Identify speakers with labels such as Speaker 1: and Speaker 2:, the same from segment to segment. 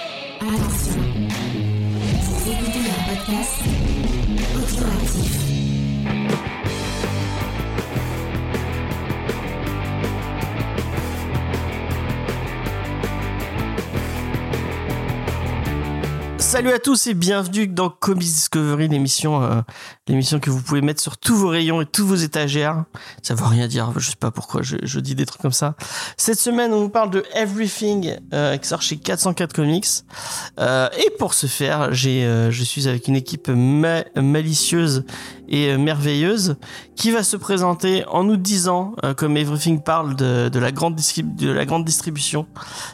Speaker 1: Attention, vous écoutez un podcast audioactif.
Speaker 2: Salut à tous et bienvenue dans Comics Discovery, l'émission, euh, l'émission que vous pouvez mettre sur tous vos rayons et tous vos étagères. Ça veut rien dire, je sais pas pourquoi je, je dis des trucs comme ça. Cette semaine, on vous parle de Everything euh, qui sort chez 404 Comics. Euh, et pour ce faire, j'ai, euh, je suis avec une équipe ma- malicieuse et euh, merveilleuse qui va se présenter en nous disant, euh, comme Everything parle de, de la grande distrib- de la grande distribution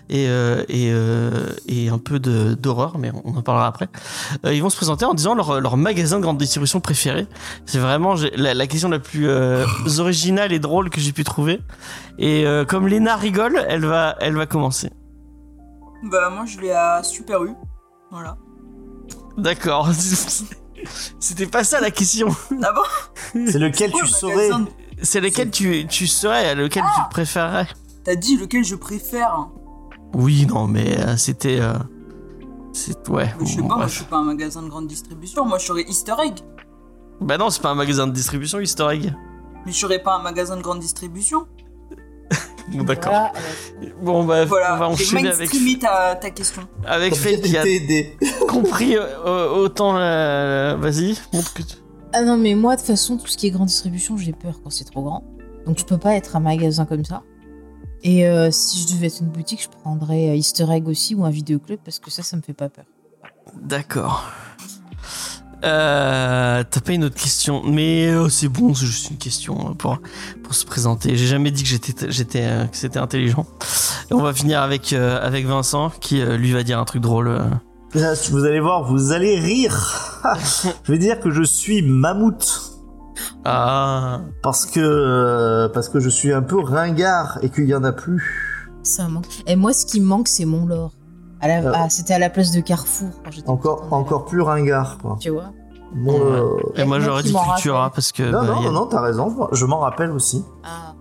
Speaker 2: et, euh, et, euh, et un peu de- d'horreur, mais on en parlera après. Euh, ils vont se présenter en disant leur, leur magasin de grande distribution préféré. C'est vraiment j'ai- la, la question la plus euh, originale et drôle que j'ai pu trouver. Et euh, comme Léna rigole, elle va, elle va commencer.
Speaker 3: Bah moi je l'ai à Super U. Voilà.
Speaker 2: D'accord. C'était pas ça la question.
Speaker 4: Hum.
Speaker 3: Ah bon
Speaker 5: C'est lequel
Speaker 3: Quoi,
Speaker 5: tu
Speaker 3: magasin
Speaker 5: saurais
Speaker 3: de-
Speaker 2: C'est lequel tu, tu serais, lequel tu préférerais
Speaker 3: T'as dit lequel je préfère. hein.
Speaker 2: Oui, non, mais euh, c'était. euh, c'est Oh, ouais.
Speaker 3: Mais je sais
Speaker 2: bon,
Speaker 3: pas, moi je
Speaker 2: bref.
Speaker 3: suis pas un magasin de grande distribution, moi je serais Easter Egg.
Speaker 2: Bah non, c'est pas un magasin de distribution historique.
Speaker 3: Mais je serais pas un magasin de grande distribution.
Speaker 2: Bon, D'accord. Bon bah on va
Speaker 3: Voilà, j'ai
Speaker 2: enchaîner avec
Speaker 3: mainstreamé ta, ta question.
Speaker 2: avec Faith qui a
Speaker 5: TTD.
Speaker 2: compris euh, autant. la- Vas-y, montre que. tu-
Speaker 4: Ah non, mais moi, de toute façon, tout ce qui est grande distribution, j'ai peur quand c'est trop grand. Donc, je peux pas être un magasin comme ça. Et euh, si je devais être une boutique, je prendrais euh, Easter Egg aussi ou un vidéoclub parce que ça, ça me fait pas peur.
Speaker 2: D'accord. Euh, T'as pas une autre question, mais euh, c'est bon, c'est juste une question euh, pour, pour se présenter. J'ai jamais dit que j'étais j'étais euh, que c'était intelligent. Et on va finir avec euh, avec Vincent qui euh, lui va dire un truc drôle. euh.
Speaker 5: Là, Vous allez voir, vous allez rire. je vais dire que je suis mammouth
Speaker 2: Ah,
Speaker 5: parce que euh, parce que je suis un peu ringard et qu'il y en a plus.
Speaker 4: Ça me manque. Et moi, ce qui me manque, c'est mon lore. À la-
Speaker 5: Euh.
Speaker 4: ah, c'était à la place de Carrefour quand j'étais petite,
Speaker 5: Encore
Speaker 4: on
Speaker 5: encore plus ringard quoi.
Speaker 4: avait- Tu vois
Speaker 5: Bon,
Speaker 2: Ouais.
Speaker 5: euh,
Speaker 2: et moi
Speaker 4: Moi
Speaker 2: j'aurais
Speaker 4: qui
Speaker 2: dit
Speaker 4: m'en
Speaker 2: Cultura
Speaker 4: rappelle.
Speaker 2: parce que
Speaker 5: Non,
Speaker 2: bah,
Speaker 5: non,
Speaker 2: y a-
Speaker 5: non, non, t'as raison, je m'en rappelle aussi.
Speaker 4: Ah.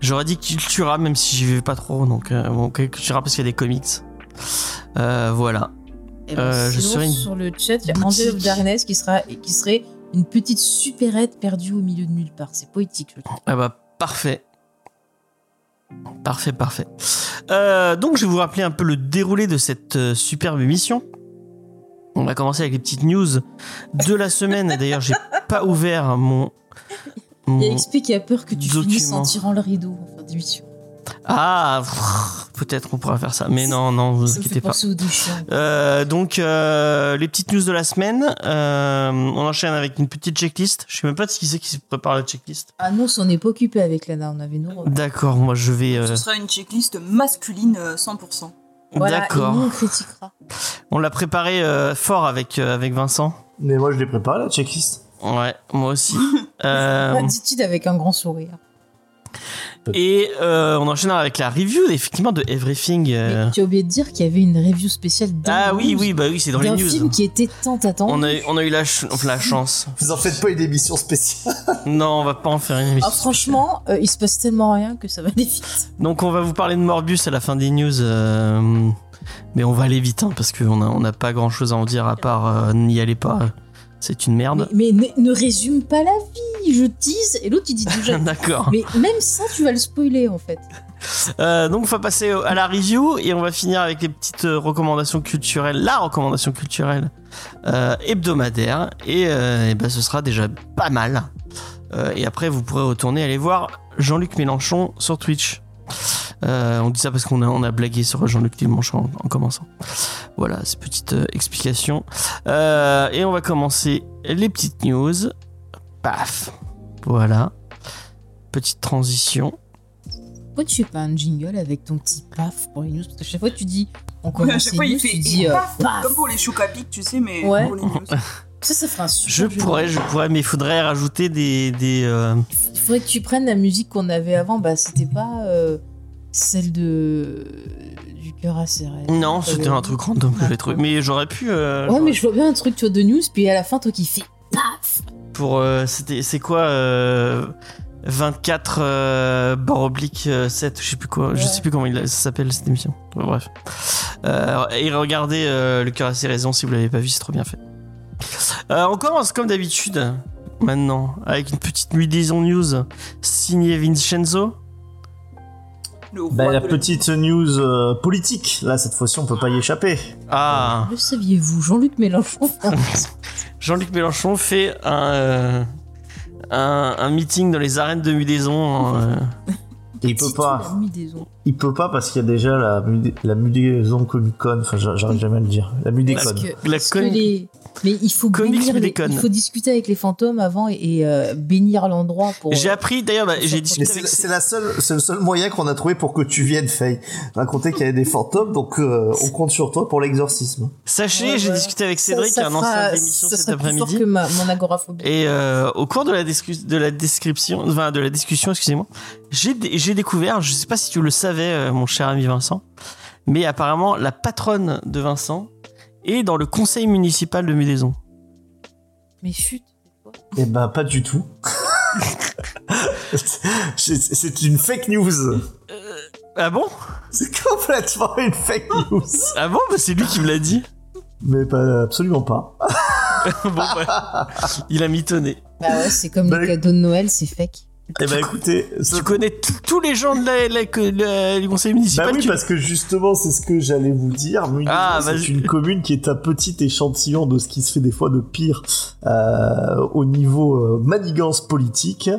Speaker 2: j'aurais dit Cultura même si j'y vais pas trop donc euh, bon Cultura parce qu'il y a des comics. Euh, voilà.
Speaker 4: Et ben,
Speaker 2: Euh, je
Speaker 4: sinon,
Speaker 2: serais une
Speaker 4: sur le chat, il y a
Speaker 2: boutique.
Speaker 4: Angel of Darkness qui, sera, qui serait une petite supérette perdue au milieu de nulle part. C'est poétique, je trouve.
Speaker 2: Ah bah parfait. Parfait, parfait. Euh, donc je vais vous rappeler un peu le déroulé de cette euh, superbe émission. On va commencer avec les petites news de la semaine. D'ailleurs, j'ai pas ouvert mon... mon-
Speaker 4: Il y a XP qui a peur que tu finisses
Speaker 2: Document.
Speaker 4: en tirant le rideau en fin d'émission.
Speaker 2: Ah, pff, peut-être qu'on pourra faire ça. Mais non, non, vous
Speaker 4: Ça me fait
Speaker 2: inquiétez pas.
Speaker 4: penser aux deux chiens.
Speaker 2: Euh, donc euh, les petites news de la semaine. Euh, on enchaîne avec une petite checklist. Je sais même pas de qui c'est qui se prépare la checklist.
Speaker 4: Ah non, on n'est pas occupé avec Lana, on avait nos rôles.
Speaker 2: D'accord, moi je vais. euh,
Speaker 3: Ce sera une checklist masculine euh, 100%.
Speaker 4: Voilà, et
Speaker 2: D'accord.
Speaker 4: nous on critiquera.
Speaker 2: On l'a préparé euh, fort avec euh, avec Vincent.
Speaker 5: Mais moi, je l'ai préparé la checklist.
Speaker 2: Ouais, moi aussi. Euh,
Speaker 4: Attitude avec un grand sourire.
Speaker 2: et euh, on enchaîne avec la review effectivement de Everything. euh.
Speaker 4: Mais tu as oublié de dire qu'il y avait une review spéciale d'un
Speaker 2: Ah oui,
Speaker 4: news,
Speaker 2: oui, bah oui, c'est dans les
Speaker 4: d'un film
Speaker 2: news.
Speaker 4: qui était tant attendu.
Speaker 2: On a, on a eu la, ch- enfin, la chance.
Speaker 5: Vous en faites pas une émission spéciale.
Speaker 2: Non, on va pas en faire une émission.
Speaker 4: Ah, franchement, euh, il se passe tellement rien que ça va aller vite.
Speaker 2: Donc on va vous parler de Morbius à la fin des news. euh, mais on va aller vite hein, parce qu'on n'a on a pas grand chose à en dire à part euh, n'y allez pas. euh, C'est une merde.
Speaker 4: Mais, mais ne, ne résume pas la vie, je tease et l'autre il dit déjà.
Speaker 2: D'accord.
Speaker 4: mais même ça, tu vas le spoiler en fait.
Speaker 2: Euh, donc on va passer au- à la review et on va finir avec les petites euh, recommandations culturelles, la recommandation culturelle euh, hebdomadaire et, euh, eh ben, ce sera déjà pas mal. Euh, et après vous pourrez retourner aller voir Jean-Luc Mélenchon sur Twitch. Euh, on dit ça parce qu'on a, on a blagué sur Jean-Luc Mélenchon en, en commençant. Voilà, ces petites euh, explications. Euh, et on va commencer les petites news. Paf. Voilà. Petite transition.
Speaker 4: Pourquoi tu fais pas un jingle avec ton petit paf pour les news Parce que chaque fois tu dis, on
Speaker 3: à
Speaker 4: commence
Speaker 3: chaque
Speaker 4: les
Speaker 3: fois
Speaker 4: news,
Speaker 3: il
Speaker 4: tu
Speaker 3: fait
Speaker 4: dis
Speaker 3: et
Speaker 4: euh,
Speaker 3: paf,
Speaker 4: paf.
Speaker 3: comme pour les chocapics, tu sais, mais
Speaker 4: Ouais.
Speaker 3: pour les news.
Speaker 4: Ça, ça fera un super
Speaker 2: Je
Speaker 4: jeu.
Speaker 2: pourrais, je pourrais, mais il faudrait rajouter des. des euh,
Speaker 4: Il faudrait que tu prennes la musique qu'on avait avant. Bah, c'était pas euh, celle de du cœur à serrer.
Speaker 2: Non, c'était un truc random que j'ai trouvé. Mais j'aurais pu. euh,
Speaker 4: Ouais, mais je vois bien un truc, tu vois, de news, puis à la fin, toi qui fais paf.
Speaker 2: Pour. euh, c'était, c'est quoi euh, 24 euh, barre oblique euh, 7, je sais plus quoi. Je
Speaker 4: Ouais.
Speaker 2: sais plus comment il, ça s'appelle cette émission. Bref. Euh, et regardez euh, Le cœur a ses raisons si vous l'avez pas vu, c'est trop bien fait. Euh, on commence comme d'habitude maintenant avec une petite nuit des on news signée Vincenzo.
Speaker 3: Le roi
Speaker 5: Bah, la
Speaker 3: de
Speaker 5: petite news euh, politique, là, cette fois-ci, on peut pas y échapper.
Speaker 2: Ah,
Speaker 4: Le saviez-vous, Jean-Luc Mélenchon
Speaker 2: Jean-Luc Mélenchon fait un, euh, un, un meeting dans les arènes de Mudaison. euh,
Speaker 5: Il peut pas.
Speaker 4: Mis des ondes.
Speaker 5: Il peut pas parce qu'il y a déjà la, mudé- la mudaison Comic Con, enfin j'a- j'arrive jamais à le dire. La
Speaker 4: Parce
Speaker 5: mudécon.
Speaker 4: que,
Speaker 2: La
Speaker 4: parce que
Speaker 2: con-
Speaker 4: les- Mais il faut,
Speaker 2: Comics
Speaker 4: bénir
Speaker 2: me
Speaker 4: les-
Speaker 2: déconne.
Speaker 4: il faut discuter avec les fantômes avant et, et, euh, bénir l'endroit pour. euh,
Speaker 2: J'ai appris, d'ailleurs, bah, j'ai
Speaker 5: Mais
Speaker 2: discuté
Speaker 5: c'est
Speaker 2: avec.
Speaker 5: c'est la seule, c'est le seul moyen qu'on a trouvé pour que tu viennes, Faye. Raconter qu'il y avait des fantômes, donc euh, on compte sur toi pour l'exorcisme.
Speaker 2: Sachez,
Speaker 4: Ouais,
Speaker 2: j'ai
Speaker 4: ouais.
Speaker 2: discuté avec Cédric,
Speaker 4: ça, ça
Speaker 2: un ancien
Speaker 4: fera-
Speaker 2: de l'émission
Speaker 4: ça
Speaker 2: cet
Speaker 4: sera plus fort
Speaker 2: après-midi.
Speaker 4: que ma- mon agoraphobie.
Speaker 2: Et euh, au cours de la, discu- de la description, enfin, de la discussion, excusez-moi, j'ai dé- j'ai découvert, je sais pas si tu le savais, euh, mon cher ami Vincent, mais apparemment la patronne de Vincent est dans le conseil municipal de Mudaison.
Speaker 4: Mais chut.
Speaker 5: Eh ben, pas du tout. C'est- c'est une fake news.
Speaker 2: Ah bon
Speaker 5: C'est complètement une fake news.
Speaker 2: Ah bon Bah, C'est lui qui me l'a dit.
Speaker 5: Mais pas, absolument pas.
Speaker 2: bon, bah, il a mitonné.
Speaker 4: Bah ouais, c'est comme
Speaker 5: Bah,
Speaker 4: les cadeaux de Noël, c'est fake.
Speaker 5: Eh ben, écoutez, ça-
Speaker 2: Tu connais tous tous les gens de la, la- que- la- du conseil municipal
Speaker 5: Bah oui,
Speaker 2: tu-
Speaker 5: parce que justement, c'est ce que j'allais vous dire. Munich,
Speaker 2: Ah, vas-y.
Speaker 5: c'est une commune qui est un petit échantillon de ce qui se fait des fois de pire euh, au niveau euh, manigance politique.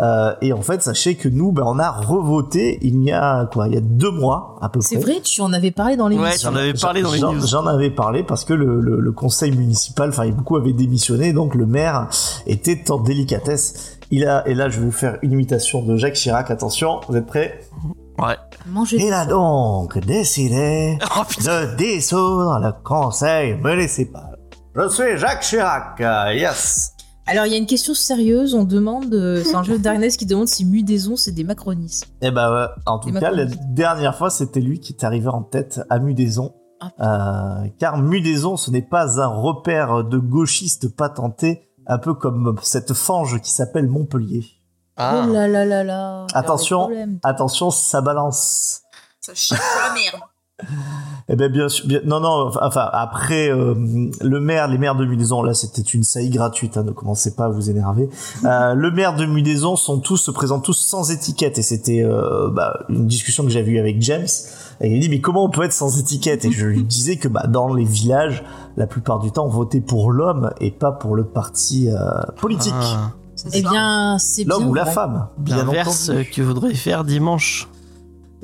Speaker 5: Euh, et en fait, sachez que nous, bah, on a revoté il y a quoi Il y a deux mois à peu près.
Speaker 4: C'est vrai, tu en avais parlé dans
Speaker 2: Ouais,
Speaker 4: l'émission.
Speaker 2: t'en avais parlé dans les
Speaker 5: J'en-
Speaker 2: news.
Speaker 5: J'en avais parlé parce que le, le- le conseil municipal, enfin, beaucoup avaient démissionné, donc le maire était en délicatesse. Il a, et là, je vais vous faire une imitation de Jacques Chirac. Attention, vous êtes prêts
Speaker 2: Ouais.
Speaker 4: Manger
Speaker 5: Il a donc décidé
Speaker 2: Oh putain
Speaker 5: de dissoudre le conseil municipal. Je suis Jacques Chirac, euh, yes.
Speaker 4: Alors, il y a une question sérieuse. On demande, euh, c'est un jeu d'Arnès qui demande si Mudaison c'est des macronismes.
Speaker 5: Et ben, euh, en
Speaker 4: Et
Speaker 5: tout cas, la
Speaker 4: Macron.
Speaker 5: dernière fois, c'était lui qui est arrivé en tête à Mudaison.
Speaker 4: Ah,
Speaker 5: Euh, car Mudaison, ce n'est pas un repère de gauchistes patentés, un peu comme cette fange qui s'appelle Montpellier.
Speaker 2: Ah.
Speaker 4: Oh là là là là.
Speaker 5: Attention.
Speaker 4: Alors, les problèmes.
Speaker 5: Attention, ça balance.
Speaker 3: Ça chie sur la merde.
Speaker 5: Eh ben bien sûr, bien- non non, enfin, enfin, après euh, le maire, les maires de Mudaison, là c'était une saillie gratuite, hein, ne commencez pas à vous énerver. Euh, le maire de Mudaison sont tous se présentent tous sans étiquette et c'était euh, bah, une discussion que j'avais eue avec James et il dit mais comment on peut être sans étiquette et je lui disais que bah dans les villages la plupart du temps on votait pour l'homme et pas pour le parti euh, politique,
Speaker 2: Ah.
Speaker 3: C'est
Speaker 4: Eh
Speaker 3: ça.
Speaker 4: bien, c'est bien.
Speaker 5: l'homme ou la
Speaker 4: vrai.
Speaker 5: femme bien
Speaker 2: L'inverse
Speaker 5: entendu.
Speaker 2: que voudrait faire dimanche.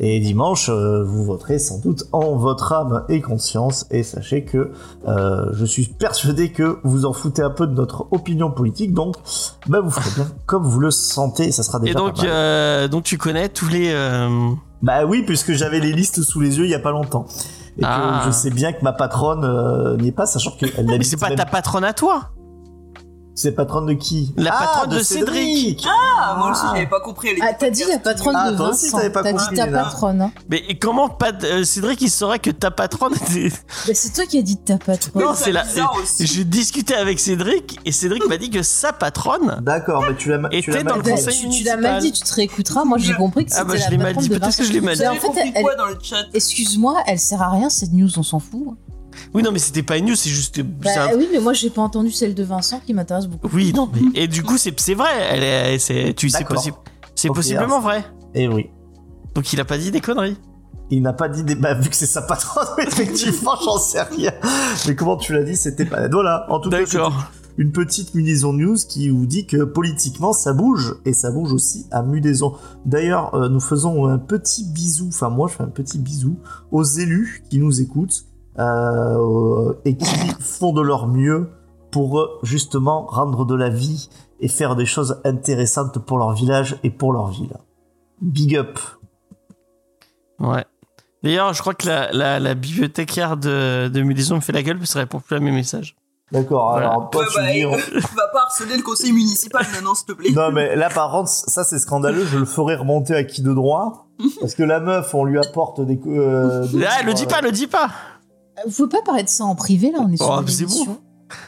Speaker 5: Et dimanche, euh, vous voterez sans doute en votre âme et conscience. Et sachez que euh, je suis persuadé que vous en foutez un peu de notre opinion politique. Donc, bah, vous ferez bien comme vous le sentez. Ça sera déjà
Speaker 2: Et donc,
Speaker 5: pas mal.
Speaker 2: euh, donc tu connais tous les. euh,
Speaker 5: Bah oui, puisque j'avais les listes sous les yeux il y a pas longtemps. Et
Speaker 2: Ah.
Speaker 5: que je sais bien que ma patronne euh, n'y est pas, sachant qu'elle
Speaker 2: Mais
Speaker 5: n'habite
Speaker 2: c'est pas
Speaker 5: même-
Speaker 2: ta patronne à toi.
Speaker 5: C'est patronne de qui
Speaker 2: La
Speaker 5: Ah,
Speaker 2: patronne de
Speaker 3: Ah, moi aussi, j'avais pas compris. elle
Speaker 4: Ah,
Speaker 3: était
Speaker 4: t'as dit la
Speaker 3: podcast.
Speaker 4: patronne
Speaker 5: Ah,
Speaker 4: de
Speaker 5: toi aussi,
Speaker 4: Vincent.
Speaker 5: t'avais pas
Speaker 4: T'as dit
Speaker 5: compris,
Speaker 4: ta
Speaker 5: Léna.
Speaker 4: patronne. hein.
Speaker 2: Mais comment pas euh, Cédric il saurait que ta patronne était...
Speaker 4: Bah, c'est toi qui as dit ta patronne.
Speaker 2: Non,
Speaker 3: Ça,
Speaker 2: c'est la-
Speaker 3: bizarre aussi.
Speaker 2: Je discutais avec Cédric et Cédric m'a dit que sa patronne.
Speaker 5: D'accord, mais tu l'as ma-
Speaker 2: Et
Speaker 5: tu
Speaker 2: t'es
Speaker 5: l'as
Speaker 2: dans
Speaker 5: mal
Speaker 2: le
Speaker 4: Bah,
Speaker 5: compris.
Speaker 2: conseil
Speaker 4: tu tu l'as
Speaker 2: municipal.
Speaker 4: mal dit, tu te réécouteras. Moi, j'ai compris que
Speaker 2: Ah bah
Speaker 4: c'était
Speaker 2: je l'ai
Speaker 4: la
Speaker 2: mal
Speaker 4: patronne
Speaker 2: dit,
Speaker 4: de
Speaker 2: peut-être que
Speaker 4: Vincent.
Speaker 2: je l'ai mal
Speaker 4: Mais
Speaker 2: dit.
Speaker 4: en
Speaker 3: J'avais
Speaker 4: fait,
Speaker 3: compris
Speaker 4: elle-
Speaker 3: quoi dans le chat
Speaker 4: Excuse-moi, elle sert à rien cette news, on s'en fout.
Speaker 2: Oui, non, mais c'était pas une news, c'est juste. euh,
Speaker 4: Bah,
Speaker 2: c'est un-
Speaker 4: oui, mais moi j'ai pas entendu celle de Vincent qui m'intéresse beaucoup.
Speaker 2: Oui, non, mais. Et du coup, c'est c'est vrai, elle est, c'est tu- c'est
Speaker 5: D'accord.
Speaker 2: possible. C'est
Speaker 5: Ok,
Speaker 2: possiblement vrai.
Speaker 5: Et oui.
Speaker 2: Donc il a pas dit des conneries.
Speaker 5: Il n'a pas dit des... bah, vu que c'est sa patronne, effectivement, j'en sais rien. Mais comment tu l'as dit, c'était pas. Voilà, en tout cas, c'est
Speaker 2: D'accord.
Speaker 5: une petite Mudaison News qui vous dit que politiquement ça bouge, et ça bouge aussi à Mudaison. D'ailleurs, euh, nous faisons un petit bisou, enfin moi je fais un petit bisou aux élus qui nous écoutent euh, et qui font de leur mieux pour euh, justement rendre de la vie et faire des choses intéressantes pour leur village et pour leur ville. Big up.
Speaker 2: Ouais. D'ailleurs, je crois que la, la, la bibliothécaire de, de Mudaison me fait la gueule parce qu'elle répond plus à mes messages.
Speaker 5: D'accord,
Speaker 2: Voilà.
Speaker 5: alors toi
Speaker 3: Ouais,
Speaker 5: tu
Speaker 3: bah,
Speaker 5: dis,
Speaker 3: et-
Speaker 5: on-
Speaker 3: Tu vas pas harceler le conseil municipal maintenant, s'il te plaît.
Speaker 5: Non, mais là, par contre, ça, c'est scandaleux. Je le ferai remonter à qui de droit Parce que la meuf, on lui apporte des. co- euh, des-
Speaker 2: Ah, le dis pas, le dis pas
Speaker 4: Vous pouvez pas parler de ça en privé là, on est sur
Speaker 2: Oh,
Speaker 4: une
Speaker 2: c'est bon.
Speaker 4: émission.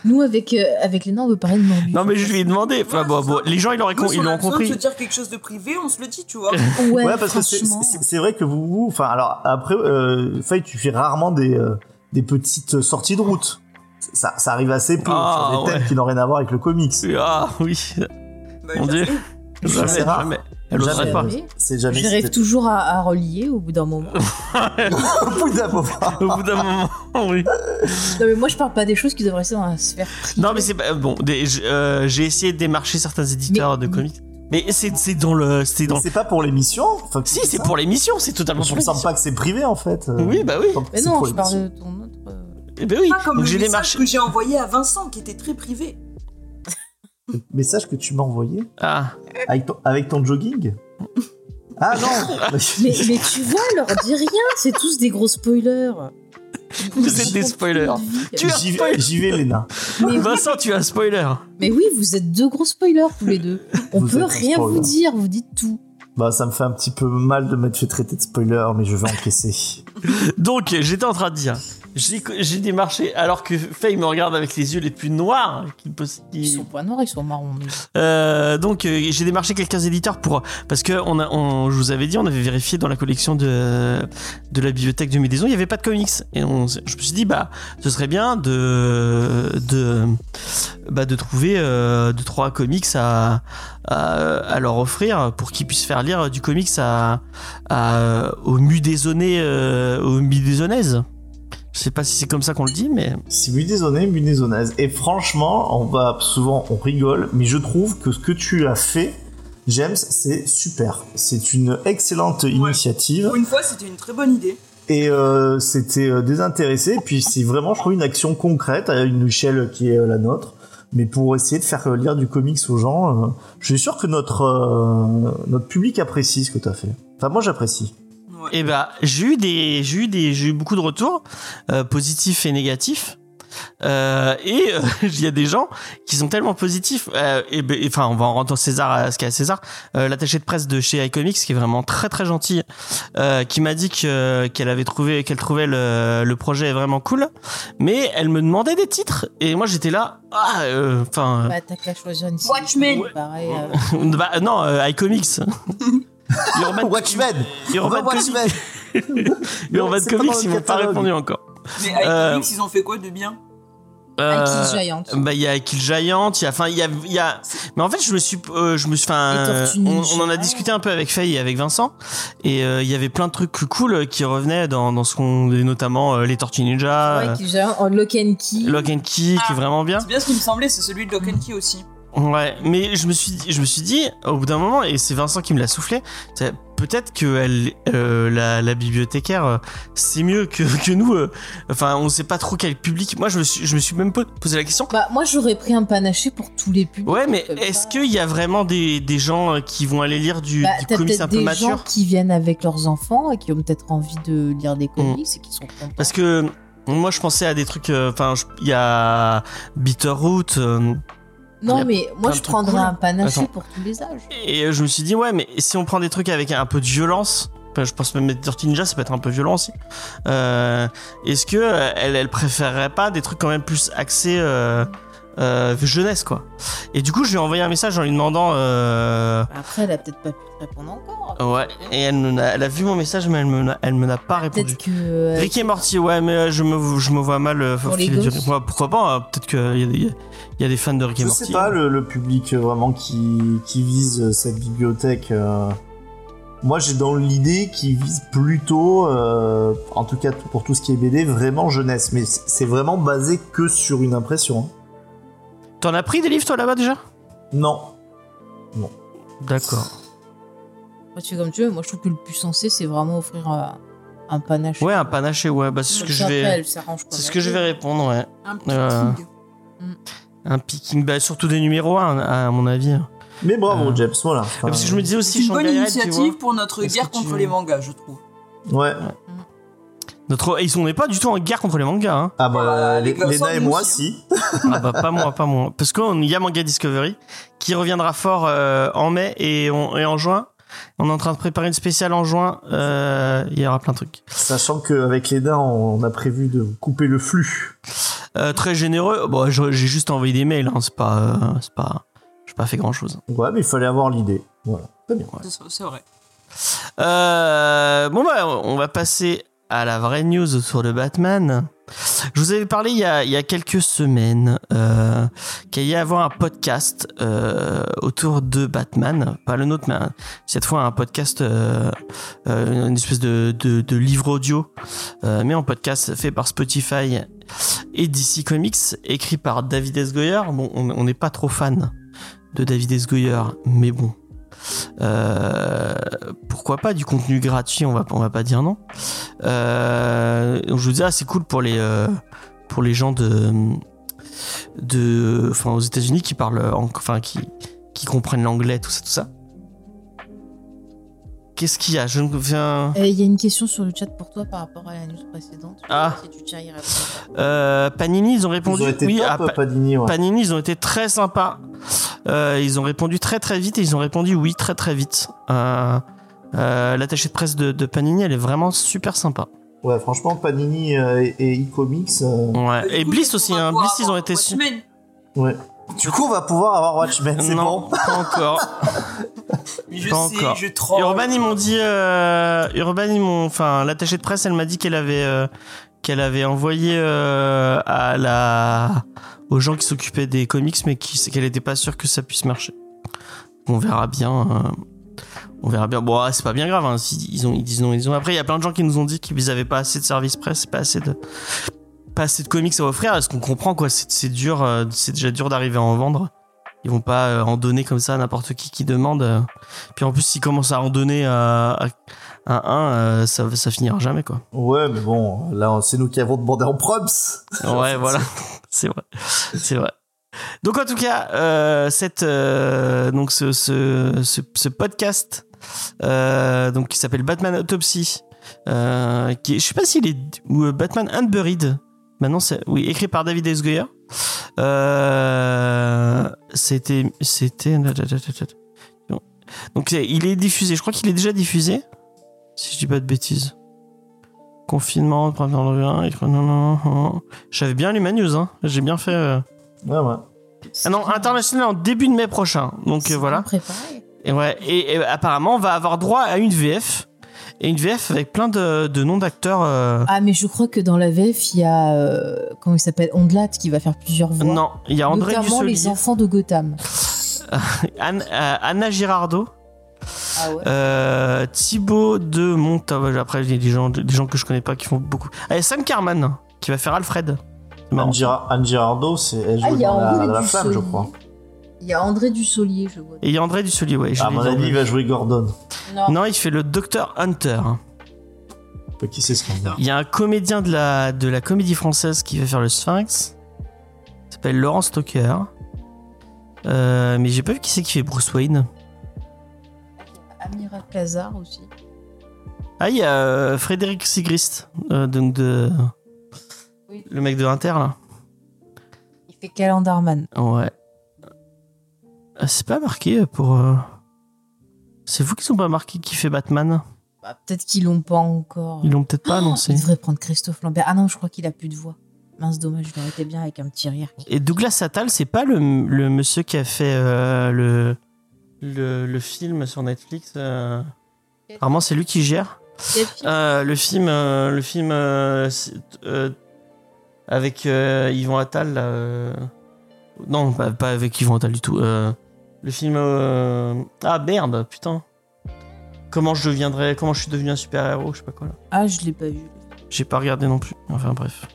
Speaker 4: Nous, avec, euh, avec Léna, on veut parler de Morbius.
Speaker 2: Non, mais je lui ai demandé. Enfin, bon, bon, les gens, ils l'auraient
Speaker 3: Nous,
Speaker 2: com-
Speaker 3: si
Speaker 2: ils
Speaker 3: on a
Speaker 2: l'ont
Speaker 3: besoin
Speaker 2: compris.
Speaker 3: de se dire quelque chose de privé, on se le dit, tu vois.
Speaker 5: Ouais,
Speaker 4: Ouais,
Speaker 5: parce que c'est-
Speaker 4: franchement.
Speaker 5: c'est c'est vrai que vous, vous- enfin, alors après, euh, Faye, tu fais rarement des, euh, des petites sorties de route. Ça, ça arrive assez peu
Speaker 2: Ah,
Speaker 5: sur des thèmes
Speaker 2: ouais.
Speaker 5: qui n'ont rien à voir avec le comics.
Speaker 2: Ah oui,
Speaker 3: Bah,
Speaker 2: Mon
Speaker 3: j'ai-
Speaker 2: jamais,
Speaker 5: C'est rare.
Speaker 2: jamais. Elle oserait
Speaker 5: Jamais.
Speaker 2: pas.
Speaker 4: Oui.
Speaker 5: C'est jamais.
Speaker 4: Je rêve
Speaker 5: c'est-
Speaker 4: toujours à, à relier au bout d'un moment.
Speaker 5: Au bout d'un moment.
Speaker 2: Au bout d'un moment, oui.
Speaker 4: non, mais moi, je parle pas des choses qui devraient rester dans la sphère privée.
Speaker 2: Non, mais c'est pas. Bon, des- j- euh, j'ai essayé de démarcher certains éditeurs
Speaker 4: Mais-
Speaker 2: de comics. Mais c'est c'est dans le. C'est dans
Speaker 5: C'est pas pour l'émission. Enfin,
Speaker 2: Si,
Speaker 5: ça.
Speaker 2: c'est pour l'émission, c'est totalement
Speaker 5: Je
Speaker 2: pour
Speaker 5: me sens
Speaker 2: l'émission.
Speaker 5: pas que c'est privé en fait. Euh,
Speaker 2: Oui, bah oui.
Speaker 5: tant que
Speaker 4: Mais
Speaker 5: c'est
Speaker 4: non,
Speaker 5: pour
Speaker 4: je parle
Speaker 5: l'émission.
Speaker 4: de ton autre. euh,
Speaker 2: Eh ben oui.
Speaker 3: Pas comme
Speaker 2: Donc
Speaker 3: le
Speaker 2: j'ai
Speaker 3: message
Speaker 2: démarché.
Speaker 3: que j'ai envoyé à Vincent, qui était très privé.
Speaker 5: Le Message que tu m'as envoyé
Speaker 2: Ah.
Speaker 5: avec ton, avec ton jogging. Ah non.
Speaker 4: Mais, mais tu vois, leur dis rien, c'est tous des gros spoilers.
Speaker 2: Vous êtes des
Speaker 4: Ils ont
Speaker 2: spoilers.
Speaker 4: plus de vie.
Speaker 2: Tu as
Speaker 5: J'y
Speaker 2: spoil-
Speaker 5: vais, j'y vais, Léna.
Speaker 4: Mais, oui,
Speaker 2: Vincent, tu as un spoiler.
Speaker 4: mais oui, vous êtes deux gros spoilers tous les deux. On
Speaker 5: Vous
Speaker 4: peut
Speaker 5: êtes un
Speaker 4: rien
Speaker 5: spoiler.
Speaker 4: vous dire, vous dites tout.
Speaker 5: Bah, ça me fait un petit peu mal de m'être fait traiter de spoiler, mais je vais encaisser.
Speaker 2: Donc, j'étais en train de dire. J'ai j'ai démarché alors que Faye me regarde avec les yeux les plus noirs qu'il poss- qu'il-
Speaker 4: Ils sont pas noirs, ils sont marrons. mais-
Speaker 2: Euh, donc euh, j'ai démarché quelques éditeurs pour parce que on a, on- je vous avais dit on avait vérifié dans la collection de de la bibliothèque de Médaison il n'y avait pas de comics et on, s- je me suis dit bah ce serait bien de de bah, de trouver euh, deux trois comics à, à à leur offrir pour qu'ils puissent faire lire du comics à, à aux Mudaisonnais euh, aux Mudaisonnaises. Je sais pas si c'est comme ça qu'on le dit mais
Speaker 5: C'est Mudézoné, Mudézonaise. Et franchement, on va souvent, on rigole, mais je trouve que ce que tu as fait, James, c'est super. C'est une excellente initiative
Speaker 3: Pour une fois, c'était une très bonne idée.
Speaker 5: et euh, c'était euh, désintéressé. Et puis c'est vraiment, je trouve, une action concrète à une échelle qui est euh, la nôtre. Mais pour essayer de faire euh, lire du comics aux gens, euh, je suis sûr que notre, euh, notre public apprécie ce que tu as fait. Enfin, moi j'apprécie.
Speaker 3: Ouais.
Speaker 2: Eh ben, j'ai eu des, j'ai eu des, j'ai eu beaucoup de retours euh, positifs et négatifs. Euh, et euh, il y a des gens qui sont tellement positifs. Euh, et ben, et, enfin, on va en rendre César à ce qu'il y a à César. Euh, L'attaché de presse de chez iComics, qui est vraiment très très gentille, euh, qui m'a dit que qu'elle avait trouvé, qu'elle trouvait le, le projet vraiment cool. Mais elle me demandait des titres et moi j'étais là. Ah, euh, enfin.
Speaker 4: Bah, t'as qu'à choisir une série.
Speaker 3: Watchmen
Speaker 4: Pareil. euh,
Speaker 2: bah, non, euh, iComics. Urban,
Speaker 5: Watchmen
Speaker 2: Urban Comics.
Speaker 5: Watchmen
Speaker 2: Urban
Speaker 5: C'est pas
Speaker 2: Comics,
Speaker 5: dans le
Speaker 2: ils m'ont pas
Speaker 5: catalogue.
Speaker 2: répondu encore.
Speaker 3: Mais avec
Speaker 2: Euh,
Speaker 3: Netflix, ils ont fait quoi de bien
Speaker 5: Ah,
Speaker 4: Avec
Speaker 2: Euh,
Speaker 4: Kiss Giant.
Speaker 2: Bah, il y a Kill Giant, il y a, enfin, il y a, il y a, mais en fait, je me suis, euh, je me suis, enfin,
Speaker 4: Et Tortue
Speaker 2: euh, on,
Speaker 4: Ninja.
Speaker 2: on en a discuté un peu avec Faye et avec Vincent, et euh, il y avait plein de trucs cool euh, qui revenaient dans, dans ce qu'on, et notamment euh, les Tortues Ninja,
Speaker 4: Ouais, Kiss Giant, oh, Lock and Key.
Speaker 2: euh, Lock and Key, qui est vraiment bien.
Speaker 3: C'est bien ce qui me semblait, c'est celui de Lock and Key aussi.
Speaker 2: Ouais, mais je me suis, dit- je me suis dit, au bout d'un moment, et c'est Vincent qui me l'a soufflé, c'est- peut-être que elle, euh, la, la bibliothécaire, euh, c'est mieux que, que nous. euh, enfin, on sait pas trop quel public. Moi, je me suis, je me suis même po- posé la question.
Speaker 4: Bah, moi, j'aurais pris un panaché pour tous les Euh, publics.
Speaker 2: Ouais, mais
Speaker 4: Comme ça.
Speaker 2: est-ce qu'il y a vraiment des, des gens euh, qui vont aller lire du,
Speaker 4: Bah,
Speaker 2: du
Speaker 4: t'as
Speaker 2: comics
Speaker 4: peut-être
Speaker 2: un peu
Speaker 4: des gens
Speaker 2: mature
Speaker 4: qui viennent avec leurs enfants et qui ont peut-être envie de lire des comics et qui sont contents.
Speaker 2: Mm. Parce que moi, je pensais à des trucs. euh, Enfin, je- il y a Bitterroot. euh, y a
Speaker 4: non, mais
Speaker 2: plein
Speaker 4: moi,
Speaker 2: de
Speaker 4: je
Speaker 2: trucs
Speaker 4: prendrais
Speaker 2: cool.
Speaker 4: un panaché
Speaker 2: Attends.
Speaker 4: pour tous les âges.
Speaker 2: et euh, je me suis dit, ouais, mais si on prend des trucs avec un peu de violence. enfin, Je pense même Dirty Ninja, ça peut être un peu violent aussi. euh, Est-ce que euh, elle, elle préférerait pas des trucs quand même plus axés euh, euh, jeunesse, quoi Et du coup, je lui ai envoyé un message en lui demandant euh,
Speaker 4: Après, elle a peut-être pas pu te répondre encore.
Speaker 2: Ouais, et elle, me n'a- elle a vu mon message, mais elle me n'a- elle me n'a pas répondu.
Speaker 4: Peut-être que. euh,
Speaker 2: Rick et Morty, ouais, mais euh, je me, je me vois mal. euh,
Speaker 4: Pour les
Speaker 2: filer du-
Speaker 4: gosses.
Speaker 2: Ouais, pourquoi pas hein, Peut-être qu'il y, a des- il y a des fans de Rick et
Speaker 5: Je
Speaker 2: Morty.
Speaker 5: sais pas le, le public euh, vraiment qui, qui vise euh, cette bibliothèque. euh. Moi, j'ai dans l'idée qu'ils visent plutôt, euh, en tout cas pour tout ce qui est BD, vraiment jeunesse. Mais c- c'est vraiment basé que sur une impression. hein.
Speaker 2: T'en as pris des livres, toi, là-bas déjà
Speaker 5: Non.
Speaker 2: D'accord.
Speaker 4: Après, tu fais comme tu veux. Moi, je trouve que le plus sensé, c'est vraiment offrir un, un panache.
Speaker 2: Ouais, un panaché, ouais, bah, c'est ce que je vais. C'est ce que je vais répondre, ouais.
Speaker 3: Un petit
Speaker 2: Euh,
Speaker 3: king.
Speaker 2: Un picking, bah, surtout des numéros 1, à à mon avis.
Speaker 5: Mais bravo,
Speaker 2: Euh.
Speaker 5: James, voilà. Enfin,
Speaker 2: Parce que je me disais
Speaker 3: C'est
Speaker 2: aussi,
Speaker 3: une
Speaker 2: Shanghai
Speaker 3: bonne
Speaker 2: Red, tu vois.
Speaker 3: initiative pour notre
Speaker 2: Est-ce
Speaker 3: guerre
Speaker 2: que tu-
Speaker 3: contre les mangas, je trouve.
Speaker 5: Ouais.
Speaker 2: Notre... Ils sont- on n'est pas du tout en guerre contre les mangas, hein.
Speaker 5: Ah bah,
Speaker 3: Euh,
Speaker 5: Lé-
Speaker 3: Vincent,
Speaker 5: Léna et
Speaker 3: nous
Speaker 5: moi,
Speaker 3: aussi,
Speaker 5: si.
Speaker 2: Ah bah pas moi, pas moi. Parce qu'il y a Manga Discovery qui reviendra fort euh, en mai et, on- et en juin. On est en train de préparer une spéciale en juin. euh, Il y aura plein de trucs.
Speaker 5: Sachant qu'avec Léna, on a prévu de couper le flux.
Speaker 2: Euh, très généreux. Bon, je- j'ai juste envoyé des mails, hein, c'est pas, euh, c'est pas, j'ai pas fait grand chose.
Speaker 5: Ouais, mais il fallait avoir l'idée. Voilà. Très bien.
Speaker 3: C'est c'est vrai.
Speaker 2: Euh, bon bah on va passer à la vraie news autour de Batman. Je vous avais parlé il y a, il y a quelques semaines euh, qu'il y allait y avoir un podcast euh, autour de Batman, pas le nôtre, mais un- cette fois un podcast, euh, euh, une espèce de, de- de livre audio, euh, mais en podcast fait par Spotify et DC Comics, écrit par David S. Goyer. Bon, on on n'est pas trop fan de David S. Goyer, mais bon. Euh, pourquoi pas du contenu gratuit on va on va pas dire non euh, donc je vous dis ah, c'est cool pour les euh, pour les gens de de enfin aux États-Unis qui parlent en- enfin qui qui comprennent l'anglais tout ça tout ça qu'est-ce qu'il y a je ne viens
Speaker 4: Euh, Il y a une question sur le chat pour toi par rapport à la news précédente.
Speaker 2: Ah.
Speaker 4: Si tu tiens à y répondre.
Speaker 2: Euh, Panini ils ont répondu
Speaker 5: Ils ont été
Speaker 2: oui à
Speaker 5: top, euh,
Speaker 2: Pa-
Speaker 5: Panini, ouais.
Speaker 2: Panini, ils ont été très sympas. Euh, ils ont répondu très très vite et ils ont répondu oui très très vite. Euh, euh, L'attachée de presse de, de Panini, elle est vraiment super sympa.
Speaker 5: Ouais, franchement, Panini euh, et- et e-comics. euh,
Speaker 2: Ouais.
Speaker 3: Bah, Du
Speaker 2: Et
Speaker 3: coup,
Speaker 2: Bliss
Speaker 3: on
Speaker 2: aussi,
Speaker 3: va
Speaker 2: hein.
Speaker 3: pouvoir
Speaker 2: Bliss, ils ont
Speaker 3: avoir
Speaker 2: été su-
Speaker 3: Watchmen.
Speaker 5: Ouais. Du coup, on va pouvoir avoir Watchmen, c'est
Speaker 2: Non,
Speaker 5: bon.
Speaker 2: pas encore.
Speaker 3: Mais Je sais,
Speaker 2: Pas encore.
Speaker 3: je troll.
Speaker 2: Urban, ils m'ont dit. euh, Urban, ils m'ont. Enfin, l'attachée de presse, elle m'a dit qu'elle avait. euh, qu'elle avait envoyé euh, à la aux gens qui s'occupaient des comics, mais qui qu'elle n'était pas sûre que ça puisse marcher. On verra bien. euh, on verra bien. Bon, ah, c'est pas bien grave. hein, si- ils ont, ils disent non, ils ont. Après, il y a plein de gens qui nous ont dit qu'ils n'avaient pas assez de service presse, pas assez de pas assez de comics à offrir. Est-ce qu'on comprend quoi C'est c'est dur. euh, c'est déjà dur d'arriver à en vendre. Ils vont pas euh, en donner comme ça à n'importe qui qui demande. euh. Puis en plus, s'ils commencent à en donner à, à, à un, euh, ça, ça finira jamais, quoi.
Speaker 5: Ouais, mais bon, là, on- c'est nous qui avons demandé en props.
Speaker 2: Ouais, voilà. C'est vrai. C'est vrai. Donc, en tout cas, euh, cette, euh, donc ce, ce, ce, ce podcast euh, donc, qui s'appelle Batman Autopsy, euh, qui est- je sais pas s'il est. ou euh, Batman Unburied. Maintenant, c'est. Oui, écrit par David S. Goyer. Euh, C'était. C'était. Donc, c'est- il est diffusé. Je crois qu'il est déjà diffusé. Si je dis pas de bêtises. Confinement, premier revient. écran- Non, non, non. J'avais bien lu ma news, hein. J'ai bien fait. euh.
Speaker 5: Ouais, ouais.
Speaker 2: Ah non, international en début de mai prochain. Donc
Speaker 4: C'est
Speaker 2: euh, voilà.
Speaker 4: bien Préparé. hein.
Speaker 2: Et ouais. Et, et apparemment, on va avoir droit à une VF. Et une VF avec plein de, de noms d'acteurs. euh.
Speaker 4: Ah, mais je crois que dans la VF, il y a. euh, comment il s'appelle Ondelat qui va faire plusieurs voix.
Speaker 2: non, il y a André
Speaker 4: Notamment les
Speaker 2: Dussolier,
Speaker 4: enfants de Gotham.
Speaker 2: Anne- euh, Anna Girardot,
Speaker 4: Ah ouais
Speaker 2: euh, Thibaut de Mont. ah ouais, Après, il y a des gens, des gens que je connais pas qui font beaucoup. Ah, Et Sam Carman qui va faire Alfred. C'est marrant.
Speaker 5: Anne, Gira- Anne Girardot, c'est, elle joue
Speaker 4: Ah, il y a
Speaker 5: dans la,
Speaker 4: André
Speaker 5: dans la flamme,
Speaker 4: Dussolier.
Speaker 5: je crois.
Speaker 4: Il y a André Dussolier, je vois.
Speaker 2: Et il y a André Dussolier, ouais. je
Speaker 5: Ah, À
Speaker 2: l'ai
Speaker 5: mon
Speaker 2: dit en
Speaker 5: avis,
Speaker 2: vrai.
Speaker 5: il va jouer Gordon.
Speaker 4: Non.
Speaker 2: Non, il fait le Docteur Hunter. hein. Bah,
Speaker 5: Qui c'est ce gars
Speaker 2: Il y a un comédien de la, de la comédie française qui va faire le Sphinx. Il s'appelle Laurent Stoker. Euh, mais j'ai pas vu qui c'est qui fait Bruce Wayne.
Speaker 4: Amira Kazar aussi.
Speaker 2: Ah, il y a euh, Frédéric Sigrist, euh, donc de.
Speaker 4: Oui.
Speaker 2: Le mec de Inter, là.
Speaker 4: Il fait Calendarman.
Speaker 2: Ouais. Ah, C'est pas marqué pour. euh, C'est vous qui sont pas marqués qui fait Batman.
Speaker 4: Bah, peut-être qu'ils l'ont pas encore.
Speaker 2: Ils l'ont peut-être pas annoncé.
Speaker 4: Il devrait prendre Christophe Lambert. Ah non, je crois qu'il a plus de voix. Mince, dommage, je l'aurais été bien avec un petit rire.
Speaker 2: Et Douglas Attal, c'est pas le, le monsieur qui a fait euh, le, le, le film sur Netflix. euh, Apparemment, c'est lui qui gère. Euh, le film, euh, le film euh, c'est- euh, avec euh, Yvan Attal. là, euh, Non, pas, pas avec Yvan Attal du tout. euh, le film. euh, Ah merde, putain. Comment je deviendrais, comment je suis devenu un super héros, je sais pas quoi. là.
Speaker 4: Ah, je l'ai pas vu.
Speaker 2: J'ai pas regardé non plus. Enfin bref.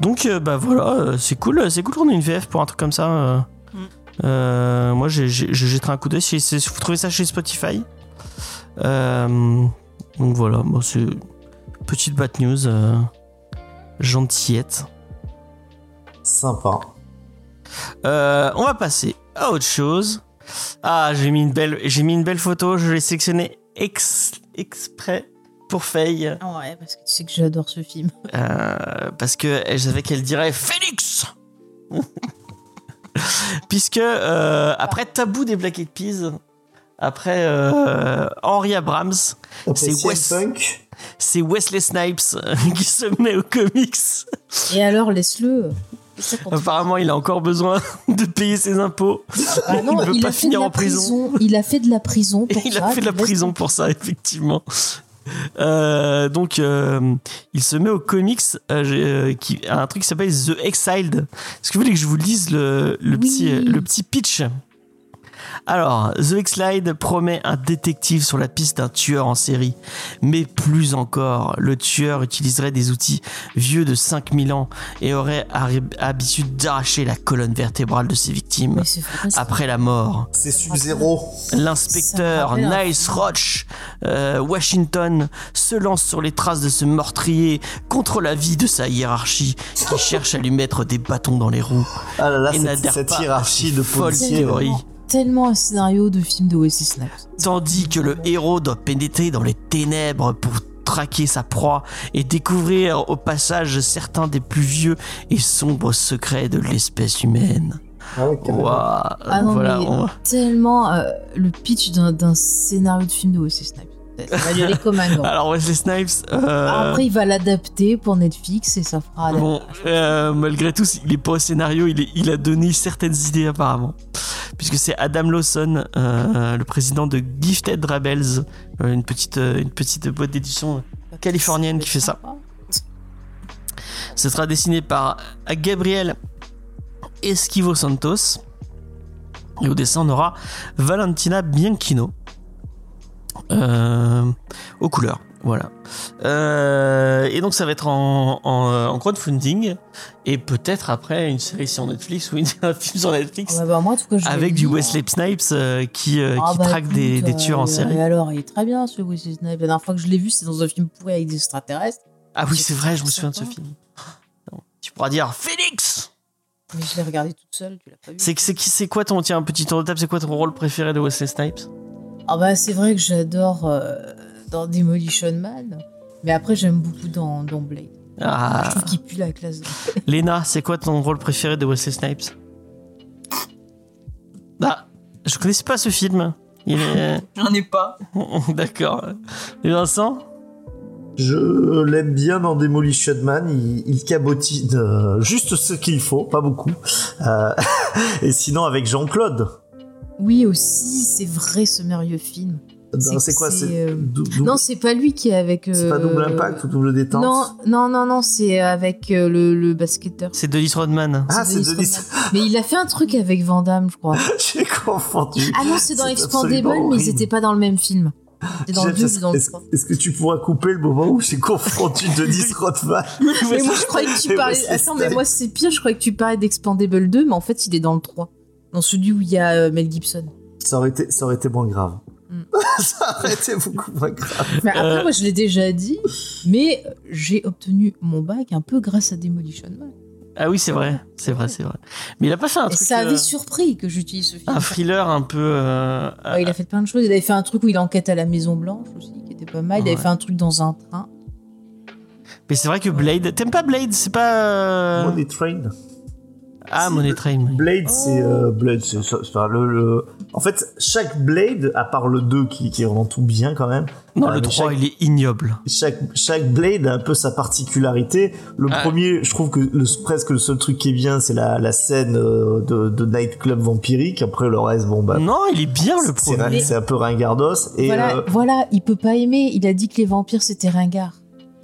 Speaker 2: Donc euh, bah voilà, euh, c'est cool, c'est cool qu'on ait une VF pour un truc comme ça. euh.
Speaker 3: Mm.
Speaker 2: Euh, moi j'ai- j'ai- je jetterai un coup d'œil. Si, si vous trouvez ça chez Spotify. Euh, donc voilà, bon, c'est petite bad news, euh, gentillette.
Speaker 5: Sympa.
Speaker 2: Euh, on va passer à autre chose. Ah, j'ai mis une belle, j'ai mis une belle photo. Je l'ai sélectionnée ex- exprès pour Faye.
Speaker 4: Ah ouais, parce que tu sais que j'adore ce film.
Speaker 2: Euh, parce que elle savait qu'elle dirait Félix Puisque euh, après Tabou des Black Eyed Peas, après euh, Henry Abrams,
Speaker 5: Après
Speaker 2: C'est
Speaker 5: CM
Speaker 2: Wes.
Speaker 5: Punk.
Speaker 2: c'est Wesley Snipes qui se met aux comics.
Speaker 4: Et alors, laisse-le. Et ça continue.
Speaker 2: Apparemment, il a encore besoin de payer ses impôts.
Speaker 4: Ah non,
Speaker 2: il veut
Speaker 4: il
Speaker 2: pas
Speaker 4: a fait
Speaker 2: finir
Speaker 4: de la
Speaker 2: en prison.
Speaker 4: Il a fait de la prison
Speaker 2: Et
Speaker 4: pour
Speaker 2: il
Speaker 4: ça.
Speaker 2: a fait de la
Speaker 4: laisse-le.
Speaker 2: prison pour ça, effectivement. Euh, donc, euh, il se met au comics euh, j'ai, euh, qui un truc qui s'appelle The Exiled. Est-ce que vous voulez que je vous lise le, le
Speaker 4: Oui.
Speaker 2: petit, euh, le petit pitch alors, The Exiled promet un détective sur la piste d'un tueur en série. Mais plus encore, le tueur utiliserait des outils vieux de 5000 ans et aurait arri- habitude d'arracher la colonne vertébrale de ses victimes
Speaker 4: Mais c'est vrai, ça.
Speaker 2: après la mort.
Speaker 5: C'est Sub-Zero.
Speaker 2: L'inspecteur
Speaker 4: Ça me rappelle un
Speaker 2: Niles
Speaker 4: film.
Speaker 2: Roach euh, Washington se lance sur les traces de ce meurtrier contre la vie de sa hiérarchie qui cherche à lui mettre des bâtons dans les roues.
Speaker 5: Ah là là,
Speaker 2: Et
Speaker 5: cette-
Speaker 2: n'adhère
Speaker 5: cette
Speaker 2: pas
Speaker 5: hiérarchie de
Speaker 2: à ces folles
Speaker 5: policiers.
Speaker 2: théories.
Speaker 4: Tellement- Tellement un scénario de film de Wesley Snipes.
Speaker 2: Euh, Tandis que le héros doit pénétrer dans les ténèbres pour traquer sa proie et découvrir au passage certains des plus vieux et sombres secrets de l'espèce humaine.
Speaker 5: Ah ouais, carrément.
Speaker 2: Ouah,
Speaker 4: Ah non,
Speaker 2: voilà,
Speaker 4: mais
Speaker 2: on-
Speaker 4: tellement euh, le pitch d'un d'un scénario de film de Wesley Snipes. Ça va lui aller comme un gant.
Speaker 2: Alors Wesley Snipes... euh,
Speaker 4: Après, il va l'adapter pour Netflix et ça fera. Ah, la-
Speaker 2: Bon, euh, malgré tout, il est pas au scénario, il, est- il a donné certaines idées apparemment. Puisque c'est Adam Lawson, euh, le président de Gifted Rebels, euh, une, petite, euh, une petite boîte d'édition. Californienne qui fait ça. Ce sera dessiné par Gabriel Esquivo Santos. Et au dessin, on aura Valentina Bianchino euh, aux couleurs. Voilà. Euh, et donc ça va être en, en, euh, en crowdfunding et peut-être après une série sur Netflix ou une- un film sur
Speaker 4: Ah
Speaker 2: Netflix
Speaker 4: bah bah, moi, en tout cas, je
Speaker 2: avec
Speaker 4: le
Speaker 2: du
Speaker 4: dis,
Speaker 2: Wesley Snipes euh, qui, euh,
Speaker 4: Ah
Speaker 2: qui
Speaker 4: bah,
Speaker 2: traque des,
Speaker 4: écoute,
Speaker 2: des tueurs en
Speaker 4: euh,
Speaker 2: série.
Speaker 4: Et alors, il est très bien ce Wesley Snipes. La dernière fois que je l'ai vu, c'est dans un film pourri avec des extraterrestres.
Speaker 2: Ah oui, c'est vrai, je me
Speaker 4: c'est
Speaker 2: souviens de ce
Speaker 4: sympa.
Speaker 2: film. Non. Tu pourras dire Félix
Speaker 4: Mais je l'ai regardé toute seule, tu l'as pas vu.
Speaker 2: C'est c'est qui c'est quoi ton tiens un petit tour de table c'est quoi ton rôle préféré de Wesley Snipes
Speaker 4: Ah bah, c'est vrai que j'adore euh, dans Demolition Man. Mais après, j'aime beaucoup dans, dans Blade. Je
Speaker 2: ah.
Speaker 4: trouve qu'il pue la classe.
Speaker 2: Lena c'est quoi ton rôle préféré de Wesley Snipes Ah je connaissais pas ce film il est
Speaker 3: J'en ai pas.
Speaker 2: d'accord et Vincent
Speaker 5: Je l'aime bien dans Demolition Man, il, il cabotine euh, juste ce qu'il faut, pas beaucoup. Euh, et sinon avec Jean-Claude.
Speaker 4: Oui, aussi, c'est vrai ce merveilleux film. C'est
Speaker 5: dans-
Speaker 4: que
Speaker 5: C'est quoi
Speaker 4: c'est,
Speaker 5: C'est
Speaker 4: euh,
Speaker 5: dou- dou-
Speaker 4: Non, c'est pas lui qui est avec.
Speaker 5: c'est pas
Speaker 4: euh,
Speaker 5: double impact ou double détente
Speaker 4: Non, non, non, non, c'est avec euh, le, le basketteur.
Speaker 2: c'est Dennis Rodman
Speaker 5: Ah, c'est
Speaker 4: Dennis
Speaker 5: Denis.
Speaker 4: Rodman. Mais il a fait un truc avec Van Damme, je crois.
Speaker 5: J'ai confondu.
Speaker 4: Ah non, c'est dans
Speaker 5: C'est
Speaker 4: Expandable,
Speaker 5: absolument
Speaker 4: mais
Speaker 5: horrible.
Speaker 4: ils étaient pas dans le même film. C'était dans le
Speaker 5: Jeff,
Speaker 4: 2
Speaker 5: est-ce-
Speaker 4: ou dans le
Speaker 5: est-ce
Speaker 4: 3.
Speaker 5: est-ce que tu pourras couper le moment où j'ai confondu Denis Rodman
Speaker 4: Mais moi, je croyais que tu
Speaker 5: Et
Speaker 4: parlais.
Speaker 5: Wesley
Speaker 4: Attends, mais
Speaker 5: Snipes.
Speaker 4: moi, c'est pire, je croyais que tu parlais d'Expandable 2, mais en fait, il est dans le 3. Dans celui où il y a euh, Mel Gibson.
Speaker 5: ça aurait, été, ça aurait été moins grave.
Speaker 4: Mm.
Speaker 5: ça aurait été beaucoup moins grave.
Speaker 4: Mais après,
Speaker 2: Euh.
Speaker 4: moi, je l'ai déjà dit, mais euh, j'ai obtenu mon bac un peu grâce à Demolition Man.
Speaker 2: ah oui c'est vrai c'est vrai c'est vrai mais il a pas fait un
Speaker 4: Et
Speaker 2: truc
Speaker 4: ça avait
Speaker 2: euh,
Speaker 4: surpris que j'utilise ce film.
Speaker 2: un thriller un peu euh,
Speaker 5: Ah,
Speaker 4: Ouais, il a fait plein de choses. Il avait fait un truc où il enquête à la Maison Blanche aussi, qui était pas mal. Il
Speaker 2: Ouais.
Speaker 4: avait fait un truc dans un train.
Speaker 2: mais c'est vrai que Blade t'aimes pas Blade c'est pas euh,
Speaker 5: Money Train.
Speaker 2: ah Money Train oui.
Speaker 5: Blade, c'est
Speaker 4: Oh.
Speaker 5: euh, Blade, c'est ça- c'est pas le, le- En fait, chaque Blade, à part le 2 qui, qui est vraiment tout bien quand même,
Speaker 2: non
Speaker 5: Ah,
Speaker 2: le
Speaker 5: mais
Speaker 2: 3
Speaker 5: chaque-
Speaker 2: il est ignoble
Speaker 5: chaque, chaque Blade a un peu sa particularité. Le
Speaker 2: Ah.
Speaker 5: premier, je trouve que le, presque le seul truc qui est bien, c'est la, la scène euh, de, de nightclub vampirique. Après, le reste, bon bah.
Speaker 2: non il est bien le
Speaker 5: c'est-
Speaker 2: premier
Speaker 5: C'est un peu ringardos. Et
Speaker 4: Voilà,
Speaker 5: euh,
Speaker 4: voilà, il peut pas aimer. Il a dit que les vampires c'était ringard.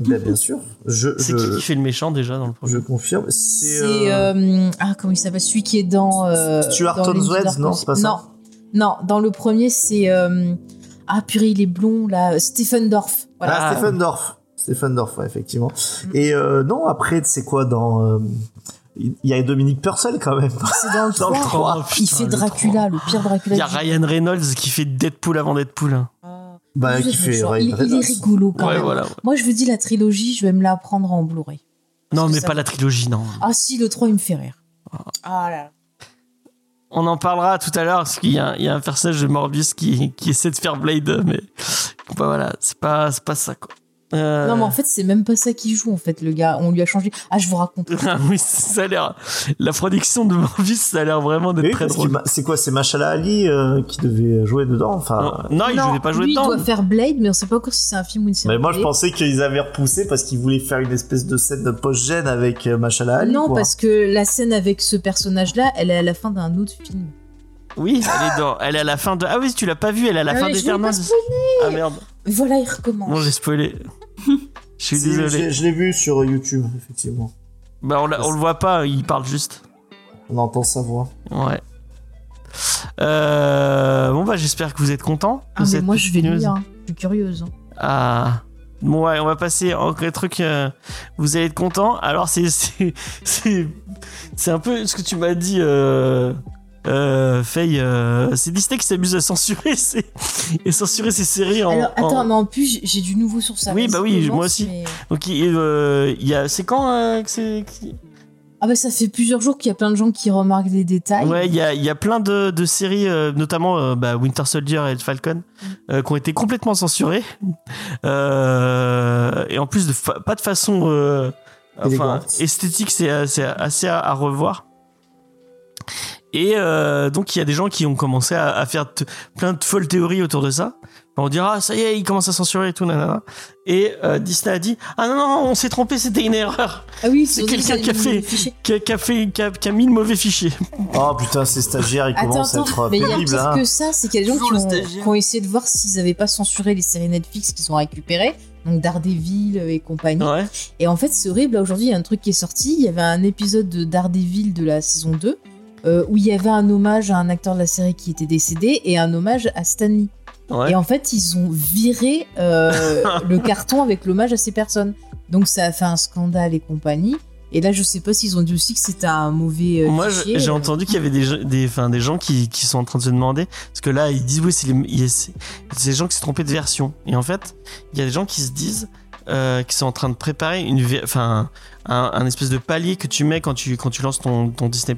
Speaker 5: bah, bien sûr, je,
Speaker 2: C'est qui
Speaker 5: je,
Speaker 2: qui fait le méchant déjà dans le projet
Speaker 5: je confirme.
Speaker 4: C'est
Speaker 5: C'est. euh,
Speaker 4: euh, ah comment il s'appelle celui qui est dans euh,
Speaker 5: Stuart
Speaker 4: dans
Speaker 5: Tones
Speaker 4: les
Speaker 5: Reds,
Speaker 4: Dark
Speaker 5: non,
Speaker 4: Knights.
Speaker 5: c'est pas ça
Speaker 4: Non, non, dans le premier c'est euh, ah purée il est blond là, Stephen Dorff. Voilà. Mm.
Speaker 5: Ah,
Speaker 2: Ah.
Speaker 5: Stephen Dorff. Stephen Dorff, ouais, effectivement. Et euh, non, après, c'est quoi dans. euh, Il y a Dominique Purcell quand même.
Speaker 4: Ah, C'est dans le
Speaker 5: Dans le
Speaker 4: 3.
Speaker 5: trois.
Speaker 2: Oh,
Speaker 4: il
Speaker 2: putain,
Speaker 4: fait
Speaker 2: le
Speaker 4: Dracula, le
Speaker 2: Il
Speaker 4: pire Dracula.
Speaker 2: y a
Speaker 4: du-
Speaker 2: Ryan Reynolds qui fait Deadpool avant Deadpool. hein.
Speaker 4: Ah.
Speaker 5: Bah,
Speaker 4: Vous
Speaker 5: qui
Speaker 4: êtes
Speaker 5: fait
Speaker 4: méchant.
Speaker 5: Ryan
Speaker 4: il, il
Speaker 5: Reynolds.
Speaker 4: est rigolo quand
Speaker 2: Ouais,
Speaker 4: même.
Speaker 2: voilà.
Speaker 4: Moi je vous dis la trilogie, je vais me la prendre en Blu-ray.
Speaker 2: Non,
Speaker 4: que
Speaker 2: mais pas
Speaker 4: ça va.
Speaker 2: la trilogie, non.
Speaker 4: Ah si le 3 il me fait rire. Ah là. là.
Speaker 2: On en parlera tout à l'heure parce qu'il y, a un- il y a un personnage de Morbius qui, qui essaie de faire Blade, mais bah, voilà, c'est pas, c'est pas ça quoi. Euh,
Speaker 4: Non, mais en fait, c'est même pas ça qui joue, en fait, le gars. On lui a changé. Ah, je vous raconte.
Speaker 2: ah oui, ça a l'air. La production de Morbius, ça a l'air vraiment d'être
Speaker 5: Oui,
Speaker 2: très
Speaker 5: parce que
Speaker 2: drôle.
Speaker 5: ma- c'est quoi C'est Machala Ali euh, qui devait jouer dedans
Speaker 2: Non,
Speaker 5: enfin,
Speaker 2: non, il
Speaker 4: Non,
Speaker 2: ne pas jouer
Speaker 4: lui,
Speaker 2: dedans.
Speaker 4: il doit faire Blade, mais on sait pas encore si c'est un film ou une série.
Speaker 5: Mais moi je
Speaker 4: télé.
Speaker 5: pensais qu'ils avaient repoussé parce qu'ils voulaient faire une espèce de scène de post-gène avec euh, Machala Ali.
Speaker 4: Non,
Speaker 5: quoi.
Speaker 4: parce que la scène avec ce personnage-là, elle est à la fin d'un autre film.
Speaker 2: Oui, elle est dans. Elle est à la fin de. Ah oui, tu l'as pas vu, elle est à la
Speaker 4: Ah,
Speaker 2: fin
Speaker 4: mais je voulais
Speaker 2: d'Eternals.
Speaker 4: pas spoiler.
Speaker 2: Ah merde,
Speaker 4: Voilà, il recommence.
Speaker 2: bon, j'ai spoilé. Je suis
Speaker 5: Si,
Speaker 2: désolé.
Speaker 5: je- Je l'ai vu sur YouTube, effectivement.
Speaker 2: Bah, on, l'a- on le voit pas, il parle juste.
Speaker 5: On entend sa voix.
Speaker 2: Ouais. Euh, bon, bah, j'espère que vous êtes contents. de
Speaker 4: Ah, mais
Speaker 2: cette
Speaker 4: moi, je vais
Speaker 2: news.
Speaker 4: lire. hein. Je suis curieuse. hein.
Speaker 2: Ah. Bon, ouais, on va passer en un truc. euh, vous allez être contents. Alors, c'est. C'est c'est- c'est un peu ce que tu m'as dit, euh, euh, Faye. euh, c'est Disney qui s'amuse à censurer ses, et censurer ses séries en.
Speaker 4: Alors, attends,
Speaker 2: en-
Speaker 4: mais en plus, j'ai- j'ai du nouveau sur ça.
Speaker 2: Oui,
Speaker 4: Vas-y,
Speaker 2: bah oui,
Speaker 4: commence,
Speaker 2: moi aussi.
Speaker 4: mais-
Speaker 2: Donc, il euh, il y a. C'est quand euh, que c'est. que-
Speaker 4: Ah, bah, ça fait plusieurs jours qu'il y a plein de gens qui remarquent les détails.
Speaker 2: Ouais, il y a, il y a plein de, de séries, euh, notamment euh, bah, Winter Soldier et Falcon, euh, qui ont été complètement censurées. Euh, et en plus, de fa- pas de façon euh, enfin,
Speaker 5: Élégante.
Speaker 2: esthétique, c'est assez, assez à, à revoir. Et euh, donc, il y a des gens qui ont commencé à, à faire t- plein de folles théories autour de ça. On dira, ah, ça y est, ils commencent à censurer et tout, nanana. Et euh, Disney a dit, ah non, non, on s'est trompé, c'était une erreur.
Speaker 4: Ah oui,
Speaker 2: C'est
Speaker 4: sur-
Speaker 2: quelqu'un
Speaker 4: sur-
Speaker 2: qui a fait-
Speaker 4: fichier.
Speaker 2: Qui a, qui a fait, qui a- qui a mis le mauvais fichier.
Speaker 5: Oh putain, ces stagiaires, ils
Speaker 4: Attends,
Speaker 5: commencent à
Speaker 4: attends,
Speaker 5: être
Speaker 4: mais il y a
Speaker 5: pénibles.
Speaker 4: pire
Speaker 5: hein.
Speaker 4: que ça, c'est qu'il y a des gens qui
Speaker 3: Toujours le
Speaker 4: ont,
Speaker 3: stagiaire.
Speaker 4: qui ont essayé de voir s'ils avaient pas censuré les séries Netflix qu'ils ont récupérées, donc Daredevil et compagnie.
Speaker 2: Ouais.
Speaker 4: Et en fait, c'est horrible. Là, aujourd'hui, il y a un truc qui est sorti. Il y avait un épisode de Daredevil de la saison 2 euh, où il y avait un hommage à un acteur de la série qui était décédé et un hommage à Stanley.
Speaker 2: ouais.
Speaker 4: Et en fait, ils ont viré euh, le carton avec l'hommage à ces personnes. Donc, ça a fait un scandale et compagnie. Et là, je sais pas s'ils ont dit aussi que c'était un mauvais. euh,
Speaker 2: Moi, je-
Speaker 4: fichier.
Speaker 2: j'ai entendu qu'il y avait des, gens- des, enfin, des gens qui, qui sont en train de se demander, parce que là, ils disent, oui, c'est les, il- c'est- c'est des gens qui se trompaient de version. Et en fait, il y a des gens qui se disent, euh, qui sont en train de préparer une, ver- enfin, un, un espèce de palier que tu mets quand tu, quand tu lances ton, ton Disney+.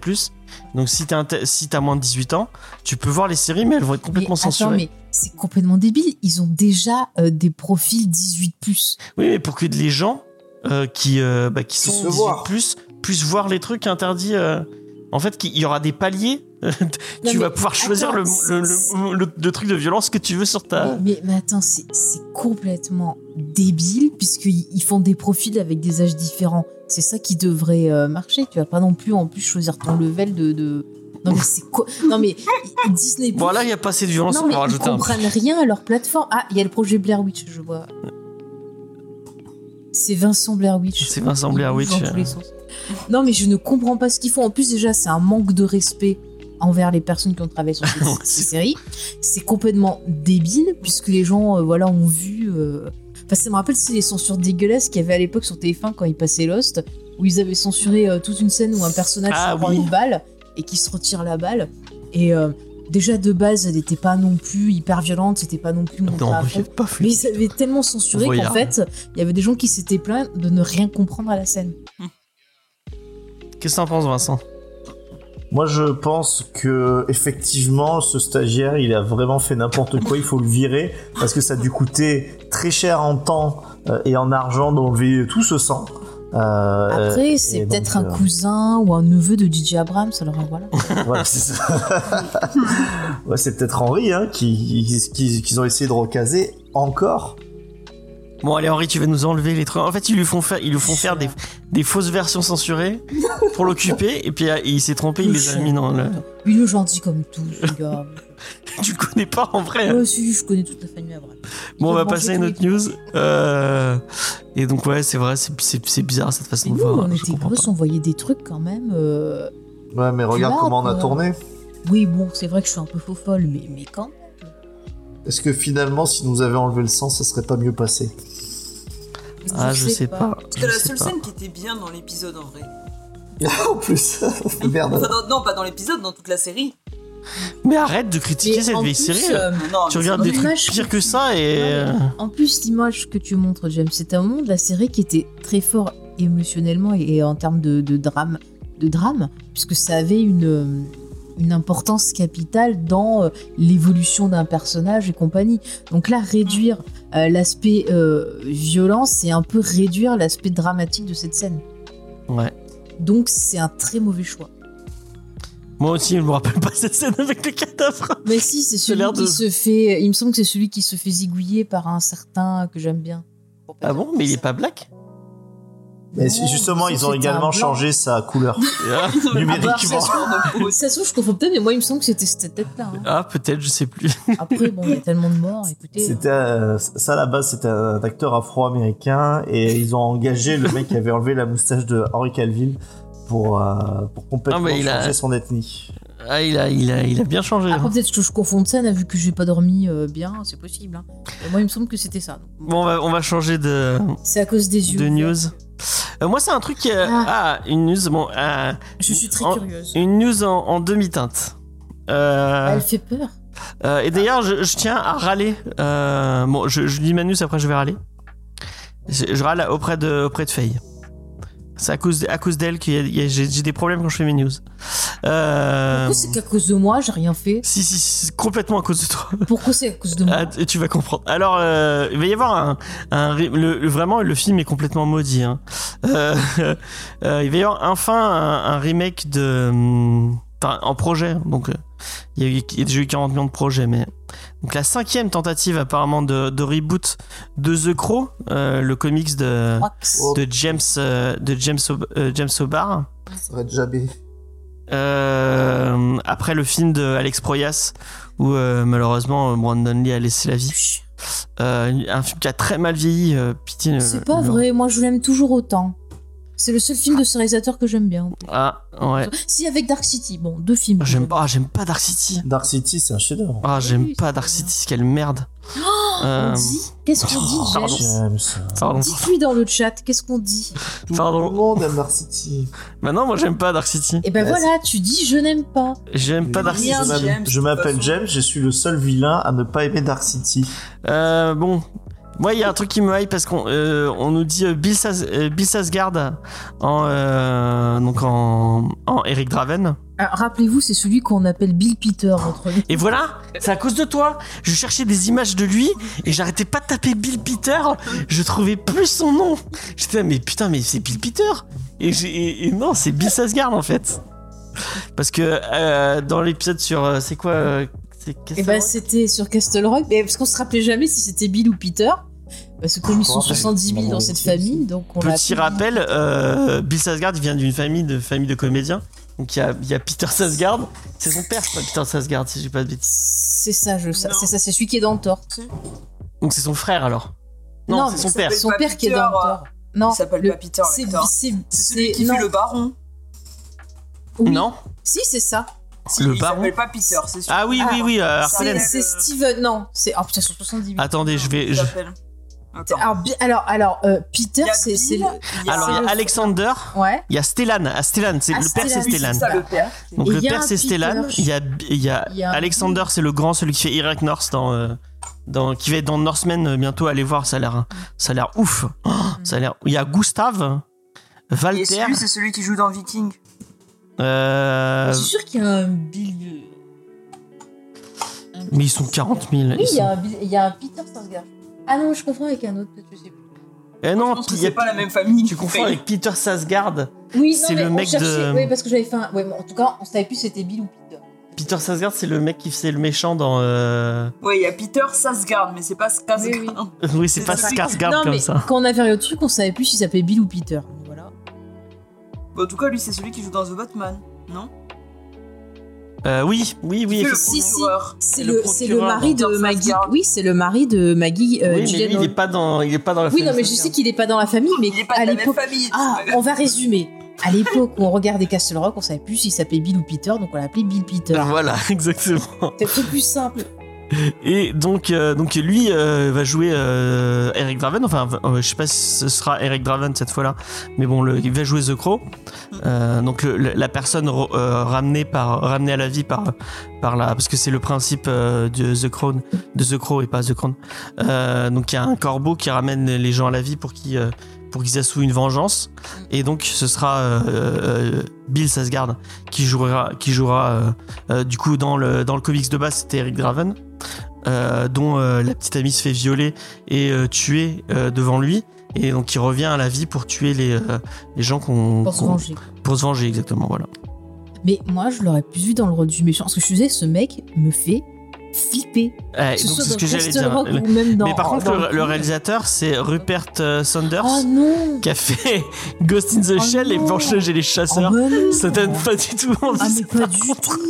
Speaker 2: Donc, si t'as, inté- si t'as moins de 18 ans, tu peux voir les séries, mais elles vont être complètement
Speaker 4: mais,
Speaker 2: censurées.
Speaker 4: Attends, mais c'est complètement débile. Ils ont déjà euh, des profils 18
Speaker 2: Oui, mais pour que les gens euh, qui, euh, bah, qui sont
Speaker 5: Puissent le
Speaker 2: 18
Speaker 5: voir.
Speaker 2: plus puissent voir les trucs interdits. euh, en fait, qu'il- il y aura des paliers. euh,
Speaker 4: Non,
Speaker 2: tu
Speaker 4: mais
Speaker 2: vas pouvoir choisir
Speaker 4: attends,
Speaker 2: le, le, le- le- le truc de violence que tu veux sur ta.
Speaker 4: Mais, mais- mais attends, c'est c'est complètement débile puisqu'ils ils font des profils avec des âges différents. C'est ça qui devrait euh, marcher. Tu vas pas non plus en plus choisir ton level de. de- Non mais c'est quoi Non mais Disney.
Speaker 2: Bon, là, il n'y a pas assez de violence
Speaker 4: non mais
Speaker 2: pour
Speaker 4: ils
Speaker 2: rajouter un.
Speaker 4: comprennent rien à leur plateforme. Ah, il y a le projet Blair Witch, je vois. C'est Vincent Blair Witch.
Speaker 2: C'est Vincent
Speaker 4: Il
Speaker 2: Blair
Speaker 4: bouge
Speaker 2: Witch.
Speaker 4: dans tous les sens. Non mais je ne comprends pas ce qu'ils font. En plus déjà, c'est un manque de respect envers les personnes qui ont travaillé sur cette,
Speaker 2: Ouais,
Speaker 4: cette
Speaker 2: c'est-
Speaker 4: série. C'est complètement débile puisque les gens, euh, voilà, ont vu. euh, Enfin, ça me rappelle c'est les censures dégueulasses qu'il y avait à l'époque sur TF1 quand ils passaient Lost, où ils avaient censuré euh, toute une scène où un personnage
Speaker 2: Ah
Speaker 4: se prend
Speaker 2: oui.
Speaker 4: une balle et qui se retire la balle. Et euh, déjà de base, elle n'était pas non plus hyper violente, c'était pas non plus montré
Speaker 2: Non,
Speaker 4: à
Speaker 2: il y
Speaker 4: fond.
Speaker 2: a pas fou.
Speaker 4: Mais ils avaient tellement censuré qu'en
Speaker 2: Voyard.
Speaker 4: fait, il y avait des gens qui s'étaient plaints de ne rien comprendre à la scène.
Speaker 2: Qu'est-ce que t'en penses, Vincent
Speaker 5: Moi, je pense que effectivement, ce stagiaire, il a vraiment fait n'importe quoi. Il faut le virer parce que ça a dû coûter très cher en temps euh, et en argent d'enlever E tout ce sang. Euh,
Speaker 4: Après,
Speaker 5: et
Speaker 4: c'est
Speaker 5: donc,
Speaker 4: peut-être un
Speaker 5: euh,
Speaker 4: cousin ou un neveu de DJ Abrams, alors euh, voilà.
Speaker 5: Voilà, c'est ça. ouais, c'est peut-être Henri hein, qui qui- qui- qu'ils ont essayé de recaser encore.
Speaker 2: Bon, allez, Henri, tu vas nous enlever les trucs. En fait, ils lui font faire, ils lui font faire des, des fausses versions censurées pour l'occuper. Et puis, euh, il s'est trompé, il les a mis dans le.
Speaker 4: Il est gentil comme tout, ce gars.
Speaker 2: Tu connais pas en vrai.
Speaker 4: Moi aussi, je connais toute la famille Abrams. Ils
Speaker 2: Bon, on va
Speaker 4: peuvent
Speaker 2: passer à une
Speaker 4: manger
Speaker 2: autre news. Euh, Et donc, ouais, c'est vrai, c'est- c'est c'est bizarre cette
Speaker 4: Mais
Speaker 2: façon de
Speaker 4: nous,
Speaker 2: voir.
Speaker 4: on
Speaker 2: je
Speaker 4: était
Speaker 2: comprends
Speaker 4: grosses, on voyait des trucs quand même. euh,
Speaker 5: Ouais, mais regarde
Speaker 4: Là,
Speaker 5: comment on a
Speaker 4: euh,
Speaker 5: tourné.
Speaker 4: Oui, bon, c'est vrai que je suis un peu faux folle, mais, mais quand
Speaker 5: Est-ce que finalement, si nous avait enlevé le sang, ça serait pas mieux passé
Speaker 2: pas. Ah, je sais pas.
Speaker 3: C'était
Speaker 2: je
Speaker 3: la
Speaker 2: sais
Speaker 3: seule
Speaker 2: pas.
Speaker 3: scène qui était bien dans l'épisode en vrai.
Speaker 5: En plus,
Speaker 4: Ah
Speaker 5: merde.
Speaker 3: Enfin, dans- non, pas dans l'épisode, dans toute la série.
Speaker 2: Mais arrête de critiquer
Speaker 4: Mais
Speaker 2: cette
Speaker 4: en
Speaker 2: vieille
Speaker 4: plus,
Speaker 2: série.
Speaker 4: euh,
Speaker 3: Non,
Speaker 2: Tu
Speaker 3: mais c'est
Speaker 2: regardes
Speaker 3: dans
Speaker 2: des
Speaker 4: une
Speaker 2: trucs
Speaker 4: image
Speaker 2: pires que ça et. euh,
Speaker 4: Non, En plus, l'image que tu montres, James, c'est un monde, la série qui était très fort émotionnellement et, et en termes de, de drame, de drame, puisque ça avait une, euh, une importance capitale dans euh, l'évolution d'un personnage et compagnie. Donc là, réduire euh, l'aspect euh, violence, c'est un peu réduire l'aspect dramatique de cette scène.
Speaker 2: Ouais.
Speaker 4: Donc c'est un très mauvais choix.
Speaker 2: Moi aussi, je me rappelle pas cette scène avec le cadavre.
Speaker 4: Mais si, c'est celui
Speaker 2: l'air
Speaker 4: qui
Speaker 2: de-
Speaker 4: se fait. Il me semble que c'est celui qui se fait zigouiller par un certain que j'aime bien.
Speaker 2: Ah bon, mais il est pas black
Speaker 5: Mais
Speaker 4: Non,
Speaker 5: justement,
Speaker 4: il me
Speaker 5: ils
Speaker 4: semble
Speaker 5: ont
Speaker 4: que c'était un
Speaker 5: également
Speaker 4: blanc.
Speaker 5: changé sa couleur.
Speaker 2: Ah,
Speaker 3: Ils ont le
Speaker 5: Numériquement.
Speaker 3: pouvoir s'asseoir de pause.
Speaker 4: Ça se trouve, je confonds peut-être, mais moi, il me semble que c'était cette tête-là. hein.
Speaker 2: ah, peut-être, je sais plus.
Speaker 4: Après, bon, il y a tellement de morts, écoutez.
Speaker 5: C'était euh, ça à la base, c'était un acteur afro-américain et ils ont engagé le mec qui avait enlevé la moustache de Henry Calvin pour euh, pour complètement
Speaker 2: Non, mais il a-
Speaker 5: changer son ethnie.
Speaker 2: Ah, il a, il a, il a bien changé. hein.
Speaker 4: Après, peut-être que je confonds de scène, hein, vu que j'ai pas dormi euh, bien, c'est possible. hein. Et moi, il me semble que c'était ça. donc.
Speaker 2: Bon, on va, on va changer de,
Speaker 4: C'est à cause des yeux.
Speaker 2: de
Speaker 4: ouverts.
Speaker 2: news. Euh, moi, c'est un truc qui. euh, ah. une news. Bon, euh,
Speaker 4: Je suis très
Speaker 2: En-
Speaker 4: curieuse.
Speaker 2: une news en, en demi-teinte. Euh,
Speaker 4: Elle fait peur.
Speaker 2: euh, et d'ailleurs, je, je tiens à râler. euh, bon, je, je lis ma news, après je vais râler. Je, je râle auprès de, auprès de Faye. C'est à cause, à cause d'elle que j'ai j'ai des problèmes quand je fais mes news. Euh,
Speaker 4: Pourquoi c'est qu'à cause de moi, j'ai rien fait
Speaker 2: si, si, si, c'est complètement à cause de toi.
Speaker 4: Pourquoi c'est à cause de moi
Speaker 2: Ah, tu tu vas comprendre. Alors, euh, il va y avoir un, un ré- le, le- vraiment le film est complètement maudit. hein. Euh, euh, il va y avoir enfin un, un remake de hum, enfin, en projet. Donc, euh, il y a eu- il y a déjà eu 40 millions de projets, mais donc la cinquième tentative apparemment de, de reboot de The Crow, euh, le comics de
Speaker 4: Max.
Speaker 5: Oh.
Speaker 2: de James euh, de James Ob- euh, James O'Barr.
Speaker 5: Ça va être jamais.
Speaker 2: Euh, après le film de Alex Proyas où euh, malheureusement Brandon Lee a laissé la vie. Euh, un film qui a très mal vieilli, euh, pitié. ne-
Speaker 4: C'est pas
Speaker 2: ne-
Speaker 4: vrai, moi je l'aime toujours autant. C'est le seul film de ce réalisateur que j'aime bien.
Speaker 2: Ah, ouais. Ah,
Speaker 4: Si, avec Dark City. Bon, deux films.
Speaker 2: J'aime pas, j'aime pas Dark City.
Speaker 5: Dark City, c'est un chef-d'œuvre.
Speaker 2: Ah, j'aime
Speaker 4: Oui,
Speaker 2: pas
Speaker 4: c'est Oh,
Speaker 2: Dark
Speaker 4: bien.
Speaker 2: City, quelle merde.
Speaker 4: On
Speaker 2: Euh,
Speaker 4: dit Qu'est-ce qu'on dit,
Speaker 2: oh,
Speaker 4: James
Speaker 5: James.
Speaker 2: pardon.
Speaker 4: Dites-lui dans le chat, qu'est-ce qu'on dit
Speaker 5: Tout
Speaker 2: Pardon.
Speaker 5: le monde aime Dark City.
Speaker 2: Bah non, moi j'aime pas Dark City.
Speaker 4: Et ben
Speaker 5: Ouais,
Speaker 4: voilà, tu dis je n'aime pas.
Speaker 2: J'aime pas Dark
Speaker 5: Je
Speaker 2: City.
Speaker 3: Merde,
Speaker 5: m'appelle-
Speaker 3: James,
Speaker 5: Je
Speaker 3: de toute
Speaker 5: m'appelle
Speaker 3: façon.
Speaker 5: James, je suis le seul vilain à ne pas aimer Dark City.
Speaker 2: Euh, bon. Moi, il y a un truc qui me hype parce qu'on euh, on nous dit euh, Bill, Sas- euh, Bill Sasgard en, euh, donc en, en Eric Draven.
Speaker 4: Alors, Ah, Rappelez-vous, c'est celui qu'on appelle Bill Peter entre nous.
Speaker 2: Et voilà, c'est à cause de toi. Je cherchais des images de lui et j'arrêtais pas de taper Bill Peter. Je trouvais plus son nom. J'étais là, mais putain, mais c'est Bill Peter. Et, j'ai- et- et non, c'est Bill Sasgard en fait. Parce que euh, dans l'épisode sur. euh, c'est quoi euh, C'est
Speaker 4: Et
Speaker 2: Castle
Speaker 4: bah
Speaker 2: Rock
Speaker 4: c'était sur Castle Rock, mais parce qu'on se rappelait jamais si c'était Bill ou Peter. Parce que comme ils sont
Speaker 5: Oh, c'est-
Speaker 4: 70 000 dans
Speaker 5: bon,
Speaker 4: cette
Speaker 5: c'est-
Speaker 4: famille, donc on
Speaker 2: Petit
Speaker 4: l'appelle Bill.
Speaker 2: rappel, euh, Bill Sasgard il vient d'une famille de, famille de comédiens. Donc il y a, il y a Peter Sasgard. C'est son père, je crois, Peter Sasgard, si je dis pas de bêtises.
Speaker 4: C'est ça, je sais.
Speaker 3: Non.
Speaker 4: C'est ça, c'est celui qui est dans Thor.
Speaker 2: Donc c'est son frère alors. Non,
Speaker 4: Non,
Speaker 2: c'est
Speaker 4: mais
Speaker 2: son
Speaker 3: ça
Speaker 2: père.
Speaker 3: s'appelle-
Speaker 4: Son
Speaker 3: pas
Speaker 4: père qui est
Speaker 3: Peter,
Speaker 4: dans
Speaker 3: euh,
Speaker 4: Thor. Non,
Speaker 3: il s'appelle
Speaker 4: le-
Speaker 3: pas Peter,
Speaker 4: C'est
Speaker 3: l'acteur.
Speaker 4: c'est-
Speaker 3: C'est celui
Speaker 4: c'est-
Speaker 3: qui
Speaker 4: non.
Speaker 3: fait le baron.
Speaker 4: Oui.
Speaker 2: Non
Speaker 4: Si, c'est ça.
Speaker 3: Si,
Speaker 2: Le
Speaker 3: il
Speaker 2: baron.
Speaker 3: s'appelle pas Peter, c'est sûr.
Speaker 2: Ah oui, oui, oui, euh,
Speaker 3: Ça,
Speaker 2: Arlen.
Speaker 4: C'est
Speaker 3: Arlène.
Speaker 4: c'est Steven. Non, c'est. Oh putain, sur 70 000.
Speaker 2: Attendez, je vais.
Speaker 3: Il
Speaker 2: je-
Speaker 3: s'appelle. Attends.
Speaker 4: Alors, Bi- alors, alors euh, Peter,
Speaker 3: Il y a
Speaker 4: c'est. c'est
Speaker 3: Bill,
Speaker 4: le-
Speaker 3: il y a-
Speaker 2: Alors, il y a
Speaker 4: le-
Speaker 2: Alexander,
Speaker 4: Ouais.
Speaker 2: il y a Stellan. Ah, Stellan, c'est
Speaker 4: Ah,
Speaker 2: le père, c'est
Speaker 4: Stellan, oui,
Speaker 2: Stellan.
Speaker 4: c'est
Speaker 3: ça, le père.
Speaker 2: Donc,
Speaker 4: Et
Speaker 2: le
Speaker 4: il y a
Speaker 2: père,
Speaker 4: un
Speaker 2: c'est Stellan.
Speaker 4: Peter.
Speaker 2: Il y a, il y a
Speaker 4: Il y a un-
Speaker 2: Alexander, c'est le grand, celui qui fait Eric North dans. euh, Dans, qui va être dans Northman euh, bientôt, allez voir, ça a l'air, ça a l'air ouf.
Speaker 4: Mm.
Speaker 2: Oh, ça a l'air. Il y a Gustave,
Speaker 3: Et
Speaker 2: Walter,
Speaker 3: celui, c'est celui qui joue dans Viking.
Speaker 2: euh,
Speaker 4: Je suis sûr qu'il y a un
Speaker 3: euh,
Speaker 4: Bill.
Speaker 2: mais ils sont 40 000.
Speaker 4: Oui,
Speaker 2: ils
Speaker 4: il y,
Speaker 2: sont-
Speaker 4: a un Bill- il y a un Peter Sarsgaard. Ah non, je confonds avec un autre que tu sais plus.
Speaker 2: Eh non,
Speaker 3: Je pense que
Speaker 2: il y a-
Speaker 3: c'est pas la même famille.
Speaker 2: tu confonds avec Peter Sasgard.
Speaker 4: Oui,
Speaker 2: C'est le mec de-
Speaker 4: Oui, parce que j'avais fait un. Ouais, mais en tout cas, on savait plus si c'était Bill ou Peter.
Speaker 2: Peter Sasgard, c'est le mec qui faisait le méchant dans. euh,
Speaker 3: Ouais, il y a Peter Sasgard, mais c'est pas Skarsgård.
Speaker 2: Oui, c'est
Speaker 3: C'est
Speaker 2: pas
Speaker 3: celui-
Speaker 2: Skarsgård comme
Speaker 4: mais
Speaker 2: ça.
Speaker 4: quand on a fait le truc, on savait plus s'il s'appelait Bill ou Peter. Voilà.
Speaker 3: Bon, en tout cas, lui, c'est celui qui joue dans The Batman, non
Speaker 2: Euh, oui, oui, oui.
Speaker 3: C'est le
Speaker 4: si, si.
Speaker 3: procureur.
Speaker 4: C'est
Speaker 2: Et le
Speaker 4: le, c'est le
Speaker 2: procureur,
Speaker 4: mari de
Speaker 3: Peter
Speaker 4: Maggie.
Speaker 3: Sarsgaard.
Speaker 4: Oui, c'est le mari de Maggie. euh,
Speaker 2: oui, mais
Speaker 4: Gyllenhaal.
Speaker 2: lui, il est pas dans, il est pas dans la
Speaker 4: Oui, non,
Speaker 2: famille
Speaker 4: mais je sais qu'il n'est pas dans la famille, mais
Speaker 3: Il est pas
Speaker 4: à
Speaker 3: de la même
Speaker 4: l'époque.
Speaker 3: famille.
Speaker 4: Ah, on va résumer. À l'époque où on regardait Castle Rock, on savait plus s'il s'appelait Bill ou Peter, donc on l'appelait Bill Peter.
Speaker 2: Voilà, exactement.
Speaker 4: C'est beaucoup plus simple.
Speaker 2: Et donc, euh, donc lui euh, va jouer euh, Eric Draven. Enfin, euh, je sais pas si ce sera Eric Draven cette fois-là, mais bon, le- il va jouer The Crow. Euh, donc le- le- la personne ro- euh, ramenée par, ramenée à la vie par, par la, parce que c'est le principe euh, de The Crow, de The Crow et pas The Crown. Euh, donc il y a un corbeau qui ramène les gens à la vie pour qu'ils euh, pour qu'Isasu ait une vengeance. Et donc, ce sera euh, euh, Bill Sasgard qui jouera, qui jouera euh, euh, du coup, dans le, dans le comics de base, c'était Eric Draven, euh, dont euh, la petite amie se fait violer et euh, tuer euh, devant lui. Et donc, il revient à la vie pour tuer les, euh, les gens qu'on.
Speaker 4: pour se
Speaker 2: qu'on-
Speaker 4: venger.
Speaker 2: Pour se venger, exactement, voilà.
Speaker 4: Mais moi, je l'aurais plus vu dans le rôle du méchant. Parce que je disais, ce mec me fait flipper.
Speaker 2: Ouais,
Speaker 4: Que
Speaker 2: Eh, Euh, donc,
Speaker 4: soit
Speaker 2: c'est ce
Speaker 4: dans
Speaker 2: que j'allais
Speaker 4: Castle
Speaker 2: dire.
Speaker 4: Rock ou même dans-
Speaker 2: Mais par contre,
Speaker 4: dans
Speaker 2: le, le
Speaker 4: film.
Speaker 2: réalisateur, c'est Rupert euh, Saunders,
Speaker 4: Oh non
Speaker 2: qui a fait Ghost in the
Speaker 4: Oh
Speaker 2: Shell, Les
Speaker 4: non.
Speaker 2: Blancheuses et les Chasseurs.
Speaker 4: Oh, mais non.
Speaker 2: Ça donne pas du tout envie.
Speaker 4: Ah mais
Speaker 2: ça.
Speaker 4: pas du tout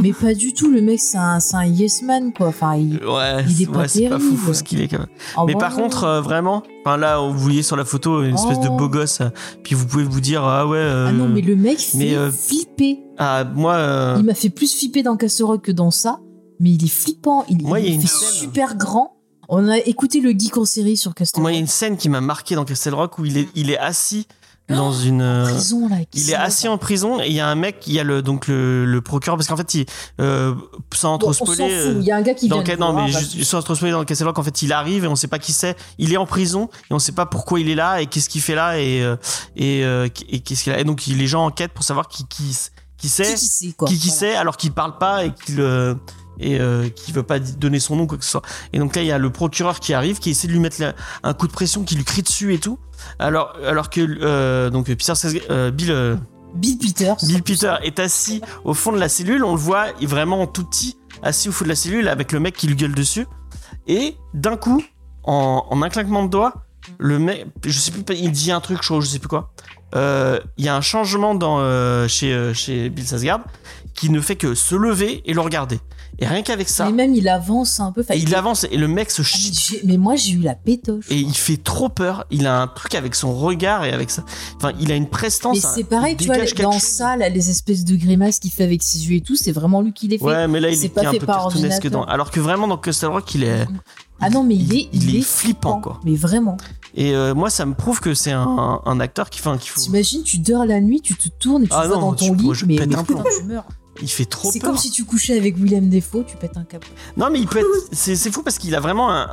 Speaker 4: Mais pas du tout, le mec c'est un, c'est un yes man quoi. Enfin, il...
Speaker 2: Ouais,
Speaker 4: Il est
Speaker 2: c'est-
Speaker 4: pas
Speaker 2: ouais, c'est pas fou,
Speaker 4: terrible.
Speaker 2: fou ce qu'il est quand même.
Speaker 4: Ah,
Speaker 2: mais
Speaker 4: bon,
Speaker 2: par
Speaker 4: non.
Speaker 2: contre, euh, vraiment, enfin, là, vous voyez sur la photo une espèce de
Speaker 4: Oh.
Speaker 2: beau gosse. euh, Puis vous pouvez vous dire, ah ouais, euh,
Speaker 4: Ah non, mais le mec fait
Speaker 2: mais, euh,
Speaker 4: flipper.
Speaker 2: ah, moi, euh,
Speaker 4: Il m'a fait plus flipper dans Castle Rock que dans ça, mais il est flippant, il,
Speaker 2: Moi, il y a
Speaker 4: il
Speaker 2: une
Speaker 4: est
Speaker 2: scène-
Speaker 4: super grand. On a écouté le geek en série sur Castle
Speaker 2: moi, il y a
Speaker 4: Rock.
Speaker 2: une scène qui m'a marqué dans Castle Rock où il est, il est assis
Speaker 4: Ah
Speaker 2: dans une. euh,
Speaker 4: Prison là. qui
Speaker 2: Il
Speaker 4: se-
Speaker 2: est assis en prison et il y a un mec, il y a le, donc le, le procureur, parce qu'en fait, il, euh, sans
Speaker 4: Bon,
Speaker 2: trop
Speaker 4: on s'en fout,
Speaker 2: spoiler. euh,
Speaker 4: il y a un gars qui vient.
Speaker 2: dans quel-
Speaker 4: le
Speaker 2: non,
Speaker 4: voir,
Speaker 2: mais
Speaker 4: bah,
Speaker 2: juste, sans trop spoiler dans le Castle Rock, en fait, il arrive et on sait pas qui c'est. Il est en prison et on sait pas pourquoi il est là et qu'est-ce qu'il fait là et, euh, et, euh, et qu'est-ce qu'il a. Et donc, il- les gens enquêtent pour savoir qui, qui, qui
Speaker 4: Qui
Speaker 2: c'est,
Speaker 4: qui sait quoi.
Speaker 2: qui, qui
Speaker 4: Voilà.
Speaker 2: c'est, alors qu'il parle pas et qu'il euh, et euh, qui veut pas di- donner son nom quoi que ce soit. Et donc là, il y a le procureur qui arrive, qui essaie de lui mettre la- un coup de pression, qui lui crie dessus et tout. Alors, alors que euh, donc Peter Sas- euh, Bill euh,
Speaker 4: Bill Peters.
Speaker 2: Bill Peter est assis au fond de la cellule, on le voit vraiment en tout petit, assis au fond de la cellule avec le mec qui lui gueule dessus. Et d'un coup, en, en un claquement de doigts, le mec, je sais plus, il dit un truc, je crois, je sais plus quoi. Euh, Il y a un changement dans, euh, chez, euh, chez Bill Sasgard qui ne fait que se lever et le regarder. Et rien qu'avec ça,
Speaker 4: Mais même il avance un peu. Enfin,
Speaker 2: et il
Speaker 4: il-
Speaker 2: avance et le mec se
Speaker 4: Ah, mais
Speaker 2: chie
Speaker 4: j'ai- Mais moi j'ai eu la pétoche.
Speaker 2: et il fait trop peur. Il a un truc avec son regard et avec ça. Enfin, il a une prestance.
Speaker 4: Mais
Speaker 2: hein,
Speaker 4: c'est
Speaker 2: il
Speaker 4: pareil, tu vois,
Speaker 2: dégage quelque
Speaker 4: dans
Speaker 2: chose.
Speaker 4: ça, là, les espèces de grimaces qu'il fait avec ses yeux et tout, c'est vraiment lui qui les fait.
Speaker 2: Ouais, mais là, il
Speaker 4: C'est
Speaker 2: est,
Speaker 4: pas
Speaker 2: un
Speaker 4: fait
Speaker 2: peu
Speaker 4: par
Speaker 2: cartoonesque dans.
Speaker 4: ordinateur.
Speaker 2: Alors que vraiment, dans Castle Rock, il est.
Speaker 4: ah non, mais il est,
Speaker 2: euh, il
Speaker 4: il,
Speaker 2: est
Speaker 4: est,
Speaker 2: flippant, quoi.
Speaker 4: Mais vraiment.
Speaker 2: Et euh, moi, ça me prouve que c'est un, un acteur qui, enfin, qui faut-
Speaker 4: T'imagines, tu dors la nuit, tu te tournes et tu
Speaker 2: Ah
Speaker 4: vas
Speaker 2: non,
Speaker 4: dans ton
Speaker 2: tu-
Speaker 4: lit,
Speaker 2: moi, je
Speaker 4: mais,
Speaker 2: pète
Speaker 4: mais
Speaker 2: un
Speaker 4: putain,
Speaker 2: plomb.
Speaker 4: tu meurs.
Speaker 2: il fait trop
Speaker 4: C'est
Speaker 2: peur.
Speaker 4: comme si tu couchais avec William Defoe, tu pètes un câble.
Speaker 2: Non, mais il peut être. C'est c'est fou parce qu'il a vraiment un-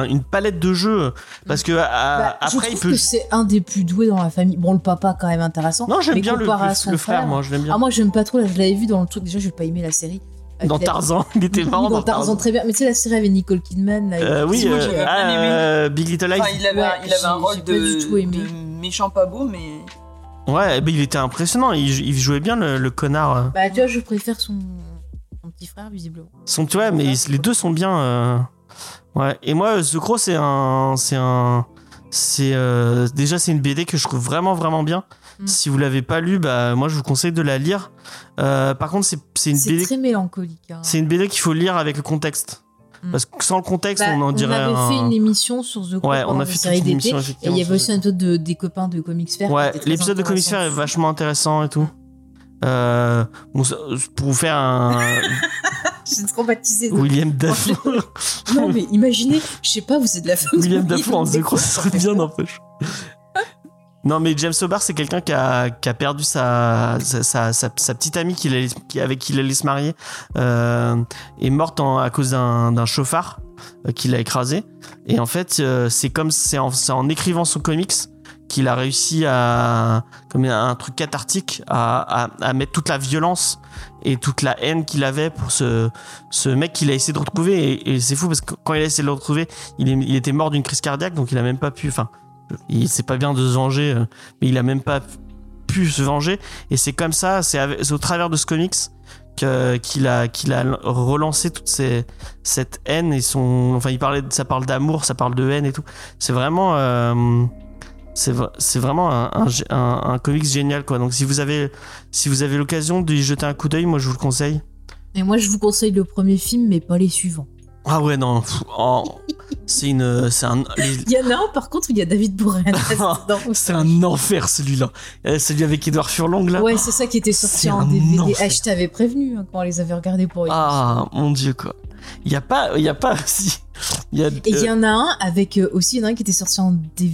Speaker 2: un- une palette de jeux. Parce que à-
Speaker 4: Bah, je
Speaker 2: Ah, après, il
Speaker 4: trouve
Speaker 2: peut.
Speaker 4: que c'est un des plus doués dans la famille. Bon, le papa, quand même intéressant.
Speaker 2: Non, j'aime
Speaker 4: mais
Speaker 2: bien le,
Speaker 4: comparé
Speaker 2: le-
Speaker 4: à son
Speaker 2: le frère,
Speaker 4: frère,
Speaker 2: moi, je l'aime bien.
Speaker 4: Ah, moi, j'aime pas trop, là, je l'avais vu dans le truc. Déjà, j'ai pas aimé la série. Euh,
Speaker 2: dans
Speaker 4: qu'il a-
Speaker 2: Tarzan, il était
Speaker 4: Oui,
Speaker 2: marrant
Speaker 4: dans Tarzan, très bien. Mais tu sais, la série avec Nicole Kidman, là. et-
Speaker 2: Euh, oui,
Speaker 3: Si, moi,
Speaker 2: euh,
Speaker 3: j'avais bien
Speaker 2: ah,
Speaker 3: aimé.
Speaker 2: euh, Big Little Lies.
Speaker 3: Enfin, il avait,
Speaker 4: Ouais,
Speaker 3: il avait un
Speaker 4: j'ai-
Speaker 3: rôle
Speaker 4: j'ai pas du tout
Speaker 3: de,
Speaker 4: aimé.
Speaker 3: de méchant pas beau, mais
Speaker 2: Ouais, eh ben, il était impressionnant. Il, il jouait bien le, le connard. euh.
Speaker 4: Bah, tu vois, je préfère son, son petit frère, visiblement.
Speaker 2: Sont, tu vois, mais ils- les deux sont bien. euh, Ouais. Et moi, euh, The Crow, c'est un, c'est un, c'est euh, déjà c'est une BD que je trouve vraiment vraiment bien.
Speaker 4: Mm.
Speaker 2: Si vous l'avez pas lu, bah moi je vous conseille de la lire. Euh, par contre, c'est c'est une
Speaker 4: C'est
Speaker 2: BD,
Speaker 4: très mélancolique. hein.
Speaker 2: c'est une BD qu'il faut lire avec le contexte.
Speaker 4: Mm.
Speaker 2: Parce que sans le contexte,
Speaker 4: Bah,
Speaker 2: on en dirait.
Speaker 4: avait
Speaker 2: un-
Speaker 4: fait une émission sur The Crow
Speaker 2: Ouais, on
Speaker 4: pendant
Speaker 2: a
Speaker 4: la
Speaker 2: fait
Speaker 4: série
Speaker 2: toute une émission
Speaker 4: d'été. Et il
Speaker 2: effectivement.
Speaker 4: y avait aussi
Speaker 2: sur
Speaker 4: un
Speaker 2: The-
Speaker 4: épisode de- des copains de Comics Fair. qui
Speaker 2: Ouais,
Speaker 4: était très
Speaker 2: l'épisode de Comics Fair est
Speaker 4: intéressant.
Speaker 2: vachement intéressant et tout. Euh, bon, ça- pour vous faire un
Speaker 4: J'ai traumatisé.
Speaker 2: William Dafoe,
Speaker 4: Non, mais imaginez, je sais pas, vous êtes de la famille.
Speaker 2: William Dafoe en The Crow, ça serait bien n'empêche. Non, mais James Hobart, c'est quelqu'un qui a, qui a perdu sa, sa, sa, sa- sa petite amie qu'il allait- qui- avec qui il allait se marier, euh, est morte en- à cause d'un d'un chauffard euh, qui l'a écrasé. Et en fait, euh, c'est comme c'est en, c'est en écrivant son comics qu'il a réussi à, comme un truc cathartique, à, à, à mettre toute la violence et toute la haine qu'il avait pour ce, ce mec qu'il a essayé de retrouver. Et, et c'est fou parce que quand il a essayé de le retrouver, il, est- il était mort d'une crise cardiaque, donc il a même pas pu. Enfin, il sait pas bien de se venger, euh, mais il a même pas pu se venger. Et c'est comme ça, c'est avec- c'est au travers de ce comics que- qu'il a, qu'il a relancé toute ces- cette haine et son. Enfin, il parlait, de- ça parle d'amour, ça parle de haine et tout. C'est vraiment. euh, c'est vra- c'est vraiment un, un gé- un- un comics génial quoi. Donc si vous avez si vous avez l'occasion d'y jeter un coup d'œil, moi je vous le conseille.
Speaker 4: Et moi, je vous conseille le premier film, mais pas les suivants.
Speaker 2: Ah ouais non, pff, oh, c'est une c'est un les-
Speaker 4: Il y en a un, par contre, où il y a David Boreanaz dedans.
Speaker 2: C'est un enfer celui-là. Euh, celui avec Edouard Furlong là.
Speaker 4: Ouais, c'est ça qui était
Speaker 2: C'est
Speaker 4: sorti
Speaker 2: un
Speaker 4: en DVD.
Speaker 2: enfer.
Speaker 4: Ah, je t'avais prévenu hein, quand on les avait regardés pour eux.
Speaker 2: Ah mon dieu quoi. Il y a pas il y a pas si il y a
Speaker 4: Et il
Speaker 2: euh,
Speaker 4: y en a un avec euh, aussi, il y en a un qui était sorti en DVD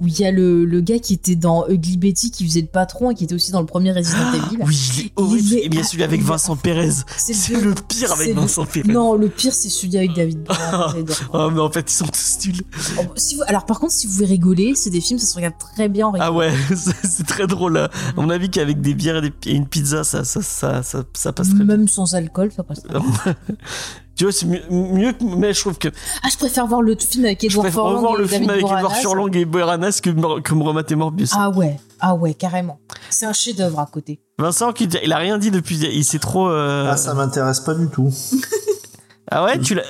Speaker 4: où il y a le, le gars qui était dans Ugly Betty, qui faisait le patron et qui était aussi dans le premier Resident Evil.
Speaker 2: euh, Oui, il est horrible.
Speaker 4: Il est
Speaker 2: Et bien celui avec Vincent Perez. C'est le pire
Speaker 4: c'est
Speaker 2: avec
Speaker 4: le-
Speaker 2: Vincent Perez.
Speaker 4: Non, le pire, c'est celui avec David Brent. J'adore.
Speaker 2: Oh, mais en fait, ils sont tous nuls.
Speaker 4: Oh, si vous- Alors, par contre, si vous voulez rigoler, c'est des films, ça se regarde très bien en rigolant.
Speaker 2: Ah ouais, c'est c'est très drôle. là. À mon avis, qu'avec des bières et, des- et une pizza, ça, ça, ça, ça, ça passe très bien.
Speaker 4: Même sans alcool, ça passe. très bien.
Speaker 2: Tu vois, c'est mieux, mieux que. Mais je trouve que
Speaker 4: Ah, je préfère voir le film avec
Speaker 2: je
Speaker 4: Edward
Speaker 2: préfère
Speaker 4: Furlong.
Speaker 2: revoir
Speaker 4: et
Speaker 2: le film
Speaker 4: David
Speaker 2: avec Edward
Speaker 4: Boreanaz.
Speaker 2: Furlong et Boeranas que, Mor- que me remater Morbius.
Speaker 4: Ah ouais, ah ouais, carrément. C'est un chef-d'œuvre à côté.
Speaker 2: Vincent, qui, il a rien dit depuis. Il s'est trop. euh,
Speaker 5: Ah, ça m'intéresse pas du tout.
Speaker 2: Ah ouais, tu l'as.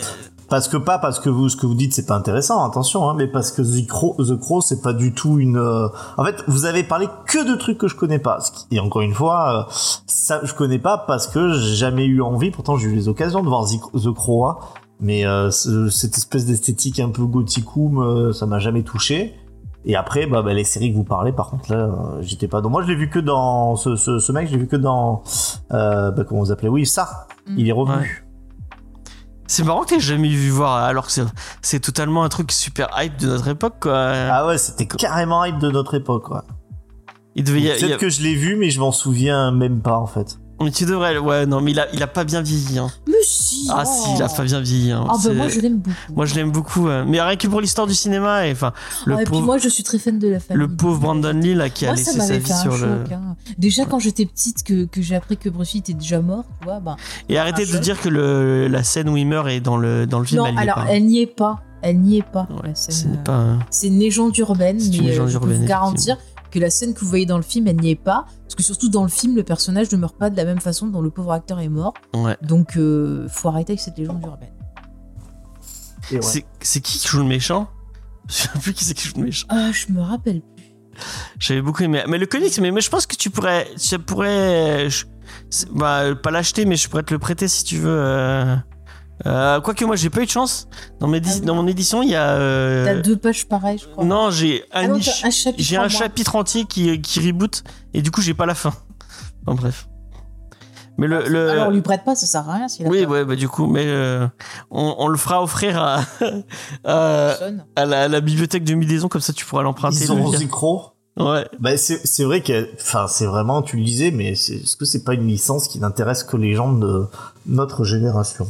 Speaker 5: Parce que pas parce que vous ce que vous dites c'est pas intéressant, attention, hein, mais parce que The Crow, The Crow c'est pas du tout une. euh, En fait, vous avez parlé que de trucs que je connais pas. Ce qui- Et encore une fois, euh, ça je connais pas parce que j'ai jamais eu envie. Pourtant, j'ai eu les occasions de voir The The Crow, hein, mais euh, ce- cette espèce d'esthétique un peu gothicum, euh, ça m'a jamais touché. Et après, bah, bah, les séries que vous parlez, par contre, là, euh, j'étais pas dans. Moi, je l'ai vu que dans ce, ce, ce mec, je l'ai vu que dans. Euh, bah, comment vous appelez Oui, ça.
Speaker 4: Mm.
Speaker 5: Il est revenu.
Speaker 2: Ouais. C'est marrant que t'aies jamais vu voir, alors que c'est- c'est totalement un truc super hype de notre époque, quoi.
Speaker 5: Ah ouais, c'était carrément hype de notre époque, quoi.
Speaker 2: il devait y, a- il y a-
Speaker 5: Peut-être que je l'ai vu, mais je m'en souviens même pas, en fait.
Speaker 2: Mais tu devrais. Ouais, non, mais il a, il a pas bien vieilli. hein.
Speaker 4: Mais si
Speaker 2: Ah
Speaker 4: oh.
Speaker 2: si, il a pas bien vieilli. hein.
Speaker 4: Ah bah
Speaker 2: C'est-
Speaker 4: moi je l'aime beaucoup.
Speaker 2: Moi, je l'aime beaucoup, euh, mais rien que pour l'histoire du cinéma et enfin le
Speaker 4: Ah, et puis
Speaker 2: pauvre,
Speaker 4: moi je suis très fan de la famille.
Speaker 2: le pauvre Brandon Lee là qui a
Speaker 4: Moi,
Speaker 2: laissé
Speaker 4: ça
Speaker 2: sa
Speaker 4: m'avait
Speaker 2: vie
Speaker 4: fait un
Speaker 2: sur le.
Speaker 4: choc. hein. Déjà, quand j'étais petite, que, que j'ai appris que Bruce Lee était déjà mort, tu vois, ben.
Speaker 2: Et arrêtez de
Speaker 5: Ah,
Speaker 4: choc.
Speaker 2: dire que le, la scène où il meurt est dans le dans le film.
Speaker 4: Non,
Speaker 2: elle n'y est
Speaker 4: alors,
Speaker 2: pas.
Speaker 4: elle n'y est pas. Elle n'y est pas.
Speaker 2: Ouais,
Speaker 4: la
Speaker 2: Ce
Speaker 4: scène,
Speaker 2: n'est
Speaker 4: euh,
Speaker 2: pas. un-
Speaker 4: C'est une légende urbaine,
Speaker 2: C'est
Speaker 4: mais
Speaker 2: une légende
Speaker 4: euh, je peux
Speaker 2: urbaine,
Speaker 4: vous garantir que la scène que vous voyez dans le film, elle n'y est pas. Parce que surtout dans le film, le personnage ne meurt pas de la même façon dont le pauvre acteur est mort.
Speaker 2: Ouais.
Speaker 4: Donc, euh, faut arrêter avec cette légende urbaine.
Speaker 5: Et ouais.
Speaker 2: C'est c'est qui qui joue le méchant Je sais plus qui c'est qui joue le méchant.
Speaker 4: Ah, je me rappelle plus.
Speaker 2: J'avais beaucoup aimé. Mais le comics, mais, mais je pense que tu pourrais, tu pourrais, je- c'est- bah, pas l'acheter, mais je pourrais te le prêter si tu veux. euh. Euh, Quoique moi j'ai pas eu de chance. Dans, mes
Speaker 4: Ah
Speaker 2: dis-
Speaker 4: oui.
Speaker 2: dans mon édition, il y a. euh,
Speaker 4: T'as deux pages pareilles, je crois.
Speaker 2: Non, j'ai
Speaker 4: Ah
Speaker 2: un,
Speaker 4: non,
Speaker 2: niche-
Speaker 4: t'as un chapitre.
Speaker 2: J'ai
Speaker 4: en
Speaker 2: un
Speaker 4: moins.
Speaker 2: chapitre entier qui, qui reboot et du coup j'ai pas la fin. Enfin bref. Mais le. le-
Speaker 4: Alors, on lui prête Ah, pas, ça sert à rien. s'il a
Speaker 2: euh, oui,
Speaker 4: pas
Speaker 2: ouais, bah du coup, mais euh, on, on le fera offrir à, à,
Speaker 4: personne.
Speaker 2: à la, à la bibliothèque de Midaison, comme ça tu pourras l'emprunter.
Speaker 5: Ils
Speaker 2: le
Speaker 5: ont
Speaker 2: lire.
Speaker 5: The Crow.
Speaker 2: Ouais.
Speaker 4: Ah,
Speaker 5: Bah, c'est c'est vrai que, enfin, c'est vraiment, tu le disais, mais c'est- est-ce que c'est pas une licence qui n'intéresse que les gens de notre génération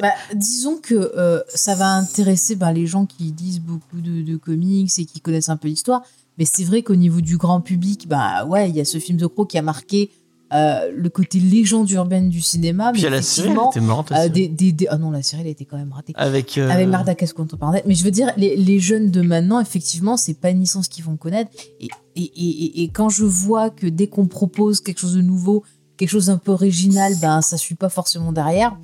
Speaker 4: Bah, disons que euh, ça va intéresser bah, les gens qui lisent beaucoup de, de comics et qui connaissent un peu l'histoire. Mais c'est vrai qu'au niveau du grand public, bah ouais, il y a ce film de Crow qui a marqué euh, le côté légende urbaine du cinéma.
Speaker 2: Puis
Speaker 4: mais
Speaker 2: à la série, elle
Speaker 4: effectivement,
Speaker 2: était marrante aussi. hein.
Speaker 4: euh, des, des- des- Ah non, la série, elle était quand même ratée.
Speaker 2: Avec. euh,
Speaker 4: Avec Marda Casco, on parlait. Mais je veux dire, les, les jeunes de maintenant, effectivement, c'est pas une licence qu'ils vont connaître. Et, et, et- et- et quand je vois que dès qu'on propose quelque chose de nouveau, quelque chose d'un peu original, ben ça suit pas forcément derrière.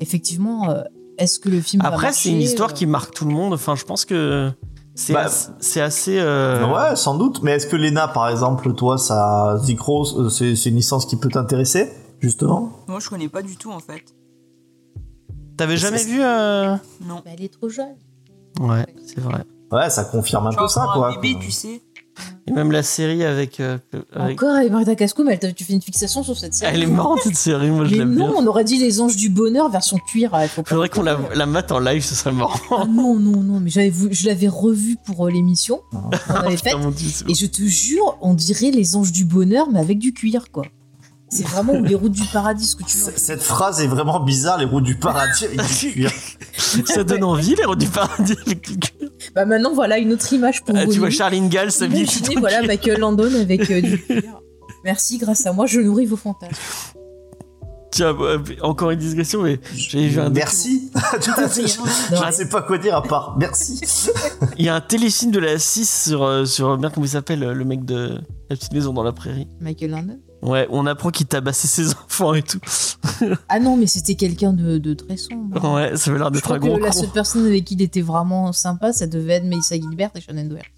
Speaker 4: Effectivement, euh, est-ce que le film va
Speaker 2: Après, c'est une
Speaker 4: marcher,
Speaker 2: histoire
Speaker 4: euh,
Speaker 2: qui marque tout le monde. Enfin, je pense que c'est
Speaker 5: Bah,
Speaker 2: assez. c'est assez, euh,
Speaker 5: Ouais, sans doute. Mais est-ce que Lena, par exemple, toi, ça, The Crow, euh, c'est c'est une licence qui peut t'intéresser, justement
Speaker 3: Moi, je connais pas du tout en fait.
Speaker 2: T'avais jamais
Speaker 5: c'est-
Speaker 2: vu. euh,
Speaker 3: Non.
Speaker 4: bah, elle est trop jeune.
Speaker 2: Ouais, c'est vrai.
Speaker 5: Ouais, ça confirme un
Speaker 3: Tu
Speaker 5: peu
Speaker 3: vois,
Speaker 5: ça,
Speaker 3: encore
Speaker 5: quoi.
Speaker 3: un bébé, tu sais.
Speaker 2: Et même la série avec. euh, avec-
Speaker 4: Encore avec Marda Casco, mais elle t'a- tu fais une fixation sur cette série.
Speaker 2: Elle est marrante cette série, moi je
Speaker 4: mais
Speaker 2: l'aime bien.
Speaker 4: non, on aurait dit les anges du bonheur version cuir. euh, faut pas-
Speaker 2: Faudrait qu'on la, la mate en live, ce serait
Speaker 4: Ah
Speaker 2: marrant.
Speaker 4: non, non, non, mais j'avais vou- je l'avais revu pour euh, l'émission
Speaker 2: Ah.
Speaker 4: qu'on avait faite.
Speaker 2: Putain, mon Dieu, c'est bon.
Speaker 4: Et je te jure, on dirait les anges du bonheur, mais avec du cuir, quoi. C'est vraiment ou les routes du paradis, ce que tu veux.
Speaker 5: C- Cette phrase est vraiment bizarre, les roues du paradis avec du cuir.
Speaker 2: Ça donne envie, les routes du paradis. avec du cul.
Speaker 4: Bah maintenant, voilà une autre image pour
Speaker 2: Ah,
Speaker 4: vous.
Speaker 2: tu vois Charline Gall s'habiller tout
Speaker 4: Imaginez,
Speaker 2: en
Speaker 4: voilà
Speaker 2: cuir.
Speaker 4: Michael Landon avec euh, du cuir. Merci, grâce à moi, je nourris vos fantasmes.
Speaker 2: Tiens, euh, encore une digression, mais j'ai vu un.
Speaker 5: Merci.
Speaker 4: Ah, Non,
Speaker 5: Je sais pas quoi dire à part merci.
Speaker 2: Il y a un téléfilm de la 6 sur. euh, sur merde, comment il s'appelle, euh, le mec de La petite maison dans la prairie.
Speaker 4: Michael Landon
Speaker 2: Ouais, on apprend qu'il tabassait ses enfants et tout.
Speaker 4: Ah non, mais c'était quelqu'un de, de très sombre.
Speaker 2: Ouais, ça avait l'air
Speaker 4: Je
Speaker 2: d'être
Speaker 4: crois
Speaker 2: un
Speaker 4: que
Speaker 2: gros
Speaker 4: la
Speaker 2: con.
Speaker 4: seule personne avec qui il était vraiment sympa, ça devait être Melissa Gilbert et Shannon Doherty.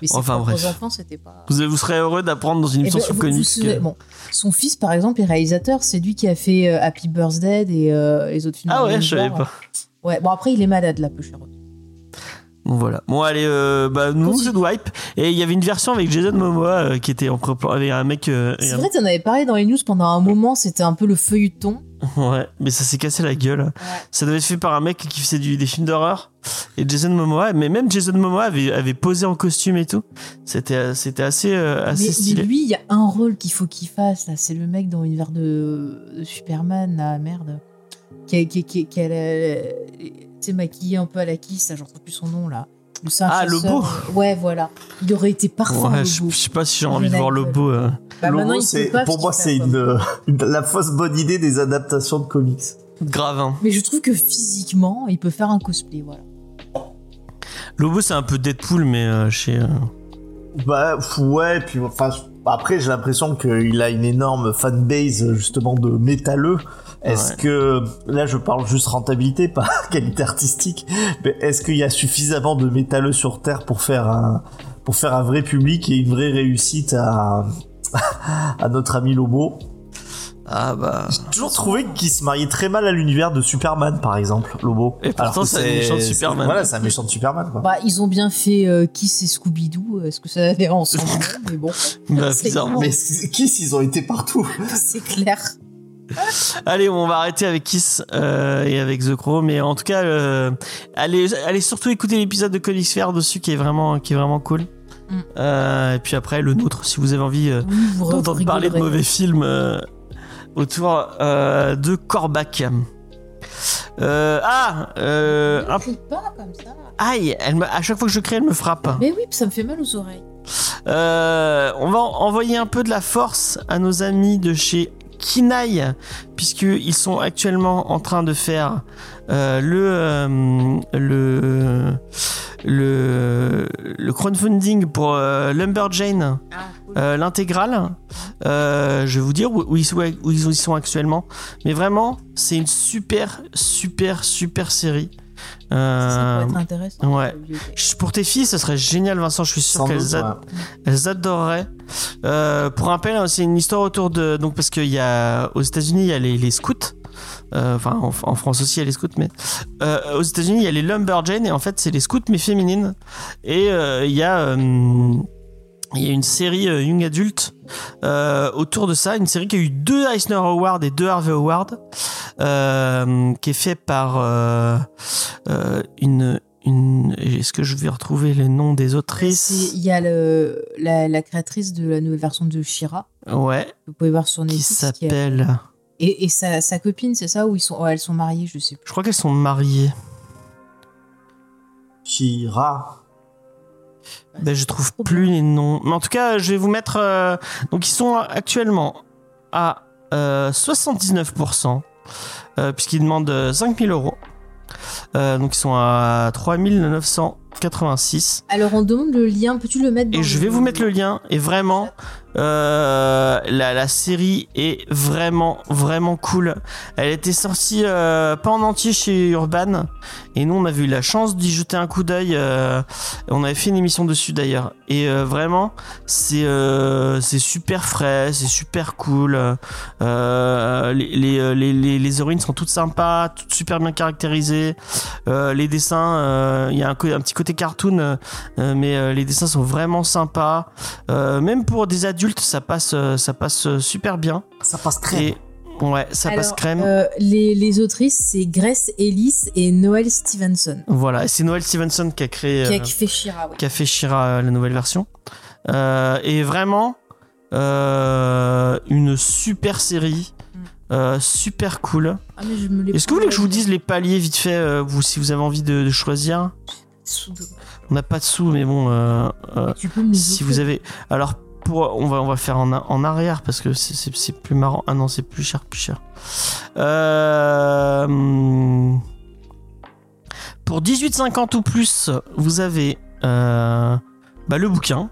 Speaker 4: Mais ses
Speaker 2: Enfin,
Speaker 4: propres
Speaker 2: bref.
Speaker 4: enfants, c'était pas...
Speaker 2: Vous, vous serez heureux d'apprendre dans une
Speaker 4: Eh
Speaker 2: émission
Speaker 4: ben,
Speaker 2: sur
Speaker 4: vous-
Speaker 2: le
Speaker 4: vous
Speaker 2: comics
Speaker 4: serez-
Speaker 2: que-
Speaker 4: bon, son fils, par exemple, est réalisateur. C'est lui qui a fait euh, Happy Birthday et euh, les autres films.
Speaker 2: Ah
Speaker 4: de
Speaker 2: ouais,
Speaker 4: Ron
Speaker 2: je savais
Speaker 4: Howard.
Speaker 2: pas.
Speaker 4: Ouais, bon, après, il est malade, là, peu cher.
Speaker 2: Donc voilà. Bon allez, euh, bah nous
Speaker 4: Continue.
Speaker 2: c'est de wipe. Et il y avait une version avec Jason Momoa euh, qui était en propos avec un mec. euh, et
Speaker 4: C'est
Speaker 2: un-
Speaker 4: vrai, t'en avais parlé dans les news pendant un moment, c'était un peu le feuilleton.
Speaker 2: Ouais, mais ça s'est cassé la gueule. Ça devait être fait par un mec qui faisait du, des films d'horreur. Et Jason Momoa, mais même Jason Momoa avait, avait posé en costume et tout. C'était c'était assez euh,
Speaker 4: Mais,
Speaker 2: assez
Speaker 4: mais
Speaker 2: stylé.
Speaker 4: lui, il y a un rôle qu'il faut qu'il fasse, là. C'est le mec dans l'univers de, de Superman, là, merde. Qui a, qui, qui, qui a la- s'est maquillé un peu à la kiss, là, j'en trouve plus son nom, là. Ou c'est un
Speaker 2: Ah,
Speaker 4: chasseur,
Speaker 2: Lobo.
Speaker 4: euh, Ouais, voilà. Il aurait été parfait,
Speaker 2: Ouais,
Speaker 4: en
Speaker 2: je,
Speaker 4: Lobo.
Speaker 2: je sais pas si j'ai
Speaker 4: Il
Speaker 2: envie de
Speaker 4: a
Speaker 2: voir
Speaker 4: la
Speaker 2: le
Speaker 4: gueule.
Speaker 2: beau. euh.
Speaker 4: Bah,
Speaker 5: Lobo,
Speaker 4: maintenant, il peut
Speaker 5: c'est-
Speaker 4: pas,
Speaker 5: pour
Speaker 4: parce
Speaker 5: moi,
Speaker 4: qu'il
Speaker 5: c'est
Speaker 4: fait la
Speaker 5: une, euh, une- la fausse bonne idée des adaptations de comics.
Speaker 2: Grave. Hein.
Speaker 4: Mais je trouve que physiquement, il peut faire un cosplay, voilà.
Speaker 2: Lobo, c'est un peu Deadpool, mais euh, chez. euh,
Speaker 5: Bah pff, ouais, puis enfin après j'ai l'impression qu'il a une énorme fanbase justement de métalleux. Est-ce
Speaker 2: Ouais.
Speaker 5: que là je parle juste rentabilité, pas qualité artistique, mais est-ce qu'il y a suffisamment de métalleux sur Terre pour faire un pour faire un vrai public et une vraie réussite à à notre ami Lobo
Speaker 2: Ah bah.
Speaker 5: J'ai toujours trouvé qu'il se mariait très mal à l'univers de Superman par exemple, Lobo.
Speaker 2: Et pourtant,
Speaker 5: que
Speaker 2: c'est un méchant de
Speaker 5: c'est-
Speaker 2: Superman.
Speaker 5: Voilà, c'est un méchant de Superman quoi.
Speaker 4: Bah, ils ont bien fait euh, Kiss et Scooby-Doo. euh, Est-ce que ça allait ensemble Mais bon,
Speaker 2: bah,
Speaker 4: C'est
Speaker 2: bizarrement.
Speaker 4: con.
Speaker 5: Mais Kiss, ils ont été partout.
Speaker 4: c'est clair.
Speaker 2: Allez, on va arrêter avec Kiss euh, et avec The Crow, mais en tout cas, euh, allez, allez surtout écouter l'épisode de Comics Fair dessus qui est vraiment, qui est vraiment cool.
Speaker 4: Mm.
Speaker 2: Euh, et puis après, le nôtre, si vous avez envie euh,
Speaker 4: Oui, vous
Speaker 2: d'entendre
Speaker 4: rigolerez.
Speaker 2: parler de mauvais films euh, autour euh, de Corbac. Euh, ah, euh,
Speaker 4: Ne
Speaker 2: un-
Speaker 4: crie pas comme ça.
Speaker 2: aïe, elle me- à chaque fois que je crée, elle me frappe.
Speaker 4: Mais oui, ça me fait mal aux oreilles.
Speaker 2: Euh, on va en- envoyer un peu de la force à nos amis de chez Kinaï, puisqu'ils sont actuellement en train de faire euh, le, euh, le, le, le crowdfunding pour euh, Lumberjane,
Speaker 4: Ah, cool.
Speaker 2: euh, l'intégrale. Euh, je vais vous dire où, où ils sont, où ils sont actuellement. Mais vraiment, c'est une super, super, super série.
Speaker 4: Ça, ça
Speaker 2: Euh,
Speaker 4: pourrait être intéressant.
Speaker 2: ouais. je- pour tes filles, ça serait génial, Vincent. Je suis sûr
Speaker 5: Sans doute,
Speaker 2: qu'elles a-
Speaker 5: ouais.
Speaker 2: elles adoreraient. Euh, pour rappel, hein, c'est une histoire autour de donc parce qu'il y a aux États-Unis il y a les, les scouts. Euh, Enfin, en, en France aussi, il y a les scouts, mais euh, aux États-Unis, il y a les Lumberjanes, et en fait, c'est les scouts, mais féminines. Et euh, il y a euh, il y a une série euh, Young Adult euh, autour de ça, une série qui a eu deux Eisner Awards et deux Harvey Awards, euh, qui est fait par euh, euh, une, une. Est-ce que je vais retrouver les noms des
Speaker 4: C'est-
Speaker 2: autrices
Speaker 4: Il y a le, la, la créatrice de la nouvelle version de Shira.
Speaker 2: Ouais.
Speaker 4: que Vous pouvez voir sur
Speaker 2: qui
Speaker 4: Netflix. qui a-
Speaker 2: s'appelle.
Speaker 4: Et, et sa, sa copine, c'est ça Ou ils sont, ouais, elles sont mariées, je sais plus.
Speaker 2: Je crois qu'elles sont mariées.
Speaker 5: Shira.
Speaker 2: Ben, je trouve plus les noms. Mais en tout cas, je vais vous mettre. euh, Donc, ils sont actuellement à euh, 79%, euh, puisqu'ils demandent euh, 5000 euros. Euh, donc, ils sont à 3986.
Speaker 4: Alors, on demande le lien. Peux-tu le mettre dans
Speaker 2: Et je vais vous mettre le lien. Et vraiment, euh, la, la série est vraiment, vraiment cool. Elle était sortie euh, pas en entier chez Urban. Et nous, on avait eu la chance d'y jeter un coup d'œil. euh, on avait fait une émission dessus d'ailleurs. Et euh, vraiment, c'est euh, c'est super frais, c'est super cool. Euh, les, les, les, les, les héroïnes sont toutes sympas, toutes super bien caractérisées. Euh, les dessins, euh, il y a un, co- un petit côté cartoon. euh, euh, mais euh, les dessins sont vraiment sympas. Euh, même pour des adultes, ça passe, euh, ça passe euh, super bien.
Speaker 5: Ça passe crème.
Speaker 2: Et ouais, ça passe
Speaker 4: Alors,
Speaker 2: crème.
Speaker 4: euh, les, les autrices, c'est Grace Ellis et Noel Stevenson.
Speaker 2: Voilà, et c'est Noël Stevenson qui a créé,
Speaker 4: Qui
Speaker 2: euh,
Speaker 4: a fait Shira, ouais.
Speaker 2: qui a fait Shira euh, la nouvelle version. Euh, et vraiment euh, une super série,
Speaker 4: Mm.
Speaker 2: euh, super cool.
Speaker 4: Ah, mais je me l'ai
Speaker 2: Est-ce que
Speaker 4: pas
Speaker 2: vous voulez que je vous
Speaker 4: noté.
Speaker 2: dise les paliers vite fait, euh, vous, si vous avez envie de, de choisir
Speaker 4: Sous-
Speaker 2: On n'a pas de sous, mais bon, euh, euh,
Speaker 4: Tu peux me les
Speaker 2: si
Speaker 4: offrir.
Speaker 2: vous avez alors pour on va on va faire en, a- en arrière parce que c'est- c'est c'est plus marrant ah non c'est plus cher plus cher Euh, hmm. pour 18,50 ou plus vous avez euh, bah, le bouquin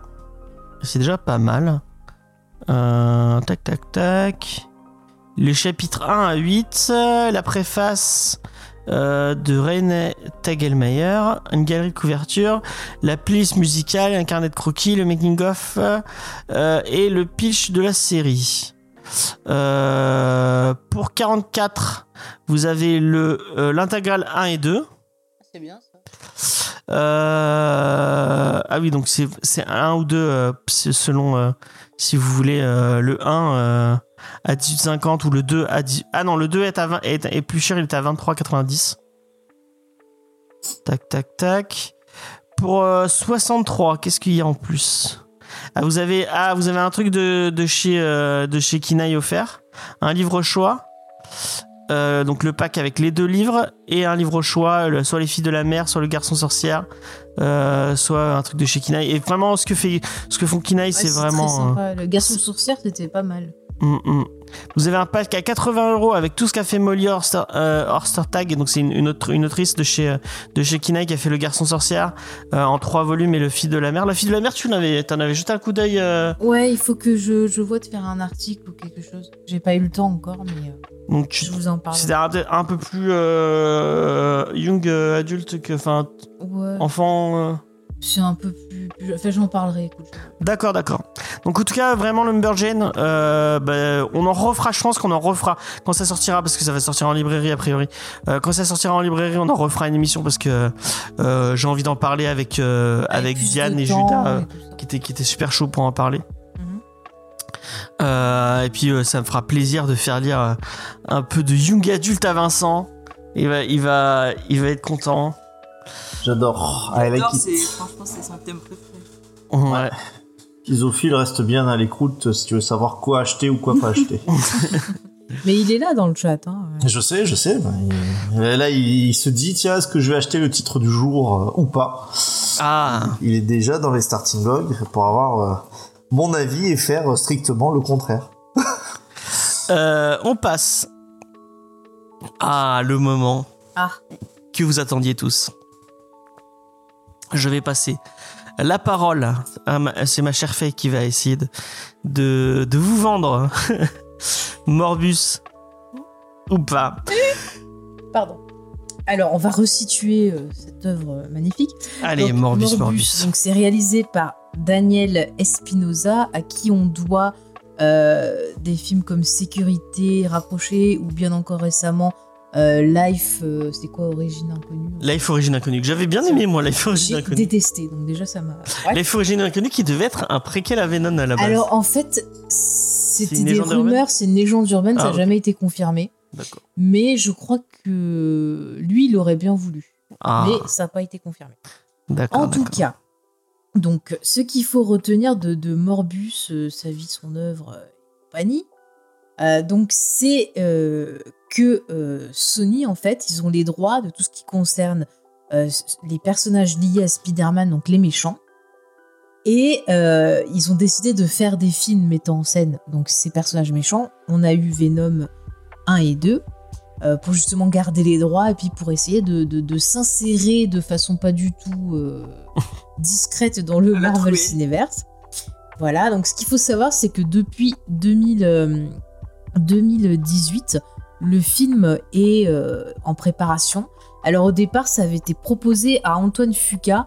Speaker 2: c'est déjà pas mal Euh, tac tac tac les chapitres 1 à 8 euh, la préface euh, de René Tagelmayer, une galerie de couverture, la playlist musicale, un carnet de croquis, le making of euh, et le pitch de la série. Euh, pour 44, vous avez le euh, l'intégrale 1 et 2.
Speaker 4: C'est bien ça.
Speaker 2: Euh, ah oui, donc c'est, c'est un ou deux, euh, c'est selon euh, si vous voulez euh, le 1 euh, à 18,50 ou le 2 à 10. Ah non, le 2 est, à 20, est, est plus cher, il est à 23,90. Tac, tac, tac. Pour euh, 63, qu'est-ce qu'il y a en plus ah, vous avez, ah, vous avez un truc de, de chez, euh, de chez Kinaï offert. Un livre choix. Euh, donc le pack avec les deux livres et un livre au choix, le- soit les filles de la mer, soit le garçon sorcière, euh, soit un truc de chez Kinaï. Et vraiment, ce que, fait, ce que font Kinaï, c'est
Speaker 4: très
Speaker 2: vraiment... euh,
Speaker 4: sympa. Le garçon sourcière, c'était pas mal.
Speaker 2: Mm, mm. Vous avez un pack à 80 euros avec tout ce qu'a fait Molly Horster, euh, Tag. Donc c'est une, une, autre, une autrice de chez euh, de chez Kinaï qui a fait Le Garçon Sorcière euh, en trois volumes et Le Fille de la Mer. La Fille de la Mer, tu l'avais, t'en avais jeté un coup d'œil. euh,
Speaker 4: Ouais, il faut que je, je vois de faire un article ou quelque chose. J'ai pas eu le temps encore, mais euh,
Speaker 2: donc tu,
Speaker 4: je vous en parle.
Speaker 2: c'était un, peu- un peu plus euh, young euh, adulte que enfin
Speaker 4: Ouais,
Speaker 2: enfant. euh.
Speaker 4: c'est un peu plus. plus- Enfin, j'en parlerai, écoute.
Speaker 2: D'accord, d'accord. Donc en tout cas, vraiment Lumberjane, euh, bah, on en refera, je pense qu'on en refera quand ça sortira, parce que ça va sortir en librairie a priori. Euh, quand ça sortira en librairie, on en refera une émission parce que euh, j'ai envie d'en parler avec euh, avec,
Speaker 4: plus de
Speaker 2: Diane et
Speaker 4: temps
Speaker 2: Judas, euh,
Speaker 4: et tout ça.
Speaker 2: qui était qui était super chaud pour en parler.
Speaker 4: Mhm.
Speaker 2: Euh, et puis euh, ça me fera plaisir de faire lire euh, un peu de young adulte à Vincent. Il va il va il va être content.
Speaker 5: J'adore. Ah, I like
Speaker 3: J'adore, c'est-
Speaker 5: it.
Speaker 3: franchement, c'est son thème préféré.
Speaker 2: Ouais.
Speaker 5: Isophile reste bien à l'écoute euh, si tu veux savoir quoi acheter ou quoi pas acheter.
Speaker 4: Mais il est là dans le chat. Hein.
Speaker 5: Je sais, je sais. bah, il- Là, il, il se dit, tiens, est-ce que je vais acheter le titre du jour euh, ou pas
Speaker 2: Ah.
Speaker 5: Il est déjà dans les starting logs pour avoir euh, mon avis et faire euh, strictement le contraire.
Speaker 2: Euh, on passe à le moment
Speaker 4: Ah.
Speaker 2: que vous attendiez tous. Je vais passer la parole. à ma- C'est ma chère Faye qui va essayer de, de, de vous vendre Morbus ou pas.
Speaker 4: Pardon. Alors, on va resituer euh, cette œuvre euh, magnifique.
Speaker 2: Allez,
Speaker 4: Donc,
Speaker 2: Morbus, Morbus.
Speaker 4: Donc, c'est réalisé par Daniel Espinosa, à qui on doit euh, des films comme Sécurité, Rapproché, ou bien encore récemment euh, Life, euh, c'est quoi, Origine Inconnue hein.
Speaker 2: Life Origine Inconnue. que J'avais bien aimé, moi, Life Origine
Speaker 4: J'ai
Speaker 2: Inconnue.
Speaker 4: détesté, donc déjà ça m'a. Ouais.
Speaker 2: Life Origine Inconnue qui devait être un préquel à Venom à la base.
Speaker 4: Alors en fait,
Speaker 2: C'est
Speaker 4: c'était
Speaker 2: une
Speaker 4: des
Speaker 2: légende urbaine
Speaker 4: rumeurs, c'est une légende urbaine,
Speaker 2: Ah,
Speaker 4: ça n'a
Speaker 2: ok.
Speaker 4: jamais été confirmé.
Speaker 2: D'accord.
Speaker 4: Mais je crois que lui, il aurait bien voulu.
Speaker 2: Ah,
Speaker 4: Mais ça n'a pas été confirmé.
Speaker 2: d'accord.
Speaker 4: En tout
Speaker 2: d'accord.
Speaker 4: cas, donc ce qu'il faut retenir de, de Morbus, euh, sa vie, son œuvre, euh, et compagnie, euh, donc c'est euh, que euh, Sony, en fait, ils ont les droits de tout ce qui concerne euh, s- les personnages liés à Spider-Man, donc les méchants. Et euh, ils ont décidé de faire des films mettant en scène donc ces personnages méchants. On a eu Venom 1 et 2 euh, pour justement garder les droits et puis pour essayer de, de- de s'insérer de façon pas du tout euh, discrète dans le
Speaker 3: À la
Speaker 4: Marvel
Speaker 3: trouée.
Speaker 4: Cineverse. Voilà, donc ce qu'il faut savoir, c'est que depuis 2000, euh, 2018, le film est euh, en préparation. Alors au départ, ça avait été proposé à Antoine Fuca,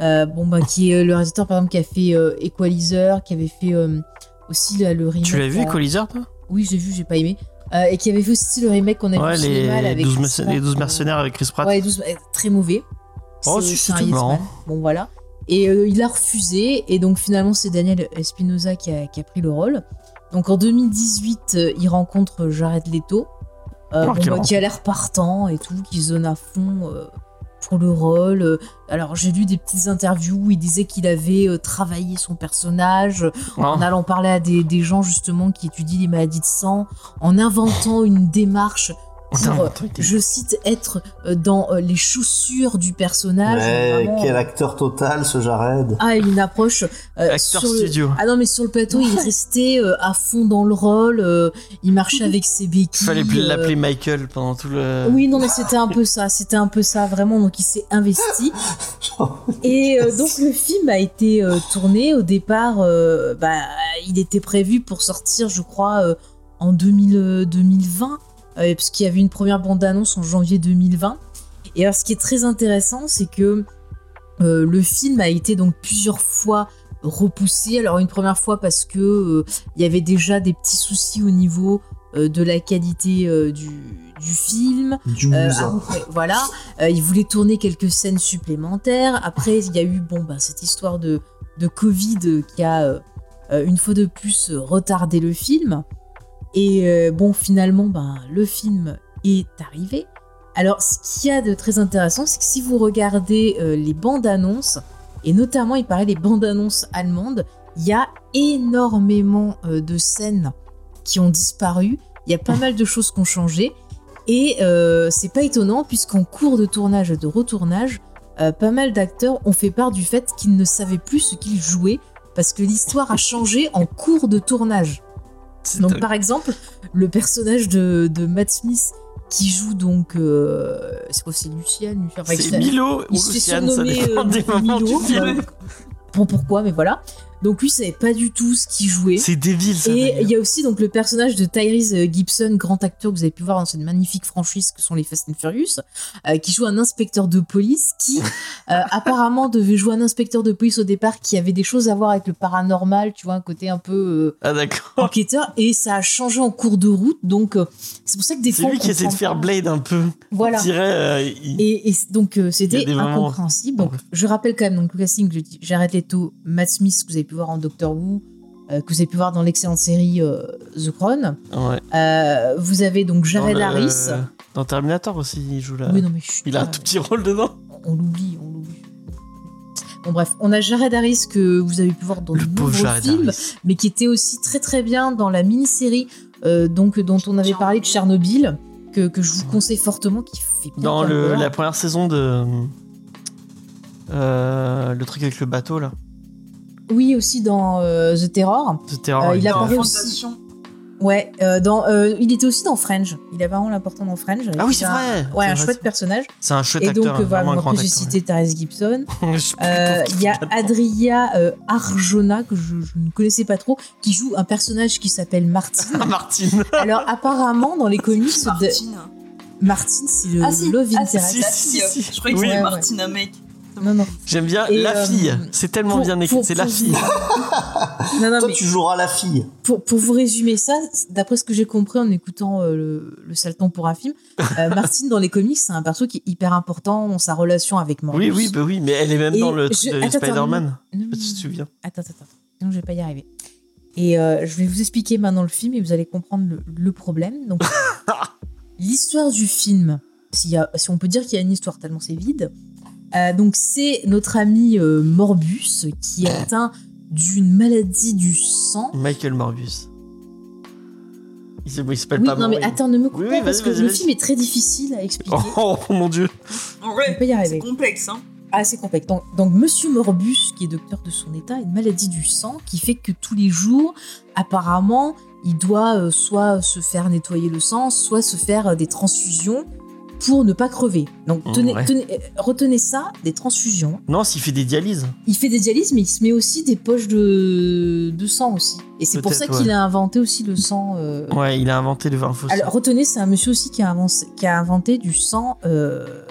Speaker 4: euh, bon, bah, qui est euh, le réalisateur par exemple qui a fait euh, Equalizer, qui avait fait euh, aussi là, le remake.
Speaker 2: Tu l'as vu,
Speaker 4: euh,
Speaker 2: Equalizer, toi
Speaker 4: Oui, j'ai vu, j'ai pas aimé. Euh, et qui avait fait aussi le remake qu'on a
Speaker 2: Ouais,
Speaker 4: vu au cinéma là,
Speaker 2: les
Speaker 4: avec
Speaker 2: 12,
Speaker 4: Chris
Speaker 2: mercen-
Speaker 4: Pratt,
Speaker 2: les 12
Speaker 4: euh,
Speaker 2: mercenaires avec Chris Pratt.
Speaker 4: Ouais, 12, euh, très mauvais.
Speaker 2: Oh,
Speaker 4: C'est-
Speaker 2: si,
Speaker 4: c'est un
Speaker 2: c'était
Speaker 4: yes
Speaker 2: marrant.
Speaker 4: man. Bon, voilà. Et euh, il a refusé. Et donc, finalement, c'est Daniel Espinosa qui a, qui a pris le rôle. Donc, en 2018, euh, il rencontre Jared Leto, euh,
Speaker 2: Oh,
Speaker 4: bon,
Speaker 2: quelle
Speaker 4: bah, qui
Speaker 2: rencontre.
Speaker 4: a l'air partant et tout, qui zone à fond euh, pour le rôle. Euh, Alors, j'ai lu des petites interviews où il disait qu'il avait euh, travaillé son personnage
Speaker 2: Hein
Speaker 4: en allant parler à des, des gens justement qui étudient les maladies de sang, en inventant une démarche
Speaker 2: Putain,
Speaker 4: pour, euh,
Speaker 2: attends, il était-
Speaker 4: je cite, être euh, dans euh, les chaussures du personnage.
Speaker 5: Ouais,
Speaker 4: Vraiment,
Speaker 5: quel
Speaker 4: euh,
Speaker 5: acteur total ce Jared.
Speaker 4: ah, une approche. euh,
Speaker 2: Acteur
Speaker 4: sur le-
Speaker 2: studio.
Speaker 4: Ah non, mais sur le plateau, il restait euh, à fond dans le rôle, euh, il marchait avec ses béquilles.
Speaker 2: Fallait plus
Speaker 4: euh,
Speaker 2: l'appeler Michael pendant tout le.
Speaker 4: Oui, non, mais c'était un peu ça, c'était un peu ça, vraiment. Donc, il s'est investi. Et euh, donc, le film a été euh, tourné. Au départ, euh, bah, il était prévu pour sortir, je crois, euh, en 2000, euh, 2020, euh, parce qu'il y avait une première bande-annonce en janvier 2020. Et alors, ce qui est très intéressant, c'est que euh, le film a été donc plusieurs fois repoussé. Alors, une première fois parce que euh, il y avait déjà des petits soucis au niveau euh, de la qualité euh, du, du film.
Speaker 5: Du
Speaker 4: Euh,
Speaker 5: mousse.
Speaker 4: après, voilà, Euh, ils voulaient tourner quelques scènes supplémentaires. Après, il y a eu bon, bah, cette histoire de, de Covid euh, qui a euh, euh, une fois de plus euh, retardé le film. Et euh, bon, finalement, ben, le film est arrivé. Alors, ce qu'il y a de très intéressant, c'est que si vous regardez euh, les bandes annonces, et notamment, il paraît, les bandes annonces allemandes, il y a énormément euh, de scènes qui ont disparu. Il y a pas mal de choses qui ont changé. Et euh, c'est pas étonnant, puisqu'en cours de tournage et de retournage, euh, pas mal d'acteurs ont fait part du fait qu'ils ne savaient plus ce qu'ils jouaient, parce que l'histoire a changé en cours de tournage.
Speaker 2: C'est
Speaker 4: Donc
Speaker 2: dingue.
Speaker 4: par exemple, le personnage de, de Matt Smith qui joue donc euh, c'est quoi c'est Luciane Luciane- enfin,
Speaker 2: C'est
Speaker 4: il-
Speaker 2: Milo ou
Speaker 4: il se fait
Speaker 2: Luciane, ça
Speaker 4: surnommer,
Speaker 2: dépend
Speaker 4: euh,
Speaker 2: des moments
Speaker 4: Milo, euh,
Speaker 2: du film.
Speaker 4: Bon pourquoi mais voilà. Donc lui il savait pas du tout ce qu'il jouait.
Speaker 2: C'est débile ça.
Speaker 4: Et
Speaker 2: d'ailleurs.
Speaker 4: il y a aussi donc le personnage de Tyrese euh, Gibson, grand acteur que vous avez pu voir dans cette magnifique franchise que sont les Fast and Furious, euh, qui joue un inspecteur de police qui euh, apparemment devait jouer un inspecteur de police au départ qui avait des choses à voir avec le paranormal, tu vois, un côté un peu euh,
Speaker 2: Ah d'accord.
Speaker 4: enquêteur et ça a changé en cours de route donc euh, c'est pour ça que des
Speaker 2: C'est
Speaker 4: fois,
Speaker 2: lui
Speaker 4: on
Speaker 2: qui essaie de
Speaker 4: comprend
Speaker 2: faire
Speaker 4: pas.
Speaker 2: Blade un peu.
Speaker 4: voilà
Speaker 2: On dirait, euh, il-
Speaker 4: et, et c- donc euh,
Speaker 2: Il y a
Speaker 4: c'était
Speaker 2: des moments- Ah
Speaker 4: incompréhensible donc,
Speaker 2: Ouais.
Speaker 4: je rappelle quand même donc le casting je dis- Jared Leto Matt Smith que vous avez pu voir en Doctor Who euh, que vous avez pu voir dans l'excellente série euh, The Crown
Speaker 2: ouais.
Speaker 4: Euh, vous avez donc
Speaker 2: Dans
Speaker 4: Jared
Speaker 2: le-
Speaker 4: Harris
Speaker 2: Dans Terminator aussi, il joue là.
Speaker 4: Oui, non, mais chut,
Speaker 2: Il a un
Speaker 4: ouais,
Speaker 2: tout petit rôle dedans.
Speaker 4: on l'oublie on l'oublie Bon bref, on a Jared Harris que vous avez pu voir dans de
Speaker 2: Le pauvre
Speaker 4: nombreux
Speaker 2: Jared
Speaker 4: films,
Speaker 2: Harris.
Speaker 4: mais qui était aussi très très bien dans la mini-série euh, donc dont on avait parlé de Tchernobyl que, que je vous conseille fortement qui fait bien
Speaker 2: Dans
Speaker 4: peur
Speaker 2: le,
Speaker 4: peur.
Speaker 2: la première saison de. euh, le truc avec le bateau là.
Speaker 4: oui aussi dans euh, The Terror
Speaker 2: De Terror.
Speaker 4: Euh, il
Speaker 2: ouais.
Speaker 4: a- apparaît aussi.
Speaker 3: Fondation.
Speaker 4: ouais euh, dans euh, il était aussi dans Fringe il avait vraiment l'important dans Fringe
Speaker 2: Ah oui, c'est
Speaker 4: C'était un-
Speaker 2: vrai.
Speaker 4: ouais
Speaker 2: C'est
Speaker 4: un
Speaker 2: vrai,
Speaker 4: chouette personnage
Speaker 2: C'est un chouette
Speaker 4: et donc
Speaker 2: acteur.
Speaker 4: euh, voilà
Speaker 2: vraiment un
Speaker 4: bon,
Speaker 2: grand
Speaker 4: après j'ai
Speaker 2: acteur.
Speaker 4: cité Thérèse Gibson
Speaker 2: ouais. Je sais plus
Speaker 4: Euh, il y a
Speaker 2: pourquoi.
Speaker 4: Adria euh, Arjona que je, je ne connaissais pas trop qui joue un personnage qui s'appelle Martine
Speaker 2: Ah, Martine.
Speaker 4: alors apparemment dans les comics de
Speaker 3: Martine.
Speaker 4: Martine c'est le
Speaker 3: Ah, si.
Speaker 4: Love
Speaker 3: Ah,
Speaker 4: Interest
Speaker 2: si,
Speaker 3: La
Speaker 2: si,
Speaker 3: fille.
Speaker 2: si.
Speaker 3: Je croyais que
Speaker 2: Oui.
Speaker 3: c'était
Speaker 4: Ouais,
Speaker 3: Martine, un mec.
Speaker 4: non non
Speaker 2: J'aime bien
Speaker 4: Et,
Speaker 2: la
Speaker 4: euh,
Speaker 2: fille. C'est tellement
Speaker 4: pour-
Speaker 2: bien écrit.
Speaker 4: pour-
Speaker 2: C'est la
Speaker 4: pour-
Speaker 2: fille.
Speaker 4: non non
Speaker 5: Toi,
Speaker 4: mais
Speaker 5: tu joueras la fille.
Speaker 4: pour, pour vous résumer ça, c'est- d'après ce que j'ai compris en écoutant euh, le, le Salton pour un film, euh, Martine dans les comics, c'est un perso qui est hyper important dans sa relation avec Morbius.
Speaker 2: Oui, oui, bah oui, mais elle est même
Speaker 4: Et
Speaker 2: dans le
Speaker 4: je-
Speaker 2: truc de
Speaker 4: attends, attends,
Speaker 2: Spider-Man.
Speaker 4: Non,
Speaker 2: Je
Speaker 4: non,
Speaker 2: sais pas si tu te souviens.
Speaker 4: Attends, attends, attends. Sinon, je vais pas y arriver. Et euh, je vais vous expliquer maintenant le film et vous allez comprendre le, le problème. Donc, l'histoire du film, s'il y a- si on peut dire qu'il y a une histoire tellement c'est vide. Euh, donc, c'est notre ami euh, Morbus qui est atteint d'une maladie du sang.
Speaker 2: Michael Morbius. Il s'appelle il s'appelle
Speaker 4: Oui,
Speaker 2: pas
Speaker 4: non, mais
Speaker 2: Morbius.
Speaker 4: attends, ne me coupe
Speaker 2: Oui,
Speaker 4: pas
Speaker 2: oui,
Speaker 4: parce
Speaker 2: vas-y,
Speaker 4: que
Speaker 2: vas-y,
Speaker 4: le
Speaker 2: vas-y.
Speaker 4: film est très difficile à expliquer.
Speaker 2: Oh, oh, mon dieu.
Speaker 3: En
Speaker 4: On
Speaker 3: vrai,
Speaker 4: peut y
Speaker 3: c'est
Speaker 4: arriver.
Speaker 3: complexe, hein.
Speaker 4: Assez complexe. Donc, donc, Monsieur Morbus, qui est docteur de son état, a une maladie du sang qui fait que tous les jours, apparemment, il doit euh, soit se faire nettoyer le sang, soit se faire euh, des transfusions pour ne pas crever. Donc
Speaker 2: Mmh,
Speaker 4: tenez-
Speaker 2: ouais.
Speaker 4: tenez- euh, retenez ça, des transfusions.
Speaker 2: Non, s'il fait des dialyses.
Speaker 4: Il fait des dialyses, mais il se met aussi des poches de, de sang aussi. Et c'est pour ça
Speaker 2: Peut-être,
Speaker 4: qu'il a inventé aussi le sang. euh,
Speaker 2: Ouais, il a inventé le vin fossile.
Speaker 4: Alors retenez, c'est un monsieur aussi qui a, avancé- qui a inventé du sang... euh,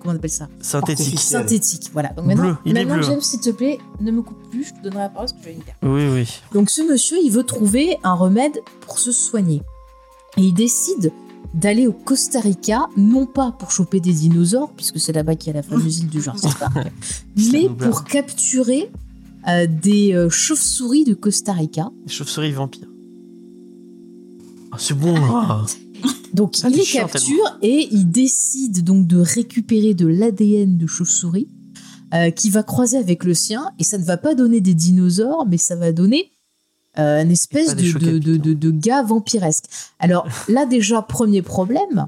Speaker 4: Comment on appelle ça
Speaker 2: Synthétique.
Speaker 5: artificiel.
Speaker 4: synthétique. Voilà. Donc maintenant,
Speaker 2: Bleu, il est
Speaker 4: maintenant,
Speaker 2: bleu.
Speaker 4: James, s'il te plaît, ne me coupe plus, je te donnerai la parole parce que je vais une perdre.
Speaker 2: Oui, oui.
Speaker 4: Donc ce monsieur, il veut trouver un remède pour se soigner. Et il décide d'aller au Costa Rica, non pas pour choper des dinosaures, puisque c'est là-bas qu'il y a la fameuse île du Jurassic Park, mais
Speaker 2: Blabla.
Speaker 4: pour capturer euh, des euh, chauves-souris de Costa Rica.
Speaker 2: Chauve-souris vampire. Ah, c'est bon, là.
Speaker 4: Donc
Speaker 2: Ah,
Speaker 4: il
Speaker 2: t'es
Speaker 4: les
Speaker 2: chiant,
Speaker 4: capture et il décide donc de récupérer de l'ADN de chauve-souris euh, qui va croiser avec le sien et ça ne va pas donner des dinosaures mais ça va donner euh, une
Speaker 2: pas
Speaker 4: espèce
Speaker 2: des
Speaker 4: de,
Speaker 2: chocs
Speaker 4: de, de-
Speaker 2: capitaux.
Speaker 4: de- de gars vampiresque. Alors là déjà premier problème,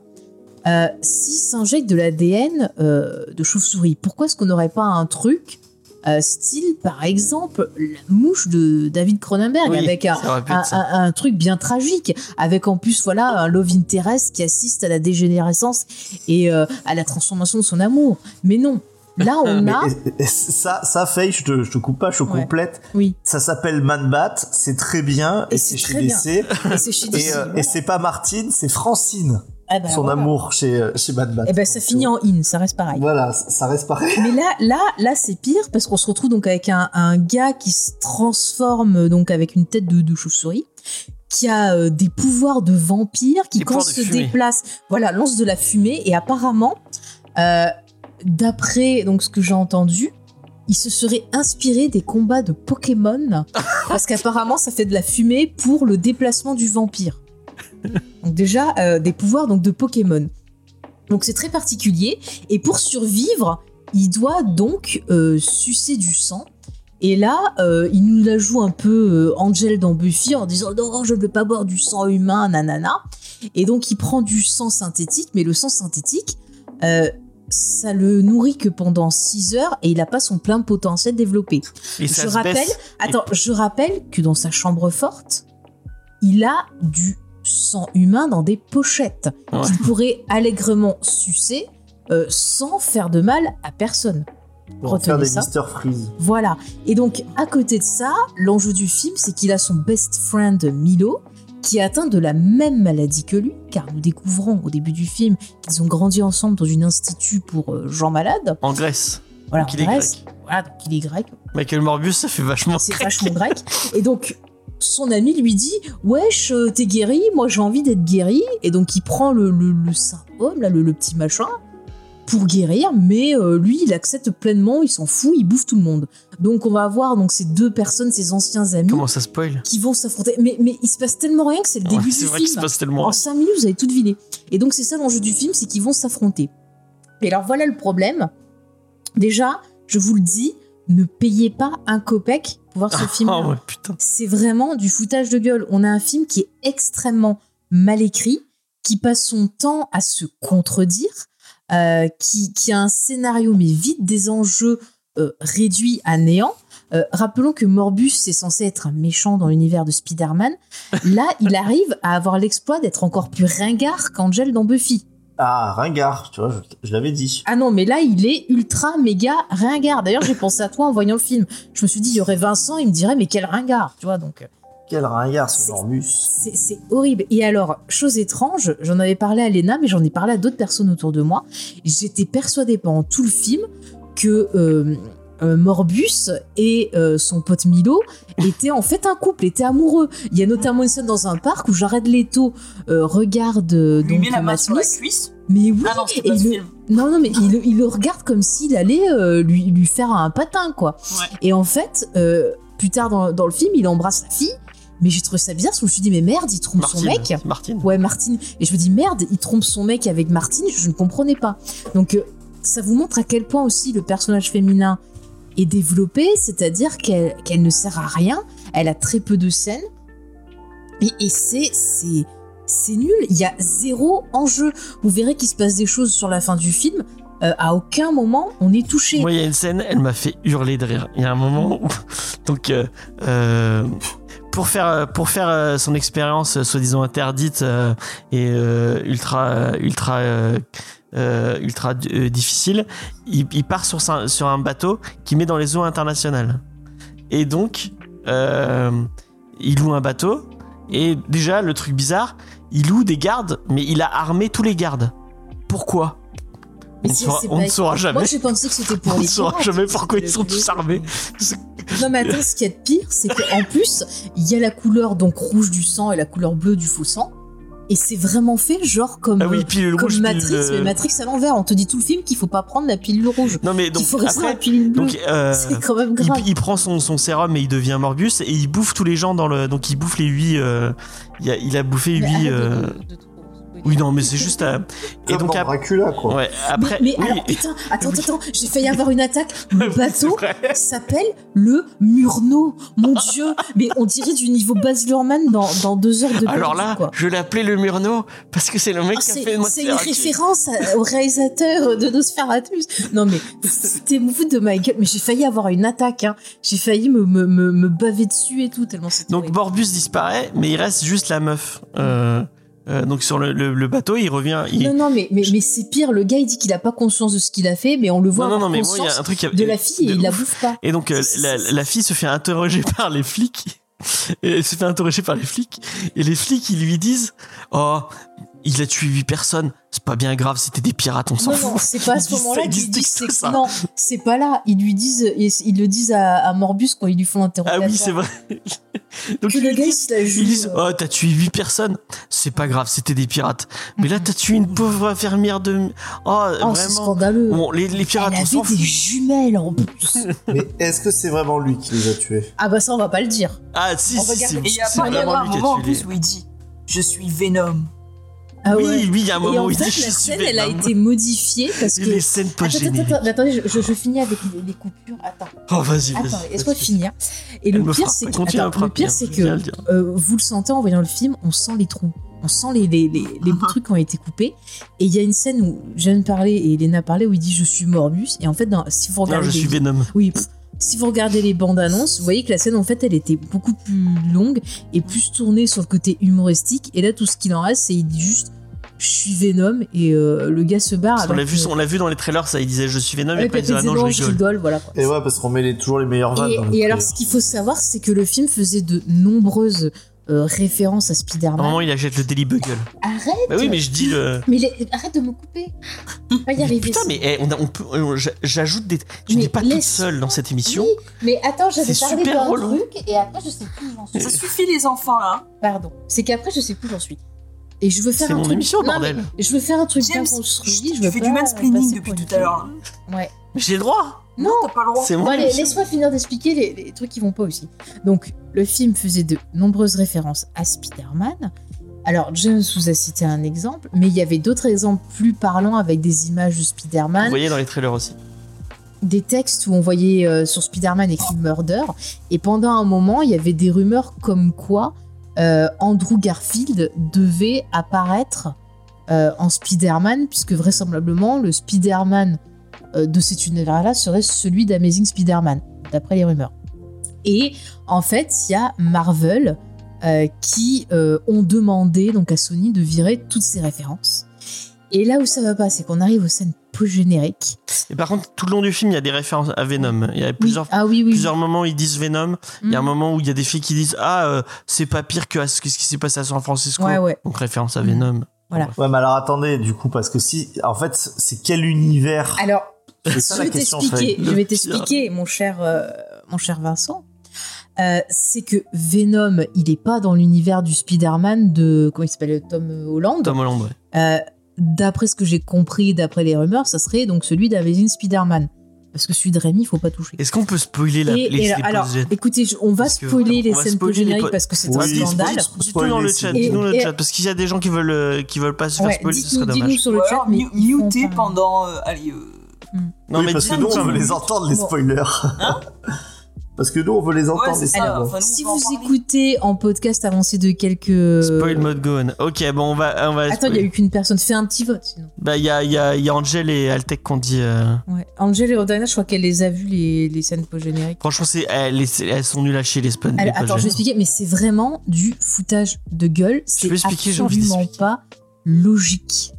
Speaker 4: euh, s'il s'injecte de l'ADN euh, de chauve-souris, pourquoi est-ce qu'on n'aurait pas un truc euh, style par exemple la mouche de David Cronenberg
Speaker 2: Oui,
Speaker 4: avec un,
Speaker 2: ça aurait pu
Speaker 4: un,
Speaker 2: être ça.
Speaker 4: un- un truc bien tragique, avec en plus voilà un love interest qui assiste à la dégénérescence et euh, à la transformation de son amour. Mais non, là on
Speaker 5: Mais,
Speaker 4: a
Speaker 5: et- et ça, ça Faye, je te, je te coupe pas, je te
Speaker 4: Ouais.
Speaker 5: complète.
Speaker 4: oui,
Speaker 5: Ça s'appelle Manbat, c'est très bien, et,
Speaker 4: Et
Speaker 5: c'est
Speaker 4: c'est
Speaker 5: chez
Speaker 4: très bien.
Speaker 5: DC.
Speaker 4: et c'est chez
Speaker 5: Et,
Speaker 4: DC,
Speaker 5: euh,
Speaker 4: voilà.
Speaker 5: et c'est pas Martine, c'est Francine,
Speaker 4: Ah bah,
Speaker 5: son
Speaker 4: voilà.
Speaker 5: amour chez, euh, chez Manbat.
Speaker 4: Et ben ça finit en in, ça reste pareil.
Speaker 5: Voilà, ça ça reste pareil.
Speaker 4: Mais là, là, là, c'est pire parce qu'on se retrouve donc avec un, un gars qui se transforme donc avec une tête de, de chauve-souris, qui a euh, des pouvoirs de vampire, qui
Speaker 2: Des
Speaker 4: quand
Speaker 2: pouvoirs de
Speaker 4: se
Speaker 2: fumée.
Speaker 4: déplace, voilà, lance de la fumée. Et apparemment, euh, d'après donc ce que j'ai entendu, il se serait inspiré des combats de Pokémon parce qu'apparemment ça fait de la fumée pour le déplacement du vampire. Donc déjà euh, des pouvoirs donc de Pokémon. Donc c'est très particulier et pour survivre, il doit donc euh, sucer du sang. Et là, euh, il nous la joue un peu euh, Angel dans Buffy en disant non, je ne veux pas boire du sang humain, nanana. Et donc il prend du sang synthétique, mais le sang synthétique, euh, ça le nourrit que pendant 6 heures et il n'a pas son plein potentiel développé.
Speaker 2: Et ça
Speaker 4: je
Speaker 2: se
Speaker 4: rappelle,
Speaker 2: baisse.
Speaker 4: attends, je rappelle que dans sa chambre forte, il a du sang humain dans des pochettes
Speaker 2: Ouais.
Speaker 4: qu'il pourrait allègrement sucer euh, sans faire de mal à personne.
Speaker 5: Pour
Speaker 4: Retenez
Speaker 5: faire des
Speaker 4: ça.
Speaker 5: Mister Freeze.
Speaker 4: Voilà. Et donc, à côté de ça, l'enjeu du film, c'est qu'il a son best friend Milo, qui est atteint de la même maladie que lui, car nous découvrons au début du film qu'ils ont grandi ensemble dans une institut pour euh, gens malades.
Speaker 2: En Grèce.
Speaker 4: Voilà,
Speaker 2: Donc
Speaker 4: en
Speaker 2: il est
Speaker 4: Grèce.
Speaker 2: grec.
Speaker 4: Voilà, donc il est grec.
Speaker 2: Michael Morbius, ça fait vachement.
Speaker 4: C'est vachement grec. Et donc, son ami lui dit Wesh, euh, t'es guéri, moi j'ai envie d'être guéri. Et donc, il prend le, le, le symptôme, là, le, le petit machin, pour guérir, mais euh, lui, il accepte pleinement, il s'en fout, il bouffe tout le monde. Donc, on va avoir donc, ces deux personnes, ces anciens amis,
Speaker 2: Comment ça spoil
Speaker 4: qui vont s'affronter. Mais, mais il se passe tellement rien que c'est le
Speaker 2: Ouais,
Speaker 4: début Oh,
Speaker 2: C'est
Speaker 4: du
Speaker 2: vrai qu'il se
Speaker 4: film.
Speaker 2: passe tellement.
Speaker 4: En 5 minutes, vous avez tout deviné. Et donc, c'est ça l'enjeu du film, c'est qu'ils vont s'affronter. Et alors, voilà le problème. Déjà, je vous le dis, ne payez pas un copec pour voir ce film.
Speaker 2: Oh ouais, putain.
Speaker 4: C'est vraiment du foutage de gueule. On a un film qui est extrêmement mal écrit, qui passe son temps à se contredire, euh, qui, qui a un scénario mais vite des enjeux euh, réduits à néant. Euh, rappelons que Morbus c'est censé être un méchant dans l'univers de Spider-Man. Là, il arrive à avoir l'exploit d'être encore plus ringard qu'Angel dans Buffy.
Speaker 5: Ah, ringard, tu vois, je, je l'avais dit.
Speaker 4: Ah non, mais là, il est ultra méga ringard. D'ailleurs, j'ai pensé à toi en voyant le film. Je me suis dit, il y aurait Vincent, il me dirait, mais quel ringard, tu vois, donc. euh,
Speaker 5: Quel ringard
Speaker 4: C'est-
Speaker 5: ce Morbus.
Speaker 4: C'est c'est horrible. Et alors, chose étrange, j'en avais parlé à Léna, mais j'en ai parlé à d'autres personnes autour de moi. J'étais persuadée pendant tout le film que euh, euh, Morbus et euh, son pote Milo étaient en fait un couple, étaient amoureux. Il y a notamment une scène dans un parc où Jared Leto euh, regarde euh,
Speaker 3: Il lui
Speaker 4: donc
Speaker 3: met la main
Speaker 4: Thomas
Speaker 3: sur la
Speaker 4: Smith.
Speaker 3: cuisse.
Speaker 4: Mais oui,
Speaker 3: Ah non, c'était
Speaker 4: et
Speaker 3: pas ce
Speaker 4: il le-
Speaker 3: film.
Speaker 4: non, non, mais il, le- il le regarde comme s'il allait euh, lui, lui faire un patin, quoi.
Speaker 3: Ouais.
Speaker 4: Et en fait, euh, plus tard dans, dans le film, il embrasse la fille. Mais j'ai trouvé ça bizarre, parce que je me suis dit, mais merde, il trompe son
Speaker 2: Martine.
Speaker 4: mec.
Speaker 2: Martine.
Speaker 4: Ouais, Martine. Et je me dis, merde, il trompe son mec avec Martine, je ne comprenais pas. Donc, euh, ça vous montre à quel point aussi le personnage féminin est développé, c'est-à-dire qu'elle qu'elle ne sert à rien, elle a très peu de scènes. Et, et c'est. c'est- C'est nul, il y a zéro enjeu. Vous verrez qu'il se passe des choses sur la fin du film. euh, à aucun moment on est touché.
Speaker 2: Moi, il y a une scène, elle m'a fait hurler de rire. Il y a un moment où. Donc, euh, euh, pour faire, euh, pour faire euh, son expérience euh, soi-disant interdite euh, et euh, ultra, euh, ultra, euh, euh, ultra euh, difficile, il, il part sur, sa- sur un bateau qui met dans les eaux internationales. Et donc, euh, il loue un bateau. Et déjà, le truc bizarre, il loue des gardes, mais il a armé tous les gardes. Pourquoi on
Speaker 4: Mais
Speaker 2: ne
Speaker 4: c'est-
Speaker 2: saura-
Speaker 4: c'est
Speaker 2: on
Speaker 4: pas-
Speaker 2: ne saura jamais.
Speaker 4: Moi j'ai pensé que c'était pour
Speaker 2: On ne
Speaker 4: les
Speaker 2: saura
Speaker 4: pirates.
Speaker 2: jamais pourquoi
Speaker 4: Le-
Speaker 2: ils sont tous armés. Ah
Speaker 4: Non mais attends, ce qu'il y a de pire, c'est qu'en plus, il y a la couleur donc rouge du sang et la couleur bleue du faux sang. Et c'est vraiment fait genre comme,
Speaker 2: Ah oui, pilule
Speaker 4: euh, comme
Speaker 2: rouge,
Speaker 4: Matrix,
Speaker 2: pilule, euh,
Speaker 4: mais Matrix à l'envers. On te dit tout le film qu'il faut pas prendre la pilule rouge.
Speaker 2: Non mais
Speaker 4: qu'il
Speaker 2: donc
Speaker 4: faut rester dans la
Speaker 2: après,
Speaker 4: pilule bleue.
Speaker 2: donc euh,
Speaker 4: c'est quand même
Speaker 2: il,
Speaker 4: grave.
Speaker 2: il prend son, son sérum et il devient Morbus et il bouffe tous les gens dans le donc il bouffe les huit. euh, il, a, il a bouffé huit.
Speaker 4: Mais arrête de-
Speaker 2: euh,
Speaker 4: de- de trop spoiler.
Speaker 2: Oui non mais c'est juste à... et
Speaker 5: Comme
Speaker 2: donc
Speaker 5: dans
Speaker 2: ap-
Speaker 5: Dracula, quoi.
Speaker 2: ouais, après
Speaker 4: mais
Speaker 2: oui,
Speaker 4: alors putain, attends,
Speaker 2: Oui.
Speaker 4: attends, j'ai failli avoir une attaque. Le
Speaker 2: c'est
Speaker 4: bateau
Speaker 2: vrai.
Speaker 4: s'appelle le Murno. Mon dieu, mais on dirait du niveau Baz Luhrmann dans, dans deux heures de
Speaker 2: Alors
Speaker 4: perdu,
Speaker 2: là,
Speaker 4: quoi.
Speaker 2: je l'appelais le Murno parce que c'est le mec
Speaker 4: Ah,
Speaker 2: qui a
Speaker 4: c'est
Speaker 2: fait
Speaker 4: c'est une
Speaker 2: Nosferatu.
Speaker 4: référence à- au réalisateur de Nosferatus. Non, mais c'était mon fou de ma gueule. Mais j'ai failli avoir une attaque. hein. J'ai failli me, me, me, me baver dessus et tout, tellement c'était.
Speaker 2: Donc
Speaker 4: horrible.
Speaker 2: Morbus disparaît, mais il reste juste la meuf. Euh, euh, donc sur le, le- le bateau, il revient. Il...
Speaker 4: Non, non, mais, mais, mais c'est pire. Le gars, il dit qu'il a pas conscience de ce qu'il a fait, mais on le voit
Speaker 2: non, non,
Speaker 4: avoir
Speaker 2: non, mais moi
Speaker 4: conscience
Speaker 2: il y a un truc qui a-
Speaker 4: de la fille et
Speaker 2: de
Speaker 4: il la
Speaker 2: ouf.
Speaker 4: bouffe pas.
Speaker 2: Et donc euh,
Speaker 4: C'est-
Speaker 2: la,
Speaker 4: c'est-
Speaker 2: la fille se fait interroger par les flics. Et elle se fait interroger par les flics. Et les flics, ils lui disent Oh, il a tué 8 personnes, c'est pas bien grave, c'était des pirates, on s'en
Speaker 4: Non, non,
Speaker 2: fout.
Speaker 4: c'est pas à
Speaker 2: Ils
Speaker 4: ce
Speaker 2: disent
Speaker 4: moment-là
Speaker 2: ça, ils
Speaker 4: qu'ils
Speaker 2: disent
Speaker 4: disent c'est
Speaker 2: tout ça.
Speaker 4: non, c'est pas là. Ils lui disent, ils, ils le disent à, à Morbius quand ils lui font
Speaker 2: Ah
Speaker 4: l'interrogatoire.
Speaker 2: oui, c'est vrai. Donc
Speaker 4: Que le
Speaker 2: ils
Speaker 4: gars il
Speaker 2: disent,
Speaker 4: se la joue.
Speaker 2: ils disent,
Speaker 4: euh,
Speaker 2: oh, t'as tué 8 personnes, c'est pas grave, c'était des pirates. Mais là, t'as tué une pauvre infirmière de. Oh,
Speaker 4: oh, c'est
Speaker 2: vraiment.
Speaker 4: scandaleux.
Speaker 2: Bon, les, les
Speaker 4: Elle
Speaker 2: pirates,
Speaker 4: avait
Speaker 2: on s'en
Speaker 4: des
Speaker 2: fout.
Speaker 4: jumelles en plus.
Speaker 5: Mais est-ce que c'est vraiment lui qui les a tués
Speaker 4: ah bah ça on va pas le dire.
Speaker 2: Ah, si,
Speaker 4: On
Speaker 2: si,
Speaker 4: regarde-
Speaker 2: c'est
Speaker 3: Et il y a
Speaker 2: c'est
Speaker 3: pas- il y a
Speaker 2: vraiment
Speaker 3: pas un
Speaker 2: lui qui a
Speaker 3: moment en
Speaker 2: tué les-
Speaker 3: plus où il dit Je suis Venom.
Speaker 4: Ah
Speaker 2: oui,
Speaker 4: ouais.
Speaker 2: oui, il y a un
Speaker 4: Et
Speaker 2: moment
Speaker 4: en
Speaker 2: où il
Speaker 4: fait
Speaker 2: dit,
Speaker 4: la
Speaker 2: je suis
Speaker 4: scène elle a
Speaker 2: Venom.
Speaker 4: été modifiée parce
Speaker 2: Et
Speaker 4: que.
Speaker 2: les scènes pas
Speaker 4: Attends,
Speaker 2: génériques.
Speaker 4: attends, attends, attendez, je, je- je finis avec les, les coupures. Attends,
Speaker 2: Oh, vas-y, vas-y.
Speaker 4: attends,
Speaker 2: vas-y.
Speaker 4: laisse-moi finir. Et
Speaker 2: Elle
Speaker 4: le
Speaker 2: me
Speaker 4: pire,
Speaker 2: frappe,
Speaker 4: c'est
Speaker 2: elle
Speaker 4: que,
Speaker 2: continue à
Speaker 4: attends,
Speaker 2: me
Speaker 4: le
Speaker 2: frapper,
Speaker 4: pire,
Speaker 2: hein,
Speaker 4: c'est
Speaker 2: je viens
Speaker 4: que
Speaker 2: de le dire.
Speaker 4: euh, vous le sentez en voyant le film, on sent les trous, on sent les, les, les, les
Speaker 2: Ah
Speaker 4: trucs qui ont été coupés. Et il y a une scène où Jeanne parlait et Elena parlait où il dit Je suis Morbus. Et en fait, dans- si vous
Speaker 2: Non,
Speaker 4: regardez.
Speaker 2: je
Speaker 4: les-
Speaker 2: suis Venom.
Speaker 4: Oui, pff, si vous regardez les bandes annonces, vous voyez que la scène, en fait, elle était beaucoup plus longue et plus tournée sur le côté humoristique. Et là, tout ce qu'il en reste, c'est il dit juste Je suis Venom. Et euh, le gars se barre.
Speaker 2: Parce qu'on
Speaker 4: alors
Speaker 2: l'a vu,
Speaker 4: que-
Speaker 2: on l'a vu dans les trailers, ça, il disait je suis Venom,
Speaker 4: Ouais,
Speaker 2: et pas il
Speaker 4: puis
Speaker 2: disait ah
Speaker 4: après, il
Speaker 2: non,
Speaker 4: disait,
Speaker 2: je
Speaker 4: non, je
Speaker 2: rigole.
Speaker 4: rigole, voilà. quoi.
Speaker 5: Et ouais, parce qu'on met les- toujours les meilleures vannes hein, euh,
Speaker 4: Et,
Speaker 5: dans les
Speaker 4: et alors,
Speaker 5: trailers.
Speaker 4: ce qu'il faut savoir, c'est que le film faisait de nombreuses euh, références
Speaker 2: À
Speaker 4: à
Speaker 2: un
Speaker 4: Spider-Man.
Speaker 2: moment, il achète le Daily Bugle.
Speaker 4: Arrête
Speaker 2: Bah oui, mais je dis le.
Speaker 4: mais les- arrête de me couper. Je vais Pas y
Speaker 2: Mais
Speaker 4: arriver.
Speaker 2: putain, mais eh, on a- on peut- on- j'a- j'ajoute des. Tu
Speaker 4: Mais
Speaker 2: n'es pas toute
Speaker 4: laisse-
Speaker 2: seule dans cette
Speaker 4: Oui,
Speaker 2: émission.
Speaker 4: mais attends, j'avais
Speaker 2: C'est
Speaker 4: parlé
Speaker 2: super
Speaker 4: d'un
Speaker 2: relou.
Speaker 4: truc et après je sais plus où j'en suis.
Speaker 3: Ça suffit, les enfants, là.
Speaker 4: Pardon. C'est qu'après je sais plus où j'en suis. Et je veux faire
Speaker 2: C'est
Speaker 4: un
Speaker 2: mon
Speaker 4: truc.
Speaker 2: émission,
Speaker 4: Non,
Speaker 2: bordel.
Speaker 4: mais Je veux faire un truc
Speaker 3: James,
Speaker 4: bien construit.
Speaker 3: je
Speaker 4: Je veux
Speaker 3: tu fais
Speaker 4: pas
Speaker 3: du mansplaining
Speaker 4: passer
Speaker 3: depuis
Speaker 4: pour une
Speaker 3: tout à l'heure. là.
Speaker 4: fille. Ouais.
Speaker 2: Mais J'ai le droit.
Speaker 4: Non,
Speaker 3: T'as pas le droit.
Speaker 2: C'est mon
Speaker 4: Bon, allez,
Speaker 2: émission.
Speaker 4: laisse-moi finir d'expliquer les, les trucs qui vont pas aussi. Donc, le film faisait de nombreuses références à Spider-Man. Alors, James vous a cité un exemple, mais il y avait d'autres exemples plus parlants avec des images de
Speaker 2: Vous
Speaker 4: Spider-Man,
Speaker 2: voyez dans les trailers aussi.
Speaker 4: des textes où on voyait euh, sur Spider-Man écrit Murder. Et pendant un moment, il y avait des rumeurs comme quoi euh, Andrew Garfield devait apparaître euh, en Spider-Man, puisque vraisemblablement, le Spider-Man euh, de cet univers-là serait celui d'Amazing Spider-Man, d'après les rumeurs. Et en fait, il y a Marvel euh, qui euh, ont demandé donc à Sony de virer toutes ces références. Et là où ça va pas, c'est qu'on arrive aux scènes post-génériques.
Speaker 2: Et par contre, tout le long du film, il y a des références à Venom. Il y a plusieurs.
Speaker 4: Oui. Ah oui, oui.
Speaker 2: Plusieurs moments où ils disent Venom, il y a un
Speaker 4: Mm.
Speaker 2: moment où il y a des filles qui disent Ah, euh, c'est pas pire que à ce que ce qui s'est passé à San Francisco.
Speaker 4: Ouais, ouais.
Speaker 2: Donc référence à
Speaker 4: Mm.
Speaker 2: Venom.
Speaker 4: Voilà.
Speaker 5: Ouais, mais alors attendez, du coup, parce que si. En fait, c'est quel
Speaker 2: Ah,
Speaker 5: univers
Speaker 4: Alors,
Speaker 5: C'est
Speaker 4: je
Speaker 5: ça la
Speaker 4: vais
Speaker 5: question, en fait.
Speaker 4: t'expliquer, je
Speaker 2: Le
Speaker 4: vais
Speaker 2: pire.
Speaker 4: t'expliquer, mon cher, euh, mon cher Vincent. Euh, c'est que Venom, il est pas dans l'univers du Spider-Man de comment il s'appelle Tom Holland.
Speaker 2: Tom Holland, ouais.
Speaker 4: Euh, d'après ce que j'ai compris, d'après les rumeurs, ça serait donc celui d'Amazing Spider-Man. Parce que celui de Rémi, il faut pas toucher.
Speaker 2: Est-ce qu'on peut spoiler la, les,
Speaker 4: Et- et
Speaker 2: les
Speaker 4: alors, alors,
Speaker 2: post-gen
Speaker 4: écoutez, je- on va
Speaker 2: Parce que
Speaker 4: spoiler les
Speaker 2: on va
Speaker 4: scènes
Speaker 2: spoiler les
Speaker 4: post-génériques
Speaker 2: po-
Speaker 4: parce que c'est un
Speaker 5: Oui,
Speaker 4: scandale.
Speaker 5: spoiler.
Speaker 2: Dites-nous dans le chat,
Speaker 5: Spoiler,
Speaker 2: dites-nous dans le
Speaker 4: et-
Speaker 2: chat, parce qu'il y a des gens qui veulent, euh, qui veulent pas se faire
Speaker 4: Ouais,
Speaker 2: spoiler, ce serait
Speaker 4: dites-nous
Speaker 2: dommage.
Speaker 4: dites-nous sur le
Speaker 3: Ou
Speaker 4: chat.
Speaker 3: alors,
Speaker 4: mais
Speaker 3: mu-
Speaker 4: il faut en
Speaker 3: muter
Speaker 4: parler.
Speaker 3: pendant. euh, allez, euh,
Speaker 2: Non,
Speaker 5: Oui,
Speaker 2: mais Hein
Speaker 5: parce que
Speaker 2: dites-
Speaker 5: nous, on veut les
Speaker 4: Bon.
Speaker 5: entendre, les spoilers. parce que nous, on veut les entendre,
Speaker 3: c'est
Speaker 5: les
Speaker 3: ça.
Speaker 5: spoilers.
Speaker 3: Enfin, nous,
Speaker 4: Si
Speaker 3: on va en
Speaker 4: vous
Speaker 3: parler.
Speaker 4: écoutez en podcast avancé de quelques.
Speaker 2: Spoil mode gone. Ok, bon, on va. On va
Speaker 4: Attends, il y a eu qu'une personne. Fais un petit vote sinon.
Speaker 2: Bah, il y a, il y a- il y a Angel et Altec qu'on dit. euh,
Speaker 4: Ouais. Angel et Rodana, je crois qu'elle les a vues, les, les scènes post-génériques.
Speaker 2: Franchement, c'est, elles, elles- elles sont nulles à chier, les spawn.
Speaker 4: Alors,
Speaker 2: les
Speaker 4: Attends,
Speaker 2: post-gen.
Speaker 4: je vais expliquer, mais c'est vraiment du foutage de gueule. C'est
Speaker 2: peux expliquer, j'ai envie
Speaker 4: absolument
Speaker 2: d'expliquer.
Speaker 4: pas logique.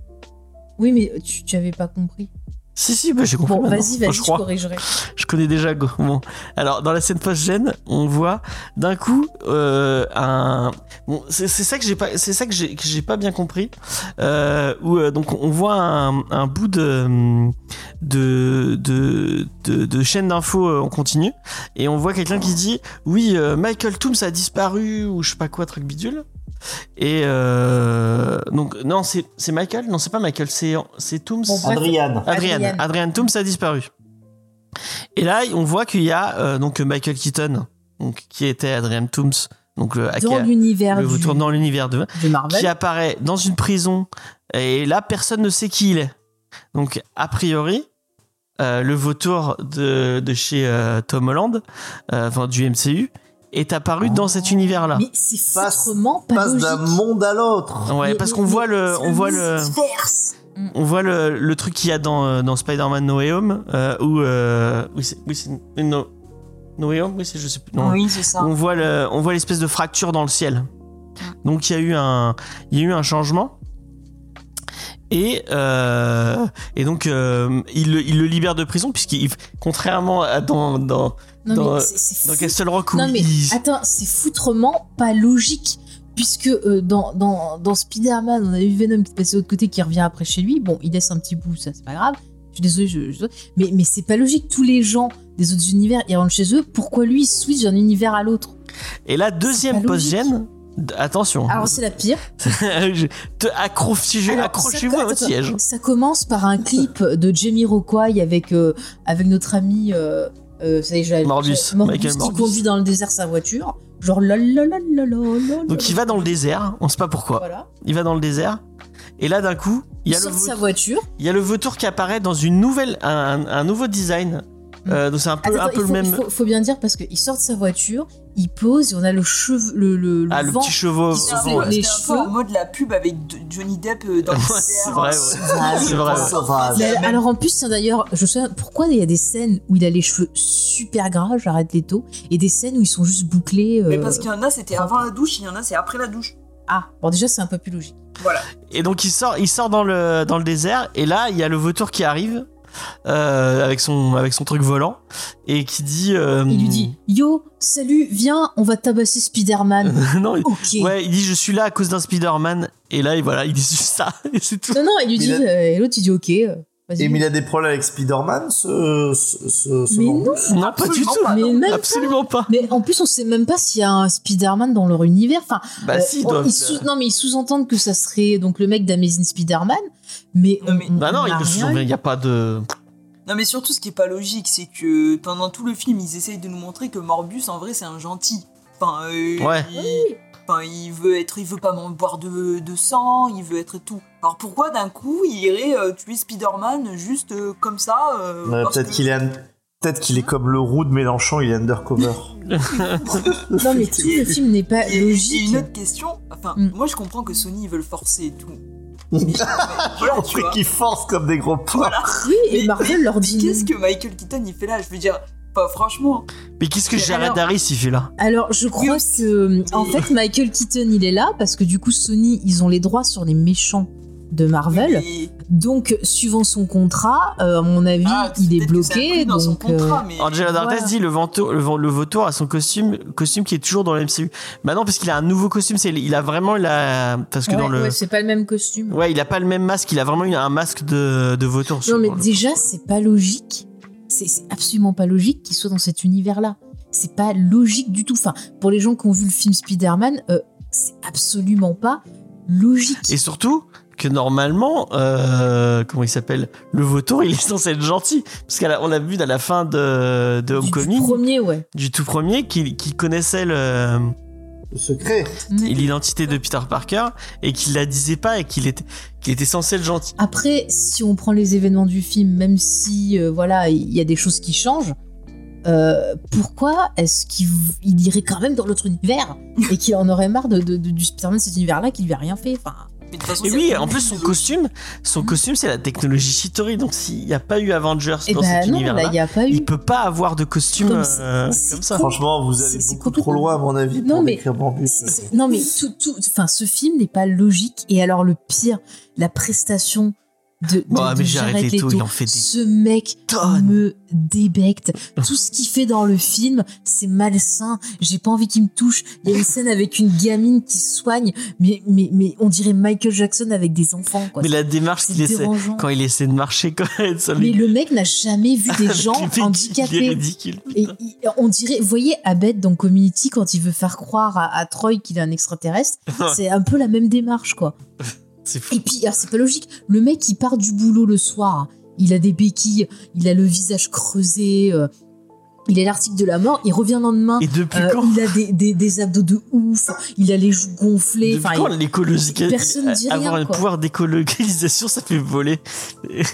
Speaker 4: Oui, mais tu, tu avais pas compris.
Speaker 2: Si, si, bah, j'ai compris.
Speaker 4: Bon,
Speaker 2: maintenant.
Speaker 4: vas-y, vas-y,
Speaker 2: je
Speaker 4: je
Speaker 2: crois.
Speaker 4: corrigerai.
Speaker 2: Je connais déjà Go. Bon. Alors, dans la scène post-gen, on voit d'un coup euh, un. Bon, c'est c'est ça que j'ai pas, c'est ça que j'ai que j'ai pas bien compris. Euh, où euh, donc on voit un, un bout de de de, de, de chaîne d'infos euh, en continu et on voit quelqu'un qui dit oui euh, Michael Toombs a disparu ou je sais pas quoi truc bidule. Et euh, donc non c'est c'est Michael non c'est pas Michael c'est c'est Toombs.
Speaker 4: Bon, bref.
Speaker 5: Adriane.
Speaker 2: Adrienne. Adrienne,
Speaker 4: Adrienne.
Speaker 2: Toomes a disparu. Et là, on voit qu'il y a euh, donc Michael Keaton, donc, qui était Adrienne Toomes, donc le
Speaker 4: Dans
Speaker 2: hacker,
Speaker 4: l'univers
Speaker 2: Bah, le
Speaker 4: du,
Speaker 2: retour dans l'univers de,
Speaker 4: de Marvel.
Speaker 2: qui apparaît dans une prison. Et là, personne ne sait qui il est. Donc, a priori, euh, le vautour de, de chez euh, Tom Holland, euh, enfin du MCU, est apparu dans cet univers-là.
Speaker 4: Oh. Mais c'est
Speaker 5: Passe-
Speaker 4: foutrement pas
Speaker 5: Passe d'un
Speaker 4: logique.
Speaker 5: monde à l'autre.
Speaker 2: Ouais,
Speaker 4: mais-
Speaker 2: parce
Speaker 4: mais-
Speaker 2: qu'on
Speaker 4: mais
Speaker 2: voit le, on voit le,
Speaker 3: Multiverse.
Speaker 2: On voit le, le truc qu'il y a dans, euh, dans Spider-Man No Way Home, euh, où, euh, oui, c'est, oui, c'est- no, No Way Home, oui, c'est, je sais plus. non.
Speaker 3: Oui, c'est ça.
Speaker 2: On voit le, on voit l'espèce de fracture dans le ciel. Donc il y a eu un, il y a eu un changement. Et, euh, et donc euh, il, le- il le libère de prison puisqu'il contrairement à dans dans,
Speaker 4: Non,
Speaker 2: dans,
Speaker 4: mais c'est- c'est
Speaker 2: dans
Speaker 4: fou.
Speaker 2: Castle Rock où
Speaker 4: Non, mais
Speaker 2: il-
Speaker 4: attends, c'est foutrement pas logique. Puisque euh, dans, dans, dans Spider-Man, on a eu Venom qui est passé de l'autre côté, qui revient après chez lui. Bon, il laisse un petit bout, ça, c'est pas grave. Je suis désolée, je, je- Mais, mais c'est pas logique. Tous les gens des autres univers, ils rentrent chez eux. Pourquoi lui, il switch d'un univers à l'autre
Speaker 2: Et la deuxième
Speaker 4: pas
Speaker 2: post-gen, d- attention,
Speaker 4: Alors, c'est la pire.
Speaker 2: Je- te accro- si je-
Speaker 4: Alors,
Speaker 2: accrochez-vous
Speaker 4: ça-
Speaker 2: à votre
Speaker 4: attends,
Speaker 2: siège.
Speaker 4: Ça commence par un clip de Jamie Rockway avec, euh, avec notre ami. euh, euh, ça y est, je l'avais-
Speaker 2: Morbus,
Speaker 4: je-
Speaker 2: Michael
Speaker 4: qui
Speaker 2: Morbus.
Speaker 4: conduit dans le désert sa voiture. Genre lol lol lol lol lol, lol.
Speaker 2: Donc il va dans le désert, on sait pas pourquoi.
Speaker 4: Voilà.
Speaker 2: Il va dans le désert, et là d'un coup, il
Speaker 4: Il,
Speaker 2: y a le
Speaker 4: sort de
Speaker 2: vautour-
Speaker 4: sa voiture.
Speaker 2: il y a le vautour qui apparaît dans une nouvelle, un, un nouveau design. Euh, donc c'est un peu,
Speaker 4: Attends,
Speaker 2: un
Speaker 4: attends,
Speaker 2: peu
Speaker 4: il
Speaker 2: le
Speaker 4: faut,
Speaker 2: même.
Speaker 4: il faut- faut bien dire parce qu'il sort de sa voiture, il pose et on a le cheveu, le, le, le
Speaker 2: ah, le
Speaker 4: vent.
Speaker 2: petit chevaux.
Speaker 4: qui
Speaker 3: C'était un
Speaker 4: se
Speaker 2: vent,
Speaker 3: peu-
Speaker 4: fait
Speaker 2: ouais.
Speaker 4: les
Speaker 3: c'était un peu
Speaker 4: cheveux.
Speaker 3: en mode la pub avec de- Johnny Depp euh, dans le
Speaker 2: Ouais,
Speaker 3: désert.
Speaker 2: c'est vrai, ouais.
Speaker 4: Ah,
Speaker 2: C'est vrai, ouais.
Speaker 5: Ah, Sauvage.
Speaker 4: Mais alors- alors en plus, tiens, d'ailleurs, je sais pas pourquoi il y a des scènes où il a les cheveux super gras, j'arrête les taux, et des scènes où ils sont juste bouclés. euh,
Speaker 3: Mais parce qu'il y en a, c'était avant la douche, il y en a, c'est après la douche.
Speaker 4: Ah, bon déjà c'est un peu plus logique.
Speaker 2: Et donc il sort, il sort dans le dans le désert et là il y a le vautour qui arrive euh, avec son avec son truc volant et qui dit. euh,
Speaker 4: Il lui dit Hmm. Yo, salut, viens, on va tabasser Spider-Man.
Speaker 2: non. il-
Speaker 4: ok.
Speaker 2: Ouais, il dit je suis là à cause d'un Spider-Man et là et voilà il dit juste ça et c'est tout.
Speaker 4: Non, non, il lui
Speaker 5: Mais
Speaker 4: dit,
Speaker 5: là-
Speaker 4: euh, et l'autre il dit ok, euh, vas-y.
Speaker 5: Et mais il a des problèmes avec Spider-Man, ce, ce, ce, ce
Speaker 4: Mais
Speaker 5: Morbus.
Speaker 2: Non
Speaker 4: Ah,
Speaker 2: pas du
Speaker 3: Absolument
Speaker 2: tout.
Speaker 3: pas,
Speaker 4: Mais
Speaker 3: non.
Speaker 4: même pas.
Speaker 2: Absolument pas.
Speaker 4: Mais en plus, on sait même pas s'il y a un Spider-Man dans leur univers. Enfin,
Speaker 2: Bah
Speaker 4: euh,
Speaker 2: si ils
Speaker 4: on-
Speaker 2: doivent.
Speaker 4: ils sous- non, mais ils sous-entendent que ça serait donc le mec d'Amazing Spider-Man. Mais,
Speaker 3: Non, mais-
Speaker 4: on- on-
Speaker 2: Bah non
Speaker 4: on
Speaker 2: il
Speaker 4: a
Speaker 2: ne se
Speaker 4: rien
Speaker 2: souvient
Speaker 4: eu.
Speaker 2: il y a pas de.
Speaker 3: Non, mais surtout, ce qui est pas logique, c'est que pendant tout le film, ils essayent de nous montrer que Morbus, en vrai, c'est un gentil. Enfin, euh,
Speaker 2: Ouais.
Speaker 3: il, enfin, il veut être, il veut pas m'en boire de, de sang, il veut être tout. Alors pourquoi d'un coup, il irait euh, tuer Spider-Man juste euh, comme ça euh,
Speaker 5: Ouais,
Speaker 3: parce
Speaker 5: Peut-être
Speaker 3: que-
Speaker 5: qu'il est, un- peut-être qu'il est comme le roux de Mélenchon, il est undercover.
Speaker 4: Non, mais tout le film n'est pas
Speaker 3: Et- Et
Speaker 4: logique.
Speaker 3: une autre question, enfin,
Speaker 4: Mm.
Speaker 3: moi je comprends que Sony ils veulent forcer et tout. Mais- mais voilà,
Speaker 5: On
Speaker 3: tu
Speaker 5: fait
Speaker 3: vois.
Speaker 5: qu'il force comme des gros porcs.
Speaker 3: Voilà.
Speaker 4: Oui, et
Speaker 3: Mais-
Speaker 4: Marvel leur
Speaker 3: Mais
Speaker 4: dit.
Speaker 3: qu'est-ce
Speaker 4: non.
Speaker 3: que Michael Keaton il fait là Je veux dire, pas franchement.
Speaker 2: Mais qu'est-ce que
Speaker 4: Mais
Speaker 2: Jared
Speaker 4: alors-
Speaker 2: Harris il fait là
Speaker 4: Alors, je
Speaker 3: Oui,
Speaker 4: crois
Speaker 3: aussi.
Speaker 4: que. En fait, Michael Keaton, il est là parce que du coup, Sony, ils ont les droits sur les méchants de Marvel.
Speaker 3: mais-
Speaker 4: Donc, suivant son contrat, euh, à mon avis,
Speaker 3: ah,
Speaker 4: il est
Speaker 3: peut-être que c'est
Speaker 4: bloqué.
Speaker 3: inclus dans son
Speaker 4: donc, euh,
Speaker 3: contrat, mais-
Speaker 2: Angela Dantes
Speaker 4: Voilà.
Speaker 2: dit le, vento- le, vent- le vautour a son costume, costume qui est toujours dans le MCU. Bah non, parce qu'il a un nouveau costume, c'est, il a vraiment la. Parce que
Speaker 4: ouais,
Speaker 2: dans le.
Speaker 4: ouais, c'est pas le même costume.
Speaker 2: Ouais, il a pas le même masque, il a vraiment eu un masque de, de vautour.
Speaker 4: Non, mais
Speaker 2: sur le-
Speaker 4: déjà, c'est pas logique. C'est c'est absolument pas logique qu'il soit dans cet univers-là. C'est pas logique du tout. Enfin, pour les gens qui ont vu le film Spider-Man, euh, c'est absolument pas logique.
Speaker 2: Et surtout que normalement, euh, comment il s'appelle Le vautour, il est censé être gentil. Parce qu'on l'a vu à la fin de, de
Speaker 4: Du- du,
Speaker 2: Homecoming, du,
Speaker 4: premier, ouais.
Speaker 2: tout premier, qu'il, qu'il connaissait le,
Speaker 5: Le secret.
Speaker 2: l'identité de Peter Parker et qu'il la disait pas et qu'il était, qu'il était censé être gentil.
Speaker 4: Après, si on prend les événements du film, même si euh, voilà, il y a des choses qui changent, euh, pourquoi est-ce qu'il il irait quand même dans l'autre univers et qu'il en aurait marre de, de- de- du Spider-Man de cet univers-là qui lui a rien fait Enfin,
Speaker 3: mais de toute façon,
Speaker 2: Et
Speaker 3: c'est-
Speaker 2: oui, en plus son costume, son
Speaker 4: Mhm.
Speaker 2: costume c'est la technologie Shitori, donc s'il n'y a pas eu Avengers
Speaker 4: et
Speaker 2: dans
Speaker 4: ben
Speaker 2: cet
Speaker 4: non, là,
Speaker 2: univers-là,
Speaker 4: il n'y a pas eu.
Speaker 2: il peut pas avoir de costume
Speaker 4: Comme
Speaker 2: euh,
Speaker 4: c'est-
Speaker 2: comme,
Speaker 4: c'est
Speaker 2: ça.
Speaker 4: con.
Speaker 5: Franchement, vous allez
Speaker 4: C'est- c'est
Speaker 5: beaucoup trop
Speaker 4: complètement-
Speaker 5: loin, à mon avis,
Speaker 4: Non,
Speaker 5: pour
Speaker 4: mais-
Speaker 5: décrire Morbus.
Speaker 4: C'est- c'est- Non mais tout, tout, enfin ce film n'est pas logique et alors le pire, la prestation de, de,
Speaker 2: Bon,
Speaker 4: de
Speaker 2: Oh, mais
Speaker 4: Jared
Speaker 2: j'arrête les taux,
Speaker 4: Leto.
Speaker 2: il en fait des
Speaker 4: Ce mec
Speaker 2: tonnes. Oh.
Speaker 4: me débecte. Tout ce qu'il fait dans le film, c'est malsain. J'ai pas envie qu'il me touche. Il y a une scène avec une gamine qui soigne, mais mais mais on dirait Michael Jackson avec des enfants quoi.
Speaker 2: Mais la démarche
Speaker 4: C'est
Speaker 2: qu'il essaie,
Speaker 4: dérangeant.
Speaker 2: quand il essaie de marcher, quand même, ça
Speaker 4: Mais
Speaker 2: lui
Speaker 4: le mec n'a jamais vu des gens
Speaker 2: il est- Il est
Speaker 4: handicapés.
Speaker 2: ridicule.
Speaker 4: Et il- on dirait, vous voyez, Abed dans Community, quand il veut faire croire à, à Troy qu'il est un extraterrestre, c'est un peu la même démarche, quoi.
Speaker 2: C'est fou.
Speaker 4: Et puis, alors, c'est pas logique. Le mec, il part du boulot le soir, hein. il a des béquilles, il a le visage creusé, euh, il a l'article de la mort, il revient le lendemain,
Speaker 2: Et depuis
Speaker 4: euh,
Speaker 2: quand
Speaker 4: il a des, des- des abdos de ouf, il a les joues gonflées.
Speaker 2: Depuis
Speaker 4: Enfin,
Speaker 2: quand
Speaker 4: il-
Speaker 2: l'écologie- euh,
Speaker 4: personne dit rien,
Speaker 2: avoir un
Speaker 4: quoi.
Speaker 2: pouvoir d'écolocalisation, ça fait voler.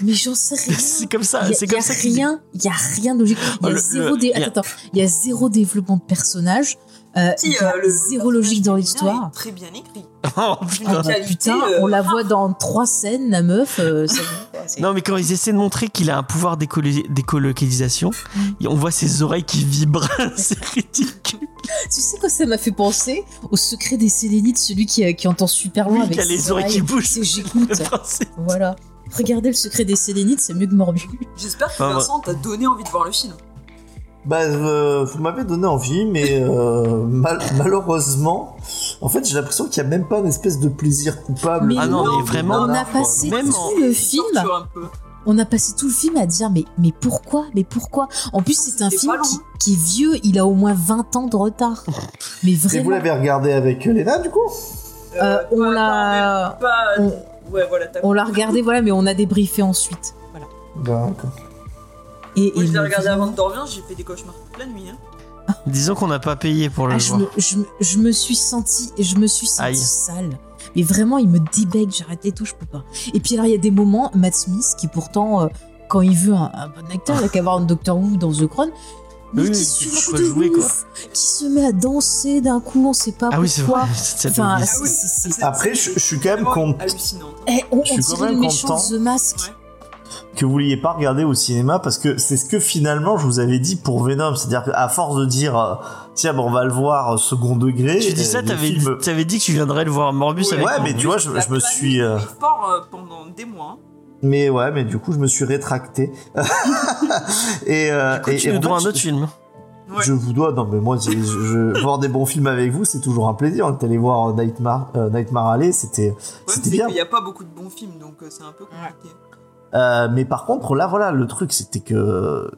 Speaker 4: mais j'en sais rien.
Speaker 2: C'est comme ça,
Speaker 4: Il y a,
Speaker 2: c'est
Speaker 4: il y a
Speaker 2: comme ça. qu'il-
Speaker 4: rien, il y a rien de logique. Il y a
Speaker 2: Oh, le-
Speaker 4: zéro
Speaker 2: le-
Speaker 4: dé-
Speaker 2: il y a-
Speaker 4: attends, attends. Il y a zéro développement de personnage. euh,
Speaker 3: Si,
Speaker 4: il y a
Speaker 3: euh, le-
Speaker 4: zéro logique dans
Speaker 3: le-
Speaker 4: l'histoire.
Speaker 3: Très bien écrit.
Speaker 2: Oh,
Speaker 4: Ah
Speaker 2: putain.
Speaker 4: bah,
Speaker 3: Qualité,
Speaker 4: putain,
Speaker 3: euh,
Speaker 4: on la voit dans trois scènes, la meuf. euh, ça- c'est-
Speaker 2: Non, mais quand ils essaient de montrer qu'il a un pouvoir d'écolo- d'écolocalisation,
Speaker 4: Mm.
Speaker 2: et on voit ses oreilles qui vibrent. c'est ridicule.
Speaker 4: Tu sais quoi, ça m'a fait penser au secret des Sélénites, celui qui, qui entend super loin
Speaker 2: Oui,
Speaker 4: avec
Speaker 2: qui a les
Speaker 4: ses
Speaker 2: oreilles qui bougent.
Speaker 4: C'est j'écoute.
Speaker 2: Enfin, c'est-
Speaker 4: voilà. Regardez le secret des Sélénites, c'est mieux que Morbu.
Speaker 3: J'espère que
Speaker 2: Enfin, ouais.
Speaker 3: Vincent t'a donné envie de voir le film.
Speaker 5: Bah, euh, vous m'avez donné envie, mais euh, mal- malheureusement, En fait, j'ai l'impression qu'il n'y a même pas une espèce de plaisir coupable.
Speaker 4: Mais
Speaker 2: Ah non,
Speaker 4: non,
Speaker 2: mais vraiment.
Speaker 4: on a
Speaker 5: Voilà, quoi.
Speaker 4: passé
Speaker 2: Même
Speaker 4: tout
Speaker 2: en-
Speaker 4: le
Speaker 3: Ils
Speaker 4: film, Euh,
Speaker 3: torturent un peu.
Speaker 4: on a passé tout le film à dire mais, mais pourquoi, mais pourquoi En plus, c'est un
Speaker 3: C'est
Speaker 4: film
Speaker 3: pas long.
Speaker 4: qui, qui est vieux, il a au moins 20 ans de retard. Mais
Speaker 5: Et vous
Speaker 4: vraiment,
Speaker 5: l'avez regardé avec Léna, du coup
Speaker 4: euh,
Speaker 3: Euh,
Speaker 4: on
Speaker 3: pas-
Speaker 4: l'a
Speaker 3: pas- euh,
Speaker 4: on,
Speaker 3: Ouais, voilà, t'as
Speaker 4: on l'a regardé, voilà, mais on a débriefé ensuite. Voilà.
Speaker 5: Bah, d'accord.
Speaker 4: Et,
Speaker 3: Moi,
Speaker 4: et
Speaker 3: je l'ai regardé
Speaker 4: vraiment-
Speaker 3: avant de dormir, j'ai fait des cauchemars toute la nuit. hein.
Speaker 2: Disons qu'on n'a pas payé pour le
Speaker 4: Ah, je,
Speaker 2: voir.
Speaker 4: me, je, me- je me suis sentie, je me suis sentie
Speaker 2: Aïe.
Speaker 4: sale. Mais vraiment, il me débecte, j'arrête les tout, je peux pas. Et puis alors, il y a des moments, Matt Smith, qui pourtant, euh, quand il veut un, un bon acteur, il a qu'à avoir un Doctor Who dans The Crown, mais
Speaker 2: Oui,
Speaker 4: qui
Speaker 2: qui
Speaker 4: se
Speaker 2: soit
Speaker 4: met de
Speaker 2: joué, quoi.
Speaker 4: ouf, qui se met à danser d'un coup, on sait pas
Speaker 2: Ah oui, c'est
Speaker 4: pourquoi.
Speaker 2: vrai. c'est- c'est-
Speaker 4: Enfin,
Speaker 2: c'est-
Speaker 4: c'est-
Speaker 3: Ah oui.
Speaker 4: c'est- c'est-
Speaker 5: Après, je, je suis quand même
Speaker 3: Vraiment
Speaker 5: content
Speaker 3: hallucinante.
Speaker 4: Eh, on, on
Speaker 5: Je suis quand
Speaker 4: dirait
Speaker 5: même
Speaker 4: le méchant
Speaker 5: content.
Speaker 4: de The Mask.
Speaker 3: Ouais.
Speaker 5: que vous l'ayez pas regardé au cinéma parce que c'est ce que finalement je vous avais dit pour Venom. C'est-à-dire qu'à force de dire, euh, tiens, bon, on va le voir euh, second degré.
Speaker 2: Tu
Speaker 5: euh,
Speaker 2: dis ça,
Speaker 5: le
Speaker 2: t'avais
Speaker 5: film-
Speaker 2: t'avais dit que tu viendrais le voir Morbus
Speaker 3: Ouais,
Speaker 2: avec
Speaker 5: Ouais,
Speaker 2: nous.
Speaker 5: mais tu vois, je,
Speaker 3: La
Speaker 5: je me
Speaker 3: planète
Speaker 5: suis. euh,
Speaker 3: vit fort euh, pendant des mois.
Speaker 5: Mais ouais, mais du coup, je me suis rétracté. et, euh,
Speaker 2: Du coup,
Speaker 5: et-
Speaker 2: tu
Speaker 5: et
Speaker 2: nous
Speaker 5: en
Speaker 2: dois
Speaker 5: fait,
Speaker 2: un autre film.
Speaker 3: hein. Ouais.
Speaker 5: Je vous dois, non mais moi, je, je- voir des bons films avec vous, c'est toujours un plaisir. On est allé voir euh, Nightmare, euh, Nightmare Alley, c'était,
Speaker 3: Le problème,
Speaker 5: c'était
Speaker 3: c'est
Speaker 5: bien.
Speaker 3: qu'il n'y a pas beaucoup de bons films, donc euh, c'est un peu compliqué.
Speaker 5: Euh, mais par contre, là, voilà, le truc, c'était que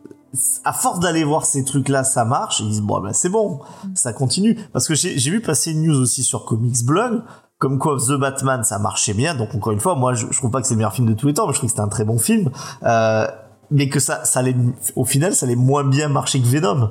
Speaker 5: à force d'aller voir ces trucs-là, ça marche. Ils disent bon, ben c'est bon,
Speaker 4: Mm.
Speaker 5: ça continue. Parce que j'ai j'ai vu passer une news aussi sur Comics Blog, comme quoi The Batman, ça marchait bien. Donc encore une fois, moi, je, je trouve pas que c'est le meilleur film de tous les temps, mais je trouve que c'était un très bon film. Euh, mais que ça, ça allait, au final, ça allait moins bien marcher que Venom.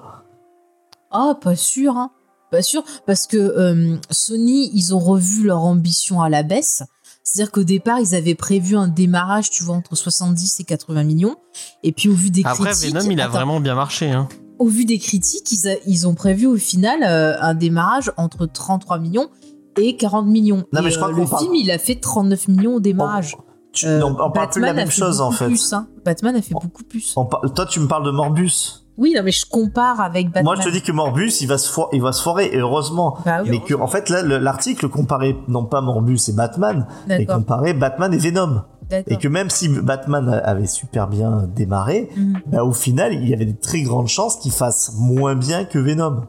Speaker 4: Ah, pas sûr, hein. Pas sûr, parce que euh, Sony, ils ont revu leur ambition à la baisse. C'est-à-dire qu'au départ, ils avaient prévu un démarrage, tu vois, entre 70 et 80 millions. Et puis, au vu des
Speaker 2: Après,
Speaker 4: critiques...
Speaker 2: Venom, il a
Speaker 4: Attends.
Speaker 2: vraiment bien marché. Hein.
Speaker 4: Au vu des critiques, ils, a- ils ont prévu au final euh, un démarrage entre 33 millions et 40 millions.
Speaker 5: Non, mais
Speaker 4: Et,
Speaker 5: je crois
Speaker 4: euh,
Speaker 5: qu'on
Speaker 4: le
Speaker 5: parle- Oh,
Speaker 4: film, il a fait 39 millions au démarrage.
Speaker 5: Tu,
Speaker 4: Euh,
Speaker 5: non, on parle plus de la
Speaker 4: Batman a
Speaker 5: même
Speaker 4: fait
Speaker 5: chose en
Speaker 4: beaucoup
Speaker 5: fait.
Speaker 4: plus, hein. Batman a fait
Speaker 5: On-
Speaker 4: beaucoup plus.
Speaker 5: On par- toi, tu me parles de Morbus.
Speaker 4: Oui, non, mais je compare avec Batman.
Speaker 5: Moi, je te dis que Morbus, il va se, fo- il va se foirer, et heureusement.
Speaker 4: Bah oui,
Speaker 5: Mais que, en fait, là, le- l'article comparait non pas Morbus et Batman, mais
Speaker 4: d'accord.
Speaker 5: comparait Batman et Venom. Et
Speaker 4: d'accord.
Speaker 5: que même si Batman a- avait super bien démarré,
Speaker 4: Mhm.
Speaker 5: bah, au final, il y avait de très grandes chances qu'il fasse moins bien que Venom.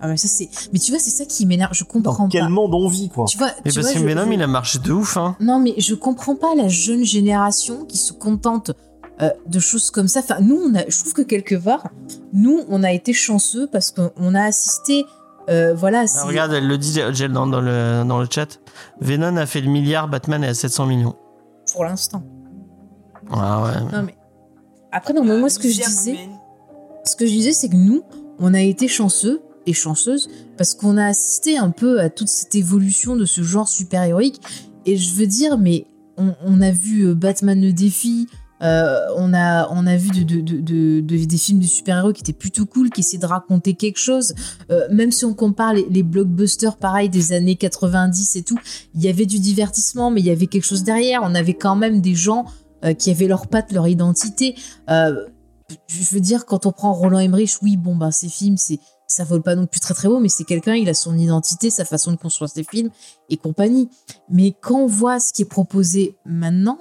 Speaker 4: Ah, mais ça, c'est. Mais tu vois, c'est ça qui m'énerve. Je
Speaker 5: Dans
Speaker 4: comprends
Speaker 5: quel
Speaker 4: pas.
Speaker 5: monde on vit, quoi.
Speaker 4: Tu vois,
Speaker 2: Mais
Speaker 4: tu
Speaker 2: parce
Speaker 4: vois,
Speaker 2: que
Speaker 4: je-
Speaker 2: Venom,
Speaker 4: je-
Speaker 2: il a marché de ouf. Hein.
Speaker 4: Non, mais je comprends pas la jeune génération qui se contente euh, de choses comme ça. Enfin, nous, on a, je trouve que quelque part, nous, on a été chanceux parce qu'on a assisté, euh, voilà, à
Speaker 2: Ah,
Speaker 4: ces-
Speaker 2: regarde, elle le dit euh, Jel, dans, dans le, dans le chat. Venom a fait le milliard, Batman est à 700 millions.
Speaker 4: pour l'instant.
Speaker 2: Ah ouais.
Speaker 4: Non, mais après, non, mais moi, ce que je
Speaker 3: Misère
Speaker 4: disais,
Speaker 3: humaine.
Speaker 4: ce que je disais, c'est que nous, on a été chanceux et chanceuses parce qu'on a assisté un peu à toute cette évolution de ce genre super-héroïque. Et je veux dire, mais on, on a vu euh, Batman le défi, euh, on, a, on a vu de, de- de- de- de- des films de super-héros qui étaient plutôt cool, qui essayaient de raconter quelque chose. Euh, même si on compare les, les blockbusters, pareil, des années 90 et tout, il y avait du divertissement, mais il y avait quelque chose derrière. On avait quand même des gens euh, qui avaient leurs pattes, leur identité. Euh, je veux dire, quand on prend Roland Emmerich, oui, bon, ben, ses films, c'est ça vole pas non plus très très haut, mais c'est quelqu'un, il a son identité, sa façon de construire ses films et compagnie. Mais quand on voit ce qui est proposé maintenant,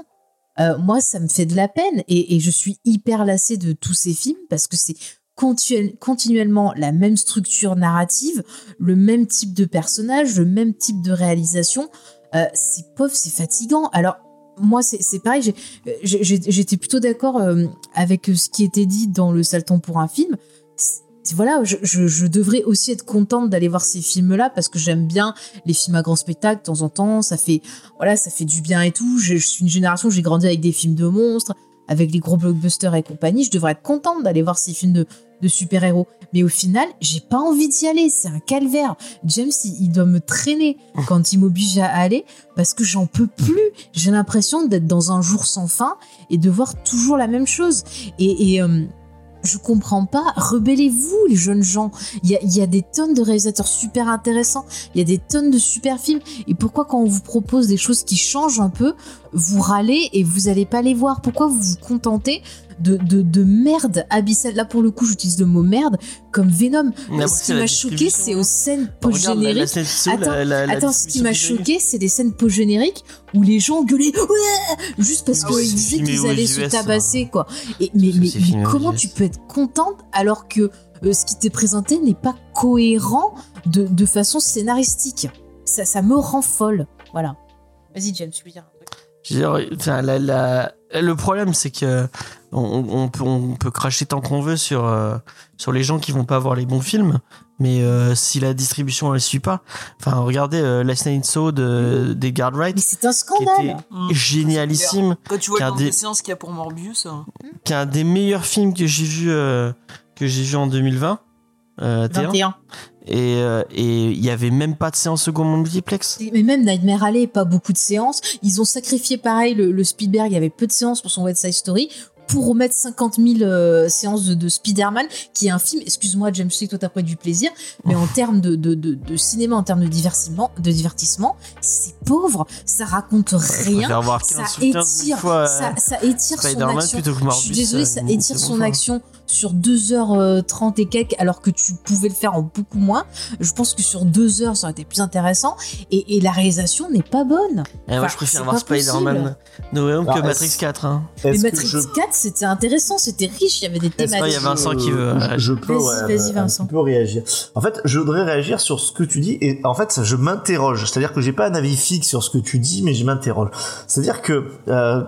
Speaker 4: euh, moi, ça me fait de la peine et, et je suis hyper lassée de tous ces films parce que c'est continuel- continuellement la même structure narrative, le même type de personnage, le même type de réalisation. Euh, c'est pauvre, c'est fatigant. Alors, moi, c'est c'est pareil, j'ai- euh, j'ai- j'ai- j'étais plutôt d'accord euh, avec ce qui était dit dans le Salton pour un film. C'est- Voilà, je, je- je devrais aussi être contente d'aller voir ces films-là parce que j'aime bien les films à grand spectacle de temps en temps. Ça fait, voilà, ça fait du bien et tout. Je, je suis une génération, j'ai grandi avec des films de monstres, avec les gros blockbusters et compagnie. Je devrais être contente d'aller voir ces films de, de super-héros. Mais au final, j'ai pas envie d'y aller. C'est un calvaire. James, il, il doit me traîner quand il m'oblige à aller parce que j'en peux plus. J'ai l'impression d'être dans un jour sans fin et de voir toujours la même chose. Et, et, euh, je comprends pas. Rebellez-vous, les jeunes gens. Il y a, il y a des tonnes de réalisateurs super intéressants. Il y a des tonnes de super films. Et pourquoi, quand on vous propose des choses qui changent un peu, vous râlez et vous allez pas les voir Pourquoi vous vous contentez de, de, de merde abyssale Là, pour le coup, j'utilise le mot merde comme Venom.
Speaker 2: Mais après,
Speaker 4: ce qui
Speaker 2: c'est la
Speaker 4: m'a choqué,
Speaker 2: distribution,
Speaker 4: c'est
Speaker 2: hein.
Speaker 4: aux scènes
Speaker 2: Bah, regarde, la- la
Speaker 4: post-génériques.
Speaker 2: scène-
Speaker 4: Attends,
Speaker 2: la- la- la
Speaker 4: Attends, ce qui
Speaker 2: distribution
Speaker 4: m'a
Speaker 2: du générique.
Speaker 4: choqué, c'est des scènes post-génériques où les gens gueulaient ouais juste parce
Speaker 2: Ah
Speaker 4: qu'ils
Speaker 2: ouais, c'est
Speaker 4: disaient
Speaker 2: filmé
Speaker 4: qu'ils
Speaker 2: aux
Speaker 4: allaient se
Speaker 2: US,
Speaker 4: tabasser quoi. Et, mais
Speaker 2: Ça,
Speaker 4: mais-
Speaker 2: c'est
Speaker 4: mais
Speaker 2: filmé aux
Speaker 4: comment
Speaker 2: US.
Speaker 4: tu peux être contente alors que euh, ce qui t'est présenté n'est pas cohérent de, de façon scénaristique. Ça, ça me rend folle. Voilà. Vas-y, James, tu peux dire un truc.
Speaker 2: Je veux dire, enfin, la- la- le problème, c'est que on, on peut, on peut cracher tant qu'on veut sur, euh, sur les gens qui vont pas voir les bons films, mais euh, si la distribution elle suit pas, enfin regardez euh, Last Night So de, des Guardright,
Speaker 4: Mais c'est un
Speaker 2: qui était
Speaker 4: scandale.
Speaker 3: Mm.
Speaker 2: génialissime,
Speaker 3: Quand tu vois le
Speaker 2: Car
Speaker 3: nombre de
Speaker 2: des-
Speaker 3: séances qu'il y a pour Morbius, hein.
Speaker 2: qui est un des meilleurs films que j'ai vu euh, que j'ai vu en 2020. euh, T1.
Speaker 4: 21.
Speaker 2: Et euh, et il y avait même pas de séance second multiplex.
Speaker 4: Mais même Nightmare Alley, pas beaucoup de séances. Ils ont sacrifié pareil le, le Spielberg, il y avait peu de séances pour son West Side Story, pour remettre 50 000 euh, séances de, de Spider-Man, qui est un film, excuse-moi James, je sais que toi t'as pris du plaisir, mais
Speaker 2: Oh.
Speaker 4: en termes de, de, de, de cinéma, en termes de divertissement, de divertissement c'est pauvre, ça raconte
Speaker 2: Je
Speaker 4: rien.
Speaker 2: préfère voir
Speaker 4: Ça
Speaker 2: 15 ou 15
Speaker 4: étire,
Speaker 2: fois, euh,
Speaker 4: ça, ça étire son
Speaker 2: Spider-Man
Speaker 4: action.
Speaker 2: plutôt que
Speaker 4: Je
Speaker 2: Morbius.
Speaker 4: suis désolée,
Speaker 2: euh,
Speaker 4: ça
Speaker 2: une
Speaker 4: étire
Speaker 2: seconde
Speaker 4: son
Speaker 2: fois.
Speaker 4: action sur 2h30 et quelques, alors que tu pouvais le faire en beaucoup moins. Je pense que sur 2 heures, ça aurait été plus intéressant. Et, et la réalisation n'est pas bonne.
Speaker 2: Eh, moi,
Speaker 4: Enfin,
Speaker 2: je préfère
Speaker 4: c'est
Speaker 2: voir
Speaker 4: pas possible.
Speaker 2: Spider-Man No Way Home
Speaker 5: Ah,
Speaker 2: que
Speaker 5: est-ce-
Speaker 2: Matrix 4. hein.
Speaker 4: Mais
Speaker 5: Est-ce que
Speaker 4: Matrix
Speaker 5: je-
Speaker 4: 4, c'était intéressant, c'était riche, il y avait des
Speaker 5: est-ce que
Speaker 4: thématiques.
Speaker 2: il y a Vincent qui veut,
Speaker 5: je- Euh, Je peux,
Speaker 4: Vas-y,
Speaker 5: ouais,
Speaker 4: vas-y,
Speaker 5: un petit
Speaker 4: Vincent.
Speaker 5: peu réagir. En fait, je voudrais réagir sur ce que tu dis et en fait, ça, je m'interroge. C'est-à-dire que j'ai pas un avis fixe sur ce que tu dis, mais je m'interroge. C'est-à-dire que euh,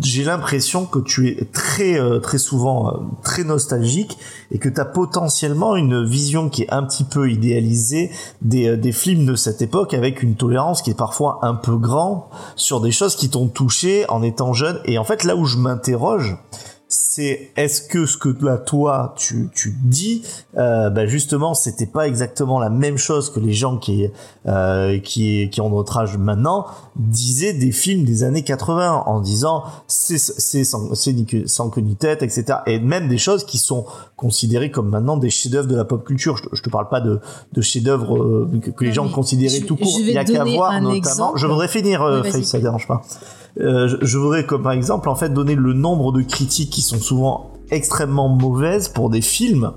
Speaker 5: j'ai l'impression que tu es très, euh, très souvent euh, très nostalgique et que tu as potentiellement une vision qui est un petit peu idéalisée des, euh, des films de cette époque avec une tolérance qui est parfois un peu grande sur des choses qui t'ont touché en étant jeune. Et en fait, là où je m'interroge, c'est est-ce que ce que là toi tu, tu dis euh, bah justement c'était pas exactement la même chose que les gens qui euh, qui qui ont notre âge maintenant disaient des films des années 80 en disant c'est c'est sans c'est ni que- sans que ni tête etc et même des choses qui sont considérées comme maintenant des chefs-d'œuvre de la pop culture je, te- je te parle pas de de chefs-d'œuvre euh, que, que les
Speaker 4: Non,
Speaker 5: gens
Speaker 4: mais
Speaker 5: considéraient
Speaker 4: je-
Speaker 5: tout court
Speaker 4: je vais
Speaker 5: il y a
Speaker 4: te
Speaker 5: qu'à
Speaker 4: donner
Speaker 5: voir
Speaker 4: un
Speaker 5: notamment
Speaker 4: exemple.
Speaker 5: je voudrais finir euh,
Speaker 4: Oui, vas-y.
Speaker 5: Faith, ça dérange pas euh, je, je voudrais comme par exemple en fait donner le nombre de critiques qui sont souvent extrêmement mauvaises pour des films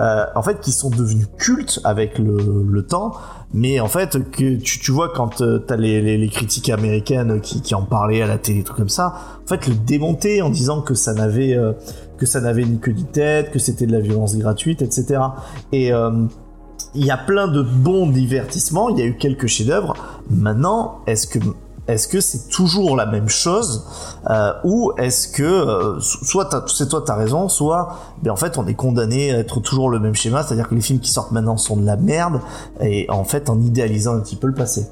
Speaker 5: euh, en fait qui sont devenus cultes avec le, le temps mais en fait que tu, tu vois quand euh, t'as les, les, les critiques américaines qui, qui en parlaient à la télé trucs comme ça en fait le démonter en disant que ça n'avait euh, que ça n'avait ni queue ni tête que c'était de la violence gratuite etc et euh, il y a plein de bons divertissements, il y a eu quelques chefs-d'œuvre. Maintenant, est-ce que est-ce que c'est toujours la même chose euh, ou est-ce que euh, so- soit t'as- c'est toi t'as raison, soit ben en fait on est condamné à être toujours le même schéma, c'est-à-dire que les films qui sortent maintenant sont de la merde et en fait en idéalisant un petit peu le passé.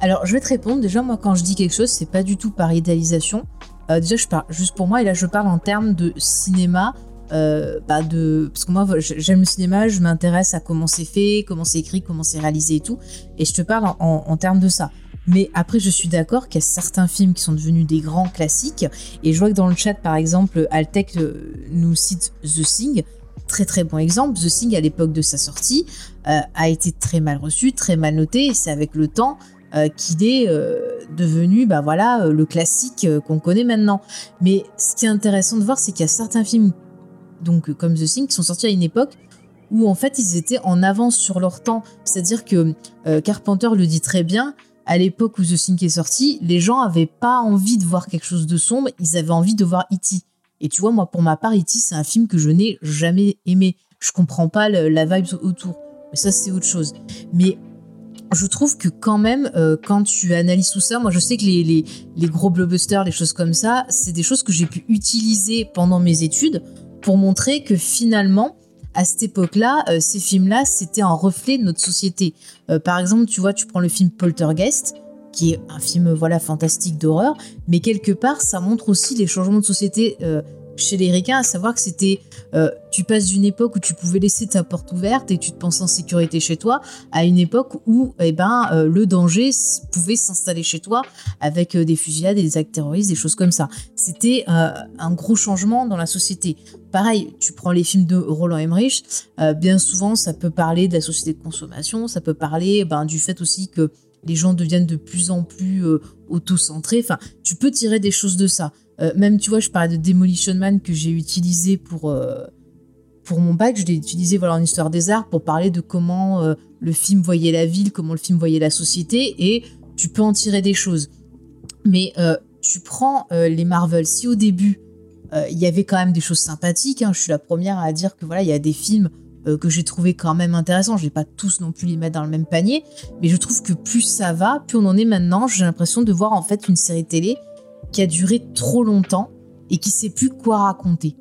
Speaker 4: Alors, je vais te répondre. Déjà, moi, quand je dis quelque chose, c'est pas du tout par idéalisation. Euh, déjà, je parle juste pour moi, et là, je parle en termes de cinéma. euh, bah, de... Parce que moi, j- j'aime le cinéma, je m'intéresse à comment c'est fait, comment c'est écrit, comment c'est réalisé et tout. Et je te parle en, en- en termes de ça. Mais après, je suis d'accord qu'il y a certains films qui sont devenus des grands classiques. Et je vois que dans le chat, par exemple, Altec euh, nous cite The Thing. Très très bon exemple. The Thing, à l'époque de sa sortie, euh, a été très mal reçu, très mal noté. Et c'est avec le temps euh, qu'il est euh, devenu bah voilà euh, le classique euh, qu'on connaît maintenant. Mais ce qui est intéressant de voir, c'est qu'il y a certains films, donc euh, comme The Thing, qui sont sortis à une époque où en fait ils étaient en avance sur leur temps. C'est-à-dire que euh, Carpenter le dit très bien. À l'époque où The Thing est sorti, les gens avaient pas envie de voir quelque chose de sombre, ils avaient envie de voir E.T. Et tu vois, moi, pour ma part, E.T., c'est un film que je n'ai jamais aimé. Je comprends pas le- la vibe autour. Mais ça, c'est autre chose. Mais je trouve que quand même, euh, quand tu analyses tout ça, moi je sais que les, les, les gros blockbusters, les choses comme ça, c'est des choses que j'ai pu utiliser pendant mes études pour montrer que finalement, à cette époque-là, euh, ces films-là, c'était un reflet de notre société. Euh, par exemple, tu vois, tu prends le film Poltergeist, qui est un film euh, voilà fantastique d'horreur, mais quelque part, ça montre aussi les changements de société euh, chez les Ricains, à savoir que c'était, euh, tu passes d'une époque où tu pouvais laisser ta porte ouverte et tu te pensais en sécurité chez toi, à une époque où eh ben, euh, le danger s- pouvait s'installer chez toi avec euh, des fusillades et des actes terroristes, des choses comme ça. C'était euh, un gros changement dans la société. Pareil, tu prends les films de Roland Emmerich, euh, bien souvent ça peut parler de la société de consommation, ça peut parler ben, du fait aussi que les gens deviennent de plus en plus euh, auto-centrés. Enfin, tu peux tirer des choses de ça. Euh, même, tu vois, je parlais de Demolition Man que j'ai utilisé pour, euh, pour mon bac. Je l'ai utilisé voilà, en histoire des arts pour parler de comment euh, le film voyait la ville, comment le film voyait la société, et tu peux en tirer des choses. Mais euh, tu prends euh, les Marvel, si au début, euh, il y avait quand même des choses sympathiques, hein, je suis la première à dire que voilà, il y a des films euh, que j'ai trouvé quand même intéressant. Je vais pas tous non plus les mettre dans le même panier, mais je trouve que plus ça va, plus on en est maintenant. J'ai l'impression de voir en fait une série télé qui a duré trop longtemps et qui sait plus quoi raconter.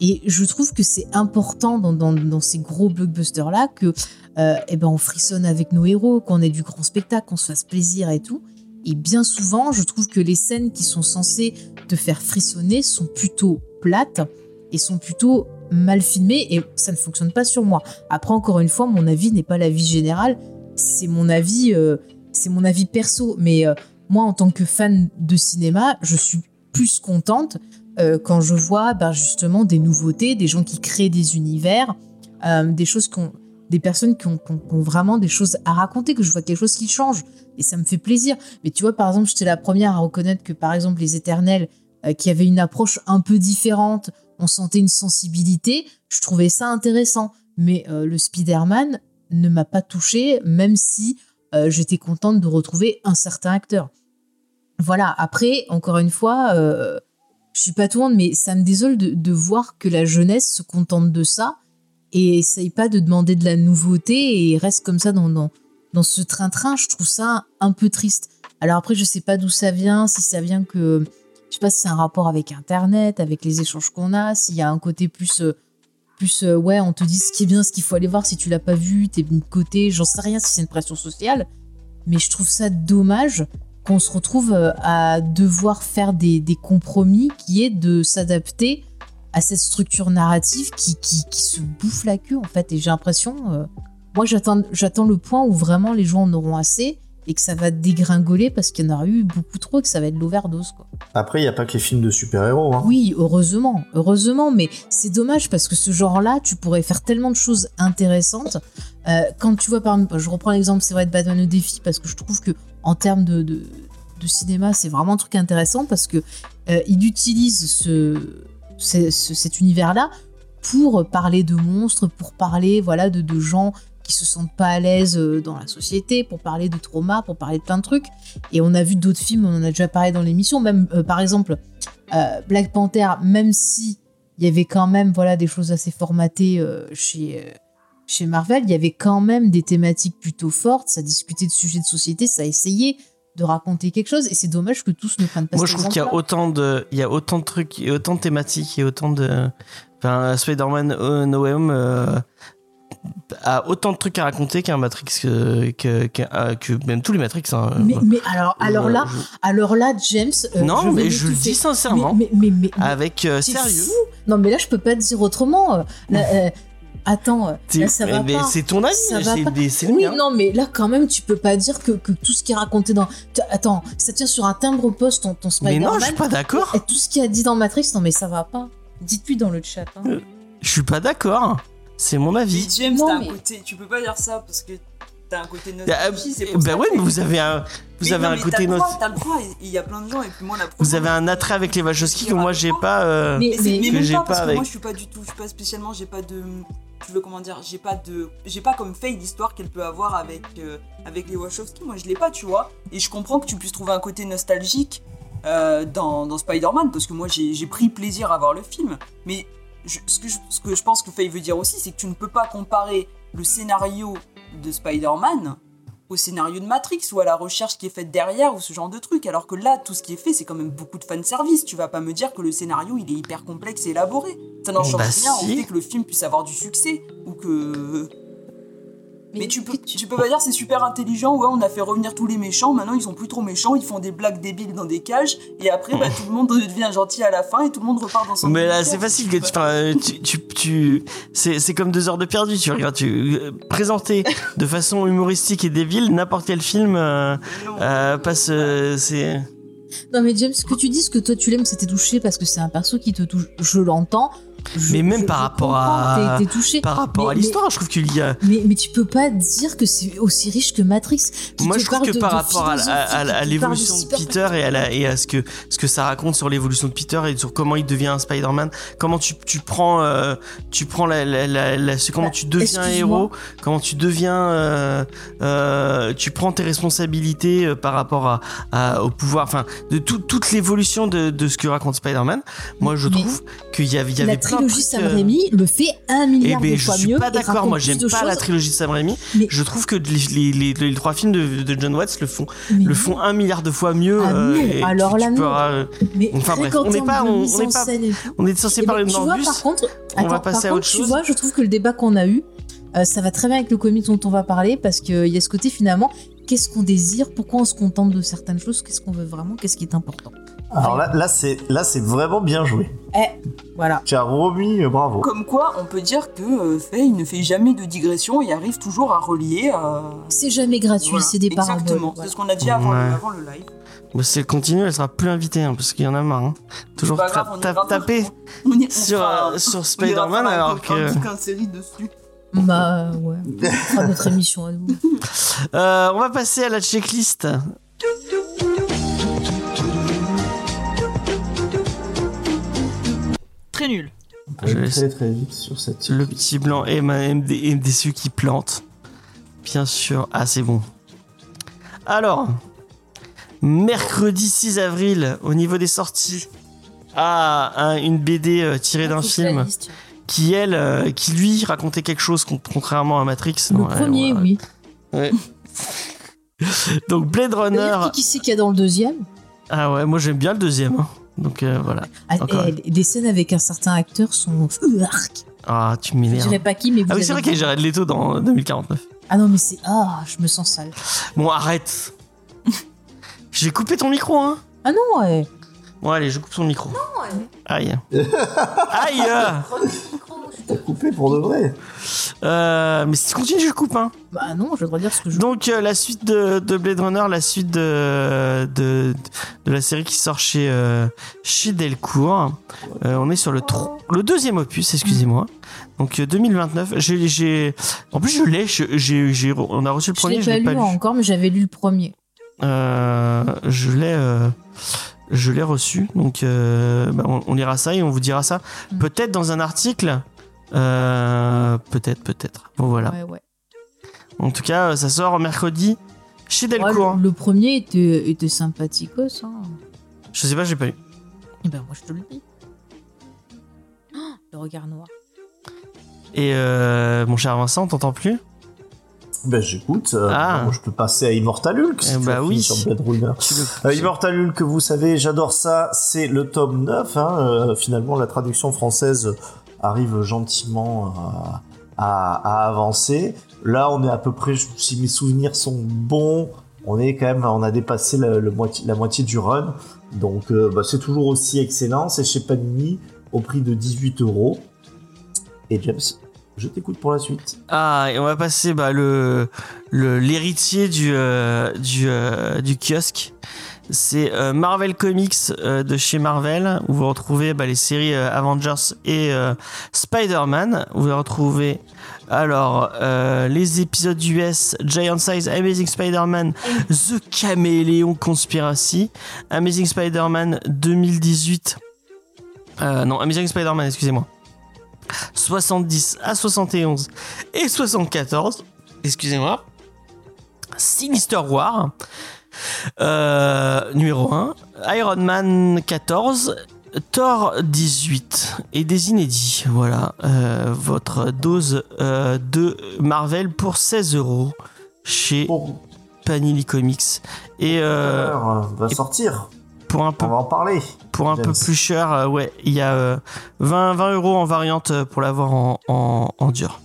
Speaker 4: Et je trouve que c'est important dans, dans- dans ces gros blockbusters là que euh, eh ben on frissonne avec nos héros, qu'on ait du grand spectacle, qu'on se fasse plaisir et tout. Et bien souvent, je trouve que les scènes qui sont censées te faire frissonner sont plutôt plates et sont plutôt mal filmées et ça ne fonctionne pas sur moi. Après, encore une fois, mon avis n'est pas l'avis général, c'est mon avis, euh, c'est mon avis perso. Mais euh, moi, en tant que fan de cinéma, je suis plus contente euh, quand je vois ben, justement des nouveautés, des gens qui créent des univers, euh, des choses qu'on des personnes qui ont, qui ont- qui ont vraiment des choses à raconter, que je vois quelque chose qui change. Et ça me fait plaisir. Mais tu vois, par exemple, j'étais la première à reconnaître que, par exemple, Les Éternels, euh, qui avaient une approche un peu différente, on sentait une sensibilité, je trouvais ça intéressant. Mais euh, le Spider-Man ne m'a pas touchée, même si euh, j'étais contente de retrouver un certain acteur. Voilà, après, encore une fois, euh, je suis pas tourne, mais ça me désole de, de voir que la jeunesse se contente de ça et essaye pas de demander de la nouveauté et reste comme ça dans, dans, dans ce train-train. Je trouve ça un peu triste. Alors après, je sais pas d'où ça vient, si ça vient que. Je sais pas si c'est un rapport avec Internet, avec les échanges qu'on a, s'il y a un côté plus. euh, plus euh, ouais, on te dit ce qui est bien, ce qu'il faut aller voir, si tu l'as pas vu, t'es mis de côté, j'en sais rien si c'est une pression sociale. Mais je trouve ça dommage qu'on se retrouve euh, à devoir faire des, des compromis qui est de s'adapter à cette structure narrative qui, qui, qui se bouffe la queue en fait. Et j'ai l'impression, euh, moi j'attends j'attends le point où vraiment les gens en auront assez et que ça va dégringoler parce qu'il y en aura eu beaucoup trop et que ça va être l'overdose quoi.
Speaker 5: Après, il n'y a pas que les films de super-héros. Hein.
Speaker 4: Oui, heureusement, heureusement, mais c'est dommage parce que ce genre-là, tu pourrais faire tellement de choses intéressantes. Euh, quand tu vois, par exemple, je reprends l'exemple, c'est vrai, de Batman au défi, parce que je trouve que en termes de, de, de cinéma, c'est vraiment un truc intéressant parce que euh, il utilise ce, ce- ce- cet univers-là pour parler de monstres, pour parler voilà de, de gens qui se sentent pas à l'aise euh, dans la société, pour parler de trauma, pour parler de plein de trucs. Et on a vu d'autres films, on en a déjà parlé dans l'émission, même euh, par exemple euh, Black Panther, même si il y avait quand même voilà des choses assez formatées euh, chez euh, chez Marvel, il y avait quand même des thématiques plutôt fortes, ça discutait de sujets de société, ça essayait de raconter quelque chose, et c'est dommage que tous ne prennent pas
Speaker 2: Moi,
Speaker 4: cet
Speaker 2: je trouve qu'il y a
Speaker 4: exemple-là.
Speaker 2: autant de, il y a autant de trucs, et autant de thématiques et autant de, enfin, Spider-Man euh, No Way Home euh, a autant de trucs à raconter qu'un Matrix, que, que, que- euh, que même tous les Matrix. hein.
Speaker 4: Mais,
Speaker 2: Euh,
Speaker 4: mais alors, alors là,
Speaker 2: je-
Speaker 4: alors là, James. euh,
Speaker 2: non,
Speaker 4: vais
Speaker 2: mais je le
Speaker 4: m'étouffer.
Speaker 2: dis sincèrement,
Speaker 4: Mais, mais, mais, mais-
Speaker 2: avec euh,
Speaker 4: t'es
Speaker 2: sérieux.
Speaker 4: fou non, mais là, je peux pas te dire autrement. euh, là, euh, attends, euh,
Speaker 2: T'es-
Speaker 4: là, ça
Speaker 2: mais-
Speaker 4: va
Speaker 2: mais
Speaker 4: pas.
Speaker 2: c'est ton avis, hein,
Speaker 4: Ça va
Speaker 2: c'est
Speaker 4: pas.
Speaker 2: des- c'est le
Speaker 4: Oui,
Speaker 2: mien.
Speaker 4: non, mais là, quand même, tu peux pas dire que, que tout ce qui est raconté dans. T- Attends, ça tient sur un timbre poste, ton, ton
Speaker 2: Mais non,
Speaker 4: Spider-Man.
Speaker 2: je suis pas d'accord.
Speaker 4: Et tout ce qu'il a dit dans Matrix, non, mais ça va pas. Dites-lui dans le chat. hein.
Speaker 2: Euh, Je suis pas d'accord. C'est mon
Speaker 3: Mais
Speaker 2: avis.
Speaker 3: James,
Speaker 4: Non,
Speaker 3: t'as
Speaker 4: mais-
Speaker 3: un côté, tu peux pas dire ça parce que t'as un côté
Speaker 2: Bah,
Speaker 3: nostalgie. c'est pour ça
Speaker 2: bah ouais,
Speaker 3: que-
Speaker 2: mais vous avez un, vous
Speaker 3: Mais
Speaker 2: avez
Speaker 3: non,
Speaker 2: un
Speaker 3: mais
Speaker 2: côté
Speaker 3: T'as le
Speaker 2: notre.
Speaker 3: droit, t'as le droit, il il y a plein de gens et puis moi la
Speaker 2: Vous avez un attrait avec les Wachowski que moi j'ai pas. euh,
Speaker 4: Mais-
Speaker 3: Mais, c'est- mais
Speaker 4: que
Speaker 3: même
Speaker 2: j'ai
Speaker 3: pas,
Speaker 2: pas
Speaker 3: parce que
Speaker 2: avec-
Speaker 3: moi je suis pas du tout, je suis pas spécialement, j'ai pas de, tu veux comment dire, j'ai pas de, j'ai pas comme Faye l'histoire qu'elle peut avoir avec euh, avec les Wachowski. Moi je l'ai pas, tu vois. Et je comprends que tu puisses trouver un côté nostalgique euh, dans, dans Spider-Man parce que moi j'ai j'ai pris plaisir à voir le film. Mais je- ce que je, ce que je pense que Faye veut dire aussi, c'est que tu ne peux pas comparer le scénario de Spider-Man au scénario de Matrix ou à la recherche qui est faite derrière ou ce genre de truc. Alors que là, tout ce qui est fait, c'est quand même beaucoup de fanservice. Tu vas pas me dire que le scénario, il est hyper complexe et élaboré. Ça n'en
Speaker 2: Bah
Speaker 3: change rien
Speaker 2: si.
Speaker 3: au fait que le film puisse avoir du succès ou que... Mais, tu, peux, tu peux pas dire c'est super intelligent, ouais on a fait revenir tous les méchants, maintenant ils sont plus trop méchants, ils font des blagues débiles dans des cages, et après bah, tout le monde devient gentil à la fin et tout le monde repart dans son
Speaker 2: Mais là,
Speaker 3: univers.
Speaker 2: c'est facile que tu,
Speaker 3: Ouais.
Speaker 2: enfin, euh, tu, tu, tu- c'est, c'est comme deux heures de perdu, tu regardes, tu euh, présenter de façon humoristique et débile n'importe quel film euh,
Speaker 3: Non.
Speaker 2: euh, passe, euh, c'est.
Speaker 4: Non, mais James, que tu dises que toi, tu l'aimes, c'était touché parce que c'est un perso qui te touche. Je l'entends. Je-
Speaker 2: Mais même
Speaker 4: je-
Speaker 2: par
Speaker 4: je
Speaker 2: rapport
Speaker 4: comprends
Speaker 2: à-
Speaker 4: que T'es t'es touché.
Speaker 2: Par rapport
Speaker 4: Mais-
Speaker 2: à l'histoire, je trouve qu'il y a.
Speaker 4: Mais, mais tu peux pas dire que c'est aussi riche que Matrix. qui
Speaker 2: Moi,
Speaker 4: te
Speaker 2: je trouve
Speaker 4: parle
Speaker 2: que
Speaker 4: de-
Speaker 2: par
Speaker 4: de
Speaker 2: rapport à, la- à- à
Speaker 4: philosophie,
Speaker 2: la- à
Speaker 4: qui te
Speaker 2: l'évolution
Speaker 4: parle
Speaker 2: de Peter et à, la- et à ce, que, ce que ça raconte sur l'évolution de Peter et sur comment il devient un Spider-Man, comment tu, tu prends, euh, tu prends la, la- la- la- ce- comment
Speaker 4: Bah,
Speaker 2: tu deviens un
Speaker 4: excuse-moi.
Speaker 2: héros, comment tu deviens, euh, euh, tu prends tes responsabilités euh, par rapport à, à- au pouvoir, enfin, de tout- toute l'évolution de, de ce que raconte Spider-Man. Moi, je
Speaker 4: Mais
Speaker 2: trouve qu'il y avait, il y
Speaker 4: la
Speaker 2: avait plein de
Speaker 4: trilogie
Speaker 2: trucs,
Speaker 4: Sam
Speaker 2: euh,
Speaker 4: Raimi le fait un
Speaker 2: Eh
Speaker 4: milliard
Speaker 2: ben,
Speaker 4: de
Speaker 2: je
Speaker 4: fois
Speaker 2: suis
Speaker 4: mieux.
Speaker 2: pas
Speaker 4: et
Speaker 2: d'accord.
Speaker 4: raconte
Speaker 2: Moi,
Speaker 4: plus
Speaker 2: j'aime
Speaker 4: de
Speaker 2: pas la
Speaker 4: choses.
Speaker 2: trilogie Sam Raimi.
Speaker 4: Mais-
Speaker 2: Je trouve que les, les- les- les trois films de, de John Watts le font, le
Speaker 4: Mais non.
Speaker 2: font un milliard de fois mieux.
Speaker 4: Ah
Speaker 2: euh,
Speaker 4: non,
Speaker 2: et
Speaker 4: alors
Speaker 2: tu- tu
Speaker 4: là, non.
Speaker 2: pourras, euh,
Speaker 4: Mais
Speaker 2: Enfin, bref,
Speaker 4: rien qu'en
Speaker 2: on n'est
Speaker 4: termes
Speaker 2: pas-
Speaker 4: de
Speaker 2: on-
Speaker 4: mise
Speaker 2: on n'est
Speaker 4: en
Speaker 2: pas-
Speaker 4: scène et-
Speaker 2: on est censé
Speaker 4: Eh ben,
Speaker 2: parler de
Speaker 4: tu vois,
Speaker 2: Morbus.
Speaker 4: par contre,
Speaker 2: On
Speaker 4: attends,
Speaker 2: va passer
Speaker 4: par
Speaker 2: à
Speaker 4: contre,
Speaker 2: autre
Speaker 4: Tu
Speaker 2: chose.
Speaker 4: vois, je trouve que le débat qu'on a eu, euh, ça va très bien avec le comics dont on va parler parce qu'il y a ce côté finalement, qu'est-ce qu'on désire, pourquoi on se contente de certaines choses, qu'est-ce qu'on veut vraiment, qu'est-ce qui est important.
Speaker 5: Alors là, là c'est là c'est vraiment bien joué.
Speaker 4: Voilà.
Speaker 5: Tu as remis, euh, bravo.
Speaker 3: Comme quoi, on peut dire que euh, Faye ne fait jamais de digression et arrive toujours à relier à.
Speaker 4: C'est jamais gratuit,
Speaker 3: Voilà.
Speaker 4: c'est des paroles.
Speaker 3: Exactement, c'est ce qu'on a dit avant,
Speaker 2: Ouais.
Speaker 3: avant le live.
Speaker 2: Bah, si elle continue, elle sera plus invitée hein, parce qu'il y en a marre. hein. Toujours
Speaker 3: Pas grave,
Speaker 2: ta-
Speaker 3: on
Speaker 2: ta-
Speaker 3: ira faire-
Speaker 2: taper
Speaker 3: on y- on
Speaker 2: sur,
Speaker 3: fera-
Speaker 2: euh, sur
Speaker 3: on ira
Speaker 2: Spider-Man
Speaker 3: faire un-
Speaker 2: alors que.
Speaker 3: Un, bouquin de série dessus.
Speaker 4: Bah ouais, on fera notre émission à nous.
Speaker 2: Euh, on va passer à la checklist.
Speaker 3: Très nul.
Speaker 5: On peut aller
Speaker 2: je-
Speaker 5: très très vite sur cette.
Speaker 2: Le petit blanc et ma MD, MDSU qui plante. Bien sûr. Ah, c'est bon. Alors, mercredi 6 avril, au niveau des sorties, ah, un- une BD euh, tirée d'un film qui, elle, euh, qui lui racontait quelque chose, con- contrairement à Matrix.
Speaker 4: Le
Speaker 2: Ouais,
Speaker 4: premier,
Speaker 2: ouais.
Speaker 4: oui.
Speaker 2: Donc, Blade Runner.
Speaker 4: D'ailleurs, qui, qui c'est qu'il y a dans le deuxième
Speaker 2: Ah ouais, moi j'aime bien le deuxième. hein. Donc, euh, voilà.
Speaker 4: Ah,
Speaker 2: Encore.
Speaker 4: eh, Des scènes avec un certain acteur sont. Arc.
Speaker 2: Ah, tu
Speaker 4: Je
Speaker 2: m'énerves.
Speaker 4: dirais pas qui, mais vous
Speaker 2: Ah oui,
Speaker 4: avez
Speaker 2: c'est vrai qu'il y a Jared Leto dans euh, 2049.
Speaker 4: Ah non, mais c'est. Ah, je me sens sale.
Speaker 2: Bon, arrête. J'ai coupé ton micro, hein.
Speaker 4: Ah non, ouais.
Speaker 2: Bon, allez, je coupe son micro.
Speaker 4: ouais.
Speaker 2: Aïe. Aïe
Speaker 5: T'as coupé pour de vrai.
Speaker 2: Euh, Mais si tu continues, je coupe, hein.
Speaker 4: Bah non, je dois dire ce que je
Speaker 2: Donc, euh, la suite de, de Blade Runner, la suite de, de, de la série qui sort chez, euh, chez Delcourt. Euh, on est sur le, tro- le deuxième opus, excusez-moi. Donc, euh, 2029. J'ai- j'ai- En plus, je l'ai. je- j'ai- j'ai- On a reçu le
Speaker 4: Je
Speaker 2: premier,
Speaker 4: l'ai
Speaker 2: je
Speaker 4: pas
Speaker 2: l'ai
Speaker 4: lu,
Speaker 2: pas lu.
Speaker 4: encore, mais j'avais lu le premier.
Speaker 2: Euh, je l'ai euh, je l'ai reçu donc euh, bah, on, on lira ça et on vous dira ça
Speaker 4: Mm.
Speaker 2: peut-être dans un article Euh, peut-être peut-être bon voilà
Speaker 4: Ouais, ouais.
Speaker 2: en tout cas euh, ça sort mercredi chez Delcourt
Speaker 4: Ouais, le, le premier était, était sympathicos. Hein.
Speaker 2: je sais pas j'ai pas eu
Speaker 4: Et ben moi je te le dis. Ah, le regard noir.
Speaker 2: et euh, mon cher Vincent t'entends plus
Speaker 5: Ben j'écoute. euh,
Speaker 2: Ah.
Speaker 5: bon, je peux passer à Immortal Hulk.
Speaker 2: Eh
Speaker 5: Si tu
Speaker 2: bah
Speaker 5: as fini
Speaker 2: oui.
Speaker 5: Sur Blade Runner. Euh, Immortal Hulk, vous savez, j'adore ça. C'est le tome 9. hein, euh, finalement, la traduction française arrive gentiment euh, à, à avancer. Là, on est à peu près, si mes souvenirs sont bons, on est quand même, on a dépassé la, le moitié, la moitié du run. Donc, euh, bah, c'est toujours aussi excellent. C'est chez Panini au prix de 18 euros. Et James, je t'écoute pour la suite.
Speaker 2: ah et on va passer bah, le le- l'héritier du euh, du euh, du kiosque c'est euh, Marvel Comics euh, de chez Marvel où vous retrouvez bah, les séries euh, Avengers et euh, Spider-Man. Vous retrouvez alors euh, les épisodes US Giant Size, Amazing Spider-Man, The Caméléon Conspiracy, Amazing Spider-Man 2018. euh, non, Amazing Spider-Man, excusez-moi. 70 à 71 et 74. Excusez-moi. Sinister War. Euh, numéro 1, Iron Man 14, Thor 18 et des inédits. Voilà euh, votre dose euh, de Marvel pour 16 euros chez
Speaker 5: Pour
Speaker 2: Panini Comics et euh,
Speaker 5: l'heure, va
Speaker 2: et-
Speaker 5: sortir.
Speaker 2: pour un peu
Speaker 5: On va en parler.
Speaker 2: pour un peu
Speaker 5: James.
Speaker 2: plus cher, euh, ouais, il y a euh, 20 20 euros en variante euh, pour l'avoir en, en, en dur.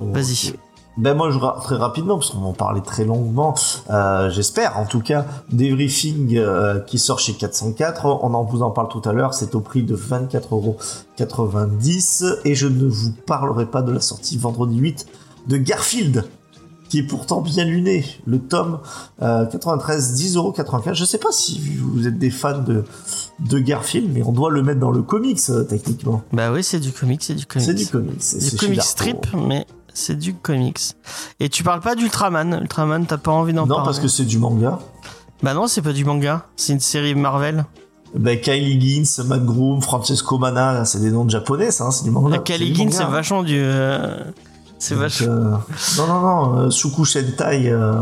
Speaker 2: Vas-y.
Speaker 5: Ben moi, je ra- très rapidement, parce qu'on en parlait très longuement, euh, j'espère en tout cas, d'Everything euh, qui sort chez 404, on en vous en parle tout à l'heure, c'est au prix de 24,90€ et je ne vous parlerai pas de la sortie vendredi 8 de Garfield, qui est pourtant bien luné, le tome euh, 93, 10,95€, je sais pas si vous êtes des fans de, de Garfield, mais on doit le mettre dans le comics, euh, techniquement.
Speaker 2: Bah oui, c'est du comics, c'est du comics.
Speaker 5: C'est du comics. c'est-
Speaker 2: du
Speaker 5: c'est chez
Speaker 2: comic
Speaker 5: Darko.
Speaker 2: strip, mais c'est du comics. Et tu parles pas d'Ultraman. Ultraman, t'as pas envie d'en
Speaker 5: Non,
Speaker 2: parler.
Speaker 5: parce que c'est du manga.
Speaker 2: Bah non, c'est pas du manga. C'est une série Marvel.
Speaker 5: Ben, Kyle Higgins, Matt Groom, Francesco Mana, là, c'est des noms de japonais, ça, hein, c'est du manga. hein.
Speaker 2: La Caligine, c'est
Speaker 5: vache
Speaker 2: vachement du. euh, Ah, C'est vachement.
Speaker 5: non, non, non, euh, Suku Shentai, euh,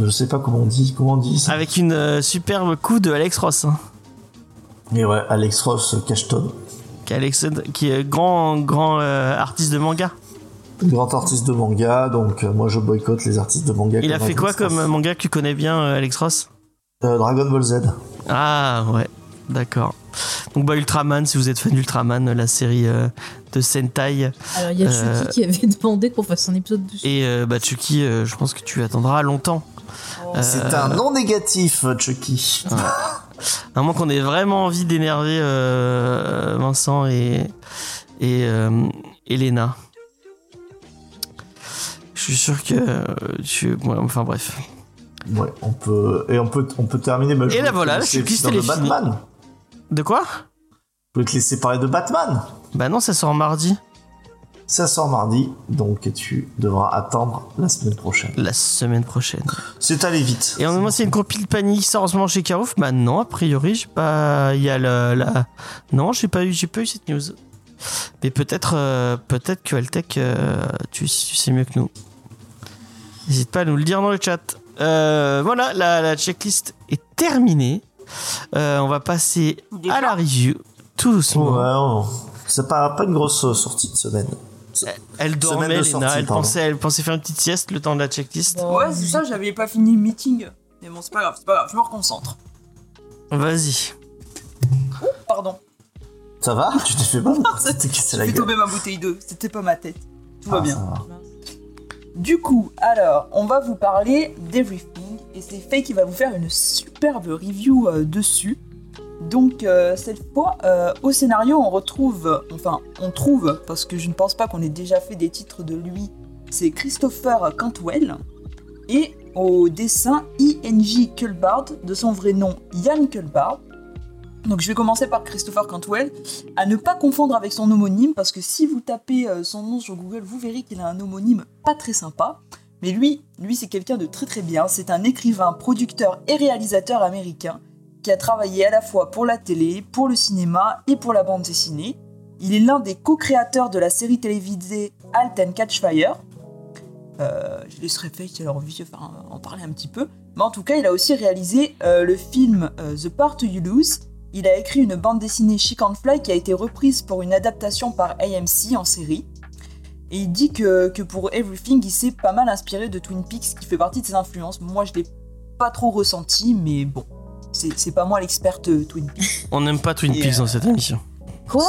Speaker 5: je sais pas comment on dit, comment on dit ça.
Speaker 2: Avec une euh, superbe coup de Alex Ross. hein.
Speaker 5: Mais ouais, Alex Ross, euh, Cashton.
Speaker 2: qui est, Alexandre, qui est grand, grand euh, artiste de manga.
Speaker 5: Grand artiste de manga, donc euh, moi je boycotte les artistes de manga.
Speaker 2: Il a
Speaker 5: comme
Speaker 2: fait quoi
Speaker 5: Alex Ross.
Speaker 2: comme manga que tu connais bien, euh, Alex Ross
Speaker 5: Euh, Dragon Ball Z.
Speaker 2: Ah ouais, d'accord. Donc bah Ultraman, si vous êtes fan d'Ultraman, la série euh, de Sentai.
Speaker 4: Alors, il y a Chucky
Speaker 2: Euh,
Speaker 4: qui avait demandé qu'on fasse un épisode dessus.
Speaker 2: Et euh, bah Chucky, euh, je pense que tu attendras longtemps. Euh,
Speaker 5: Oh, C'est un non négatif, euh, Chucky.
Speaker 2: Ah. À moins qu'on ait vraiment envie d'énerver euh, Vincent et, et euh, Elena. Je suis sûr que euh, tu. ouais, enfin bref.
Speaker 5: Ouais, on peut et on peut on peut terminer. bah,
Speaker 2: Et
Speaker 5: je voulais
Speaker 2: la
Speaker 5: te
Speaker 2: voilà,
Speaker 5: laisser
Speaker 2: Chucky, c'était
Speaker 5: dans le
Speaker 2: les films.
Speaker 5: Batman.
Speaker 2: De quoi
Speaker 5: Je peux te laisser parler de Batman.
Speaker 2: Bah non, ça sort mardi.
Speaker 5: Ça sort mardi, donc tu devras attendre la semaine prochaine.
Speaker 2: La semaine prochaine.
Speaker 5: C'est allé vite.
Speaker 2: Et on demande s'il y a une compile panique qui sort en ce moment chez Carouf. Bah non, a priori, j'ai pas. Il y a le- la. Non, j'ai pas eu, j'ai pas eu cette news. Mais peut-être, euh, peut-être que Altec, euh, tu, tu sais mieux que nous. N'hésite pas à nous le dire dans le chat. Euh, voilà, la, la checklist est terminée. Euh, on va passer
Speaker 3: Déjà
Speaker 2: à la review tout
Speaker 5: Ouais,
Speaker 2: doucement.
Speaker 5: on- c'est pas pas une grosse euh, sortie de semaine.
Speaker 2: Elle dormait,
Speaker 5: Semaine de
Speaker 2: Léna.
Speaker 5: sortie,
Speaker 2: elle,
Speaker 5: pardon.
Speaker 2: pensait, elle pensait faire une petite sieste le temps de la checklist.
Speaker 4: Bon,
Speaker 3: Ouais, c'est ça, j'avais pas fini le meeting. Mais bon, c'est pas grave, c'est pas grave, je me reconcentre.
Speaker 2: Vas-y.
Speaker 3: Pardon,
Speaker 5: Ça va Tu t'es fait mal C'était cassé
Speaker 3: j'ai
Speaker 5: la
Speaker 3: fait
Speaker 5: gueule.
Speaker 3: tomber ma bouteille d'eau, c'était pas ma tête. Tout va
Speaker 5: Ah,
Speaker 3: bien.
Speaker 5: ça va.
Speaker 3: Du coup, alors, on va vous parler d'Everything, et c'est Faye qui va vous faire une superbe review euh, dessus. Donc, euh, cette fois, euh, au scénario, on retrouve, enfin, on trouve, parce que je ne pense pas qu'on ait déjà fait des titres de lui, c'est Christopher Cantwell, et au dessin INJ Culbard, de son vrai nom Yann Culbard. Donc, je vais commencer par Christopher Cantwell, à ne pas confondre avec son homonyme, parce que si vous tapez euh, son nom sur Google, vous verrez qu'il a un homonyme pas très sympa. Mais lui, lui c'est quelqu'un de très très bien. C'est un écrivain, producteur et réalisateur américain qui a travaillé à la fois pour la télé, pour le cinéma et pour la bande dessinée. Il est l'un des co-créateurs de la série télévisée Halt and Catch Fire. Euh, je laisserai Faye si elle a envie enfin, en parler un petit peu. Mais en tout cas, il a aussi réalisé euh, le film euh, The Part You Lose. Il a écrit une bande dessinée Chic and Fly qui a été reprise pour une adaptation par AMC en série. Et il dit que, que pour Everything, il s'est pas mal inspiré de Twin Peaks, qui fait partie de ses influences. Moi, je l'ai pas trop ressenti, mais bon, c'est c'est pas moi l'experte euh, Twin Peaks.
Speaker 2: On n'aime pas Twin
Speaker 3: Et,
Speaker 2: Peaks
Speaker 3: euh,
Speaker 2: dans cette émission.
Speaker 4: Quoi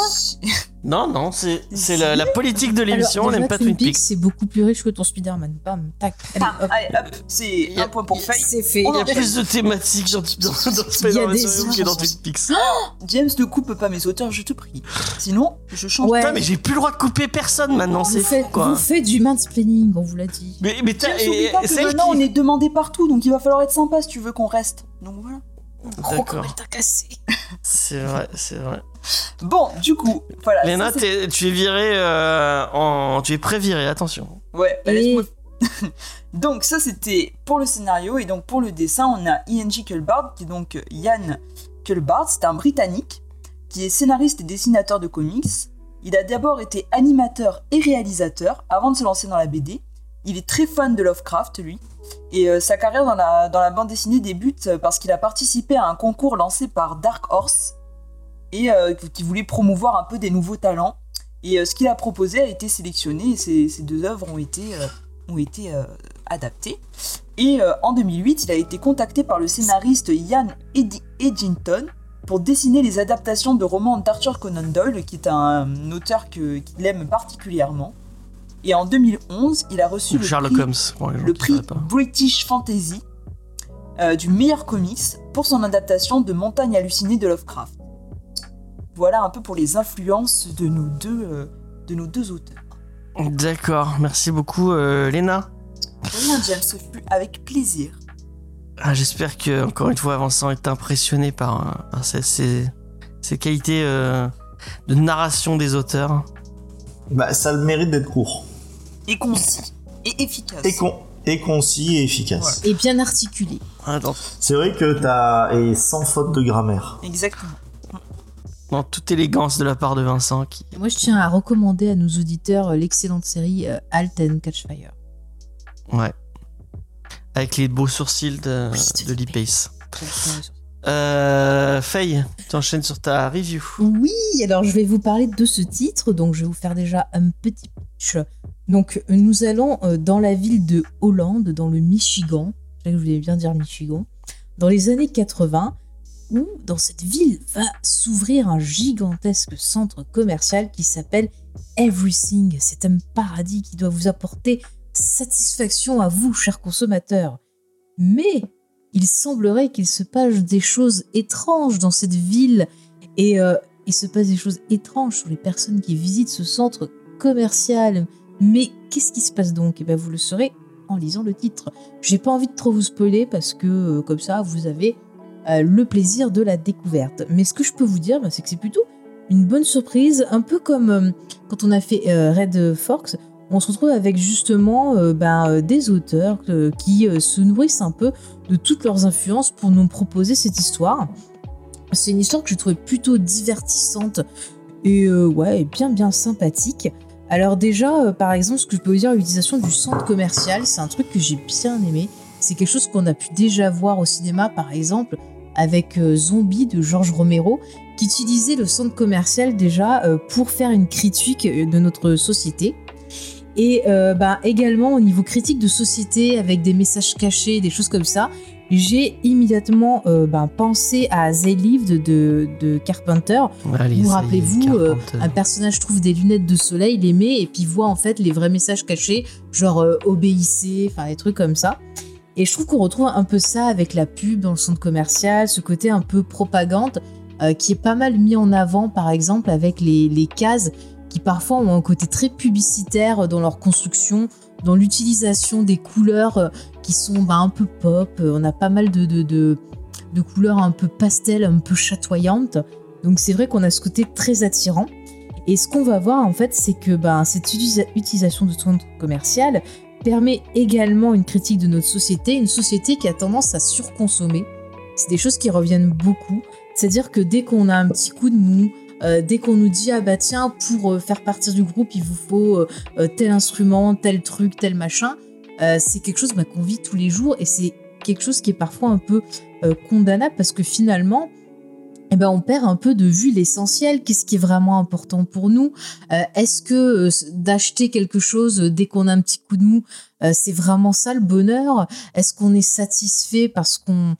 Speaker 2: Non, non, c'est c'est la,
Speaker 3: Si.
Speaker 2: la politique de l'émission,
Speaker 4: Alors,
Speaker 2: on
Speaker 4: déjà,
Speaker 2: n'aime pas Twin Peaks.
Speaker 4: C'est beaucoup plus riche que ton Spider-Man. Bam, tac. Allez,
Speaker 3: Ah,
Speaker 4: hop. Oh,
Speaker 3: allez, hop, c'est un point pour Faye.
Speaker 4: C'est fait.
Speaker 3: On
Speaker 2: Il y a
Speaker 3: enchaîne.
Speaker 2: plus de thématiques dans, dans, dans Spider-Man
Speaker 4: des
Speaker 2: Survival que dans
Speaker 4: urgences.
Speaker 2: Twin Peaks.
Speaker 3: James, ne coupe pas mes auteurs, je te prie. Sinon, je change.
Speaker 4: Ouais.
Speaker 2: Putain, mais j'ai plus le droit de couper personne maintenant,
Speaker 4: Vous
Speaker 2: c'est fou
Speaker 4: faites,
Speaker 2: quoi.
Speaker 4: vous faites du mansplaining, on vous l'a dit.
Speaker 2: Mais, mais
Speaker 3: James,
Speaker 2: t'as.
Speaker 3: oublie
Speaker 2: et-
Speaker 3: pas que
Speaker 2: celle
Speaker 3: maintenant, on
Speaker 2: qui-
Speaker 3: est demandé partout, donc il va falloir être sympa si tu veux qu'on reste. Donc voilà.
Speaker 2: D'accord,
Speaker 4: t'a cassé.
Speaker 2: c'est vrai, c'est vrai.
Speaker 3: Bon, du coup, voilà.
Speaker 2: Léna,
Speaker 3: Bah, ça, c'est-
Speaker 2: t'es- tu es viré euh, en. Tu es pré-viré, attention.
Speaker 3: Ouais, bah,
Speaker 4: Et-
Speaker 3: laisse-moi Donc ça c'était pour le scénario et donc pour le dessin on a ING Culbard qui est donc euh, Ian Culbard, c'est un Britannique qui est scénariste et dessinateur de comics. Il a d'abord été animateur et réalisateur avant de se lancer dans la BD. Il est très fan de Lovecraft lui et euh, sa carrière dans la, dans la bande dessinée débute euh, parce qu'il a participé à un concours lancé par Dark Horse et euh, qui voulait promouvoir un peu des nouveaux talents. Et euh, ce qu'il a proposé a été sélectionné et ces, ces deux œuvres ont été, euh, ont été euh, adaptées. Et euh, en 2008, il a été contacté par le scénariste Ian Edi- Edgington pour dessiner les adaptations de romans d'Arthur Conan Doyle, qui est un auteur que- qu'il aime particulièrement. Et en 2011, il a reçu le
Speaker 2: Sherlock
Speaker 3: prix
Speaker 2: Holmes, pour les gens
Speaker 3: le
Speaker 2: qui
Speaker 3: prix
Speaker 2: savent pas.
Speaker 3: British Fantasy euh, du meilleur comics pour son adaptation de Montagne hallucinée de Lovecraft. Voilà un peu pour les influences de nos deux, euh, de nos deux auteurs.
Speaker 2: D'accord, merci beaucoup, euh, Léna.
Speaker 3: Rien, James, ce fut avec plaisir.
Speaker 2: Ah, J'espère que, encore une fois, Vincent est impressionné par, euh, par ces, ces- ces qualités euh, de narration des auteurs.
Speaker 5: Bah, ça a le mérite d'être court
Speaker 3: Et concis. Et efficace.
Speaker 5: et con et concis et efficace.
Speaker 4: Et bien articulé.
Speaker 2: Ah, dans
Speaker 5: C'est vrai que t'as et sans faute de grammaire.
Speaker 3: Exactement.
Speaker 2: dans toute élégance de la part de Vincent qui
Speaker 4: Et moi, je tiens à recommander à nos auditeurs euh, l'excellente série euh, Halt and Catch Fire.
Speaker 2: ouais avec les beaux sourcils de,
Speaker 4: Oui,
Speaker 2: de
Speaker 4: de
Speaker 2: Lee Pace.
Speaker 4: J'adore les sourcils.
Speaker 2: Euh, Faye, t'enchaînes sur ta review.
Speaker 4: Oui, alors je vais vous parler de ce titre, donc je vais vous faire déjà un petit pitch. Donc nous allons euh, dans la ville de Hollande, dans le Michigan, je sais que je voulais bien dire Michigan, dans les années 80, où dans cette ville va s'ouvrir un gigantesque centre commercial qui s'appelle Everything. C'est un paradis qui doit vous apporter satisfaction à vous, chers consommateurs. Mais il semblerait qu'il se passe des choses étranges dans cette ville et euh, il se passe des choses étranges sur les personnes qui visitent ce centre commercial. Mais qu'est-ce qui se passe donc Eh bien, vous le saurez en lisant le titre. J'ai pas envie de trop vous spoiler parce que euh, comme ça, vous avez euh, le plaisir de la découverte. Mais ce que je peux vous dire, bah, c'est que c'est plutôt une bonne surprise, un peu comme euh, quand on a fait euh, Red Fox. On se retrouve avec justement euh, bah, des auteurs euh, qui euh, se nourrissent un peu de toutes leurs influences pour nous proposer cette histoire. C'est une histoire que je trouvais plutôt divertissante et euh, ouais, et bien bien sympathique. Alors déjà, euh, par exemple, ce que je peux vous dire, l'utilisation du centre commercial, c'est un truc que j'ai bien aimé. C'est quelque chose qu'on a pu déjà voir au cinéma, par exemple, avec euh, Zombie de George Romero, qui utilisait le centre commercial déjà euh, pour faire une critique euh, de notre société. Et euh, bah, également au niveau critique de société, avec des messages cachés, des choses comme ça, j'ai immédiatement euh, bah, pensé à The Lived de, de Carpenter,
Speaker 2: Allez,
Speaker 4: vous
Speaker 2: ça y est,
Speaker 4: rappelez-vous, euh,
Speaker 2: 40.
Speaker 4: un personnage trouve des lunettes de soleil, les met et puis voit en fait les vrais messages cachés, genre euh, obéissez, enfin des trucs comme ça. Et je trouve qu'on retrouve un peu ça avec la pub dans le centre commercial, ce côté un peu propagande euh, qui est pas mal mis en avant par exemple avec les, les cases qui parfois ont un côté très publicitaire dans leur construction, dans l'utilisation des couleurs euh, qui sont bah, un peu pop. Euh, On a pas mal de, de, de, de couleurs un peu pastel, un peu chatoyantes. Donc c'est vrai qu'on a ce côté très attirant. Et ce qu'on va voir en fait, c'est que ben, cette utilisa- utilisation de centre commercial permet également une critique de notre société, une société qui a tendance à surconsommer. C'est des choses qui reviennent beaucoup. C'est-à-dire que dès qu'on a un petit coup de mou, euh, dès qu'on nous dit ah bah tiens pour euh, faire partir du groupe il vous faut euh, euh, tel instrument, tel truc, tel machin, euh, c'est quelque chose bah, qu'on vit tous les jours et c'est quelque chose qui est parfois un peu euh, condamnable parce que finalement eh ben, on perd un peu de vue l'essentiel. Qu'est-ce qui est vraiment important pour nous Euh, Est-ce que euh, s- d'acheter quelque chose euh, dès qu'on a un petit coup de mou, euh, c'est vraiment ça le bonheur Est-ce qu'on est satisfait parce qu'on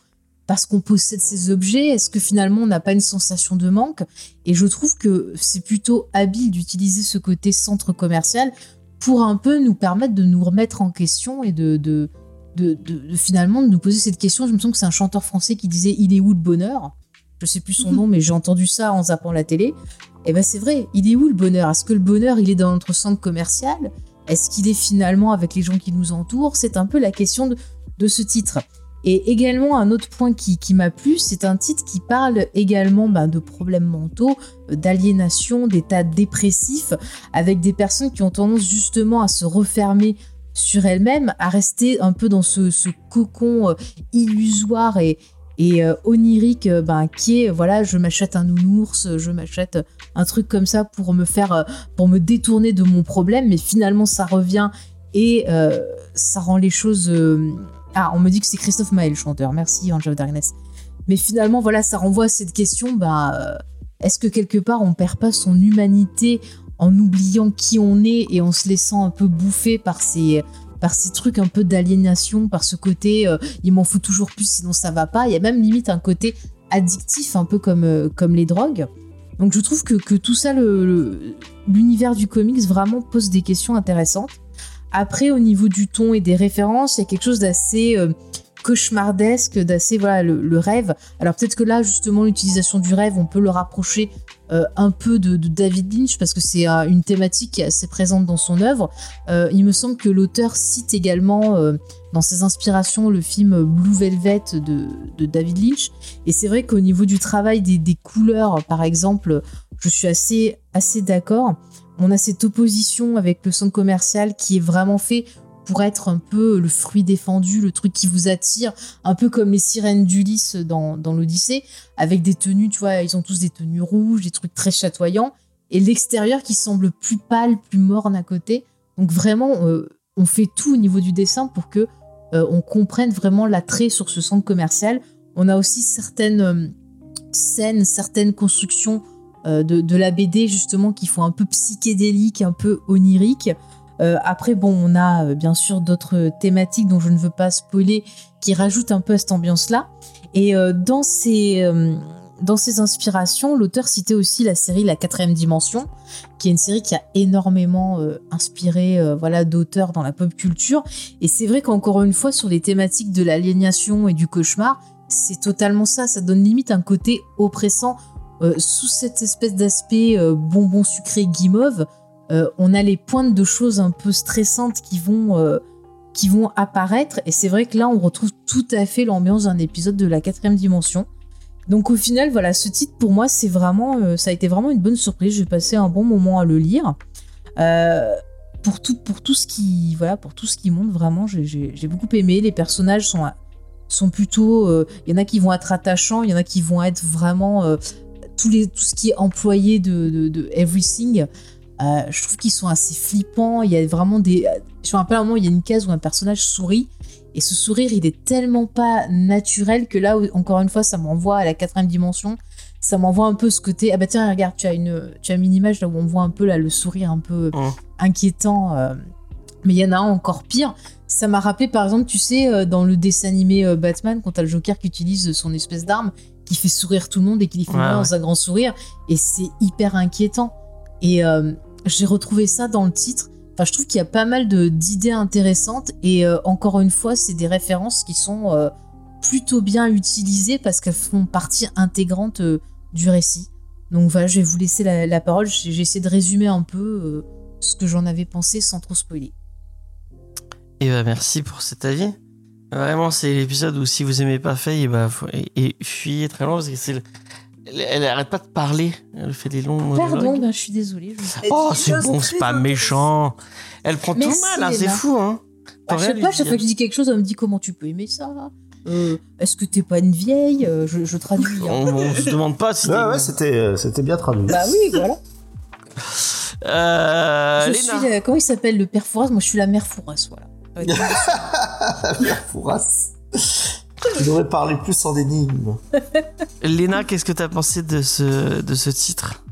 Speaker 4: parce qu'on possède ces objets Est-ce que finalement on n'a pas une sensation de manque Et je trouve que c'est plutôt habile d'utiliser ce côté centre commercial pour un peu nous permettre de nous remettre en question et de, de, de, de- de- finalement de nous poser cette question. Je me sens que c'est un chanteur français qui disait Il est où le bonheur je sais plus son nom, mais j'ai entendu ça en zappant la télé. Et ben c'est vrai, il est où le bonheur Est-ce que le bonheur, il est dans notre centre commercial Est-ce qu'il est finalement avec les gens qui nous entourent C'est un peu la question de, de ce titre. Et également, un autre point qui, qui m'a plu, c'est un titre qui parle également ben, de problèmes mentaux, euh, d'aliénation, d'état dépressif, avec des personnes qui ont tendance justement à se refermer sur elles-mêmes, à rester un peu dans ce, ce cocon euh, illusoire et, et euh, onirique euh, ben, qui est voilà je m'achète un nounours euh, je m'achète un truc comme ça pour me faire euh, pour me détourner de mon problème mais finalement ça revient et euh, ça rend les choses euh, ah on me dit que c'est Christophe Maé le chanteur merci Angel of Darkness mais finalement voilà ça renvoie à cette question ben euh, est-ce que quelque part on perd pas son humanité en oubliant qui on est et en se laissant un peu bouffer par ces par ces trucs un peu d'aliénation par ce côté euh, il m'en faut toujours plus sinon ça va pas. Il y a même limite un côté addictif, un peu comme, euh, comme les drogues. Donc je trouve que, que tout ça, le- le- l'univers du comics vraiment pose des questions intéressantes. Après, au niveau du ton et des références, il y a quelque chose d'assez euh, cauchemardesque, d'assez voilà le, le rêve. Alors peut-être que là, justement, l'utilisation du rêve, on peut le rapprocher euh, un peu de, de David Lynch parce que c'est euh, une thématique qui est assez présente dans son œuvre. Euh, il me semble que l'auteur cite également euh, dans ses inspirations le film Blue Velvet de, de David Lynch. Et c'est vrai qu'au niveau du travail des, des couleurs, par exemple, je suis assez, assez d'accord. On a cette opposition avec le centre commercial qui est vraiment fait pour être un peu le fruit défendu, le truc qui vous attire, un peu comme les sirènes d'Ulysse dans, dans l'Odyssée, avec des tenues, tu vois, ils ont tous des tenues rouges, des trucs très chatoyants, et l'extérieur qui semble plus pâle, plus morne à côté. Donc vraiment, euh, on fait tout au niveau du dessin pour que euh, on comprenne vraiment l'attrait sur ce centre commercial. on a aussi certaines euh, scènes, certaines constructions euh, de, de la BD justement qui font un peu psychédélique, un peu onirique. Euh, après, bon, on a euh, bien sûr d'autres thématiques dont je ne veux pas spoiler qui rajoutent un peu à cette ambiance-là. Et euh, dans, ces, euh, dans ces inspirations, l'auteur citait aussi la série La quatrième dimension, qui est une série qui a énormément euh, inspiré euh, voilà, d'auteurs dans la pop culture. Et c'est vrai qu'encore une fois, sur les thématiques de l'aliénation et du cauchemar, c'est totalement ça. Ça donne limite un côté oppressant. Euh, sous cette espèce d'aspect euh, bonbon sucré guimauve, euh, on a les pointes de choses un peu stressantes qui vont, euh, qui vont apparaître. Et c'est vrai que là, on retrouve tout à fait l'ambiance d'un épisode de la quatrième dimension. Donc au final, voilà, ce titre pour moi, c'est vraiment, euh, ça a été vraiment une bonne surprise. J'ai passé un bon moment à le lire. Euh, pour tout, pour tout ce qui, voilà, pour tout ce qui monte, vraiment, j'ai j'ai- j'ai beaucoup aimé. Les personnages sont, sont plutôt, euh, il y en a qui vont être attachants, il y en a qui vont être vraiment euh, tous les, tout ce qui est employé de, de, de everything. Euh, je trouve qu'ils sont assez flippants. Il y a vraiment des, je me rappelle un moment, il y a une case où un personnage sourit. Et ce sourire, il est tellement pas naturel que là, encore une fois, ça m'envoie à la quatrième dimension. Ça m'envoie un peu ce côté. Ah bah tiens, regarde, tu as une, tu as une image là où on voit un peu là le sourire un peu
Speaker 2: Mmh.
Speaker 4: inquiétant. euh, mais il y en a un encore pire. Ça m'a rappelé, par exemple, tu sais, euh, dans le dessin animé euh, Batman, quand t'as le Joker qui utilise son espèce d'arme, qui fait sourire tout le monde et qui les fait
Speaker 2: Ouais,
Speaker 4: mourir
Speaker 2: ouais.
Speaker 4: dans un grand sourire. Et c'est hyper inquiétant. Et euh, j'ai retrouvé ça dans le titre. Enfin, je trouve qu'il y a pas mal de- d'idées intéressantes et euh, encore une fois, c'est des références qui sont euh, plutôt bien utilisées parce qu'elles font partie intégrante euh, du récit. Donc voilà, je vais vous laisser la, la parole. J'ai j'ai essayé de résumer un peu euh, ce que j'en avais pensé sans trop spoiler.
Speaker 2: Et ben merci pour cet avis. Vraiment, c'est l'épisode où si vous aimez pas Faye, et ben faut- et, et fuyez très loin parce que c'est le- elle, elle arrête pas de parler. Elle fait des longs
Speaker 4: Pardon,
Speaker 2: monologues.
Speaker 4: ben, je suis désolée. Je...
Speaker 3: Elle
Speaker 2: Oh,
Speaker 3: dit des
Speaker 2: c'est
Speaker 3: choses
Speaker 2: bon,
Speaker 3: très
Speaker 2: c'est pas
Speaker 3: intéressantes.
Speaker 2: méchant. Elle prend
Speaker 4: Merci,
Speaker 2: tout mal, hein, c'est
Speaker 4: Emma.
Speaker 2: fou. Hein.
Speaker 4: Bah, je
Speaker 2: T'aurais
Speaker 4: sais
Speaker 2: dû
Speaker 4: pas, chaque
Speaker 2: dire.
Speaker 4: fois que je dis quelque chose, on me dit comment tu peux aimer ça Euh, Est-ce que t'es pas une vieille Euh, je, je traduis. hein.
Speaker 2: on, on se demande pas si.
Speaker 5: Ouais,
Speaker 2: t'es-
Speaker 5: ouais, c'était, euh, c'était bien traduit.
Speaker 4: bah oui, voilà.
Speaker 2: Euh,
Speaker 4: je
Speaker 2: Léna.
Speaker 4: suis, la- comment il s'appelle le père Fouras Moi, je suis la mère Fouras, voilà.
Speaker 5: Fouras. Tu devrais parler plus en énigme.
Speaker 2: Léna, qu'est-ce que t'as pensé de ce, de ce titre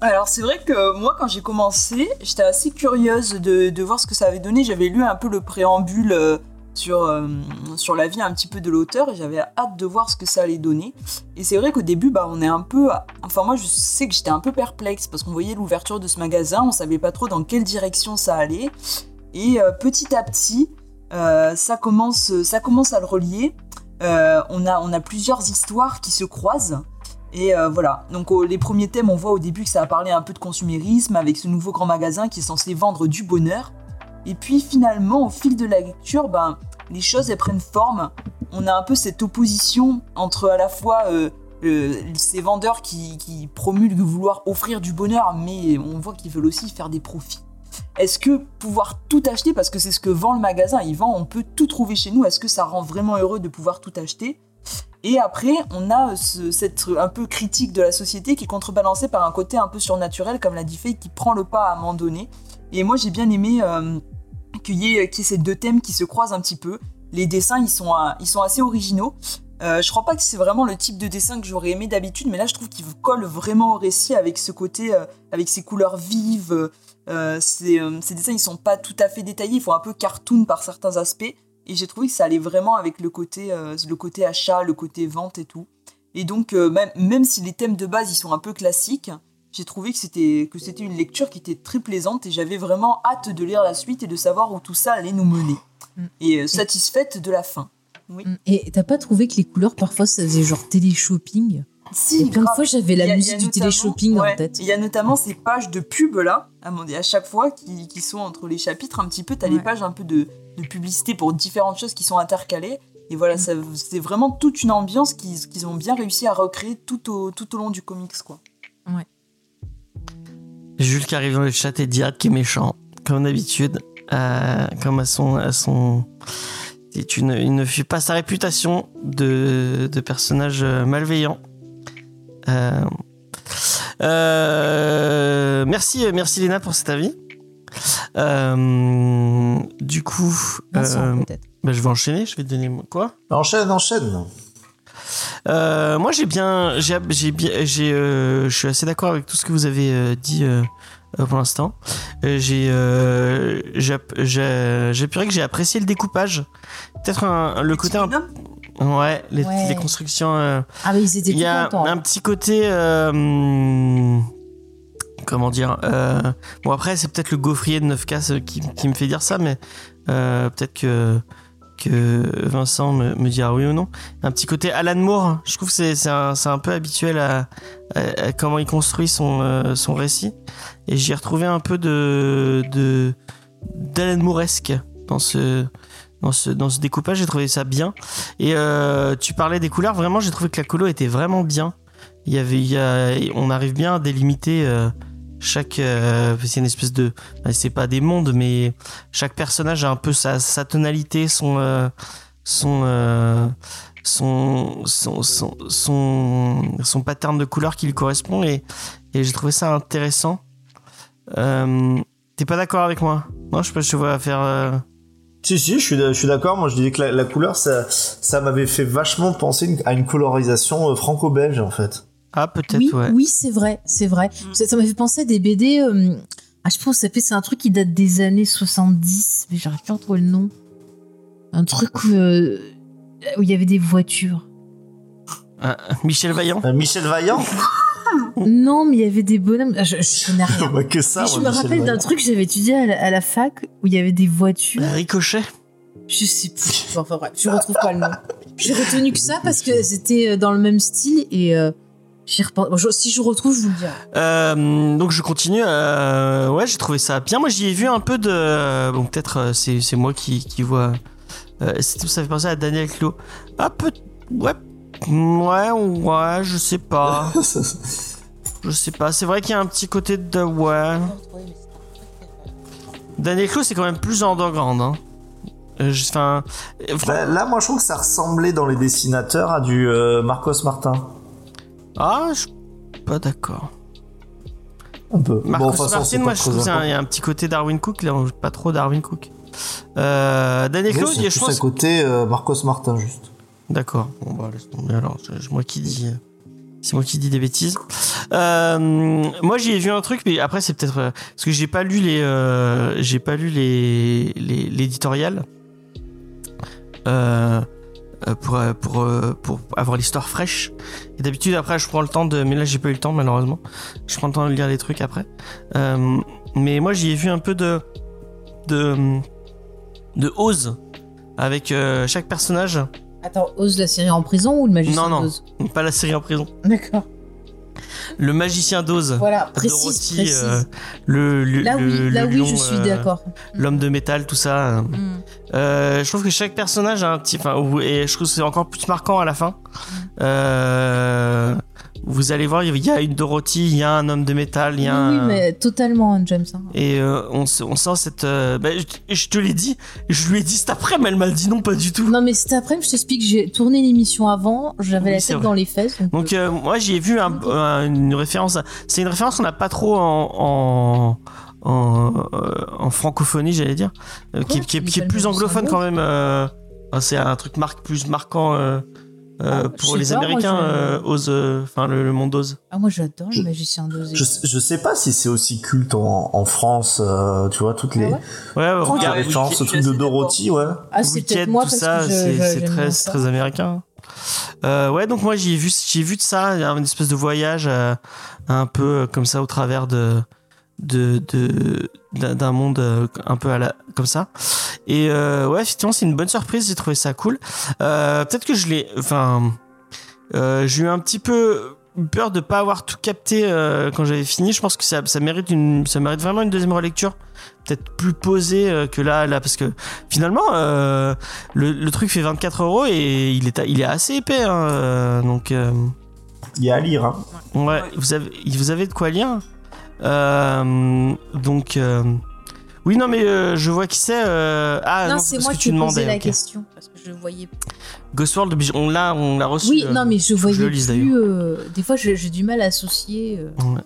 Speaker 3: Alors c'est vrai que moi quand j'ai commencé, j'étais assez curieuse de, de voir ce que ça avait donné. J'avais lu un peu le préambule euh, sur, euh, sur la vie un petit peu de l'auteur et j'avais hâte de voir ce que ça allait donner. Et c'est vrai qu'au début, bah, on est un peu... Enfin moi je sais que j'étais un peu perplexe parce qu'on voyait l'ouverture de ce magasin, on savait pas trop dans quelle direction ça allait. Et euh, petit à petit, euh, ça, commence, ça commence à le relier. Euh, on, a, on a plusieurs histoires qui se croisent. Et euh, voilà, donc au- les premiers thèmes, on voit au début que ça a parlé un peu de consumérisme avec ce nouveau grand magasin qui est censé vendre du bonheur. Et puis finalement, au fil de la lecture, ben, les choses elles prennent forme. On a un peu cette opposition entre à la fois euh, euh, ces vendeurs qui, qui promulguent vouloir offrir du bonheur, mais on voit qu'ils veulent aussi faire des profits. Est-ce que pouvoir tout acheter, parce que c'est ce que vend le magasin, il vend, on peut tout trouver chez nous, est-ce que ça rend vraiment heureux de pouvoir tout acheter et après, on a euh, ce- cette euh, un peu critique de la société qui est contrebalancée par un côté un peu surnaturel, comme l'a dit Faye, qui prend le pas à un moment donné. Et moi, j'ai bien aimé euh, qu'il y, ait qu'il y ait ces deux thèmes qui se croisent un petit peu. Les dessins, ils sont, euh, ils sont assez originaux. Euh, je crois pas que c'est vraiment le type de dessin que j'aurais aimé d'habitude, mais là, je trouve qu'il colle vraiment au récit avec ce côté, euh, avec ces couleurs vives. euh, euh, ces, euh, ces dessins, ils sont pas tout à fait détaillés, ils font un peu cartoon par certains aspects et j'ai trouvé que ça allait vraiment avec le côté, euh, le côté achat, le côté vente et tout. Et donc, euh, même, même si les thèmes de base, ils sont un peu classiques, j'ai trouvé que c'était, que c'était une lecture qui était très plaisante et j'avais vraiment hâte de lire la suite et de savoir où tout ça allait nous mener.
Speaker 4: Mm.
Speaker 3: Et euh, satisfaite de la fin.
Speaker 4: Mm. Et t'as pas trouvé que les couleurs, parfois, ça faisait genre télé-shopping Et
Speaker 3: Si,
Speaker 4: plein de
Speaker 3: grave.
Speaker 4: fois, j'avais
Speaker 3: Il y
Speaker 4: la
Speaker 3: a- il y
Speaker 4: musique
Speaker 3: a
Speaker 4: du
Speaker 3: notamment-
Speaker 4: télé-shopping
Speaker 3: ouais,
Speaker 4: en tête.
Speaker 2: Euh,
Speaker 3: Il y a notamment ces pages de pub là, à mon- à chaque fois, qui, qui sont entre les chapitres un petit peu. T'as les
Speaker 4: Ouais.
Speaker 3: pages un peu de, de publicité pour différentes choses qui sont intercalées. Et voilà, ça- c'est vraiment toute une ambiance qu'ils qu'ils ont bien réussi à recréer tout au, tout au long du comics, quoi.
Speaker 2: Jules qui arrive dans le chat et dit ah, qui est méchant, comme d'habitude, euh, comme à son, à son. Et tu ne, il ne fuit pas sa réputation de, de personnage euh, malveillant. Euh, euh, merci, euh, merci Léna pour cet avis. Euh, du coup,
Speaker 4: Vincent,
Speaker 2: euh,
Speaker 4: peut-être.
Speaker 2: bah, je vais enchaîner. Je vais te donner mon- quoi
Speaker 5: Enchaîne, enchaîne.
Speaker 2: Euh, moi, j'ai bien, j'ai, j'ai bien, j'ai, euh, je suis assez d'accord avec tout ce que vous avez euh, dit euh, euh, pour l'instant. Euh, j'ai, euh, j'ai, j'ai, j'ai puré que j'ai apprécié le découpage. Peut-être un- le côté un,
Speaker 3: Bonhomme,
Speaker 2: ouais, les,
Speaker 4: Ouais.
Speaker 2: les constructions. euh,
Speaker 4: Ah, mais ils étaient
Speaker 2: il
Speaker 4: tout
Speaker 2: y a
Speaker 4: contents.
Speaker 2: un petit côté euh, hum, comment dire euh, bon après c'est peut-être le gaufrier de 9K qui, qui me fait dire ça mais euh, peut-être que que Vincent me, me dira oui ou non un petit côté Alan Moore je trouve que c'est c'est un, c'est un peu habituel à, à- à comment il construit son euh, son récit et j'y ai retrouvé un peu de de d'Alan Mooresque dans ce dans ce, dans ce découpage, j'ai trouvé ça bien. Et euh, tu parlais des couleurs, vraiment, j'ai trouvé que la colo était vraiment bien. Il y avait, il y a- on arrive bien à délimiter euh, chaque. euh, c'est une espèce de. bah, C'est pas des mondes, mais chaque personnage a un peu sa, sa tonalité, son. euh, son, euh, son, son, son, son, son pattern de couleur qui lui correspond et, et j'ai trouvé ça intéressant. Euh, T'es pas d'accord avec moi Non, je sais pas, je te vois faire. euh,
Speaker 5: Si, si, je suis, je suis d'accord. Moi, je disais que la, la couleur, ça, ça m'avait fait vachement penser une- à une colorisation euh, franco-belge, en fait.
Speaker 2: Ah, peut-être,
Speaker 4: Oui,
Speaker 2: ouais.
Speaker 4: oui c'est vrai, c'est vrai.
Speaker 2: Mm.
Speaker 4: Ça, ça m'a fait penser à des BD. euh, ah, je pense que ça fait- c'est un truc qui date des années 70, mais j'arrive plus à retrouver le nom. Un truc où euh, où il y avait des voitures.
Speaker 2: Ah, Michel Vaillant
Speaker 5: Euh, Michel Vaillant
Speaker 2: Oh.
Speaker 4: Non, mais il y avait des bonhommes. Ah, je, je connais rien.
Speaker 5: Bah, Que ça,
Speaker 4: Mais je
Speaker 5: moi,
Speaker 4: me
Speaker 5: Michel
Speaker 4: rappelle d'un
Speaker 5: Vaillant.
Speaker 4: truc que j'avais étudié à la, à la fac où il y avait des voitures.
Speaker 2: Ricochet
Speaker 4: Je sais plus. Enfin bref, je retrouve pas le nom. J'ai retenu que ça parce que c'était euh, dans le même style et euh, j'y repen- bon, je- si je retrouve, je vous le dirai.
Speaker 2: Euh, donc je continue. euh, ouais, j'ai trouvé ça bien. Moi, j'y ai vu un peu de. Bon, peut-être euh, c'est, c'est moi qui, qui vois. euh, c'est- ça fait penser à Daniel Clot. Ah, peu. Ouais. Ouais, ouais, je sais pas. Je sais pas. C'est vrai qu'il y a un petit côté de. Ouais. Daniel Clot, c'est quand même plus underground. Hein. Euh, je- Enfin. euh, fran-
Speaker 5: Bah, là, moi, je trouve que ça ressemblait dans les dessinateurs à du euh, Marcos Martin.
Speaker 2: Ah, je suis pas d'accord.
Speaker 5: Un peu.
Speaker 2: Marcos
Speaker 5: enfin, ça,
Speaker 2: Martin,
Speaker 5: c'est pas
Speaker 2: moi je
Speaker 5: très
Speaker 2: trouve qu'il
Speaker 5: important.
Speaker 2: y a un petit côté Darwin Cook, là, on joue pas trop Darwin Cook. Euh, Daniel
Speaker 5: Ouais,
Speaker 2: Clot,
Speaker 5: c'est
Speaker 2: il y a-
Speaker 5: plus
Speaker 2: je
Speaker 5: à
Speaker 2: pense.
Speaker 5: côté euh, Marcos Martin, juste.
Speaker 2: D'accord, bon bah laisse tomber alors, c'est c'est moi qui dis. C'est moi qui dis des bêtises. Euh, moi j'y ai vu un truc, mais après c'est peut-être euh, parce que j'ai pas lu les, euh, j'ai pas lu les les- l'éditorial euh, euh, pour euh, pour euh, pour avoir l'histoire fraîche. Et d'habitude après je prends le temps de, mais là j'ai pas eu le temps malheureusement. Je prends le temps de lire les trucs après. Euh, mais moi j'y ai vu un peu de de de Oz avec euh, chaque personnage.
Speaker 4: Attends, Ose la série en prison ou le magicien
Speaker 2: Non, non.
Speaker 4: d'Oz
Speaker 2: Pas la série en prison.
Speaker 4: D'accord.
Speaker 2: Le magicien d'Oz.
Speaker 4: Voilà, précise,
Speaker 2: Dorothy,
Speaker 4: précise.
Speaker 2: euh, le, le-
Speaker 4: là
Speaker 2: le-
Speaker 4: oui, là
Speaker 2: le
Speaker 4: oui,
Speaker 2: lion,
Speaker 4: je suis
Speaker 2: euh,
Speaker 4: d'accord.
Speaker 2: L'homme de métal, tout ça.
Speaker 4: Mm.
Speaker 2: Euh, je trouve que chaque personnage a un petit. Enfin, ou- et je trouve que c'est encore plus marquant à la fin. Euh, vous allez voir, il y a une Dorothy, il y a un homme de métal, il y a
Speaker 4: Oui, oui,
Speaker 2: un-
Speaker 4: mais totalement, hein, James. hein.
Speaker 2: Et euh, on, se- on sent cette. euh, bah, je, je te l'ai dit, je lui ai dit cet après, mais elle m'a dit non, pas du tout.
Speaker 4: Non, mais cet après-midi, je t'explique, j'ai tourné l'émission avant, j'avais
Speaker 2: Oui,
Speaker 4: la
Speaker 2: c'est
Speaker 4: tête
Speaker 2: vrai.
Speaker 4: dans les fesses. Donc,
Speaker 2: Donc
Speaker 4: euh,
Speaker 2: euh, moi j'y ai vu un- un- une référence. à- C'est une référence qu'on n'a pas trop en en, en, euh, en francophonie, j'allais dire, euh, qui, qui
Speaker 4: Quoi
Speaker 2: est, qui est
Speaker 4: Nicole
Speaker 2: plus
Speaker 4: Boursin
Speaker 2: anglophone
Speaker 4: Bourg
Speaker 2: quand même. euh, enfin, c'est un truc marque plus marquant euh, euh,
Speaker 4: Ah, je
Speaker 2: pour
Speaker 4: sais
Speaker 2: les
Speaker 4: pas, moi,
Speaker 2: Américains.
Speaker 4: je-
Speaker 2: euh, Oz, euh, enfin le, le monde Oz.
Speaker 4: Ah, moi j'adore
Speaker 5: Je-
Speaker 4: le magicien d'Oz.
Speaker 5: Je, je sais pas si c'est aussi culte en, en France, euh, tu vois, toutes les,
Speaker 4: Ah ouais
Speaker 2: Ouais, ouais,
Speaker 5: toutes les
Speaker 2: regarde,
Speaker 3: oui,
Speaker 5: références,
Speaker 3: je-
Speaker 5: ce
Speaker 3: je
Speaker 5: truc
Speaker 3: suis
Speaker 5: de
Speaker 3: assez d'accord.
Speaker 5: Dorothy, ouais.
Speaker 4: Ah, c'est peut-être
Speaker 2: Weekend,
Speaker 4: moi
Speaker 2: tout
Speaker 4: parce
Speaker 2: ça,
Speaker 4: que je-
Speaker 2: c'est
Speaker 4: je-
Speaker 2: c'est
Speaker 4: j'aime
Speaker 2: très,
Speaker 4: bien
Speaker 2: c'est
Speaker 4: ça.
Speaker 2: très américain. Euh, ouais, donc moi j'ai vu, j'ai vu de ça, un- une espèce de voyage euh, un peu euh, comme ça au travers de de de- d'un d'un monde euh, un peu à la, comme ça. Et euh, ouais, effectivement, c'est une bonne surprise. J'ai trouvé ça cool. Euh, Peut-être que je l'ai, enfin, euh, j'ai eu un petit peu peur de pas avoir tout capté euh, quand j'avais fini. Je pense que ça, ça mérite une, ça mérite vraiment une deuxième relecture. Peut-être plus posée euh, que là, là, parce que finalement, euh, le, le truc fait 24 euros et il est, il est assez épais. hein, euh, donc, euh,
Speaker 5: Il y a à lire, hein.
Speaker 2: ouais,
Speaker 3: Ouais.
Speaker 2: Vous, avez, vous avez de quoi lire. Euh, donc, euh, oui, non, mais euh, je vois qui c'est. euh, ah,
Speaker 4: non,
Speaker 2: non,
Speaker 4: c'est
Speaker 2: parce
Speaker 4: moi
Speaker 2: que
Speaker 4: qui ai
Speaker 2: tu
Speaker 4: posé
Speaker 2: demandais.
Speaker 4: la
Speaker 2: ok.
Speaker 4: question parce que je voyais.
Speaker 2: Ghostworld, on l'a, on l'a reçu.
Speaker 4: Oui,
Speaker 2: euh,
Speaker 4: non, mais je
Speaker 2: je
Speaker 4: voyais
Speaker 2: le lise,
Speaker 4: plus. euh, Des fois, j'ai j'ai du mal à associer. euh,
Speaker 2: Ouais.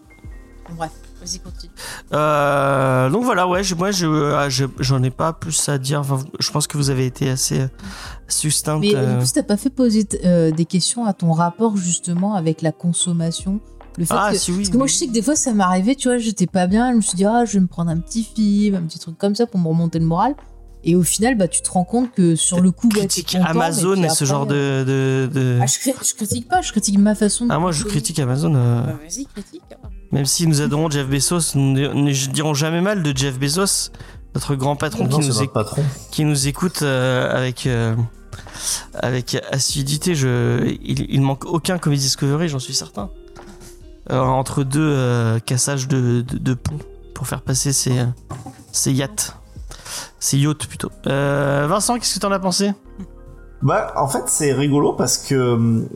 Speaker 4: Bref. Vas-y, continue.
Speaker 2: Euh, donc voilà, ouais, je- moi je, ah, je- j'en ai pas plus à dire. Enfin, vous- je pense que vous avez été assez euh, succincte.
Speaker 4: Mais
Speaker 2: euh.
Speaker 4: en plus, t'as pas fait poser t- euh, des questions à ton rapport justement avec la consommation. Le fait
Speaker 2: Ah,
Speaker 4: que...
Speaker 2: si oui.
Speaker 4: Parce que moi,
Speaker 2: oui.
Speaker 4: je sais que des fois, ça m'arrivait, tu vois, j'étais pas bien, je me suis dit, ah, je vais me prendre un petit film, un petit truc comme ça pour me remonter le moral. Et au final, bah, tu te rends compte que sur le coup, ouais, t'es
Speaker 2: critique
Speaker 4: content, mais
Speaker 2: Amazon
Speaker 4: puis
Speaker 2: et ce
Speaker 4: après,
Speaker 2: genre
Speaker 4: euh,
Speaker 2: de. de, de-
Speaker 4: Ah, je, cri- je critique pas, je critique ma façon de.
Speaker 2: Ah, moi je
Speaker 4: consommer.
Speaker 2: critique Amazon. euh,
Speaker 4: Bah, vas-y, critique.
Speaker 2: Même si nous adorons Jeff Bezos, nous ne ne dirons jamais mal de Jeff Bezos, notre grand patron
Speaker 5: Non,
Speaker 2: qui,
Speaker 5: c'est
Speaker 2: nous
Speaker 5: notre
Speaker 2: éc-
Speaker 5: patron.
Speaker 2: qui nous écoute euh, avec, euh, avec assiduité. Je, il, il manque aucun Comedy Discovery, j'en suis certain. Euh, entre deux euh, cassages de, de, de ponts pour faire passer ses, euh, ses yachts. Ses yachts plutôt. Euh, Vincent, qu'est-ce que t'en as pensé
Speaker 5: Bah, en fait, c'est rigolo parce que hum,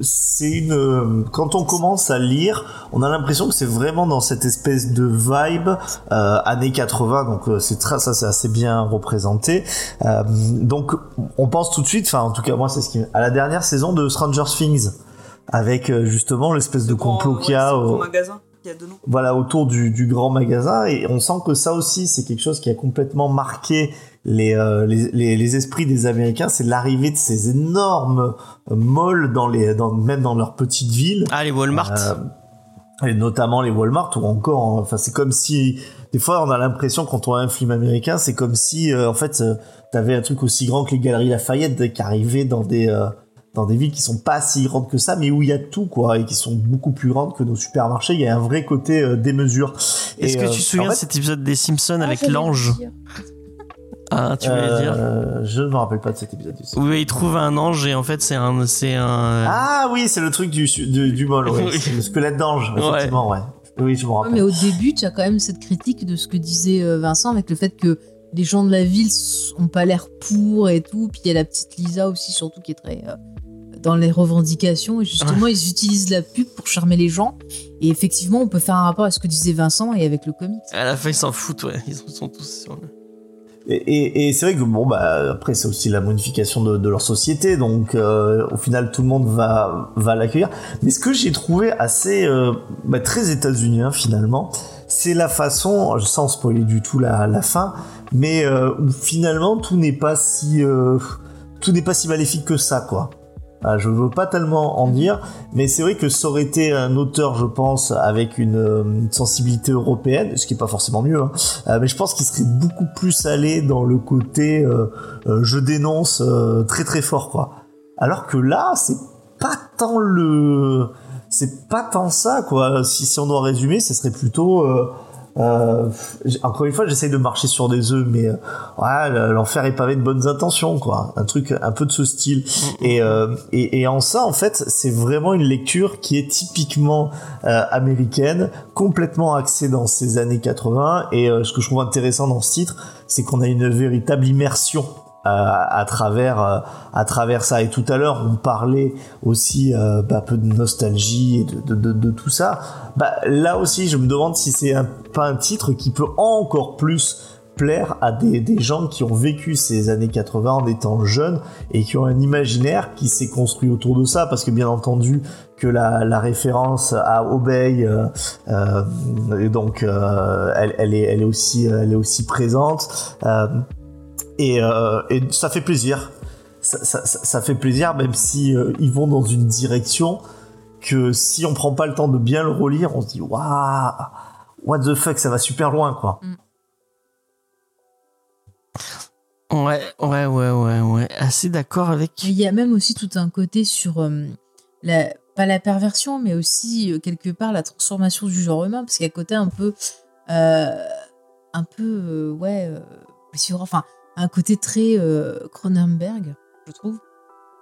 Speaker 5: c'est une. euh, Quand on commence à lire, on a l'impression que c'est vraiment dans cette espèce de vibe euh, années 80, donc euh, c'est très, ça, c'est assez bien représenté. Euh, donc, on pense tout de suite. Enfin, en tout cas, moi, c'est ce qui. À la dernière saison de Stranger Things, avec euh, justement l'espèce de
Speaker 3: Grand-
Speaker 5: complot
Speaker 3: ouais,
Speaker 5: qu'il y a
Speaker 3: c'est un grand
Speaker 5: au-
Speaker 3: magasin qui a deux noms.
Speaker 5: voilà autour du, du grand magasin et on sent que ça aussi c'est quelque chose qui a complètement marqué les, euh, les, les, les esprits des Américains, c'est l'arrivée de ces énormes euh, malls dans les dans, même dans leurs petites villes
Speaker 2: Ah, les Walmart.
Speaker 5: euh, et notamment les Walmart ou encore, hein, enfin c'est comme si des fois on a l'impression quand on voit un film américain, c'est comme si euh, en fait euh, t'avais un truc aussi grand que les Galeries Lafayette qui arrivait dans des euh, dans des villes qui sont pas si grandes que ça, mais où il y a tout quoi et qui sont beaucoup plus grandes que nos supermarchés. Il y a un vrai côté euh, démesure. Et,
Speaker 2: Est-ce que
Speaker 5: euh,
Speaker 2: tu te souviens
Speaker 5: en
Speaker 2: de
Speaker 5: fait,
Speaker 2: cet épisode des Simpsons avec
Speaker 4: Ah, j'allais
Speaker 2: l'ange
Speaker 4: le dire.
Speaker 2: Ah, tu voulais dire
Speaker 5: euh, Je ne me rappelle pas de cet épisode. du-
Speaker 2: Oui, il trouve un ange et en fait c'est un c'est un
Speaker 5: Ah oui, c'est le truc du du, du mall, ouais.
Speaker 2: Oui.
Speaker 5: C'est le squelette d'ange,
Speaker 2: Ouais.
Speaker 5: effectivement, ouais. Oui, je me
Speaker 4: Ouais,
Speaker 5: rappelle.
Speaker 4: mais au début, tu as quand même cette critique de ce que disait euh, Vincent avec le fait que les gens de la ville s- ont pas l'air pour et tout. Puis il y a la petite Lisa aussi, surtout, qui est très euh, dans les revendications. Et justement, ils utilisent la pub pour charmer les gens. Et effectivement, on peut faire un rapport à ce que disait Vincent et avec le comics.
Speaker 2: à la fin ils s'en foutent ouais, ils sont tous sur le-
Speaker 5: Et, et, et c'est vrai que bon bah après c'est aussi la modification de, de leur société donc euh, au final tout le monde va va l'accueillir mais ce que j'ai trouvé assez euh, bah, très états-unien finalement c'est la façon sans spoiler du tout la, la fin mais euh, où finalement tout n'est pas si euh, tout n'est pas si maléfique que ça quoi Ah, je veux pas tellement en dire mais c'est vrai que ça aurait été un auteur je pense avec une, euh, une sensibilité européenne ce qui est pas forcément mieux hein, euh, mais je pense qu'il serait beaucoup plus allé dans le côté euh, euh, je dénonce euh, très très fort quoi. Alors que là, c'est pas tant le c'est pas tant ça quoi. Si, si on doit résumer, ce serait plutôt euh, euh, j- encore une fois, j'essaye de marcher sur des œufs, mais euh, ouais, le- l'enfer est pavé de bonnes intentions, quoi. Un truc un peu de ce style. Et, euh, et, et en ça, en fait, c'est vraiment une lecture qui est typiquement euh, américaine, complètement axée dans ces années 80. Et euh, ce que je trouve intéressant dans ce titre, c'est qu'on a une véritable immersion euh, à, à travers euh, à travers ça. Et tout à l'heure, on parlait aussi euh, bah, un peu de nostalgie et de, de, de- de tout ça. Bah, là aussi, je me demande si c'est un- pas un titre qui peut encore plus plaire à des, des gens qui ont vécu ces années 80 en étant jeunes et qui ont un imaginaire qui s'est construit autour de ça parce que bien entendu que la, la référence à Obey euh, euh, et donc euh, elle, elle est, elle est aussi elle est aussi présente euh, et, euh, et ça fait plaisir ça, ça- ça- ça fait plaisir même si euh, ils vont dans une direction que si on prend pas le temps de bien le relire on se dit waouh what the fuck ça va super loin quoi
Speaker 2: Ouais, ouais, ouais, ouais, ouais. Assez d'accord avec.
Speaker 4: Il y a même aussi tout un côté sur euh, la, pas la perversion, mais aussi euh, quelque part la transformation du genre humain, parce qu'il y a un côté un peu, euh, un peu, euh, ouais, euh, sur- enfin, un côté très euh, Cronenberg, je trouve,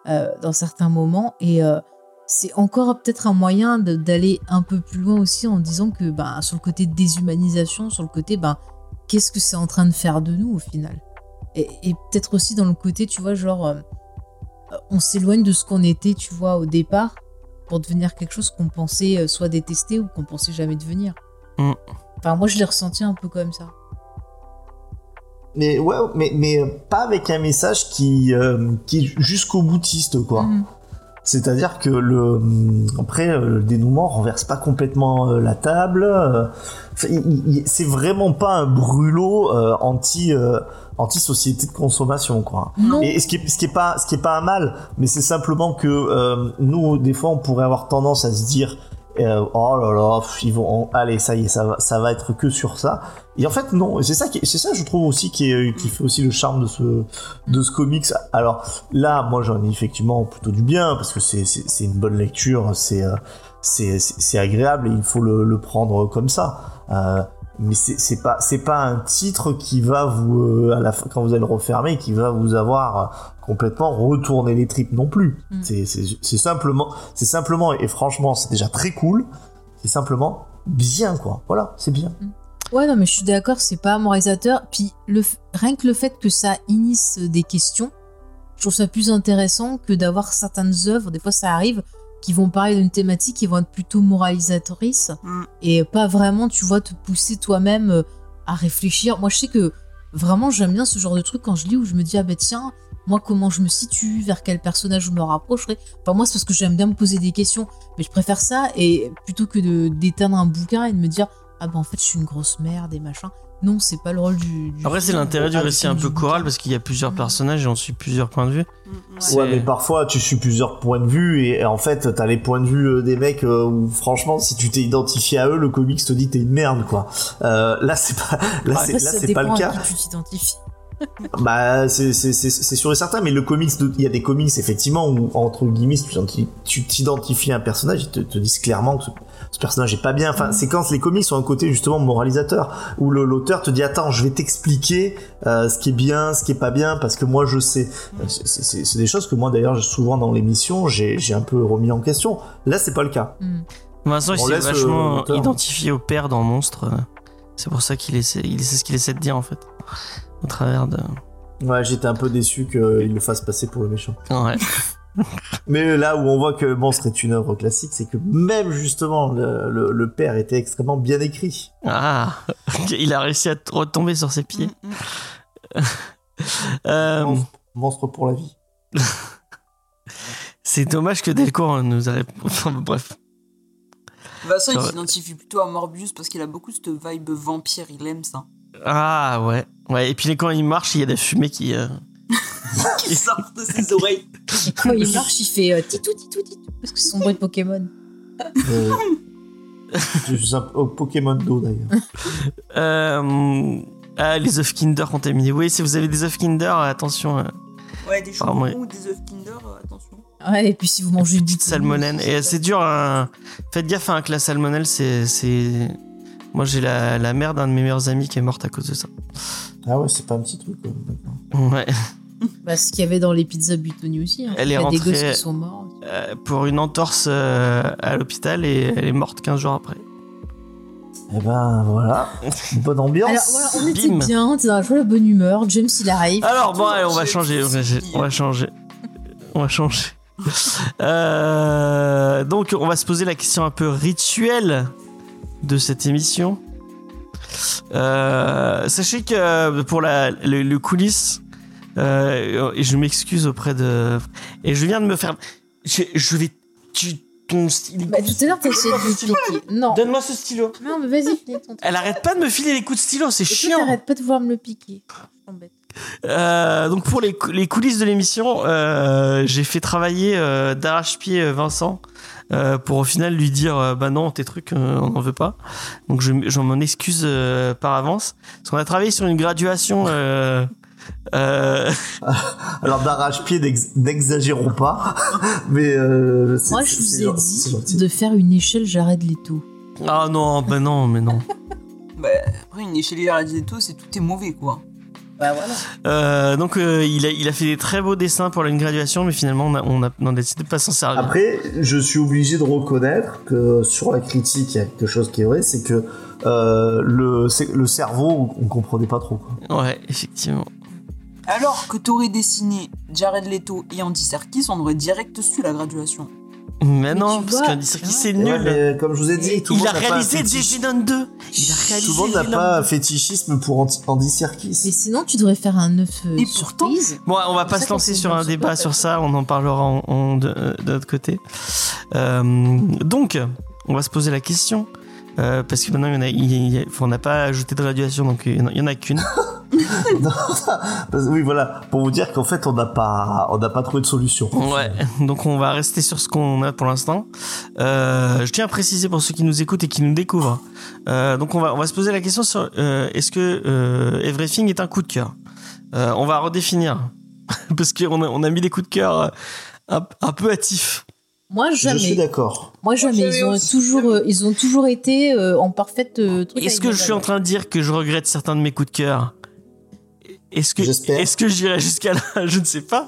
Speaker 4: euh, dans certains moments, et euh, c'est encore peut-être un moyen de- d'aller un peu plus loin aussi en disant que, ben, sur le côté déshumanisation, sur le côté, ben, qu'est-ce que c'est en train de faire de nous au final, et, et peut-être aussi dans le côté, tu vois, genre euh, on s'éloigne de ce qu'on était, tu vois, au départ, pour devenir quelque chose qu'on pensait euh, soit détester ou qu'on pensait jamais devenir.
Speaker 2: Mm.
Speaker 4: Enfin, moi, je l'ai ressenti un peu comme ça.
Speaker 5: mais ouais mais mais euh, pas avec un message qui euh, qui est jusqu'au boutiste quoi
Speaker 4: Mhm.
Speaker 5: C'est-à-dire que le euh, après le dénouement renverse pas complètement euh, la table. euh, il- il- c'est vraiment pas un brûlot euh, anti euh, anti société de consommation quoi.
Speaker 4: Non.
Speaker 5: Et ce qui est, ce qui est pas ce qui est pas un mal, mais c'est simplement que euh, nous des fois on pourrait avoir tendance à se dire euh, oh là là pff, ils vont allez ça y est ça va ça va être que sur ça. Et en fait non Et c'est ça qui est- c'est ça je trouve aussi qui est, qui fait aussi le charme de ce de ce comics. Alors là moi j'en ai effectivement plutôt du bien parce que c'est c'est c'est une bonne lecture c'est euh, c'est c'est c'est agréable et il faut le, le prendre comme ça. Euh, mais c'est c'est pas c'est pas un titre qui va vous euh, à la fin, quand vous allez le refermer qui va vous avoir euh, complètement retourné les tripes non plus.
Speaker 4: Mm.
Speaker 5: C'est c'est c'est simplement c'est simplement et franchement c'est déjà très cool. C'est simplement bien quoi. Voilà c'est bien.
Speaker 4: Ouais, non, mais je suis d'accord, c'est pas moralisateur. Puis le f- rien que le fait que ça initie des questions, je trouve ça plus intéressant que d'avoir certaines œuvres. Des fois, ça arrive qui vont parler d'une thématique qui vont être plutôt moralisatrices
Speaker 3: Mm.
Speaker 4: et pas vraiment, tu vois, te pousser toi-même euh, à réfléchir. Moi, je sais que vraiment, j'aime bien ce genre de truc quand je lis où je me dis, ah ben tiens, moi, comment je me situe, vers quel personnage je me rapprocherai. Enfin, moi, c'est parce que j'aime bien me poser des questions, mais je préfère ça et plutôt que de- d'éteindre un bouquin et de me dire, ah ben en fait, je suis une grosse merde et machin. Non, c'est pas le rôle du. du
Speaker 2: Après, c'est
Speaker 4: film,
Speaker 2: l'intérêt du
Speaker 4: ah,
Speaker 2: récit un
Speaker 4: film,
Speaker 2: peu
Speaker 4: du
Speaker 2: choral
Speaker 4: bouquin.
Speaker 2: parce qu'il y a plusieurs
Speaker 4: Mm.
Speaker 2: personnages et on suit plusieurs points de vue.
Speaker 3: Mm, mm, ouais.
Speaker 2: C'est-
Speaker 5: Ouais, mais parfois tu suis plusieurs points de vue et, et en fait t'as les points de vue euh, des mecs euh, où franchement si tu t'es identifié à eux le comics te dit t'es une merde quoi. Euh, là c'est pas là c'est
Speaker 4: Bah, Après,
Speaker 5: là
Speaker 4: ça
Speaker 5: c'est pas
Speaker 4: dépend
Speaker 5: le
Speaker 4: à
Speaker 5: cas.
Speaker 4: qui tu t'identifies.
Speaker 5: Bah c'est c'est c'est c'est sûr et certain mais le comics de- il y a des comics effectivement où entre guillemets tu t'identi- tu t'identifies à un personnage ils te, te disent clairement que ce, ce personnage est pas bien. Enfin c'est quand les comics ont un côté justement moralisateur où le- l'auteur te dit attends je vais t'expliquer euh, ce qui est bien ce qui est pas bien parce que moi je sais. Euh, c'est- C'est c'est- c'est des choses que moi d'ailleurs j'ai souvent dans l'émission j'ai j'ai un peu remis en question. Là c'est pas le cas.
Speaker 4: Hmm.
Speaker 2: Vincent, il
Speaker 5: On
Speaker 2: s'est
Speaker 5: laisse, euh,
Speaker 2: vachement
Speaker 5: l'auteur.
Speaker 2: identifié au père dans Monstre. euh. C'est pour ça qu'il essaie, il sait ce qu'il essaie de dire en fait. Au travers de.
Speaker 5: Ouais j'étais un peu déçu qu'il le fasse passer pour le méchant.
Speaker 2: Ouais.
Speaker 5: Mais là où on voit que Monstre est une œuvre classique, c'est que même justement le, le- le père était extrêmement bien écrit.
Speaker 2: Ah Il a réussi à t- retomber sur ses pieds.
Speaker 3: Mm, mm.
Speaker 2: Euh,
Speaker 5: Monstre, Monstre pour la vie.
Speaker 2: c'est dommage que Delcourt euh, nous a répondu. bref.
Speaker 3: Vincent, il
Speaker 2: Ouais.
Speaker 3: s'identifie plutôt à Morbius parce qu'il a beaucoup cette vibe vampire, il aime ça.
Speaker 2: Ah ouais. Ouais, et puis les- quand il marche, il y a des fumées qui. euh,
Speaker 3: Qui sort de ses oreilles.
Speaker 4: Quand il marche, il fait euh, titou, titou, titou, parce que c'est son bruit de Pokémon.
Speaker 5: Euh, je suis un- au Pokémon Go d'ailleurs.
Speaker 2: euh, ah, les œufs Kinder contaminés. Oui, si vous avez des œufs Kinder, attention. euh,
Speaker 3: Ouais, des
Speaker 2: Ah,
Speaker 3: champignons
Speaker 2: ouais.
Speaker 3: ou des œufs Kinder, euh, attention.
Speaker 4: Ouais, et puis si vous mangez du
Speaker 2: petite salmonelle. Et c'est dur. hein. Faites gaffe à un classe salmonelle. C'est, c'est. Moi, j'ai la, la mère d'un de mes meilleurs amis qui est morte à cause de ça.
Speaker 5: Ah ouais, c'est pas un petit truc. quand même, d'accord.
Speaker 2: Ouais.
Speaker 4: Bah, ce qu'il y avait dans les pizzas Butoni aussi. hein.
Speaker 2: Elle est
Speaker 4: Il y a
Speaker 2: rentrée-
Speaker 4: des gosses qui sont morts.
Speaker 2: Euh, pour une entorse euh, à l'hôpital et elle est morte 15 jours après.
Speaker 5: Eh ben voilà, bonne ambiance.
Speaker 4: Alors voilà, on était
Speaker 2: Bim. Ah.
Speaker 4: bien, on était dans la joie, la bonne humeur. James, il arrive.
Speaker 2: Alors bon, allez, on va
Speaker 3: J'ai
Speaker 2: changer, on va
Speaker 3: plus
Speaker 2: changer, on va changer. On va changer. Euh, donc, on va se poser la question un peu rituelle de cette émission. Euh, sachez que pour la, le, le coulisses, euh, et je m'excuse auprès de. Et je viens de me faire. Je, je vais. Tu, ton stylo.
Speaker 4: Bah, tout à l'heure, t'as essayé de lui piquer. Non.
Speaker 2: Donne-moi ce stylo.
Speaker 4: Non, mais vas-y, pique ton truc.
Speaker 2: Elle arrête pas de me filer les coups de stylo, c'est
Speaker 4: Et toi,
Speaker 2: chiant.
Speaker 4: T'arrêtes pas de vouloir me le piquer. Je t'embête.
Speaker 2: Euh, donc pour les, cou- les coulisses de l'émission, euh, j'ai fait travailler euh, d'arrache-pied euh, Vincent euh, pour au final lui dire euh, bah non tes trucs euh, on n'en veut pas. Donc je, m- j'en m'en excuse euh, par avance. Parce qu'on a travaillé sur une graduation. Euh, euh,
Speaker 5: Alors d'arrache-pied, n'ex- n'exagérons pas. Mais euh, c'est-
Speaker 4: Moi, je
Speaker 5: c'est-
Speaker 4: vous
Speaker 5: c'est
Speaker 4: ai
Speaker 5: gen- c'est
Speaker 4: dit
Speaker 5: gentil.
Speaker 4: de faire une échelle Jared Leto.
Speaker 2: Ah non bah non mais non.
Speaker 3: Bah, après, une échelle à tout, c'est tout est mauvais, quoi.
Speaker 4: Bah voilà.
Speaker 2: Euh, donc euh, il, a, il a fait des très beaux dessins pour une graduation mais finalement on a, on a, on a décidé de pas s'en servir.
Speaker 5: Après, je suis obligé de reconnaître que sur la critique, il y a quelque chose qui est vrai, c'est que euh, le, c'est- le cerveau, on comprenait pas trop. Quoi.
Speaker 2: Ouais effectivement.
Speaker 3: Alors que t'aurais dessiné Jared Leto et Andy Serkis, on aurait direct su la graduation.
Speaker 2: Mais non,
Speaker 4: tu
Speaker 2: parce
Speaker 4: vois,
Speaker 2: qu'un district
Speaker 4: c'est
Speaker 2: c'est
Speaker 5: Et ouais,
Speaker 2: nul.
Speaker 5: mais comme je vous ai dit, tout le
Speaker 2: il
Speaker 5: monde
Speaker 2: a
Speaker 5: n'a pas un
Speaker 2: réalisé
Speaker 5: fétiche-
Speaker 2: Digimon 2. Il a réalisé
Speaker 5: Tout le monde n'a
Speaker 2: Digimon
Speaker 5: pas un fétichisme pour Andy- Andy
Speaker 4: Mais
Speaker 5: Serkis.
Speaker 4: sinon, tu devrais faire un œuf euh,
Speaker 3: Et pourtant-
Speaker 4: surprise.
Speaker 2: Bon, on va
Speaker 4: C'est
Speaker 2: pas
Speaker 4: ça
Speaker 2: se
Speaker 4: qu'on
Speaker 2: lancer
Speaker 4: s'est
Speaker 2: sur un
Speaker 4: lancé
Speaker 2: débat
Speaker 4: pas,
Speaker 2: sur ça, on en parlera en, en- de, euh, de notre côté. Euh, donc, on va se poser la question, euh, parce que maintenant, il y en a- il y a- enfin, on n'a pas ajouté de radiation, donc euh, il y en a- il y en a qu'une.
Speaker 5: Parce- Oui, voilà, pour vous dire qu'en fait, on n'a pas, on n'a pas trouvé de solution.
Speaker 2: Ouais, donc on va rester sur ce qu'on a pour l'instant. Euh, je tiens à préciser pour ceux qui nous écoutent et qui nous découvrent. Euh, donc on va, on va se poser la question sur euh, est-ce que euh, Everything est un coup de cœur Euh, On va redéfinir. Parce qu'on a, on a mis des coups de cœur euh, un, un peu hâtifs.
Speaker 4: Moi,
Speaker 5: Je suis
Speaker 4: jamais.
Speaker 5: d'accord.
Speaker 4: Moi, jamais.
Speaker 3: Jamais
Speaker 4: Ils ont,
Speaker 3: aussi.
Speaker 4: toujours, euh, ils ont toujours été euh, en parfaite euh, truc.
Speaker 2: Est-ce
Speaker 4: avec
Speaker 2: que
Speaker 4: des
Speaker 2: je suis en
Speaker 4: valeurs.
Speaker 2: train de dire que je regrette certains de mes coups de cœur Est-ce que,
Speaker 5: J'espère.
Speaker 2: est-ce que j'irai jusqu'à là Je ne sais pas.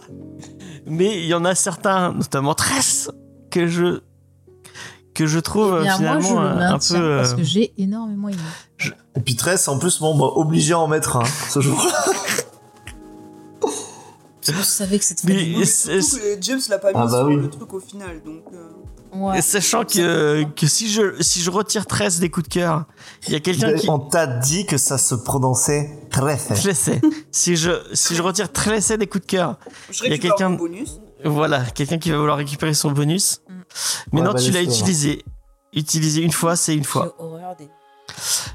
Speaker 2: Mais il y en a certains, notamment Tress, que je que je trouve
Speaker 4: Eh bien, moi,
Speaker 2: euh, finalement
Speaker 4: je le
Speaker 2: un- un peu
Speaker 4: maintiens parce
Speaker 2: euh,
Speaker 4: que j'ai énormément aimé.
Speaker 5: Et puis Tress, en plus, bon, bah, obligé à en mettre un ce jour-là.
Speaker 4: Je savais que c'était.
Speaker 2: Mais-
Speaker 4: Mais...
Speaker 3: Mais
Speaker 2: c'est-
Speaker 3: surtout que James l'a pas mis
Speaker 5: Ah bah
Speaker 3: sur
Speaker 5: oui.
Speaker 3: le truc au final, donc. euh,
Speaker 4: Ouais.
Speaker 2: Sachant que, que si, je, si je retire 13 des coups de cœur, il y a quelqu'un qui.
Speaker 5: On t'a dit que ça se prononçait Tress.
Speaker 2: Je le sais. si, je, si je retire 13 des coups de cœur,
Speaker 3: Je
Speaker 2: Il y a
Speaker 3: récupère
Speaker 2: quelqu'un-
Speaker 3: mon bonus.
Speaker 2: voilà, quelqu'un qui va vouloir récupérer son bonus.
Speaker 4: Mm.
Speaker 2: Mais
Speaker 5: Ouais,
Speaker 2: non,
Speaker 5: bah,
Speaker 2: tu l'as
Speaker 5: laisse-le, hein.
Speaker 2: utilisé. Utilisé une fois, c'est une fois.
Speaker 4: J'ai horreur des-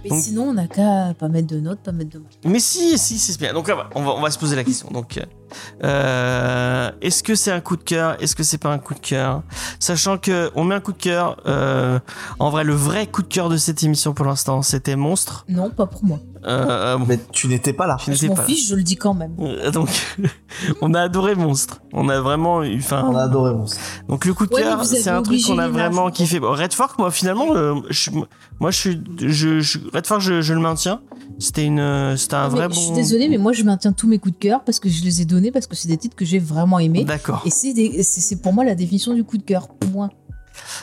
Speaker 4: Mais
Speaker 2: Donc-
Speaker 4: sinon, on n'a qu'à pas mettre de notes, pas mettre de.
Speaker 2: Mais si, si, c'est bien. Donc là, on va, on va se poser la question. Donc, euh, est-ce que c'est un coup de cœur Est-ce que c'est pas un coup de cœur Sachant que on met un coup de cœur. euh, en vrai, le vrai coup de cœur de cette émission pour l'instant, c'était Monstre.
Speaker 4: Non, pas pour moi.
Speaker 2: Euh, bon,
Speaker 5: Mais tu n'étais pas là.
Speaker 2: je
Speaker 4: Je
Speaker 2: n'étais
Speaker 4: m'en
Speaker 2: pas là.
Speaker 4: fiche, je le dis quand même.
Speaker 2: Euh, Donc, on a adoré Monstre. On a vraiment eu.
Speaker 5: On a
Speaker 2: Enfin,
Speaker 5: adoré mon
Speaker 2: donc le coup de
Speaker 4: Ouais, mais
Speaker 2: cœur,
Speaker 4: vous
Speaker 2: c'est
Speaker 4: avez
Speaker 2: un truc
Speaker 4: obligé
Speaker 2: qu'on a
Speaker 4: Lina,
Speaker 2: vraiment
Speaker 4: je crois.
Speaker 2: kiffé. Bon, Red Fork, moi finalement, euh, je, suis- moi je suis, je, je- Red Fork, je, je le maintiens. C'était une, euh, c'était un
Speaker 4: Mais
Speaker 2: vrai
Speaker 4: je
Speaker 2: bon.
Speaker 4: suis désolée, mais moi je maintiens tous mes coups de cœur parce que je les ai donnés parce que c'est des titres que j'ai vraiment aimés.
Speaker 2: D'accord,
Speaker 4: Et c'est des- c'est c'est pour moi la définition du coup de cœur. Point.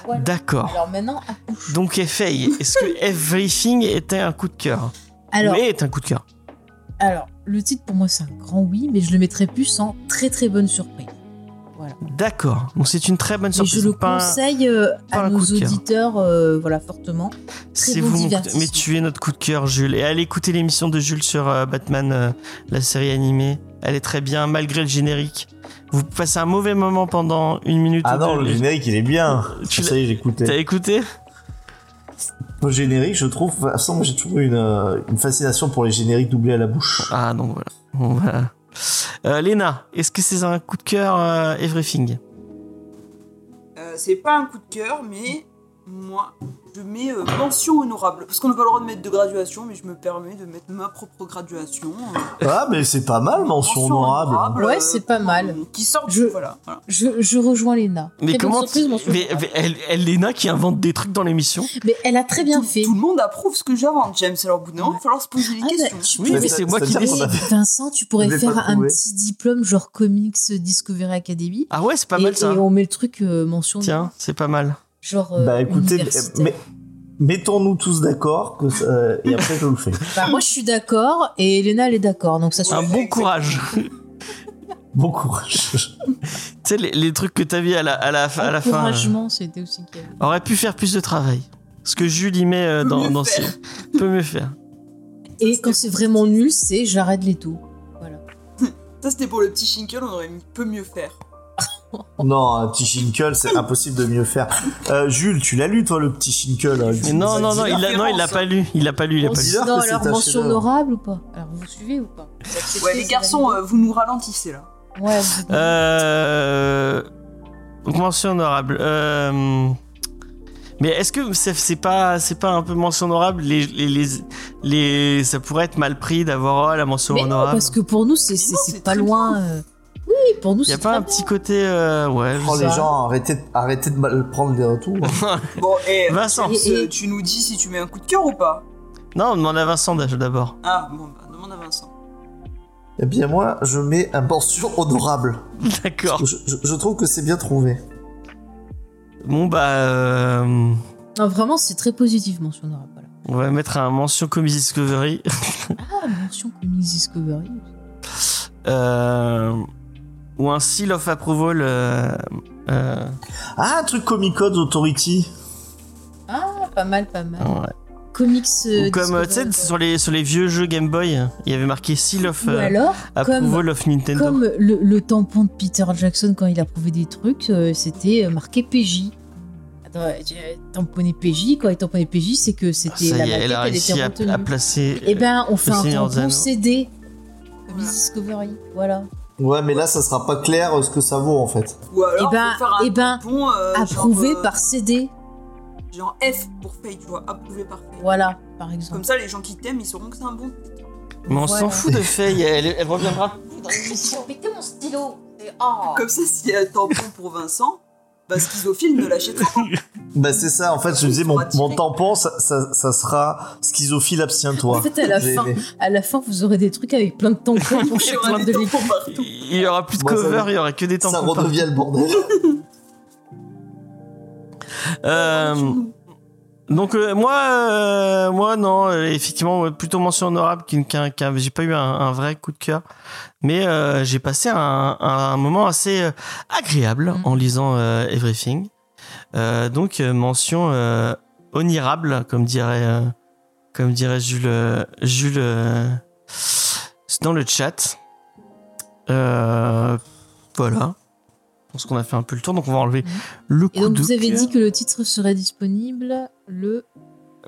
Speaker 4: Voilà.
Speaker 2: d'accord.
Speaker 4: Alors maintenant, accouche.
Speaker 2: Donc Effay, est-ce que Everything était un coup de cœur
Speaker 4: Alors,
Speaker 2: Mais est un coup de cœur.
Speaker 4: alors, le titre pour moi c'est un grand oui, mais je le mettrais plus en très très bonne surprise.
Speaker 2: D'accord. Donc c'est une très bonne
Speaker 4: Mais
Speaker 2: surprise.
Speaker 4: je le
Speaker 2: Pas un-
Speaker 4: conseille euh,
Speaker 2: pas un
Speaker 4: à nos
Speaker 2: coup de cœur.
Speaker 4: auditeurs, euh, voilà, fortement. Très
Speaker 2: C'est
Speaker 4: bon
Speaker 2: vous, mon coup de-
Speaker 4: divertissement.
Speaker 2: mais tu es notre coup de cœur, Jules. Et allez écouter l'émission de Jules sur euh, Batman, euh, la série animée. Elle est très bien, malgré le générique. Vous passez un mauvais moment pendant une minute.
Speaker 5: Ah
Speaker 2: ou
Speaker 5: non,
Speaker 2: deux.
Speaker 5: le générique, il est bien. Ah,
Speaker 2: Tu l'as-
Speaker 5: ça y est,
Speaker 2: T'as
Speaker 5: j'écoutais.
Speaker 2: écouté
Speaker 5: Le générique, je trouve, de toute façon, j'ai toujours eu une, euh, une fascination pour les génériques doublés à la bouche.
Speaker 2: Ah non, voilà. Bon, voilà. Euh, Léna, est-ce que c'est un coup de cœur euh, Everything
Speaker 3: Euh, c'est pas un coup de cœur, mais moi, je mets euh, mention honorable. Parce qu'on n'a pas le droit de mettre de graduation, mais je me permets de mettre ma propre graduation. euh,
Speaker 5: Ah, mais c'est pas mal, mention honorable.
Speaker 4: Ouais,
Speaker 3: euh,
Speaker 4: c'est pas mal.
Speaker 3: euh, Qui sort
Speaker 4: Je-
Speaker 3: Voilà. voilà.
Speaker 4: Je, je rejoins Léna.
Speaker 2: Mais
Speaker 4: Très bonne
Speaker 2: comment
Speaker 4: surprise,
Speaker 2: tu-
Speaker 4: mon souvenir.
Speaker 2: mais, mais elle, elle, Léna qui invente des trucs dans l'émission.
Speaker 4: Mais elle a très bien
Speaker 3: tout,
Speaker 4: fait.
Speaker 3: Tout le monde approuve ce que j'invente, James. Alors, au bout d'un moment, il va falloir se poser des
Speaker 4: Ah, bah,
Speaker 3: questions.
Speaker 4: tu
Speaker 2: Oui,
Speaker 4: peux-
Speaker 2: mais c'est moi qui
Speaker 5: C'est-à-dire
Speaker 4: Et
Speaker 5: qu'on a-
Speaker 4: Vincent, tu pourrais
Speaker 5: Je l'ai
Speaker 4: faire
Speaker 5: pas
Speaker 4: un
Speaker 5: trouvé.
Speaker 4: petit diplôme genre Comics Discovery Academy.
Speaker 2: Ah ouais, c'est pas
Speaker 4: et,
Speaker 2: mal ça.
Speaker 4: et on met le truc euh, mention.
Speaker 2: Tiens, c'est pas mal.
Speaker 4: Genre. euh,
Speaker 5: Bah écoutez,
Speaker 4: universitaire.
Speaker 5: mais- mettons-nous tous d'accord que ça- euh, et après je vous le fais.
Speaker 4: Bah, moi je suis d'accord et Elena elle est d'accord. Donc ça
Speaker 3: Ouais.
Speaker 2: Un
Speaker 4: suffit.
Speaker 2: bon courage.
Speaker 5: Bon courage.
Speaker 2: tu sais, les, les trucs que t'as vu à la, à la, à la fin. euh,
Speaker 4: Encouragement, c'était aussi calme.
Speaker 2: aurait pu faire plus de travail. Ce que Jules y met euh,
Speaker 3: Peut
Speaker 2: dans,
Speaker 3: mieux
Speaker 2: dans ses...
Speaker 3: faire.
Speaker 2: peut mieux faire.
Speaker 4: Et quand c'est vraiment nul, c'est j'arrête les taux. Voilà.
Speaker 3: Ça, c'était pour le petit Shinkel, on aurait mis peu mieux faire.
Speaker 5: Non, un petit Shinkle, c'est impossible de mieux faire. Euh, Jules, tu l'as lu toi le petit Shinkle hein,
Speaker 2: Mais
Speaker 5: Jules
Speaker 2: non, non,
Speaker 5: Dis-
Speaker 2: non, il l'a, non, il l'a
Speaker 3: référence,
Speaker 2: pas lu. Il l'a pas lu, il l'a
Speaker 4: On
Speaker 2: pas lu.
Speaker 4: se
Speaker 5: bizarre
Speaker 4: dit, non,
Speaker 5: que c'est
Speaker 4: alors
Speaker 5: un
Speaker 4: mention
Speaker 5: chef-d'œuvre.
Speaker 4: honorable ou pas Alors vous suivez ou pas Vous acceptez
Speaker 3: Ouais, les
Speaker 4: ces
Speaker 3: garçons,
Speaker 4: valeurs
Speaker 3: euh, vous nous ralentissez là.
Speaker 4: Ouais, vous êtes-
Speaker 2: Euh... donc, Mention honorable. Euh, Mais est-ce que c'est, c'est pas, c'est pas un peu mention honorable les, les, les, les- Ça pourrait être mal pris d'avoir oh, la mention
Speaker 4: Mais non,
Speaker 2: honorable.
Speaker 4: parce que pour nous c'est c'est-
Speaker 3: non,
Speaker 4: c'est
Speaker 3: c'est
Speaker 4: pas
Speaker 3: très
Speaker 4: loin. euh. Oui, pour nous
Speaker 2: Il y
Speaker 4: c'est
Speaker 2: a pas
Speaker 4: très
Speaker 2: un
Speaker 4: loin.
Speaker 2: petit côté. euh, Ouais, je
Speaker 5: Oh,
Speaker 2: sais
Speaker 5: les
Speaker 4: Ça.
Speaker 5: gens, arrêtez, de- arrêtez de mal prendre les retours.
Speaker 2: pas.
Speaker 3: Bon, et.
Speaker 2: Vincent.
Speaker 4: Et- et-
Speaker 3: Tu nous dis si tu mets un coup de cœur ou pas
Speaker 2: Non, on demande à Vincent d'abord.
Speaker 3: Ah, bon, bah, demande à Vincent.
Speaker 5: Eh bien moi, je mets un mention honorable.
Speaker 2: D'accord.
Speaker 5: Je, je- je trouve que c'est bien trouvé.
Speaker 2: Bon, bah. euh,
Speaker 4: Non, vraiment c'est très positif mention honorable. voilà.
Speaker 2: On va mettre un mention Comedy Discovery.
Speaker 4: Ah, mention Comics Discovery.
Speaker 2: Euh, ou un seal of approval. euh, euh,
Speaker 5: Ah, un truc Comic Code Authority.
Speaker 4: Ah, pas mal, pas mal.
Speaker 2: ouais.
Speaker 4: Comics. euh,
Speaker 2: Ou comme, euh, tu sais,
Speaker 4: Discovery.
Speaker 2: sur les, sur les vieux jeux Game Boy, il y avait marqué Seal of
Speaker 4: Ou
Speaker 2: euh,
Speaker 4: alors, comme,
Speaker 2: Approval of Nintendo.
Speaker 4: comme le, le tampon de Peter Jackson quand il approuvait des trucs, euh, c'était euh, marqué PJ. Attends, euh, j'ai tamponné PJ. Quand il tamponnait PJ, c'est que c'était
Speaker 2: Ah, Ça
Speaker 4: la
Speaker 2: y est,
Speaker 4: maquette,
Speaker 2: elle a
Speaker 4: elle
Speaker 2: réussi
Speaker 4: était
Speaker 2: à,
Speaker 4: retenue.
Speaker 2: à placer.
Speaker 4: Eh ben, on fait un
Speaker 2: Seigneur des
Speaker 4: tampon
Speaker 2: Anneaux.
Speaker 4: CD. Comme
Speaker 3: Voilà.
Speaker 4: Discovery, voilà.
Speaker 5: Ouais, mais là, ça sera pas clair euh, ce que ça vaut en fait.
Speaker 3: Ou alors,
Speaker 4: Eh ben-
Speaker 3: faut faire un
Speaker 4: eh ben,
Speaker 3: tampon, euh,
Speaker 4: Approuvé
Speaker 3: genre, euh,
Speaker 4: par CD,
Speaker 3: Genre F pour Faye, tu vois, approuvé par Faye.
Speaker 4: voilà, par exemple.
Speaker 3: Comme ça, les gens qui t'aiment, ils sauront que c'est un bon.
Speaker 2: euh, Mais on
Speaker 4: Voilà.
Speaker 2: s'en fout de Faye, elle, elle reviendra.
Speaker 6: Mettez mon stylo. Et- Oh.
Speaker 3: Comme ça, s'il y a un tampon pour Vincent, bah, Schizophile ne l'achètera pas.
Speaker 5: Bah, c'est ça, en fait, je me disais, mon,
Speaker 3: Faudra tirer.
Speaker 5: mon tampon, ça, ça, ça sera schizophile abstiens-toi.
Speaker 4: En fait, à la
Speaker 5: J'ai
Speaker 4: fin,
Speaker 5: aimé.
Speaker 4: à la fin, vous aurez des trucs avec plein de tampons pour
Speaker 3: Il y aura
Speaker 4: chacun de
Speaker 3: des
Speaker 4: l'équipe.
Speaker 3: tampons partout.
Speaker 2: Il y aura plus de
Speaker 5: Moi, ça
Speaker 2: cover,
Speaker 5: me-
Speaker 2: il y aura que des temps
Speaker 5: Ça redevient le bordel.
Speaker 2: Euh, donc euh, moi, euh, moi non, euh, effectivement ouais, plutôt mention honorable qu'une- qu'un, qu'un- j'ai pas eu un, un vrai coup de cœur, mais euh, j'ai passé un, un moment assez euh, agréable
Speaker 4: Mhm.
Speaker 2: en lisant euh, Everything. Euh, donc euh, mention euh, honorable, comme dirait, euh, comme dirait Jules, euh, Jules euh, dans le chat. Euh, voilà. Je pense qu'on a fait un peu le tour, donc on va enlever
Speaker 4: Mhm.
Speaker 2: le coup
Speaker 4: Et donc,
Speaker 2: de
Speaker 4: vous avez
Speaker 2: cœur.
Speaker 4: dit que le titre serait disponible le.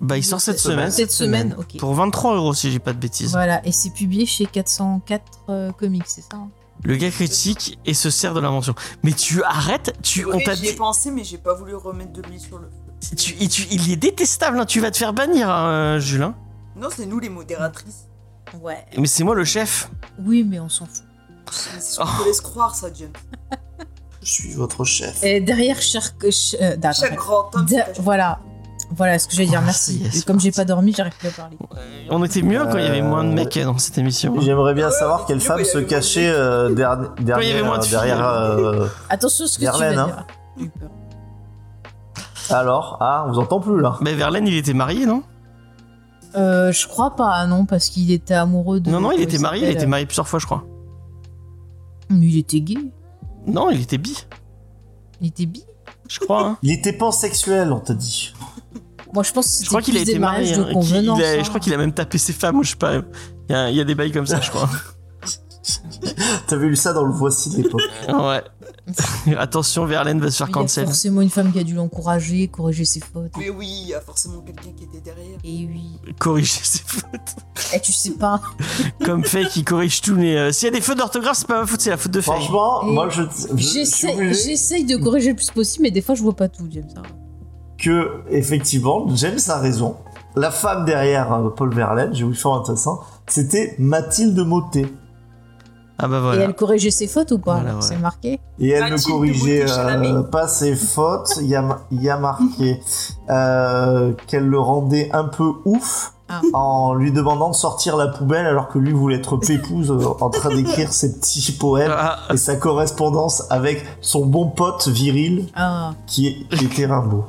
Speaker 2: Bah, il sort cette semaine.
Speaker 4: Cette semaine, ok.
Speaker 2: Pour 23 euros, si j'ai pas de bêtises.
Speaker 4: Voilà, et c'est publié chez 404 euh, Comics, c'est ça hein
Speaker 2: Le gars critique et se sert de l'invention. Mais tu arrêtes, tu, on
Speaker 3: Oui,
Speaker 2: t'a
Speaker 3: J'y ai
Speaker 2: dit,
Speaker 3: pensé, mais j'ai pas voulu remettre de l'huile sur le feu.
Speaker 2: tu- il- tu- il est détestable, hein, tu vas te faire bannir, hein, Jules. hein.
Speaker 3: Non, c'est nous les modératrices.
Speaker 4: Ouais.
Speaker 2: Mais c'est moi le chef.
Speaker 4: Oui, mais on s'en fout.
Speaker 2: Oh.
Speaker 3: Mais C'est ce qu'on te laisse croire, ça, Jen.
Speaker 5: Je suis votre chef.
Speaker 4: Et derrière chaque. ch- euh, d'attends,
Speaker 3: Chaque grand homme.
Speaker 4: De-
Speaker 3: c'est pas-
Speaker 4: Voilà. Voilà ce que je vais dire,
Speaker 2: Ah,
Speaker 4: merci.
Speaker 2: ça y est, c'est
Speaker 4: Comme j'ai
Speaker 2: parti.
Speaker 4: pas dormi, j'arrive plus à parler.
Speaker 2: On était mieux quand il y avait
Speaker 5: Euh,
Speaker 2: moins de mecs dans cette émission.
Speaker 5: J'aimerais bien
Speaker 3: Ouais,
Speaker 5: savoir quelle
Speaker 3: du coup,
Speaker 5: femme
Speaker 3: il y
Speaker 5: se
Speaker 3: avait moins de
Speaker 5: cachait euh, derni-
Speaker 2: il y avait
Speaker 5: derrière.
Speaker 2: moins de filles.
Speaker 5: derrière euh,
Speaker 4: Attention à ce que tu
Speaker 5: Verlaine,
Speaker 4: vas
Speaker 5: hein.
Speaker 4: dire. J'ai eu peur.
Speaker 5: Alors, ah, on vous entend plus là.
Speaker 2: Bah, Verlaine, il était marié, non
Speaker 4: Euh, je crois pas, non, parce qu'il était amoureux de.
Speaker 2: Non, non, il
Speaker 4: euh,
Speaker 2: était marié, il
Speaker 4: s'appelle,
Speaker 2: était marié plusieurs fois, je crois.
Speaker 4: euh, Mais il était gay.
Speaker 2: Non, il était bi,
Speaker 4: Il était bi.
Speaker 2: je crois. hein.
Speaker 5: Il était pansexuel, on t'a dit.
Speaker 4: Moi, je pense que
Speaker 2: Je
Speaker 4: c'était
Speaker 2: crois qu'il a
Speaker 4: plus des
Speaker 2: été marié.
Speaker 4: mariages
Speaker 2: hein,
Speaker 4: de
Speaker 2: et qu'il- il a-
Speaker 4: convenance. hein.
Speaker 2: je crois qu'il a même tapé ses femmes, ou je sais pas. Il y a- il y a des bails comme ça, je crois.
Speaker 5: T'avais lu ça dans le Voici de l'époque.
Speaker 2: Ouais. Attention, Verlaine va se faire
Speaker 4: Il y a
Speaker 2: cancel.
Speaker 4: forcément une femme qui a dû l'encourager, corriger ses fautes.
Speaker 3: Mais oui, il y a forcément quelqu'un qui était derrière.
Speaker 4: Et oui.
Speaker 2: Corriger ses fautes.
Speaker 4: Et tu sais pas.
Speaker 2: Comme Faye qui corrige tout, mais euh, s'il y a des fautes d'orthographe, c'est pas ma faute, c'est la faute de Faye.
Speaker 5: Franchement,
Speaker 4: Et
Speaker 5: moi je,
Speaker 2: Euh,
Speaker 5: je- je suis
Speaker 4: J'essaie-
Speaker 5: obligé
Speaker 4: J'essaye de corriger le plus possible, mais des fois, je vois pas tout, James. hein.
Speaker 5: que effectivement, James a raison. La femme derrière euh, Paul Verlaine, j'ai voulu faire intéressant, c'était Mathilde Motet.
Speaker 2: Ah bah
Speaker 4: Et
Speaker 2: voilà.
Speaker 4: elle corrigeait ses fautes ou pas
Speaker 2: Voilà, voilà.
Speaker 4: C'est marqué
Speaker 5: Et elle ne
Speaker 3: Mathilde
Speaker 5: corrigeait
Speaker 3: Motet-Chalamet.
Speaker 5: euh, pas ses fautes. Il y a, ma- il y a marqué euh, qu'elle le rendait un peu ouf
Speaker 4: Ah.
Speaker 5: en lui demandant de sortir la poubelle alors que lui voulait être pépouze euh, en train d'écrire ses petits poèmes
Speaker 2: Ah,
Speaker 5: et sa correspondance avec son bon pote viril
Speaker 4: Ah,
Speaker 2: Euh,
Speaker 5: qui, est- qui était Rimbaud.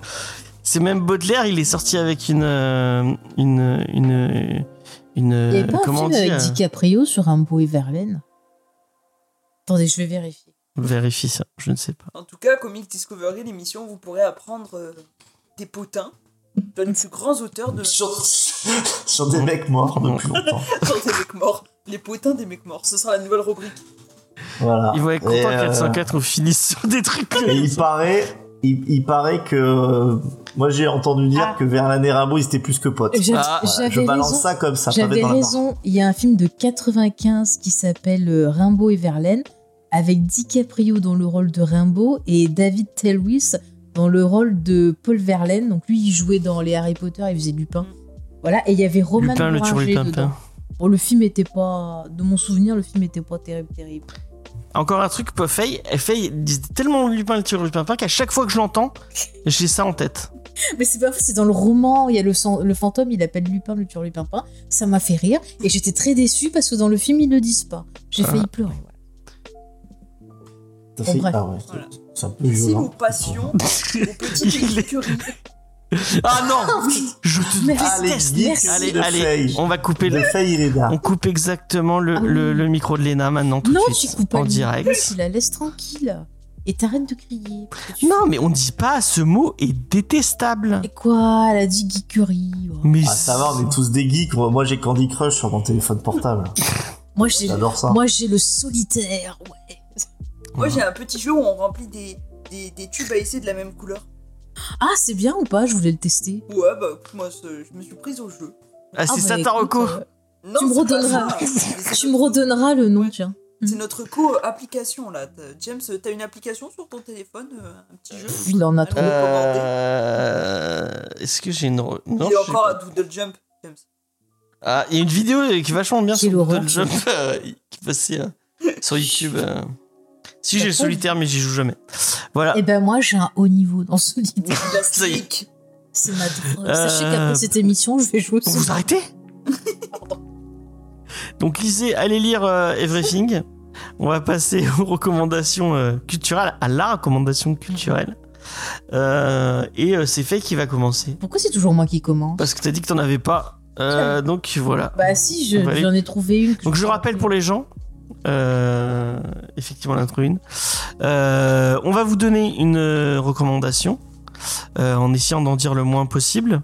Speaker 2: c'est même Baudelaire, il est sorti avec une. euh, une. une. une.
Speaker 4: il y avait pas
Speaker 2: comment
Speaker 4: un
Speaker 2: on
Speaker 4: film
Speaker 2: dit
Speaker 4: avec
Speaker 2: euh,
Speaker 4: DiCaprio sur un et Verlaine Attendez, je vais vérifier.
Speaker 2: Vérifie ça, je ne sais pas.
Speaker 3: En tout cas, Comic Discovery, l'émission, vous pourrez apprendre euh, des potins d'un des plus grands auteurs de
Speaker 5: Sur, sur des mecs morts depuis longtemps.
Speaker 3: des mecs morts. Les potins des mecs morts. Ce sera la nouvelle rubrique.
Speaker 5: Voilà.
Speaker 2: Ils vont être contents
Speaker 5: Et,
Speaker 2: que
Speaker 5: euh,
Speaker 2: 404, on finisse sur des trucs.
Speaker 5: Et il paraît, il, il paraît que euh, moi j'ai entendu dire que Verlaine et Rimbaud ils étaient plus que potes.
Speaker 4: J'avais
Speaker 2: Ah,
Speaker 5: Voilà,
Speaker 4: j'avais
Speaker 5: je balance
Speaker 4: raison.
Speaker 5: ça comme ça, pavé
Speaker 4: J'avais
Speaker 5: dans la mare.
Speaker 4: raison. Il y a un film de 95 qui s'appelle euh, Rimbaud et Verlaine, avec DiCaprio dans le rôle de Rimbaud et David Telwis dans le rôle de Paul Verlaine. Donc lui, il jouait dans les Harry Potter, il faisait Lupin. Voilà, et il y avait Roman
Speaker 2: Lupin, le
Speaker 4: Bouranger
Speaker 2: turlupin.
Speaker 4: dedans. Bon, le film était pas, de mon souvenir, le film était pas terrible, terrible.
Speaker 2: Encore un truc, pour Faye, eh, Faye dit tellement Lupin, le turlupin, qu'à chaque fois que je l'entends, j'ai ça en tête.
Speaker 4: Mais c'est pas fou, c'est dans le roman, il y a le, san- le fantôme, il appelle Lupin le turlupinpin. Ça m'a fait rire et j'étais très déçue parce que dans le film, ils le disent pas. J'ai
Speaker 2: Ah.
Speaker 4: failli pleurer. voilà.
Speaker 5: T'as
Speaker 4: Bon,
Speaker 5: fait-
Speaker 4: bref.
Speaker 5: ah ouais,
Speaker 3: Voilà.
Speaker 5: c'est un peu
Speaker 3: Ici,
Speaker 5: violent.
Speaker 3: nous passions aux petites
Speaker 2: Il est-
Speaker 3: écuries.
Speaker 2: Ah non Je te
Speaker 4: Mais
Speaker 5: Allez,
Speaker 2: déteste.
Speaker 5: geek
Speaker 2: Allez,
Speaker 5: de
Speaker 2: allez,
Speaker 5: Faye.
Speaker 2: on va couper
Speaker 5: De
Speaker 2: le,
Speaker 5: Faye, il est là.
Speaker 2: on coupe exactement le, le- le micro de Lena maintenant tout
Speaker 4: Non,
Speaker 2: de
Speaker 4: tu
Speaker 2: suite
Speaker 4: coupes pas
Speaker 2: en
Speaker 4: le
Speaker 2: direct.
Speaker 4: micro, Tu la laisses tranquille. Et t'arrêtes de crier. parce que tu-
Speaker 2: Non, mais on dit pas ce mot est détestable.
Speaker 4: Et quoi Elle a dit geekerie. oh.
Speaker 2: Mais
Speaker 5: Ah, ça va, on est tous des geeks. Moi, moi, j'ai Candy Crush sur mon téléphone portable.
Speaker 4: Moi, j'ai le...
Speaker 5: J'adore ça.
Speaker 4: Moi, j'ai le solitaire. Ouais.
Speaker 3: Moi, j'ai un petit jeu où on remplit des, des, des tubes à essai de la même couleur.
Speaker 4: Ah, c'est bien ou pas Je voulais le tester.
Speaker 3: Ouais, bah, écoute, moi, c'est- je me suis prise au jeu.
Speaker 2: Ah, c'est
Speaker 4: bah,
Speaker 2: ça ta
Speaker 4: écoute,
Speaker 2: reco
Speaker 4: euh,
Speaker 3: Non,
Speaker 4: Tu me
Speaker 3: c'est pas
Speaker 4: redonneras.
Speaker 3: ça. C'est
Speaker 4: Tu me
Speaker 3: notre-
Speaker 4: redonneras le nom,
Speaker 3: Ouais.
Speaker 4: tiens.
Speaker 3: C'est notre co-application, là. T'as- James, t'as une application sur ton téléphone, euh, un petit jeu
Speaker 4: Pff, Il en a trop.
Speaker 3: Euh, recommandé.
Speaker 2: Euh, Est-ce que j'ai une. re-
Speaker 3: Il
Speaker 2: Non,
Speaker 3: est
Speaker 2: j'ai-
Speaker 3: encore à Doodle Jump, James.
Speaker 2: Ah, il y a une vidéo qui est vachement bien
Speaker 4: Quelle
Speaker 2: sur
Speaker 4: horreur.
Speaker 2: Doodle Jump euh, qui passait euh, sur YouTube. euh. Si
Speaker 4: Ça
Speaker 2: j'ai le
Speaker 4: prouve.
Speaker 2: solitaire, mais j'y joue jamais. Voilà.
Speaker 4: Et ben moi, j'ai un haut niveau dans solitaire.
Speaker 3: La
Speaker 2: Ça y est.
Speaker 3: stick.
Speaker 4: C'est ma drogue.
Speaker 2: Euh,
Speaker 4: Sachez qu'après cette émission, je vais jouer au
Speaker 2: Vous vous
Speaker 4: solitaire.
Speaker 2: arrêtez Donc lisez, allez lire euh, Everything. On va passer aux recommandations euh, culturelles, à la recommandation culturelle. Euh, et euh, c'est fait qui va commencer.
Speaker 4: Pourquoi c'est toujours moi qui commence
Speaker 2: Parce que t'as dit que t'en avais pas. Euh, donc voilà.
Speaker 4: Bah si, je-
Speaker 2: On va aller-
Speaker 4: j'en ai trouvé une. que
Speaker 2: Ah Donc je rappelle pour les gens, euh, effectivement l'intro une, Euh, on va vous donner une euh, recommandation euh, en essayant d'en dire le moins possible,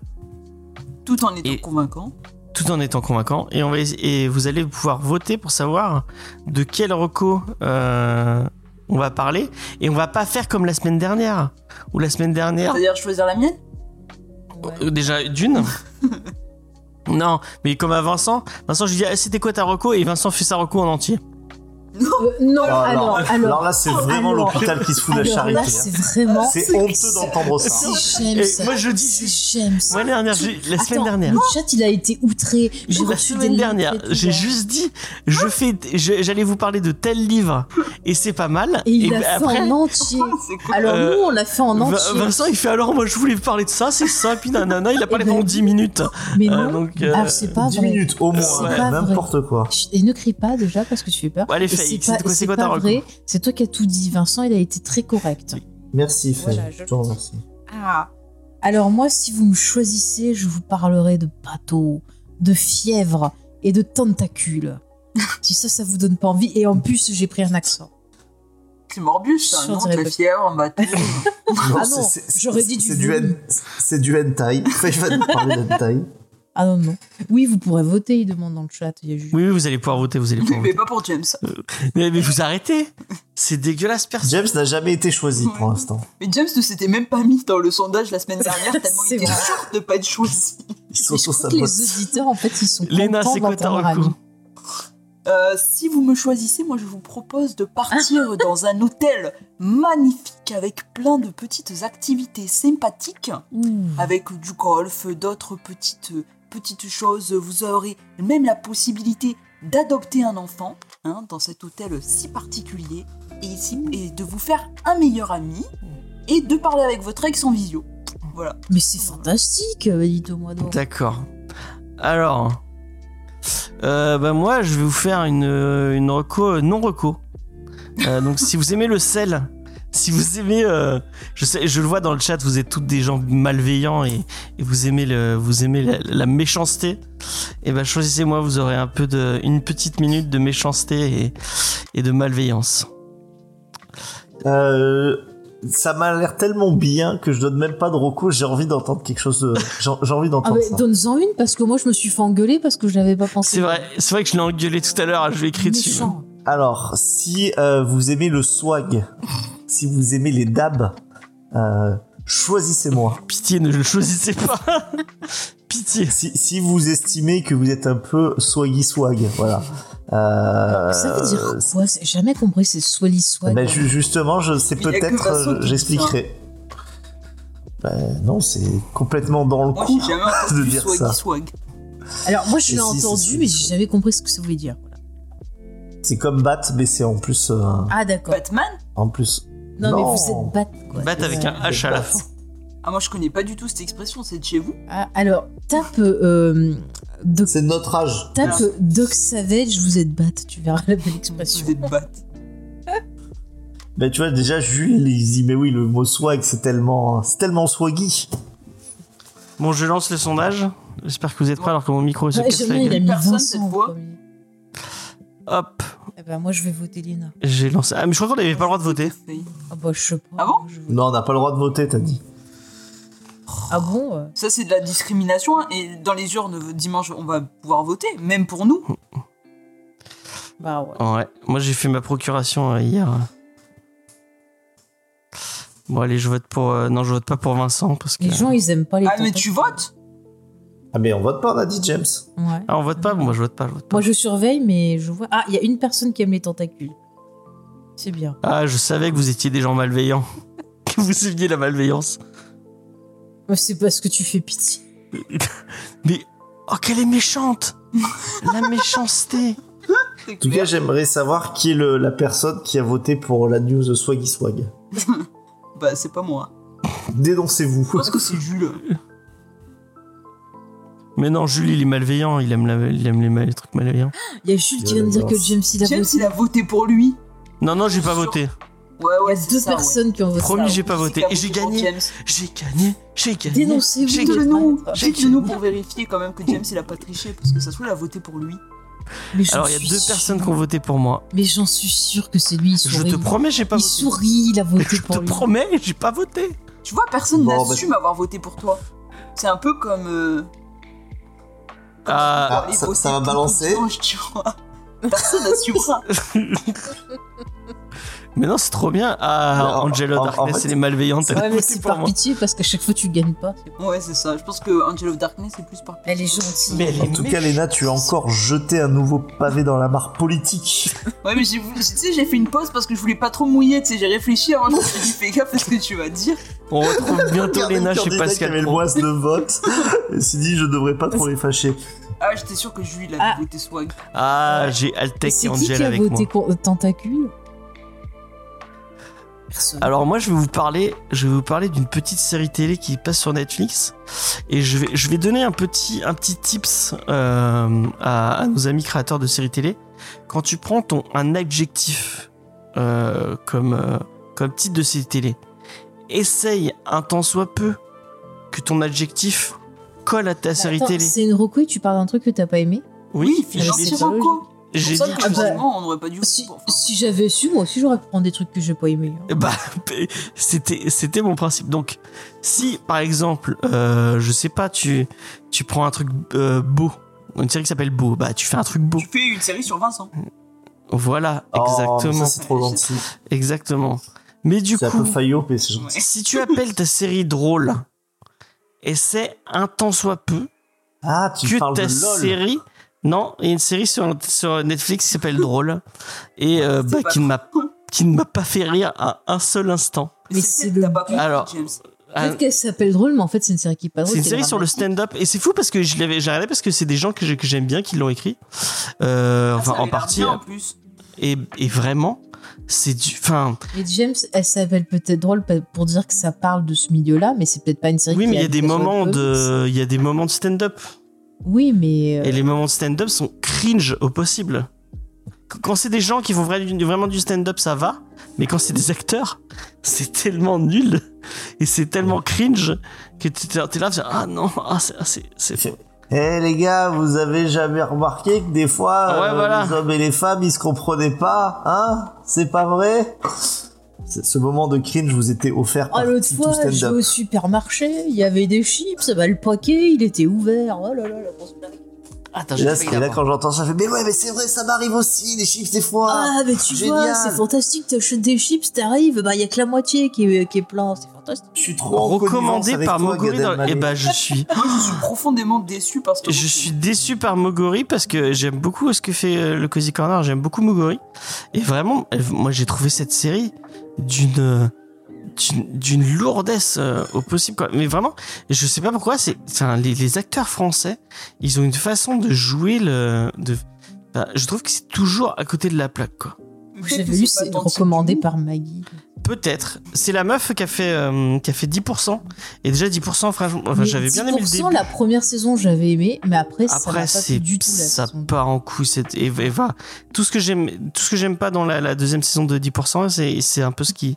Speaker 3: Tout en étant
Speaker 2: Et-
Speaker 3: convaincant.
Speaker 2: tout en étant convaincant, et, on va, ess- et vous allez pouvoir voter pour savoir de quel reco euh, on va parler, et on va pas faire comme la semaine dernière, ou la semaine dernière,
Speaker 3: C'est-à-dire choisir la mienne
Speaker 2: euh, déjà d'une. Non, mais comme à Vincent, Vincent je lui dis ah, c'était quoi ta reco et Vincent fait sa reco en entier.
Speaker 4: Euh, non,
Speaker 5: Alors,
Speaker 4: alors, alors,
Speaker 5: Oh alors là, c'est vraiment
Speaker 4: alors-
Speaker 5: l'hôpital qui se fout de la
Speaker 4: alors là,
Speaker 5: charité.
Speaker 4: c'est
Speaker 5: hein.
Speaker 4: vraiment.
Speaker 5: C'est honteux d'entendre ça.
Speaker 4: C'est
Speaker 2: Et
Speaker 4: James. ça.
Speaker 2: moi je dis
Speaker 4: C'est James.
Speaker 2: Moi, la dernière,
Speaker 4: Ah,
Speaker 2: j'ai- la semaine dernière.
Speaker 4: Le chat, il a été outré. J'ai
Speaker 2: La
Speaker 4: reçu
Speaker 2: semaine
Speaker 4: des
Speaker 2: dernière,
Speaker 4: lettres et tout,
Speaker 2: j'ai
Speaker 4: hein.
Speaker 2: juste dit, je fais, je- j'allais vous parler de tel livre et c'est pas mal.
Speaker 4: Et il
Speaker 2: ben,
Speaker 4: l'a fait en entier.
Speaker 3: C'est cool.
Speaker 4: Alors
Speaker 2: Euh,
Speaker 4: nous, on l'a fait en
Speaker 2: Vin-
Speaker 4: entier.
Speaker 2: Vincent, il fait alors moi je voulais parler de ça, c'est ça, et puis nanana, il a parlé
Speaker 4: ben,
Speaker 2: pendant 10 minutes.
Speaker 4: Mais
Speaker 2: Euh,
Speaker 4: non,
Speaker 2: donc, euh,
Speaker 4: ah, c'est pas
Speaker 5: 10
Speaker 4: vrai.
Speaker 5: minutes au
Speaker 4: C'est
Speaker 5: moins,
Speaker 4: pas
Speaker 5: ouais, n'importe quoi.
Speaker 4: Chut, Et ne crie pas déjà parce que tu fais peur.
Speaker 2: Bon, allez, Faye,
Speaker 4: Et c'est
Speaker 2: c'est
Speaker 4: pas,
Speaker 2: quoi-
Speaker 4: et
Speaker 2: c'est
Speaker 4: c'est
Speaker 2: quoi ta
Speaker 4: pas
Speaker 2: reco
Speaker 4: vrai. C'est toi qui as tout dit. Vincent, il a été très correct.
Speaker 5: Merci, Faye.
Speaker 4: Voilà, je-
Speaker 5: je te remercie.
Speaker 3: Ah,
Speaker 4: Alors moi, si vous me choisissez, je vous parlerai de bateaux, de fièvres et de tentacules. si ça, ça vous donne pas envie. Et en plus, j'ai pris un accent.
Speaker 3: c'est Morbius,
Speaker 4: Je
Speaker 3: ça, non
Speaker 4: dirais
Speaker 3: De la
Speaker 4: pas.
Speaker 3: fièvre, bah, tout.
Speaker 5: Non,
Speaker 4: Ah
Speaker 5: c'est-
Speaker 4: non,
Speaker 5: c'est-
Speaker 4: j'aurais
Speaker 5: c'est-
Speaker 4: dit du
Speaker 5: C'est du,
Speaker 4: vomi.
Speaker 5: hen- c'est du hentai. Faye va nous parler d'hentai.
Speaker 4: Ah non, non. Oui, vous pourrez voter, il demande dans le chat. Il y a juste...
Speaker 2: Oui, oui, vous allez pouvoir voter, vous allez pouvoir
Speaker 3: Mais
Speaker 2: voter.
Speaker 3: pas pour James.
Speaker 2: Mais, mais vous arrêtez, c'est dégueulasse, personne.
Speaker 5: James n'a jamais été choisi pour l'instant.
Speaker 3: Mais James ne s'était même pas mis dans le sondage la semaine dernière, tellement il
Speaker 4: C'est
Speaker 3: était
Speaker 4: vrai.
Speaker 3: sûr de pas être choisi.
Speaker 5: Il
Speaker 4: Mais je crois que les
Speaker 5: s'auto-sabote.
Speaker 4: auditeurs, en fait, ils sont
Speaker 2: Léna,
Speaker 4: contents
Speaker 2: c'est quoi ta
Speaker 4: d'entendre
Speaker 2: reco
Speaker 4: Ami.
Speaker 3: Euh, si vous me choisissez, moi je vous propose de partir dans un hôtel magnifique avec plein de petites activités sympathiques, avec du golf, d'autres petites, petites choses. Vous aurez même la possibilité d'adopter un enfant hein, dans cet hôtel si particulier et, ici, et de vous faire un meilleur ami
Speaker 5: Mm.
Speaker 3: et de parler avec votre ex en visio. Voilà.
Speaker 4: Mais c'est fantastique, euh, dites-moi donc.
Speaker 2: D'accord. Alors, euh, bah, moi, je vais vous faire une, euh, une reco euh, non reco. Euh, donc, si vous aimez le sel, si vous aimez, euh, je sais, je le vois dans le chat, vous êtes toutes des gens malveillants et, et vous aimez le, vous aimez la, la méchanceté. Et ben, choisissez-moi, vous aurez un peu de, une petite minute de méchanceté et, et de malveillance.
Speaker 5: Euh, ça m'a l'air tellement bien que je donne même pas de recours. J'ai envie d'entendre quelque chose. de- J'ai j'ai envie
Speaker 4: Ah
Speaker 5: d'entendre
Speaker 4: bah,
Speaker 5: ça.
Speaker 4: donne-en une parce que moi je me suis fait engueuler parce que je n'avais pas pensé.
Speaker 2: C'est vrai, c'est vrai que je l'ai engueulé tout à l'heure, hein, je lui ai écrit dessus.
Speaker 4: Méchant.
Speaker 5: Alors, si euh, vous aimez le swag, si vous aimez les dabs, euh, choisissez-moi.
Speaker 2: Pitié, ne le choisissez pas. Pitié.
Speaker 5: Si, si vous estimez que vous êtes un peu swaggy swag, voilà. Euh,
Speaker 4: Ça veut dire quoi J'ai jamais compris, c'est swally swag.
Speaker 5: ben, ju- justement, je sais
Speaker 3: Il y a que
Speaker 5: peut-être,
Speaker 3: Vincent
Speaker 5: euh,
Speaker 3: qui dit
Speaker 5: j'expliquerai. Ben, non, c'est complètement dans le
Speaker 3: Moi,
Speaker 5: coup
Speaker 3: j'ai jamais
Speaker 5: de
Speaker 3: entendu
Speaker 5: dire
Speaker 3: swaggy
Speaker 5: ça.
Speaker 3: swag.
Speaker 4: Alors moi je
Speaker 5: Et
Speaker 4: l'ai
Speaker 5: si, c'est
Speaker 4: entendu
Speaker 5: swally
Speaker 4: mais j'ai
Speaker 5: swag.
Speaker 4: jamais compris ce que ça voulait dire.
Speaker 5: C'est comme bat, mais c'est en plus, euh,
Speaker 4: Ah d'accord.
Speaker 3: Batman
Speaker 5: en plus.
Speaker 4: Non, mais
Speaker 5: Non.
Speaker 4: vous êtes bat quoi.
Speaker 2: Bat avec
Speaker 4: Ouais.
Speaker 2: un H à la fin.
Speaker 3: Ah, moi je connais pas du tout cette expression, c'est de chez vous
Speaker 4: Ah, alors tape euh, Doc-
Speaker 5: C'est de notre âge.
Speaker 4: tape Doc Savage, vous êtes bat, tu verras la belle expression.
Speaker 3: Vous êtes bat.
Speaker 5: Ben tu vois déjà Jules il dit mais oui le mot swag c'est tellement c'est tellement swaggy.
Speaker 2: Bon, je lance le sondage. J'espère que vous êtes prêts alors que mon micro se
Speaker 4: Ouais,
Speaker 2: casse la
Speaker 4: Julien, il a
Speaker 2: gueule.
Speaker 4: mis
Speaker 3: Personne
Speaker 4: Vincent
Speaker 3: cette
Speaker 4: en
Speaker 3: fois.
Speaker 4: premier.
Speaker 2: Hop,
Speaker 4: Eh ben, moi, je vais voter Lina.
Speaker 2: j'ai lancé. Ah, mais je crois qu'on n'avait pas le droit de voter.
Speaker 4: Ah bah, je sais pas.
Speaker 3: Ah bon
Speaker 4: Je vote-
Speaker 5: Non, on n'a pas le droit de voter, t'as dit.
Speaker 4: Ah bon euh,
Speaker 3: Ça, c'est de la discrimination. hein, Et dans les urnes, dimanche, on va pouvoir voter, même pour nous.
Speaker 4: Bah ouais.
Speaker 2: Ouais, moi j'ai fait ma procuration euh, hier. Bon, allez, je vote pour. euh, Non, je vote pas pour Vincent parce que.
Speaker 4: Les gens, ils aiment pas les
Speaker 3: Ah, mais
Speaker 4: tentacules.
Speaker 3: tu votes
Speaker 5: Ah, mais on vote pas, on a dit James.
Speaker 4: Ouais.
Speaker 2: Ah, on vote pas Moi, je vote pas. Je vote pas.
Speaker 4: Moi, je surveille, mais je vois. Ah, il y a une personne qui aime les tentacules. C'est bien.
Speaker 2: Ah, je savais que vous étiez des gens malveillants. que vous aimiez la malveillance.
Speaker 4: Moi, C'est parce que tu fais pitié.
Speaker 2: Mais. Oh, qu'elle est méchante La méchanceté
Speaker 3: C'est
Speaker 5: En tout cas,
Speaker 3: clair.
Speaker 5: j'aimerais savoir qui est le- la personne qui a voté pour la news Swaggy Swag.
Speaker 3: Bah, c'est pas moi.
Speaker 5: Dénoncez-vous.
Speaker 3: Parce que c'est Jules.
Speaker 2: Mais non, Jules, il est malveillant. Il aime, la- il aime les, mal- les trucs malveillants.
Speaker 4: Il y a Jules qui vient de dire que James, il a
Speaker 3: James,
Speaker 4: voté.
Speaker 3: il a voté pour lui.
Speaker 2: Non, non, j'ai pas voté.
Speaker 3: Ouais,
Speaker 4: Il y
Speaker 3: ouais,
Speaker 4: a
Speaker 3: c'est
Speaker 4: deux
Speaker 3: ça, ouais.
Speaker 4: personnes qui ont voté.
Speaker 2: Promis,
Speaker 3: Ah,
Speaker 2: j'ai pas
Speaker 3: c'est
Speaker 2: voté.
Speaker 3: qu'à
Speaker 2: Et j'ai
Speaker 3: voter pour
Speaker 2: gagné.
Speaker 3: James.
Speaker 2: J'ai gagné. J'ai gagné.
Speaker 4: Dénoncez-vous
Speaker 2: J'ai
Speaker 4: de
Speaker 2: gagné.
Speaker 4: le
Speaker 3: Dites-le-nous,
Speaker 4: maître.
Speaker 3: dites-le-nous pour vérifier quand même que James il a pas triché parce que ça se trouve il a voté pour lui.
Speaker 4: Mais j'en
Speaker 2: Alors, il y a
Speaker 4: suis
Speaker 2: deux
Speaker 4: sûre.
Speaker 2: personnes qui ont voté pour moi.
Speaker 4: Mais j'en suis sûr que c'est lui. Il
Speaker 2: Je
Speaker 4: sourit.
Speaker 2: te promets, j'ai pas
Speaker 4: il
Speaker 2: voté.
Speaker 4: sourit, il a voté
Speaker 2: Je
Speaker 4: pour
Speaker 2: te
Speaker 4: lui.
Speaker 2: promets, j'ai pas voté.
Speaker 3: Tu vois, personne
Speaker 5: Bon, bah,
Speaker 3: n'assume avoir voté pour toi. C'est un peu comme. euh,
Speaker 2: Ah,
Speaker 5: Ah,
Speaker 3: aller
Speaker 5: ça-
Speaker 3: bosser
Speaker 5: ça va
Speaker 3: tout le
Speaker 5: balancer.
Speaker 3: dimanche, tu vois. Personne n'assumera.
Speaker 2: mais non, c'est trop bien. Ah,
Speaker 5: Non,
Speaker 2: Angelo
Speaker 5: en- en
Speaker 2: Darkness,
Speaker 5: fait-
Speaker 2: elle est malveillante. Elle a
Speaker 4: Ouais, mais
Speaker 2: voté
Speaker 4: c'est
Speaker 2: pour
Speaker 4: par
Speaker 2: moi.
Speaker 4: pitié parce qu'à chaque fois tu gagnes pas.
Speaker 3: Ouais, c'est ça. Je pense que Angelo Darkness c'est plus par.
Speaker 4: Elle est gentille.
Speaker 2: Mais elle
Speaker 5: En tout cas, Léna, tu as encore jeté un nouveau pavé dans la mare politique.
Speaker 3: Ouais, mais j'ai voulu- tu sais, j'ai fait une pause parce que je voulais pas trop mouiller. Tu sais, j'ai réfléchi avant. Je me suis dit, fais gaffe à ce que tu vas dire.
Speaker 2: On retrouve bientôt
Speaker 5: Regardez le
Speaker 2: Léna chez
Speaker 5: candidat qui
Speaker 2: Pascal.
Speaker 5: avait le
Speaker 2: Pro.
Speaker 5: moins de votes. Et s'est dit, je devrais pas trop les fâcher.
Speaker 3: Ah, j'étais sûr que Julie il avait
Speaker 4: Ah.
Speaker 3: voté swag.
Speaker 2: Ah, j'ai Altec et
Speaker 4: C'est qui
Speaker 2: Angel
Speaker 4: qui a
Speaker 2: avec moi.
Speaker 4: voté pour tentacule Personne.
Speaker 2: Alors moi, je vais vous parler, je vais vous parler d'une petite série télé qui passe sur Netflix, et je vais, je vais donner un petit, un petit tips euh, à, à nos amis créateurs de séries télé. Quand tu prends ton un adjectif euh, comme euh, comme titre de série télé, essaye un temps soit peu que ton adjectif colle à ta série
Speaker 4: Bah, Attends,
Speaker 2: télé.
Speaker 4: C'est une Rocco et tu parles d'un truc que t'as pas aimé
Speaker 2: Oui,
Speaker 3: Genre,
Speaker 4: c'est
Speaker 2: j'ai
Speaker 3: c'est
Speaker 2: dit-
Speaker 4: pas logique.
Speaker 3: Rocco.
Speaker 2: j'ai
Speaker 3: Pour ça
Speaker 2: dit
Speaker 3: que,
Speaker 4: Ah bah,
Speaker 3: justement, on n'aurait pas dû.
Speaker 4: Si,
Speaker 3: Enfin,
Speaker 4: si j'avais su, moi aussi j'aurais pu prendre des trucs que j'ai pas hein. aimé.
Speaker 2: Bah, c'était, c'était mon principe. Donc, si par exemple, euh, je sais pas, tu, tu prends un truc euh, beau, une série qui s'appelle Beau, bah tu fais un truc beau.
Speaker 3: Tu fais une série sur Vincent.
Speaker 2: Voilà,
Speaker 5: Oh, mais
Speaker 2: exactement,
Speaker 5: ça, c'est trop gentil.
Speaker 2: exactement. Mais du
Speaker 5: C'est un peu
Speaker 2: coup,
Speaker 5: faillot, mais c'est gentil.
Speaker 3: Ouais.
Speaker 2: si tu appelles ta série drôle, et c'est un temps soit peu
Speaker 5: Ah, tu
Speaker 2: que
Speaker 5: parles de
Speaker 2: ta
Speaker 5: LOL.
Speaker 2: série. Non, il y a une série sur, sur Netflix qui s'appelle Drôle et euh,
Speaker 3: C'est
Speaker 2: bah,
Speaker 3: pas
Speaker 2: qui ne m'a qui ne m'a pas fait rire à un seul instant.
Speaker 4: Mais
Speaker 3: c'est
Speaker 4: c'est
Speaker 3: peut-être
Speaker 4: le-
Speaker 3: t'as pas compris,
Speaker 2: Alors,
Speaker 3: James.
Speaker 2: Un-
Speaker 4: Peut-être qu'elle s'appelle drôle, mais en fait Ah c'est une série qui est pas
Speaker 2: Ah.
Speaker 4: drôle.
Speaker 2: C'est une
Speaker 4: qui est
Speaker 2: série sur le
Speaker 4: dramatique.
Speaker 2: stand-up et c'est fou parce que je l'avais j'ai regardé parce que c'est des gens que j'ai- que j'aime bien qui l'ont écrit Euh,
Speaker 3: Ah, ça
Speaker 2: enfin
Speaker 3: avait
Speaker 2: en
Speaker 3: l'air
Speaker 2: partie
Speaker 3: bien, en plus.
Speaker 2: et, et vraiment c'est du enfin
Speaker 4: Et James, elle s'appelle peut-être drôle pa- pour dire que ça parle de ce milieu-là, mais c'est peut-être pas une série.
Speaker 2: oui
Speaker 4: qui
Speaker 2: mais il y a des
Speaker 4: qui
Speaker 2: moments
Speaker 4: soit
Speaker 2: de il y a des moments de stand-up
Speaker 4: Oui, mais. euh,
Speaker 2: et les moments de stand-up sont cringe au possible Qu- quand c'est des gens qui font vra- du- vraiment du stand-up ça va mais quand c'est des acteurs c'est tellement nul et c'est tellement cringe que t'es t'es là tu dis, ah non ah, c'est- ah, c'est c'est
Speaker 5: Eh les gars, vous avez jamais remarqué que des fois,
Speaker 2: Ouais,
Speaker 5: euh,
Speaker 2: voilà.
Speaker 5: les hommes et les femmes, ils se comprenaient pas, hein C'est pas vrai C'est- Ce moment de cringe vous était offert
Speaker 4: Oh,
Speaker 5: par
Speaker 4: l'autre
Speaker 5: Titou
Speaker 4: fois, je vais
Speaker 5: Stand-Up.
Speaker 4: au supermarché, il y avait des chips, bah, le paquet, il était ouvert. Oh là là, la grosse blague.
Speaker 2: attends
Speaker 5: Et
Speaker 2: j'ai
Speaker 5: là,
Speaker 2: failli
Speaker 5: c'est- là,
Speaker 2: l'avoir.
Speaker 5: quand j'entends ça, je fais Mais ouais, mais c'est vrai, ça m'arrive aussi, les chips des fois
Speaker 4: Ah, mais tu vois,
Speaker 5: génial.
Speaker 4: c'est fantastique, t'achètes des chips, t'arrives, bah, il y a que la moitié qui est, qui est plein, c'est fantastique.
Speaker 5: Je suis trop en connivence
Speaker 2: recommandé
Speaker 5: avec
Speaker 2: par
Speaker 5: toi,
Speaker 2: Mogori
Speaker 5: Gad
Speaker 2: dans...
Speaker 5: Elmaleh.
Speaker 2: et bah je suis
Speaker 3: Moi, je suis profondément déçu parce que
Speaker 2: Je suis déçu par Mogori parce que j'aime beaucoup ce que fait euh, le Cozy Corner, j'aime beaucoup Mogori. Et vraiment, elle- moi j'ai trouvé cette série d'une euh, d'une- d'une lourdesse euh, au possible. quoi. Mais vraiment, je sais pas pourquoi, c'est enfin, les, les acteurs français, ils ont une façon de jouer le. De, enfin, je trouve que c'est toujours à côté de la plaque. quoi.
Speaker 4: J'avais vu, c'est recommandé par Maggie.
Speaker 2: Peut-être. C'est la meuf qui a fait, euh, qui a fait 10%. Et déjà 10%, franchement, enfin,
Speaker 4: Mais
Speaker 2: j'avais bien aimé le
Speaker 4: 10%,
Speaker 2: début.
Speaker 4: la première saison, j'avais aimé, mais après, ça m'a
Speaker 2: Après,
Speaker 4: pas
Speaker 2: c'est
Speaker 4: plu du tout. La
Speaker 2: ça
Speaker 4: saison.
Speaker 2: part en couille. Cette, et, et va. Tout ce que j'aime, tout ce que j'aime pas dans la, la deuxième saison de 10%, c'est, c'est un peu ce qui,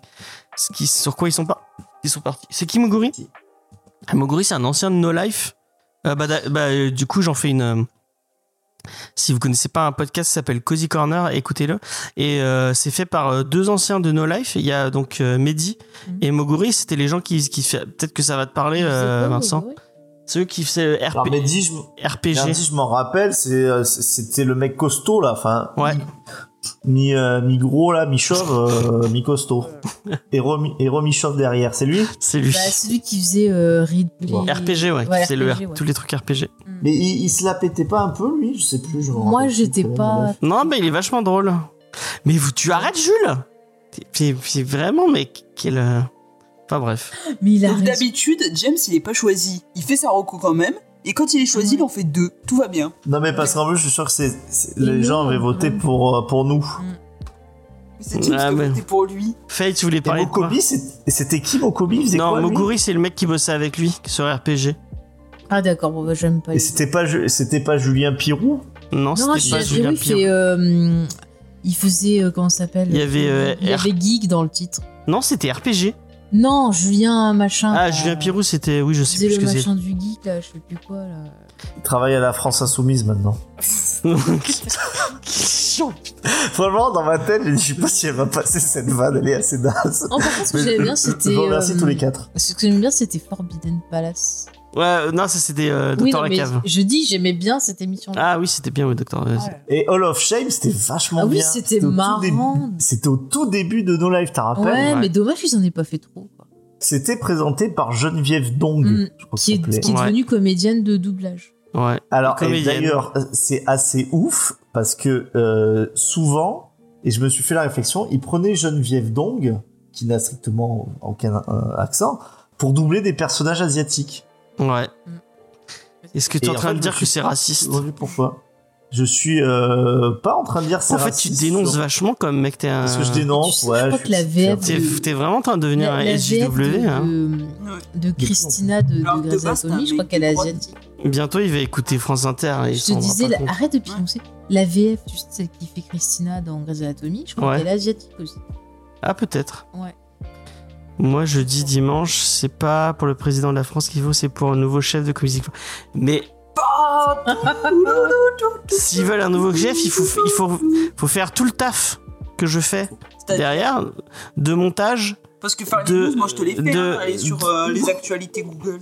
Speaker 2: ce qui, sur quoi ils sont pas, ils sont partis. C'est Kimogori Ah, Moguri, c'est un ancien de No Life. Euh, bah, da- bah, euh, du coup, j'en fais une. euh, Si vous connaissez pas un podcast qui s'appelle Cozy Corner, écoutez-le. Et euh, c'est fait par euh, deux anciens de No Life. Il y a donc euh, Mehdi
Speaker 4: Mhm.
Speaker 2: et Moguri. C'était les gens qui, qui fait... peut-être que ça va te parler, euh, Vincent. Ceux qui faisaient euh,
Speaker 5: Alors,
Speaker 2: RP...
Speaker 5: mais dis, je,
Speaker 2: RPG.
Speaker 5: Lundi, je m'en rappelle, c'est, euh, c'est- c'était le mec costaud là, enfin.
Speaker 2: Ouais.
Speaker 5: Mi, euh, mi gros là, mi chauve, euh, mi costaud. Et remi, et remi chauve derrière, c'est lui.
Speaker 2: C'est lui.
Speaker 4: Bah, celui qui faisait euh, Ridley.
Speaker 5: Ouais.
Speaker 2: RPG, ouais.
Speaker 4: Ouais,
Speaker 2: c'est le
Speaker 4: RPG, ouais.
Speaker 2: tous les trucs RPG.
Speaker 5: Mais il, il se la pétait pas un peu lui, je sais plus. Je me
Speaker 4: Moi,
Speaker 5: rappelle plus
Speaker 4: j'étais
Speaker 5: comment
Speaker 4: pas.
Speaker 5: il
Speaker 2: Non, mais il est vachement drôle. Mais vous, tu arrêtes, Jules T'es- t'es- C'est vraiment, mais quel. euh, Enfin bref.
Speaker 4: Mais il a
Speaker 3: Donc
Speaker 4: raison.
Speaker 3: d'habitude, James, il est pas choisi. Il fait sa reco quand même. Et quand il est choisi, il en fait deux. Tout va bien.
Speaker 5: l'a. Non mais parce qu'en plus, je suis sûr que c'est, c'est-
Speaker 4: Et
Speaker 5: les
Speaker 4: nous,
Speaker 5: gens avaient voté
Speaker 4: ouais.
Speaker 5: pour euh, pour nous.
Speaker 3: C'est James
Speaker 2: Ah,
Speaker 3: qui a
Speaker 2: mais-
Speaker 3: voté pour lui.
Speaker 2: Faye, tu voulais
Speaker 5: Et
Speaker 2: parler de quoi
Speaker 5: Mokobi, c'est- c'était qui Mokobi Il faisait
Speaker 2: Non,
Speaker 5: quoi, lui
Speaker 2: Moguri, c'est le mec qui bossait avec lui sur RPG.
Speaker 4: Ah, d'accord, bon, bah, j'aime pas
Speaker 5: Et
Speaker 4: les-
Speaker 5: c'était pas Ju- c'était pas Julien Pirou
Speaker 2: Non,
Speaker 4: Non,
Speaker 2: c'était
Speaker 4: je
Speaker 2: pas Julien Pierre.
Speaker 4: c'est. euh, il faisait. euh, comment ça s'appelle
Speaker 2: Il y avait, euh,
Speaker 4: Il y
Speaker 2: R-
Speaker 4: avait Geek dans le titre.
Speaker 2: Non, c'était RPG.
Speaker 4: Non, Julien Machin.
Speaker 2: Ah,
Speaker 4: là,
Speaker 2: Julien Pirou, c'était. Oui, je sais
Speaker 4: faisait
Speaker 2: plus ce
Speaker 4: le
Speaker 2: que c'est.
Speaker 4: euh, machin du geek, là, je sais plus quoi, là.
Speaker 5: Il travaille à la France Insoumise maintenant. Vraiment, dans ma tête, je dis, je sais pas si elle va passer cette vanne, elle est assez naze.
Speaker 4: En par contre, ce que
Speaker 5: Mais
Speaker 4: j'aimais
Speaker 5: je-
Speaker 4: bien,
Speaker 5: je-
Speaker 4: c'était.
Speaker 5: Je vous remercie
Speaker 4: euh,
Speaker 5: tous les quatre.
Speaker 4: Ce que j'aimais bien, c'était Forbidden Palace.
Speaker 2: Ouais, euh, non, ça c'était euh,
Speaker 4: Oui,
Speaker 2: Docteur
Speaker 4: non, mais
Speaker 2: Lacave.
Speaker 4: je dis, j'aimais bien cette émission.
Speaker 2: Ah oui, c'était bien, oui, Docteur.
Speaker 5: Et Hall of Shame, c'était vachement
Speaker 4: Ah oui,
Speaker 5: bien.
Speaker 4: c'était
Speaker 5: au tout
Speaker 4: marrant.
Speaker 5: début- C'était au tout début de No Life, t'as
Speaker 4: ouais,
Speaker 5: rappelé
Speaker 2: ouais.
Speaker 4: mais dommage qu'ils en aient pas fait trop. quoi.
Speaker 5: C'était présenté par Geneviève Dong.
Speaker 4: Mm.
Speaker 5: je crois que
Speaker 4: Qui
Speaker 5: ça s'appelait.
Speaker 4: est, qui est
Speaker 2: Ouais.
Speaker 4: devenue comédienne de doublage.
Speaker 2: Ouais.
Speaker 5: Alors, et
Speaker 2: comédienne.
Speaker 5: d'ailleurs, euh, c'est assez ouf parce que euh, souvent, et je me suis fait la réflexion, ils prenaient Geneviève Dong, qui n'a strictement aucun euh, accent, pour doubler des personnages asiatiques.
Speaker 2: Ouais.
Speaker 4: Mm.
Speaker 2: Est-ce que tu es
Speaker 5: Et
Speaker 2: en
Speaker 5: en
Speaker 2: train
Speaker 5: fait,
Speaker 2: de
Speaker 5: je
Speaker 2: dire que
Speaker 5: suis
Speaker 2: c'est raciste
Speaker 5: Vous savez pourquoi Je suis euh, pas en train de dire c'est
Speaker 2: En fait, tu
Speaker 5: raciste,
Speaker 2: dénonces euh,
Speaker 5: genre.
Speaker 2: vachement comme mec, t'es un.
Speaker 5: Parce que je dénonce,
Speaker 4: Tu sais, je
Speaker 5: ouais.
Speaker 4: crois
Speaker 5: je suis-
Speaker 4: que la VF
Speaker 5: je suis un
Speaker 2: T'es
Speaker 5: petit-
Speaker 2: t'es vraiment en train de devenir un
Speaker 4: VF
Speaker 2: SJW. hein.
Speaker 4: de, de, de Christina de,
Speaker 3: Alors, de
Speaker 4: de Grey's
Speaker 3: base,
Speaker 4: Anatomy,
Speaker 3: t'as
Speaker 4: je
Speaker 3: un
Speaker 4: crois
Speaker 3: mec
Speaker 4: qu'elle est
Speaker 3: qui croit-
Speaker 4: asiatique.
Speaker 2: Bientôt, il va écouter France Inter. et il
Speaker 4: Je
Speaker 2: s'en
Speaker 4: te
Speaker 2: rend
Speaker 4: disais,
Speaker 2: pas
Speaker 4: la-
Speaker 2: compte.
Speaker 4: arrête de prononcer. La VF, tu sais, celle qui fait Christina dans Grey's Anatomy, je crois
Speaker 2: Ouais.
Speaker 4: qu'elle est asiatique aussi.
Speaker 2: Ah, peut-être.
Speaker 4: Ouais.
Speaker 2: Moi, je dis dimanche, c'est pas pour le président de la France qu'il faut, c'est pour un nouveau chef de Comédie. Mais
Speaker 3: Bah,
Speaker 2: s'ils veulent un nouveau chef, il faut, il faut, faut faire tout le taf que je fais
Speaker 3: C'est-à-dire
Speaker 2: derrière de montage.
Speaker 3: Parce que faire les
Speaker 2: De-
Speaker 3: news, moi je te les fais.
Speaker 2: de-
Speaker 3: hein. Allez sur euh, les actualités Google.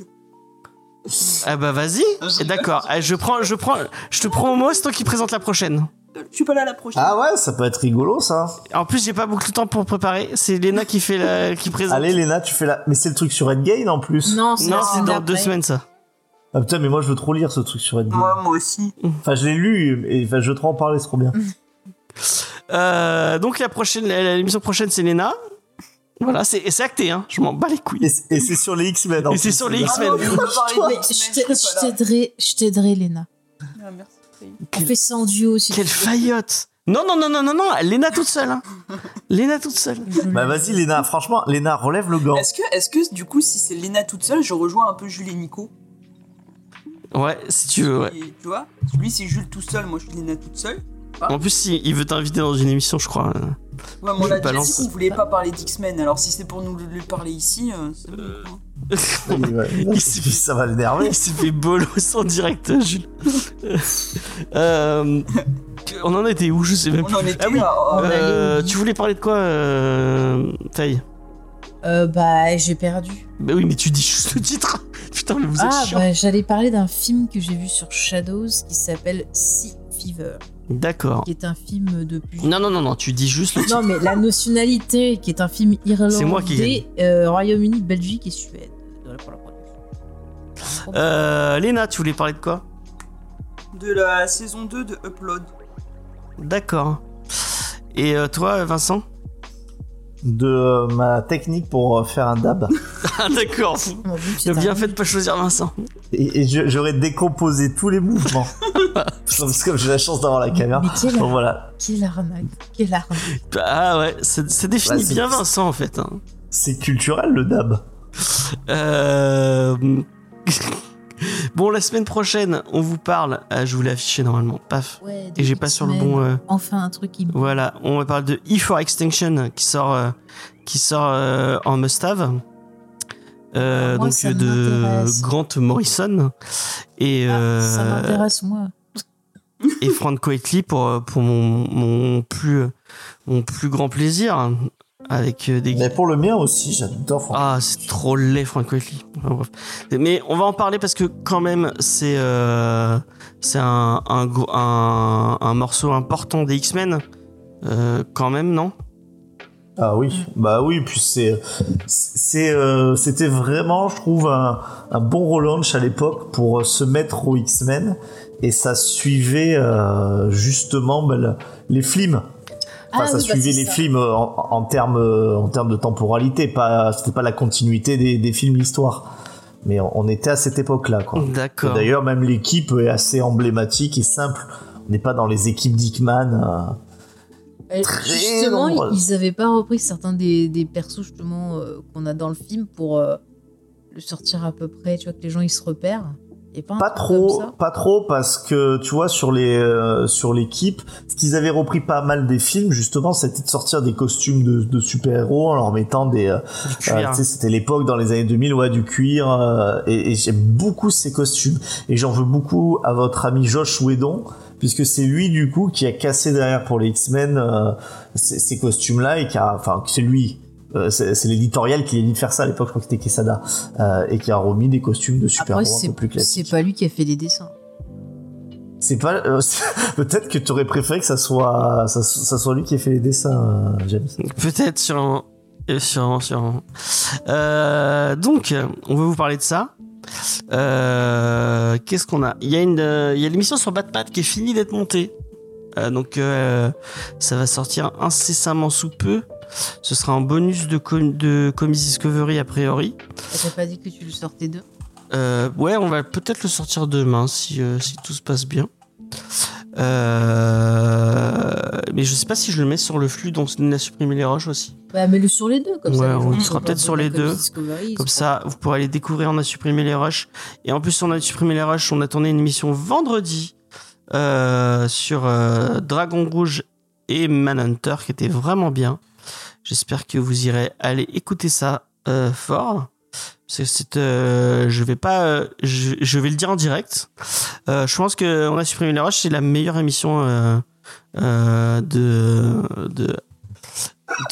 Speaker 2: Ah bah vas-y.
Speaker 3: Ah, je-
Speaker 2: D'accord. Ah, Je prends, je prends, je te prends au mot. C'est toi qui présente la prochaine.
Speaker 3: Je suis pas là la prochaine.
Speaker 5: Ah ouais, ça peut être rigolo ça.
Speaker 2: En plus, j'ai pas beaucoup de temps pour préparer. C'est Léna qui fait la, qui présente.
Speaker 5: Allez, Léna, tu fais la. Mais c'est le truc sur Endgame en plus.
Speaker 4: Non,
Speaker 2: non, c'est dans deux semaines ça.
Speaker 5: Ah putain, mais moi je veux trop lire ce truc sur Endgame.
Speaker 3: Moi, moi aussi.
Speaker 5: Enfin, je l'ai lu et enfin, je veux trop en parler, c'est trop bien.
Speaker 2: Euh, donc la prochaine, la- la- l'émission prochaine, c'est Léna. Voilà, c'est et c'est acté. Hein. Je m'en bats les couilles.
Speaker 5: Et c'est et c'est sur les X-Men. en
Speaker 2: Et c'est
Speaker 5: plus,
Speaker 2: sur les
Speaker 5: là.
Speaker 2: X-Men.
Speaker 3: Ah non, on peut parler de
Speaker 5: Toi,
Speaker 3: X-Men,
Speaker 4: Je
Speaker 3: je
Speaker 4: t'a-
Speaker 3: serai
Speaker 4: je
Speaker 3: pas là.
Speaker 4: t'aiderai, je t'aiderai, Léna.
Speaker 3: Ah, merci.
Speaker 4: On fait ça en duo si
Speaker 2: Quelle
Speaker 4: tu veux.
Speaker 2: faillotte Non, non, non, non, non, non, Léna toute seule. Hein. Léna toute seule.
Speaker 4: Je
Speaker 5: Bah
Speaker 4: le-
Speaker 5: vas-y, Léna, franchement, Léna, relève le gant.
Speaker 3: Est-ce que, est-ce que du coup, si c'est Lena toute seule, je rejoins un peu Jules et Nico
Speaker 2: Ouais, si tu veux, ouais.
Speaker 3: Et, Tu vois Lui, c'est Jules tout seul, moi je suis Lena toute seule.
Speaker 2: En plus, si, il veut t'inviter dans une émission, je crois. hein.
Speaker 3: Ouais, mais on
Speaker 2: Je
Speaker 3: l'a déjà dit
Speaker 2: balance.
Speaker 3: qu'on voulait pas parler d'X-Men, alors si c'est pour nous le, le parler ici, euh, c'est bon. hein.
Speaker 5: Il va-
Speaker 2: Il suffit.
Speaker 5: Ça va l'énerver.
Speaker 2: Il s'est fait bolos en direct, Jules. Euh, on en était où Je sais même
Speaker 3: On
Speaker 2: plus.
Speaker 3: en était
Speaker 2: Ah oui.
Speaker 3: là. oh,
Speaker 4: Ouais.
Speaker 2: Euh,
Speaker 4: allait au-
Speaker 2: tu voulais parler de quoi, euh, Faye
Speaker 4: Euh, bah, j'ai perdu.
Speaker 2: Bah oui, mais tu dis juste le titre. Putain, mais vous êtes
Speaker 4: Ah,
Speaker 2: chiant.
Speaker 4: bah, j'allais parler d'un film que j'ai vu sur Shadows qui s'appelle Sea Fever,
Speaker 2: D'accord.
Speaker 4: qui est un film de plus.
Speaker 2: Non, non, non, non, tu dis juste le titre.
Speaker 4: Non, mais la nationalité, qui est un film irlandais,
Speaker 2: C'est moi qui
Speaker 4: euh, Royaume-Uni, Belgique et Suède. Voilà pour la production.
Speaker 2: Euh, Léna, tu voulais parler de quoi
Speaker 3: de la saison 2 de Upload.
Speaker 2: D'accord. Et euh, toi, Vincent
Speaker 5: De euh, ma technique pour euh, faire un dab.
Speaker 2: Ah, d'accord.
Speaker 4: Mon Dieu, c'est
Speaker 2: T'as bien
Speaker 4: un-
Speaker 2: fait de pas choisir Vincent.
Speaker 5: Et, et je- j'aurais décomposé tous les mouvements. Parce que j'ai la chance d'avoir la caméra.
Speaker 4: Mais quelle,
Speaker 5: Donc voilà,
Speaker 4: quelle arnaque, quelle arnaque.
Speaker 2: Ah ouais, c'est c'est défini
Speaker 5: Bah, c'est-
Speaker 2: bien Vincent en fait. hein.
Speaker 5: C'est culturel le dab.
Speaker 2: Euh... bon, la semaine prochaine, on vous parle. Ah, je vous l'ai affiché normalement. Paf.
Speaker 4: Ouais,
Speaker 2: Et j'ai
Speaker 4: depuis
Speaker 2: pas
Speaker 4: une
Speaker 2: sur le
Speaker 4: semaine.
Speaker 2: bon. euh,
Speaker 4: Enfin, un truc qui.
Speaker 2: Voilà, on va parler de E for Extinction qui sort, euh, qui sort euh, en mustave. euh,
Speaker 4: Ah, Moi,
Speaker 2: donc
Speaker 4: ça
Speaker 2: de
Speaker 4: m'intéresse.
Speaker 2: Grant Morrison et,
Speaker 4: Ah, Ça
Speaker 2: euh,
Speaker 4: m'intéresse, moi.
Speaker 2: et Franco Etli pour, euh, pour mon, mon, plus, mon plus grand plaisir avec euh, des
Speaker 5: Mais pour le mien aussi, j'adore. franchement.
Speaker 2: Ah, c'est trop laid, Franco Etli. Enfin, bref. Mais on va en parler parce que quand même, c'est euh, c'est un, un, gros- un, un morceau important des X-Men. Euh, quand même, non
Speaker 5: Ah oui,
Speaker 4: Mm.
Speaker 5: bah oui, puis c'est, c'est, euh, c'était vraiment, je trouve, un, un bon relaunch à l'époque pour euh, se mettre aux X-Men et ça suivait euh, justement bah, le- les films. Enfin,
Speaker 4: Ah
Speaker 5: ça
Speaker 4: oui, bah,
Speaker 5: suivait
Speaker 4: c'est
Speaker 5: les
Speaker 4: ça.
Speaker 5: films euh, en, en termes euh, en termes de temporalité, pas c'était pas la continuité des, des films l'histoire, mais on, on était à cette époque-là quoi. Et
Speaker 2: D'accord.
Speaker 5: D'ailleurs, même l'équipe est assez emblématique et simple. On n'est pas dans les équipes Dickman.
Speaker 4: Euh,
Speaker 5: Très
Speaker 4: Justement,
Speaker 5: nombreux.
Speaker 4: ils n'avaient pas repris certains des, des persos justement euh, qu'on a dans le film pour euh, le sortir à peu près, tu vois, que les gens ils se repèrent. Et pas, un
Speaker 5: Pas
Speaker 4: truc
Speaker 5: trop,
Speaker 4: comme ça.
Speaker 5: pas trop, parce que tu vois sur les euh, sur l'équipe, ce qu'ils avaient repris pas mal des films justement, c'était de sortir des costumes de, de super-héros en leur mettant des. euh,
Speaker 2: Du
Speaker 5: euh,
Speaker 2: cuir.
Speaker 5: tu sais, c'était l'époque dans les années 2000, ouais, du cuir. euh, et et j'aime beaucoup ces costumes et j'en veux beaucoup à votre ami Josh Whedon puisque c'est lui du coup qui a cassé derrière pour les X-Men euh, ces, ces costumes-là et qui a, enfin, c'est lui. euh, c'est c'est l'éditorial qui a dit de faire ça à l'époque, je crois que c'était Quesada, euh, et qui a remis des costumes de super-héros
Speaker 4: Après,
Speaker 5: un peu plus
Speaker 4: c'est
Speaker 5: classiques.
Speaker 4: c'est pas lui qui a fait les dessins.
Speaker 5: C'est pas. euh, Peut-être que tu aurais préféré que ça soit, ça, ça soit lui qui ait fait les dessins, euh, James.
Speaker 2: Peut-être sur un... euh, Sûrement, sûrement. Euh, donc, on va vous parler de ça. Euh, Qu'est-ce qu'on a Il y a une, euh, il y a l'émission sur Batman qui est finie d'être montée. Euh, donc, euh, ça va sortir incessamment sous peu. Ce sera un bonus de, com de Comics Discovery a priori.
Speaker 5: Ah,
Speaker 4: T'as pas dit que tu le sortais d'eux
Speaker 2: Euh, ouais, on va peut-être le sortir demain si, euh, si tout se passe bien. Euh, mais je sais pas si je le mets sur le flux dont on a supprimé les roches aussi.
Speaker 4: Ouais, mais le Bah, sur les deux, comme
Speaker 2: Ouais,
Speaker 4: ça. les
Speaker 2: on
Speaker 4: gens,
Speaker 2: le
Speaker 4: ils
Speaker 2: sera
Speaker 4: sont pas
Speaker 2: peut-être sur
Speaker 4: dans
Speaker 2: les
Speaker 4: Comics
Speaker 2: deux.
Speaker 4: Discovery, ils
Speaker 2: Comme
Speaker 4: sont-
Speaker 2: ça, vous pourrez aller découvrir. On a supprimé les rushs. Et en plus, on a supprimé les rushs. On a tourné une émission vendredi euh, sur euh, Dragon Rouge et Manhunter qui était vraiment bien. J'espère que vous irez aller écouter ça euh, fort. Parce que c'est, euh, je vais pas, euh, je, je vais le dire en direct. Euh, je pense que on a supprimé les rushs. C'est la meilleure émission euh, euh, de de.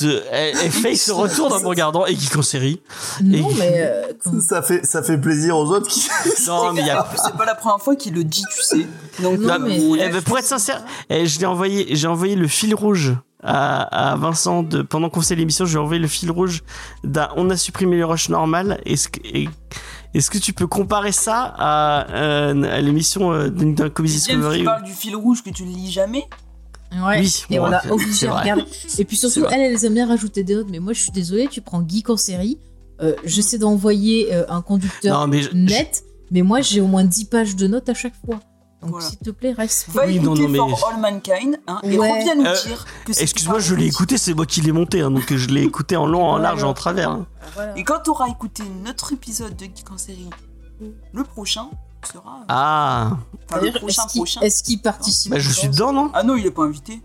Speaker 2: De, eh, elle, elle fait se retourne en me regardant et qui série.
Speaker 4: Non,
Speaker 2: Et-
Speaker 4: mais. euh, comme-
Speaker 5: Ça fait, ça fait plaisir aux autres qui.
Speaker 2: Non, mais il y a.
Speaker 3: En plus, c'est pas la première fois qu'il le dit, tu sais. Donc, euh,
Speaker 4: Non,
Speaker 2: Bah,
Speaker 4: mais-
Speaker 2: eh ben, pour être sincère, eh, je l'ai envoyé, j'ai envoyé le fil rouge à, à Vincent de, pendant qu'on faisait l'émission. J'ai envoyé le fil rouge. d'un on a supprimé le rush normal. Est-ce que, et- est-ce que tu peux comparer ça à, euh, à l'émission euh, d'un d'un Comedy
Speaker 3: James,
Speaker 2: Discovery
Speaker 3: tu
Speaker 2: où-
Speaker 3: parles du fil rouge que tu ne lis jamais.
Speaker 4: Ouais.
Speaker 2: Oui,
Speaker 4: Et
Speaker 2: bon,
Speaker 4: on
Speaker 2: c'est-
Speaker 4: l'a
Speaker 2: c'est
Speaker 4: obligé à
Speaker 2: vrai.
Speaker 4: regarder. Et puis
Speaker 2: C'est
Speaker 4: surtout,
Speaker 2: vrai.
Speaker 4: elle, elle aime bien rajouter des autres. Mais moi, je suis désolée, tu prends Guy Cancéry. Euh, J'essaie d'envoyer euh, un conducteur
Speaker 2: Non, mais je-
Speaker 4: net, mais moi, j'ai au moins 10 pages de notes à chaque fois. Donc,
Speaker 3: Voilà.
Speaker 4: s'il te plaît, reste.
Speaker 3: Va
Speaker 2: Oui, non,
Speaker 3: écouter
Speaker 2: non, mais-
Speaker 3: For All Mankind hein, et
Speaker 4: Ouais.
Speaker 3: reviens nous
Speaker 2: Euh,
Speaker 3: dire
Speaker 2: je-
Speaker 3: que c'est.
Speaker 2: excuse-moi, je l'ai écouté, c'est moi qui l'ai monté, hein, donc je l'ai écouté en long, en
Speaker 4: Ouais,
Speaker 2: large,
Speaker 4: ouais.
Speaker 2: en travers. hein.
Speaker 4: Voilà.
Speaker 3: Et quand tu auras écouté notre épisode de Geek en série, le prochain sera.
Speaker 2: Ah,
Speaker 3: Enfin, le
Speaker 4: D'ailleurs,
Speaker 3: prochain,
Speaker 4: Euh, Est-ce qu'il
Speaker 3: prochain.
Speaker 4: est-ce qu'il participe
Speaker 2: bah je
Speaker 4: encore
Speaker 2: suis dedans, non
Speaker 3: Ah non, il est pas invité.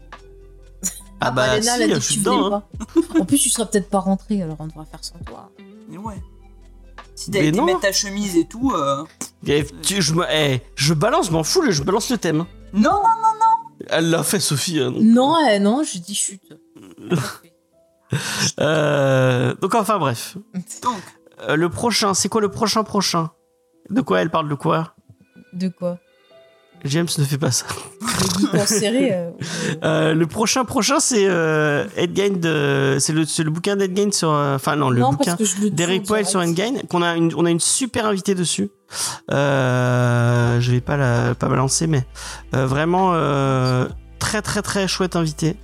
Speaker 2: Ah bah
Speaker 4: Elena, elle
Speaker 2: si, je
Speaker 4: a dit que
Speaker 2: suis
Speaker 4: tu venais
Speaker 2: dedans. hein.
Speaker 4: pas. En plus, tu seras peut-être pas rentré, alors on devra faire sans toi.
Speaker 3: Mais ouais. Si t'as
Speaker 2: Mais
Speaker 3: été
Speaker 2: non.
Speaker 3: mettre ta chemise et tout. euh,
Speaker 2: Eh, tu- je, me- eh, je balance, je m'en fous, le- je balance le thème.
Speaker 3: Non, non, non,
Speaker 2: Elle l'a fait, Sophie. hein, donc.
Speaker 4: Non, euh, non, j'ai dit chute.
Speaker 2: Euh, donc enfin bref.
Speaker 3: Donc.
Speaker 2: Euh, le prochain, c'est quoi le prochain prochain De quoi elle parle de quoi
Speaker 4: De quoi
Speaker 2: James ne fait pas ça.
Speaker 4: De Guy Cancéry euh,
Speaker 2: Euh, le prochain prochain, c'est euh, Ed Gein de, c'est le, c'est le bouquin d'Ed Gein sur, euh, enfin non, le
Speaker 4: Non,
Speaker 2: bouquin
Speaker 4: parce que je le dis en
Speaker 2: d'Eric Powell
Speaker 4: direct.
Speaker 2: sur Endgame, qu'on a une, on a une super invitée dessus. Euh, je vais pas la pas balancer, mais euh, vraiment euh, très très très chouette invitée.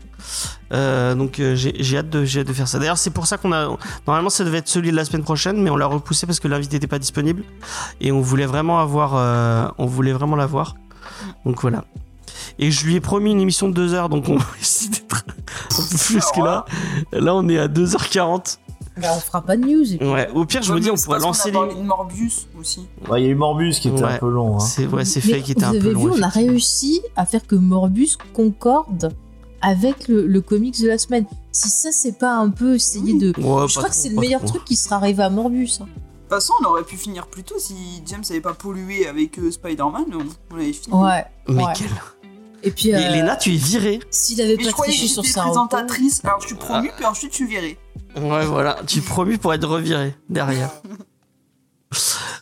Speaker 2: Euh, donc euh, j'ai j'ai hâte de j'ai hâte de faire ça. D'ailleurs c'est pour ça qu'on a normalement ça devait être celui de la semaine prochaine, mais on l'a repoussé parce que l'invité n'était pas disponible et on voulait vraiment avoir euh, on voulait vraiment l'avoir. Donc voilà. Et je lui ai promis une émission de 2 heures, donc on va essayer d'être un
Speaker 3: Ah
Speaker 2: peu plus que là. Là on est à 2h40.
Speaker 4: Bah, on fera pas de news. et puis-
Speaker 2: Ouais, au pire, je me dis, on pourrait lancer
Speaker 3: les.
Speaker 2: les.
Speaker 3: de Morbius aussi.
Speaker 5: Ouais, Il y a eu Morbus qui était
Speaker 2: Ouais.
Speaker 5: un peu long. Hein.
Speaker 2: C'est ouais, c'est
Speaker 4: Mais
Speaker 2: fait qui était
Speaker 4: vous
Speaker 2: un peu
Speaker 4: avez
Speaker 2: long.
Speaker 4: vu, on a réussi à faire que Morbus concorde avec le, le comics de la semaine. Si ça, c'est pas un peu essayer de.
Speaker 2: effectivement. Ouais,
Speaker 4: je
Speaker 2: Oh, pas
Speaker 4: crois que c'est
Speaker 2: trop,
Speaker 4: le
Speaker 2: pas
Speaker 4: meilleur
Speaker 2: trop.
Speaker 4: truc qui sera arrivé à Morbus. hein.
Speaker 3: toute façon, on aurait pu finir plus tôt si James n'avait pas pollué avec euh, Spider-Man. On, on avait fini.
Speaker 4: Ouais.
Speaker 2: Mais
Speaker 4: ouais.
Speaker 2: quel.
Speaker 4: Et puis,
Speaker 2: Et
Speaker 4: euh,
Speaker 2: Elena, tu es virée.
Speaker 4: s'il avait
Speaker 3: Mais
Speaker 4: pas
Speaker 3: je croyais
Speaker 4: triché
Speaker 3: que
Speaker 4: sur
Speaker 3: j'étais
Speaker 4: sa reco-
Speaker 3: présentatrice. Alors je suis promue,
Speaker 2: Ah.
Speaker 3: puis ensuite je suis virée.
Speaker 2: Ouais, voilà. Tu es promu pour être revirée derrière.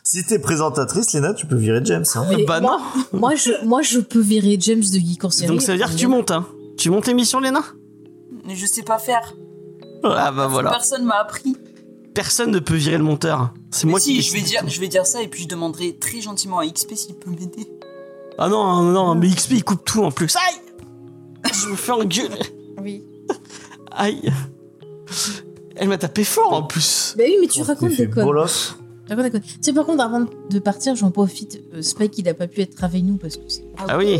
Speaker 5: Si t'es présentatrice, Léna, tu peux virer James. Hein.
Speaker 4: Mais
Speaker 2: bah
Speaker 4: moi,
Speaker 2: non.
Speaker 4: moi, je, moi, je peux virer James de Geek en série.
Speaker 2: Donc ça veut dire que tu montes, hein. Tu montes l'émission, Léna
Speaker 3: Mais Je sais pas faire.
Speaker 2: Ah bah voilà.
Speaker 3: Personne m'a appris.
Speaker 2: Personne ne peut virer le monteur. C'est
Speaker 3: Mais
Speaker 2: moi
Speaker 3: si,
Speaker 2: qui.
Speaker 3: je vais, dire, je vais dire ça et puis je demanderai très gentiment à XP s'il peut m'aider.
Speaker 2: Ah non, non, non, mais XP il coupe tout en plus. Aïe Je me fais engueuler.
Speaker 4: Oui.
Speaker 2: Aïe Elle m'a tapé fort en plus.
Speaker 4: Bah oui, mais tu
Speaker 2: Oh,
Speaker 4: racontes des connes.
Speaker 5: Bolos.
Speaker 4: Tu racontes des connes. Tu sais, par contre, avant de partir, j'en profite. euh, Spike, il a pas pu être avec nous parce que c'est.
Speaker 2: Ah oui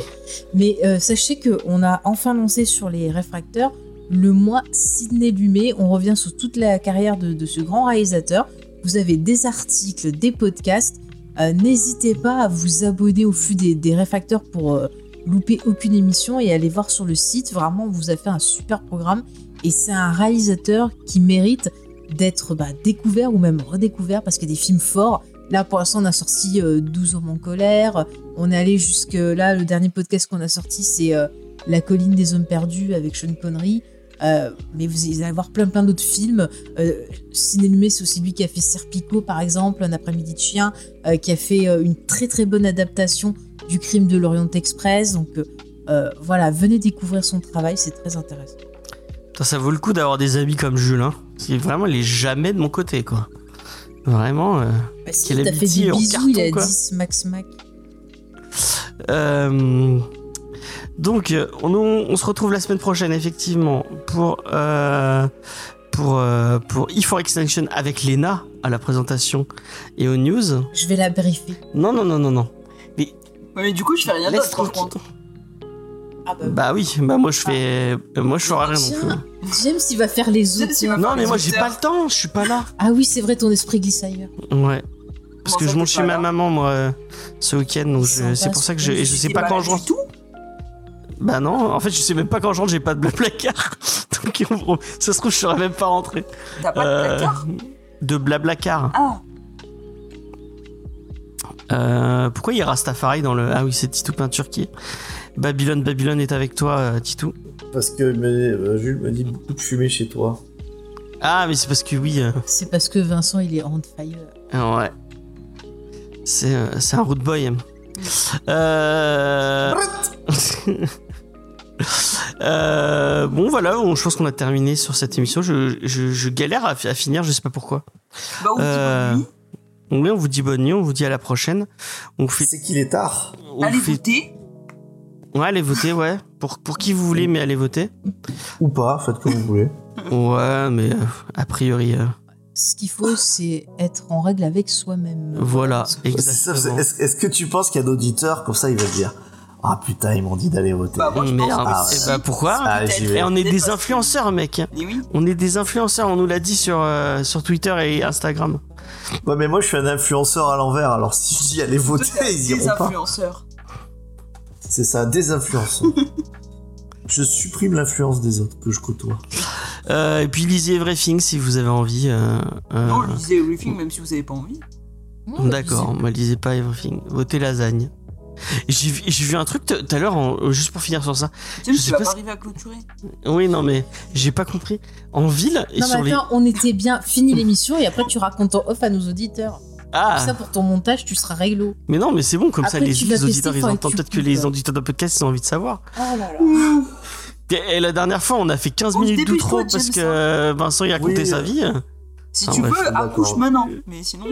Speaker 4: Mais euh, sachez que on a enfin lancé sur les réfracteurs le mois Sidney Lumet. On revient sur toute la carrière de, de ce grand réalisateur. Vous avez des articles, des podcasts. Euh, N'hésitez pas à vous abonner au flux des, des réfracteurs pour euh, louper aucune émission et aller voir sur le site. Vraiment, on vous a fait un super programme. Et c'est un réalisateur qui mérite d'être bah, découvert ou même redécouvert parce qu'il y a des films forts. Là, pour l'instant, on a sorti euh, 12 hommes en colère, on est allé jusque là, le dernier podcast qu'on a sorti, c'est euh, La colline des hommes perdus avec Sean Connery. Euh, mais vous allez voir plein plein d'autres films. Euh, Ciné Lumé, c'est aussi lui qui a fait Serpico, par exemple, Un après-midi de chien, euh, qui a fait euh, une très très bonne adaptation du crime de l'Orient Express. Donc euh, euh, voilà, venez découvrir son travail, c'est très intéressant.
Speaker 2: Putain, Ça vaut le coup d'avoir des amis comme Jules, hein. C'est vraiment, il est jamais de mon côté, quoi. Vraiment. euh,
Speaker 4: Bah, si
Speaker 2: Quelle
Speaker 4: t'as fait
Speaker 2: amitié
Speaker 4: des
Speaker 2: en
Speaker 4: bisous, il
Speaker 2: carton,
Speaker 4: a
Speaker 2: quoi.
Speaker 4: 10 max max.
Speaker 2: Euh, donc, euh, on, on- on se retrouve la semaine prochaine, effectivement, pour, euh, pour, euh, pour E4 Extension avec Lena à la présentation et aux news.
Speaker 4: Je vais la briefer.
Speaker 2: Non, non, non, non, non.
Speaker 3: Ouais, mais du coup, je fais rien
Speaker 2: Laisse
Speaker 3: d'autre. par
Speaker 2: tranquille.
Speaker 3: contre.
Speaker 4: Ah bah,
Speaker 2: Bah oui, bah moi je fais. euh, Moi je ferai rien non
Speaker 4: Tiens.
Speaker 2: plus.
Speaker 4: James, il va faire les
Speaker 3: James,
Speaker 4: autres.
Speaker 3: il va-
Speaker 2: Non, mais moi j'ai pas le temps, je suis pas là.
Speaker 4: Ah oui, c'est vrai, ton esprit glisse ailleurs.
Speaker 2: Ouais. Parce
Speaker 3: Comment
Speaker 2: que
Speaker 3: ça,
Speaker 2: je monte
Speaker 3: t'es
Speaker 2: chez
Speaker 3: pas
Speaker 2: ma
Speaker 3: là
Speaker 2: maman, moi, euh, ce week-end, donc je-
Speaker 4: Sympa,
Speaker 2: c'est pour ça que
Speaker 4: ce
Speaker 2: je, et je
Speaker 4: week-end.
Speaker 2: sais
Speaker 3: T'es
Speaker 2: pas
Speaker 3: pas
Speaker 2: quand
Speaker 3: là
Speaker 2: je
Speaker 3: du tout.
Speaker 2: Bah non, en fait, je sais même pas quand je rentre, j'ai pas de placard. Donc, en gros, ça se trouve, je serais même pas rentré.
Speaker 3: T'as pas de
Speaker 2: Euh,
Speaker 3: placard
Speaker 2: de Blablacar.
Speaker 3: Ah,
Speaker 2: Euh, pourquoi il y a Rastafari dans le. Ah oui, c'est Titou Peinture qui est. Babylone, Babylone est avec toi, euh, Titou.
Speaker 5: Parce que mais, euh, Jules me dit beaucoup de fumée chez toi.
Speaker 2: Ah, mais c'est parce que oui. euh,
Speaker 4: C'est parce que Vincent, il est on fire.
Speaker 2: ah ouais. C'est euh, c'est un root boy. Euh... Euh, bon voilà, on- je pense qu'on a terminé sur cette émission. Je, je- je galère à, fi- à finir, je sais pas pourquoi.
Speaker 3: bah oui.
Speaker 2: Euh, Donc oui, on vous dit bonne nuit, on vous dit à la prochaine. On fait,
Speaker 5: C'est qu'il est tard.
Speaker 2: on
Speaker 3: Allez
Speaker 2: fait-
Speaker 3: voter.
Speaker 2: Ouais, allez voter, ouais. Pour, pour qui vous voulez, mais allez voter.
Speaker 5: Ou pas, faites comme vous voulez.
Speaker 2: Ouais, mais euh, a priori, euh,
Speaker 4: Ce qu'il faut, c'est être en règle avec soi-même.
Speaker 2: voilà,
Speaker 5: Ça, c'est-
Speaker 2: exactement.
Speaker 5: Est-ce est-ce que tu penses qu'il y a d'auditeurs comme ça, ils vont dire Ah putain, ils m'ont dit d'aller voter.
Speaker 3: Bah, moi, je pense
Speaker 2: Merde.
Speaker 3: que
Speaker 5: Ah,
Speaker 2: Et
Speaker 3: si.
Speaker 2: bah pourquoi
Speaker 5: Ah, j'y
Speaker 2: Et
Speaker 5: vais.
Speaker 2: on est des
Speaker 3: Dépasse.
Speaker 2: influenceurs, mec.
Speaker 3: Mais oui.
Speaker 2: On est des influenceurs, on nous l'a dit sur, euh, sur Twitter et Instagram.
Speaker 5: Ouais, mais moi je suis un influenceur à l'envers, alors si je dis allez voter, ils
Speaker 3: Des
Speaker 5: iront pas.
Speaker 3: influenceurs.
Speaker 5: C'est ça, des influenceurs. je supprime l'influence des autres que je côtoie.
Speaker 2: Euh, et puis lisez Everything si vous avez envie. euh, euh,
Speaker 3: Non, lisez Everything, même si vous avez pas envie.
Speaker 4: Ouais,
Speaker 2: D'accord,
Speaker 4: c'est-
Speaker 2: ne lisez pas Everything. Votez lasagne. J'ai vu j'ai vu un truc t- tout à l'heure, en- juste pour finir sur ça.
Speaker 3: Tiens,
Speaker 2: Je
Speaker 3: tu
Speaker 2: sais
Speaker 3: vas
Speaker 2: pas
Speaker 3: pas
Speaker 2: si-
Speaker 3: arriver à clôturer.
Speaker 2: Oui, non, mais j'ai pas compris. En ville et
Speaker 4: Non,
Speaker 2: sur
Speaker 4: mais
Speaker 2: les.
Speaker 4: attends, on était bien fini l'émission et après tu racontes en off à nos auditeurs.
Speaker 2: Ah,
Speaker 4: Ça pour ton montage, tu seras réglo.
Speaker 2: mais non, mais c'est bon, comme ça
Speaker 4: Après,
Speaker 2: les,
Speaker 4: tu vas
Speaker 2: les auditeurs
Speaker 4: tester,
Speaker 2: ils
Speaker 4: faudrait
Speaker 2: entendent
Speaker 4: que tu
Speaker 2: peut-être que les
Speaker 3: euh.
Speaker 4: coupes.
Speaker 2: auditeurs de podcast ils ont envie de savoir.
Speaker 4: Oh là là.
Speaker 2: Et, et la dernière fois, on a fait 15
Speaker 3: On se
Speaker 2: minutes
Speaker 3: dépêche,
Speaker 2: d'outro
Speaker 3: toi,
Speaker 2: parce
Speaker 3: James, hein.
Speaker 2: que euh, Vincent il a
Speaker 5: Oui,
Speaker 2: raconté sa
Speaker 5: euh,
Speaker 2: vie.
Speaker 3: Si
Speaker 2: Ah,
Speaker 3: tu
Speaker 2: ouais, je
Speaker 3: veux,
Speaker 5: suis d'accord.
Speaker 3: accouche maintenant. Mais sinon,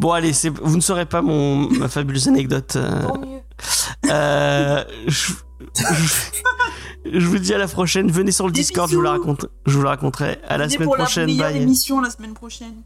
Speaker 2: Bon, allez, c'est- vous ne saurez pas mon, ma fabuleuse anecdote. euh,
Speaker 6: Tant mieux.
Speaker 2: euh, je, je- je vous dis à la prochaine. Venez sur le
Speaker 3: Des
Speaker 2: Discord, je vous, la
Speaker 3: bisous.
Speaker 2: raconte, je vous la raconterai. À la
Speaker 3: venez
Speaker 2: semaine
Speaker 3: pour
Speaker 2: prochaine.
Speaker 3: la meilleure
Speaker 2: Bye.
Speaker 3: émission la semaine prochaine.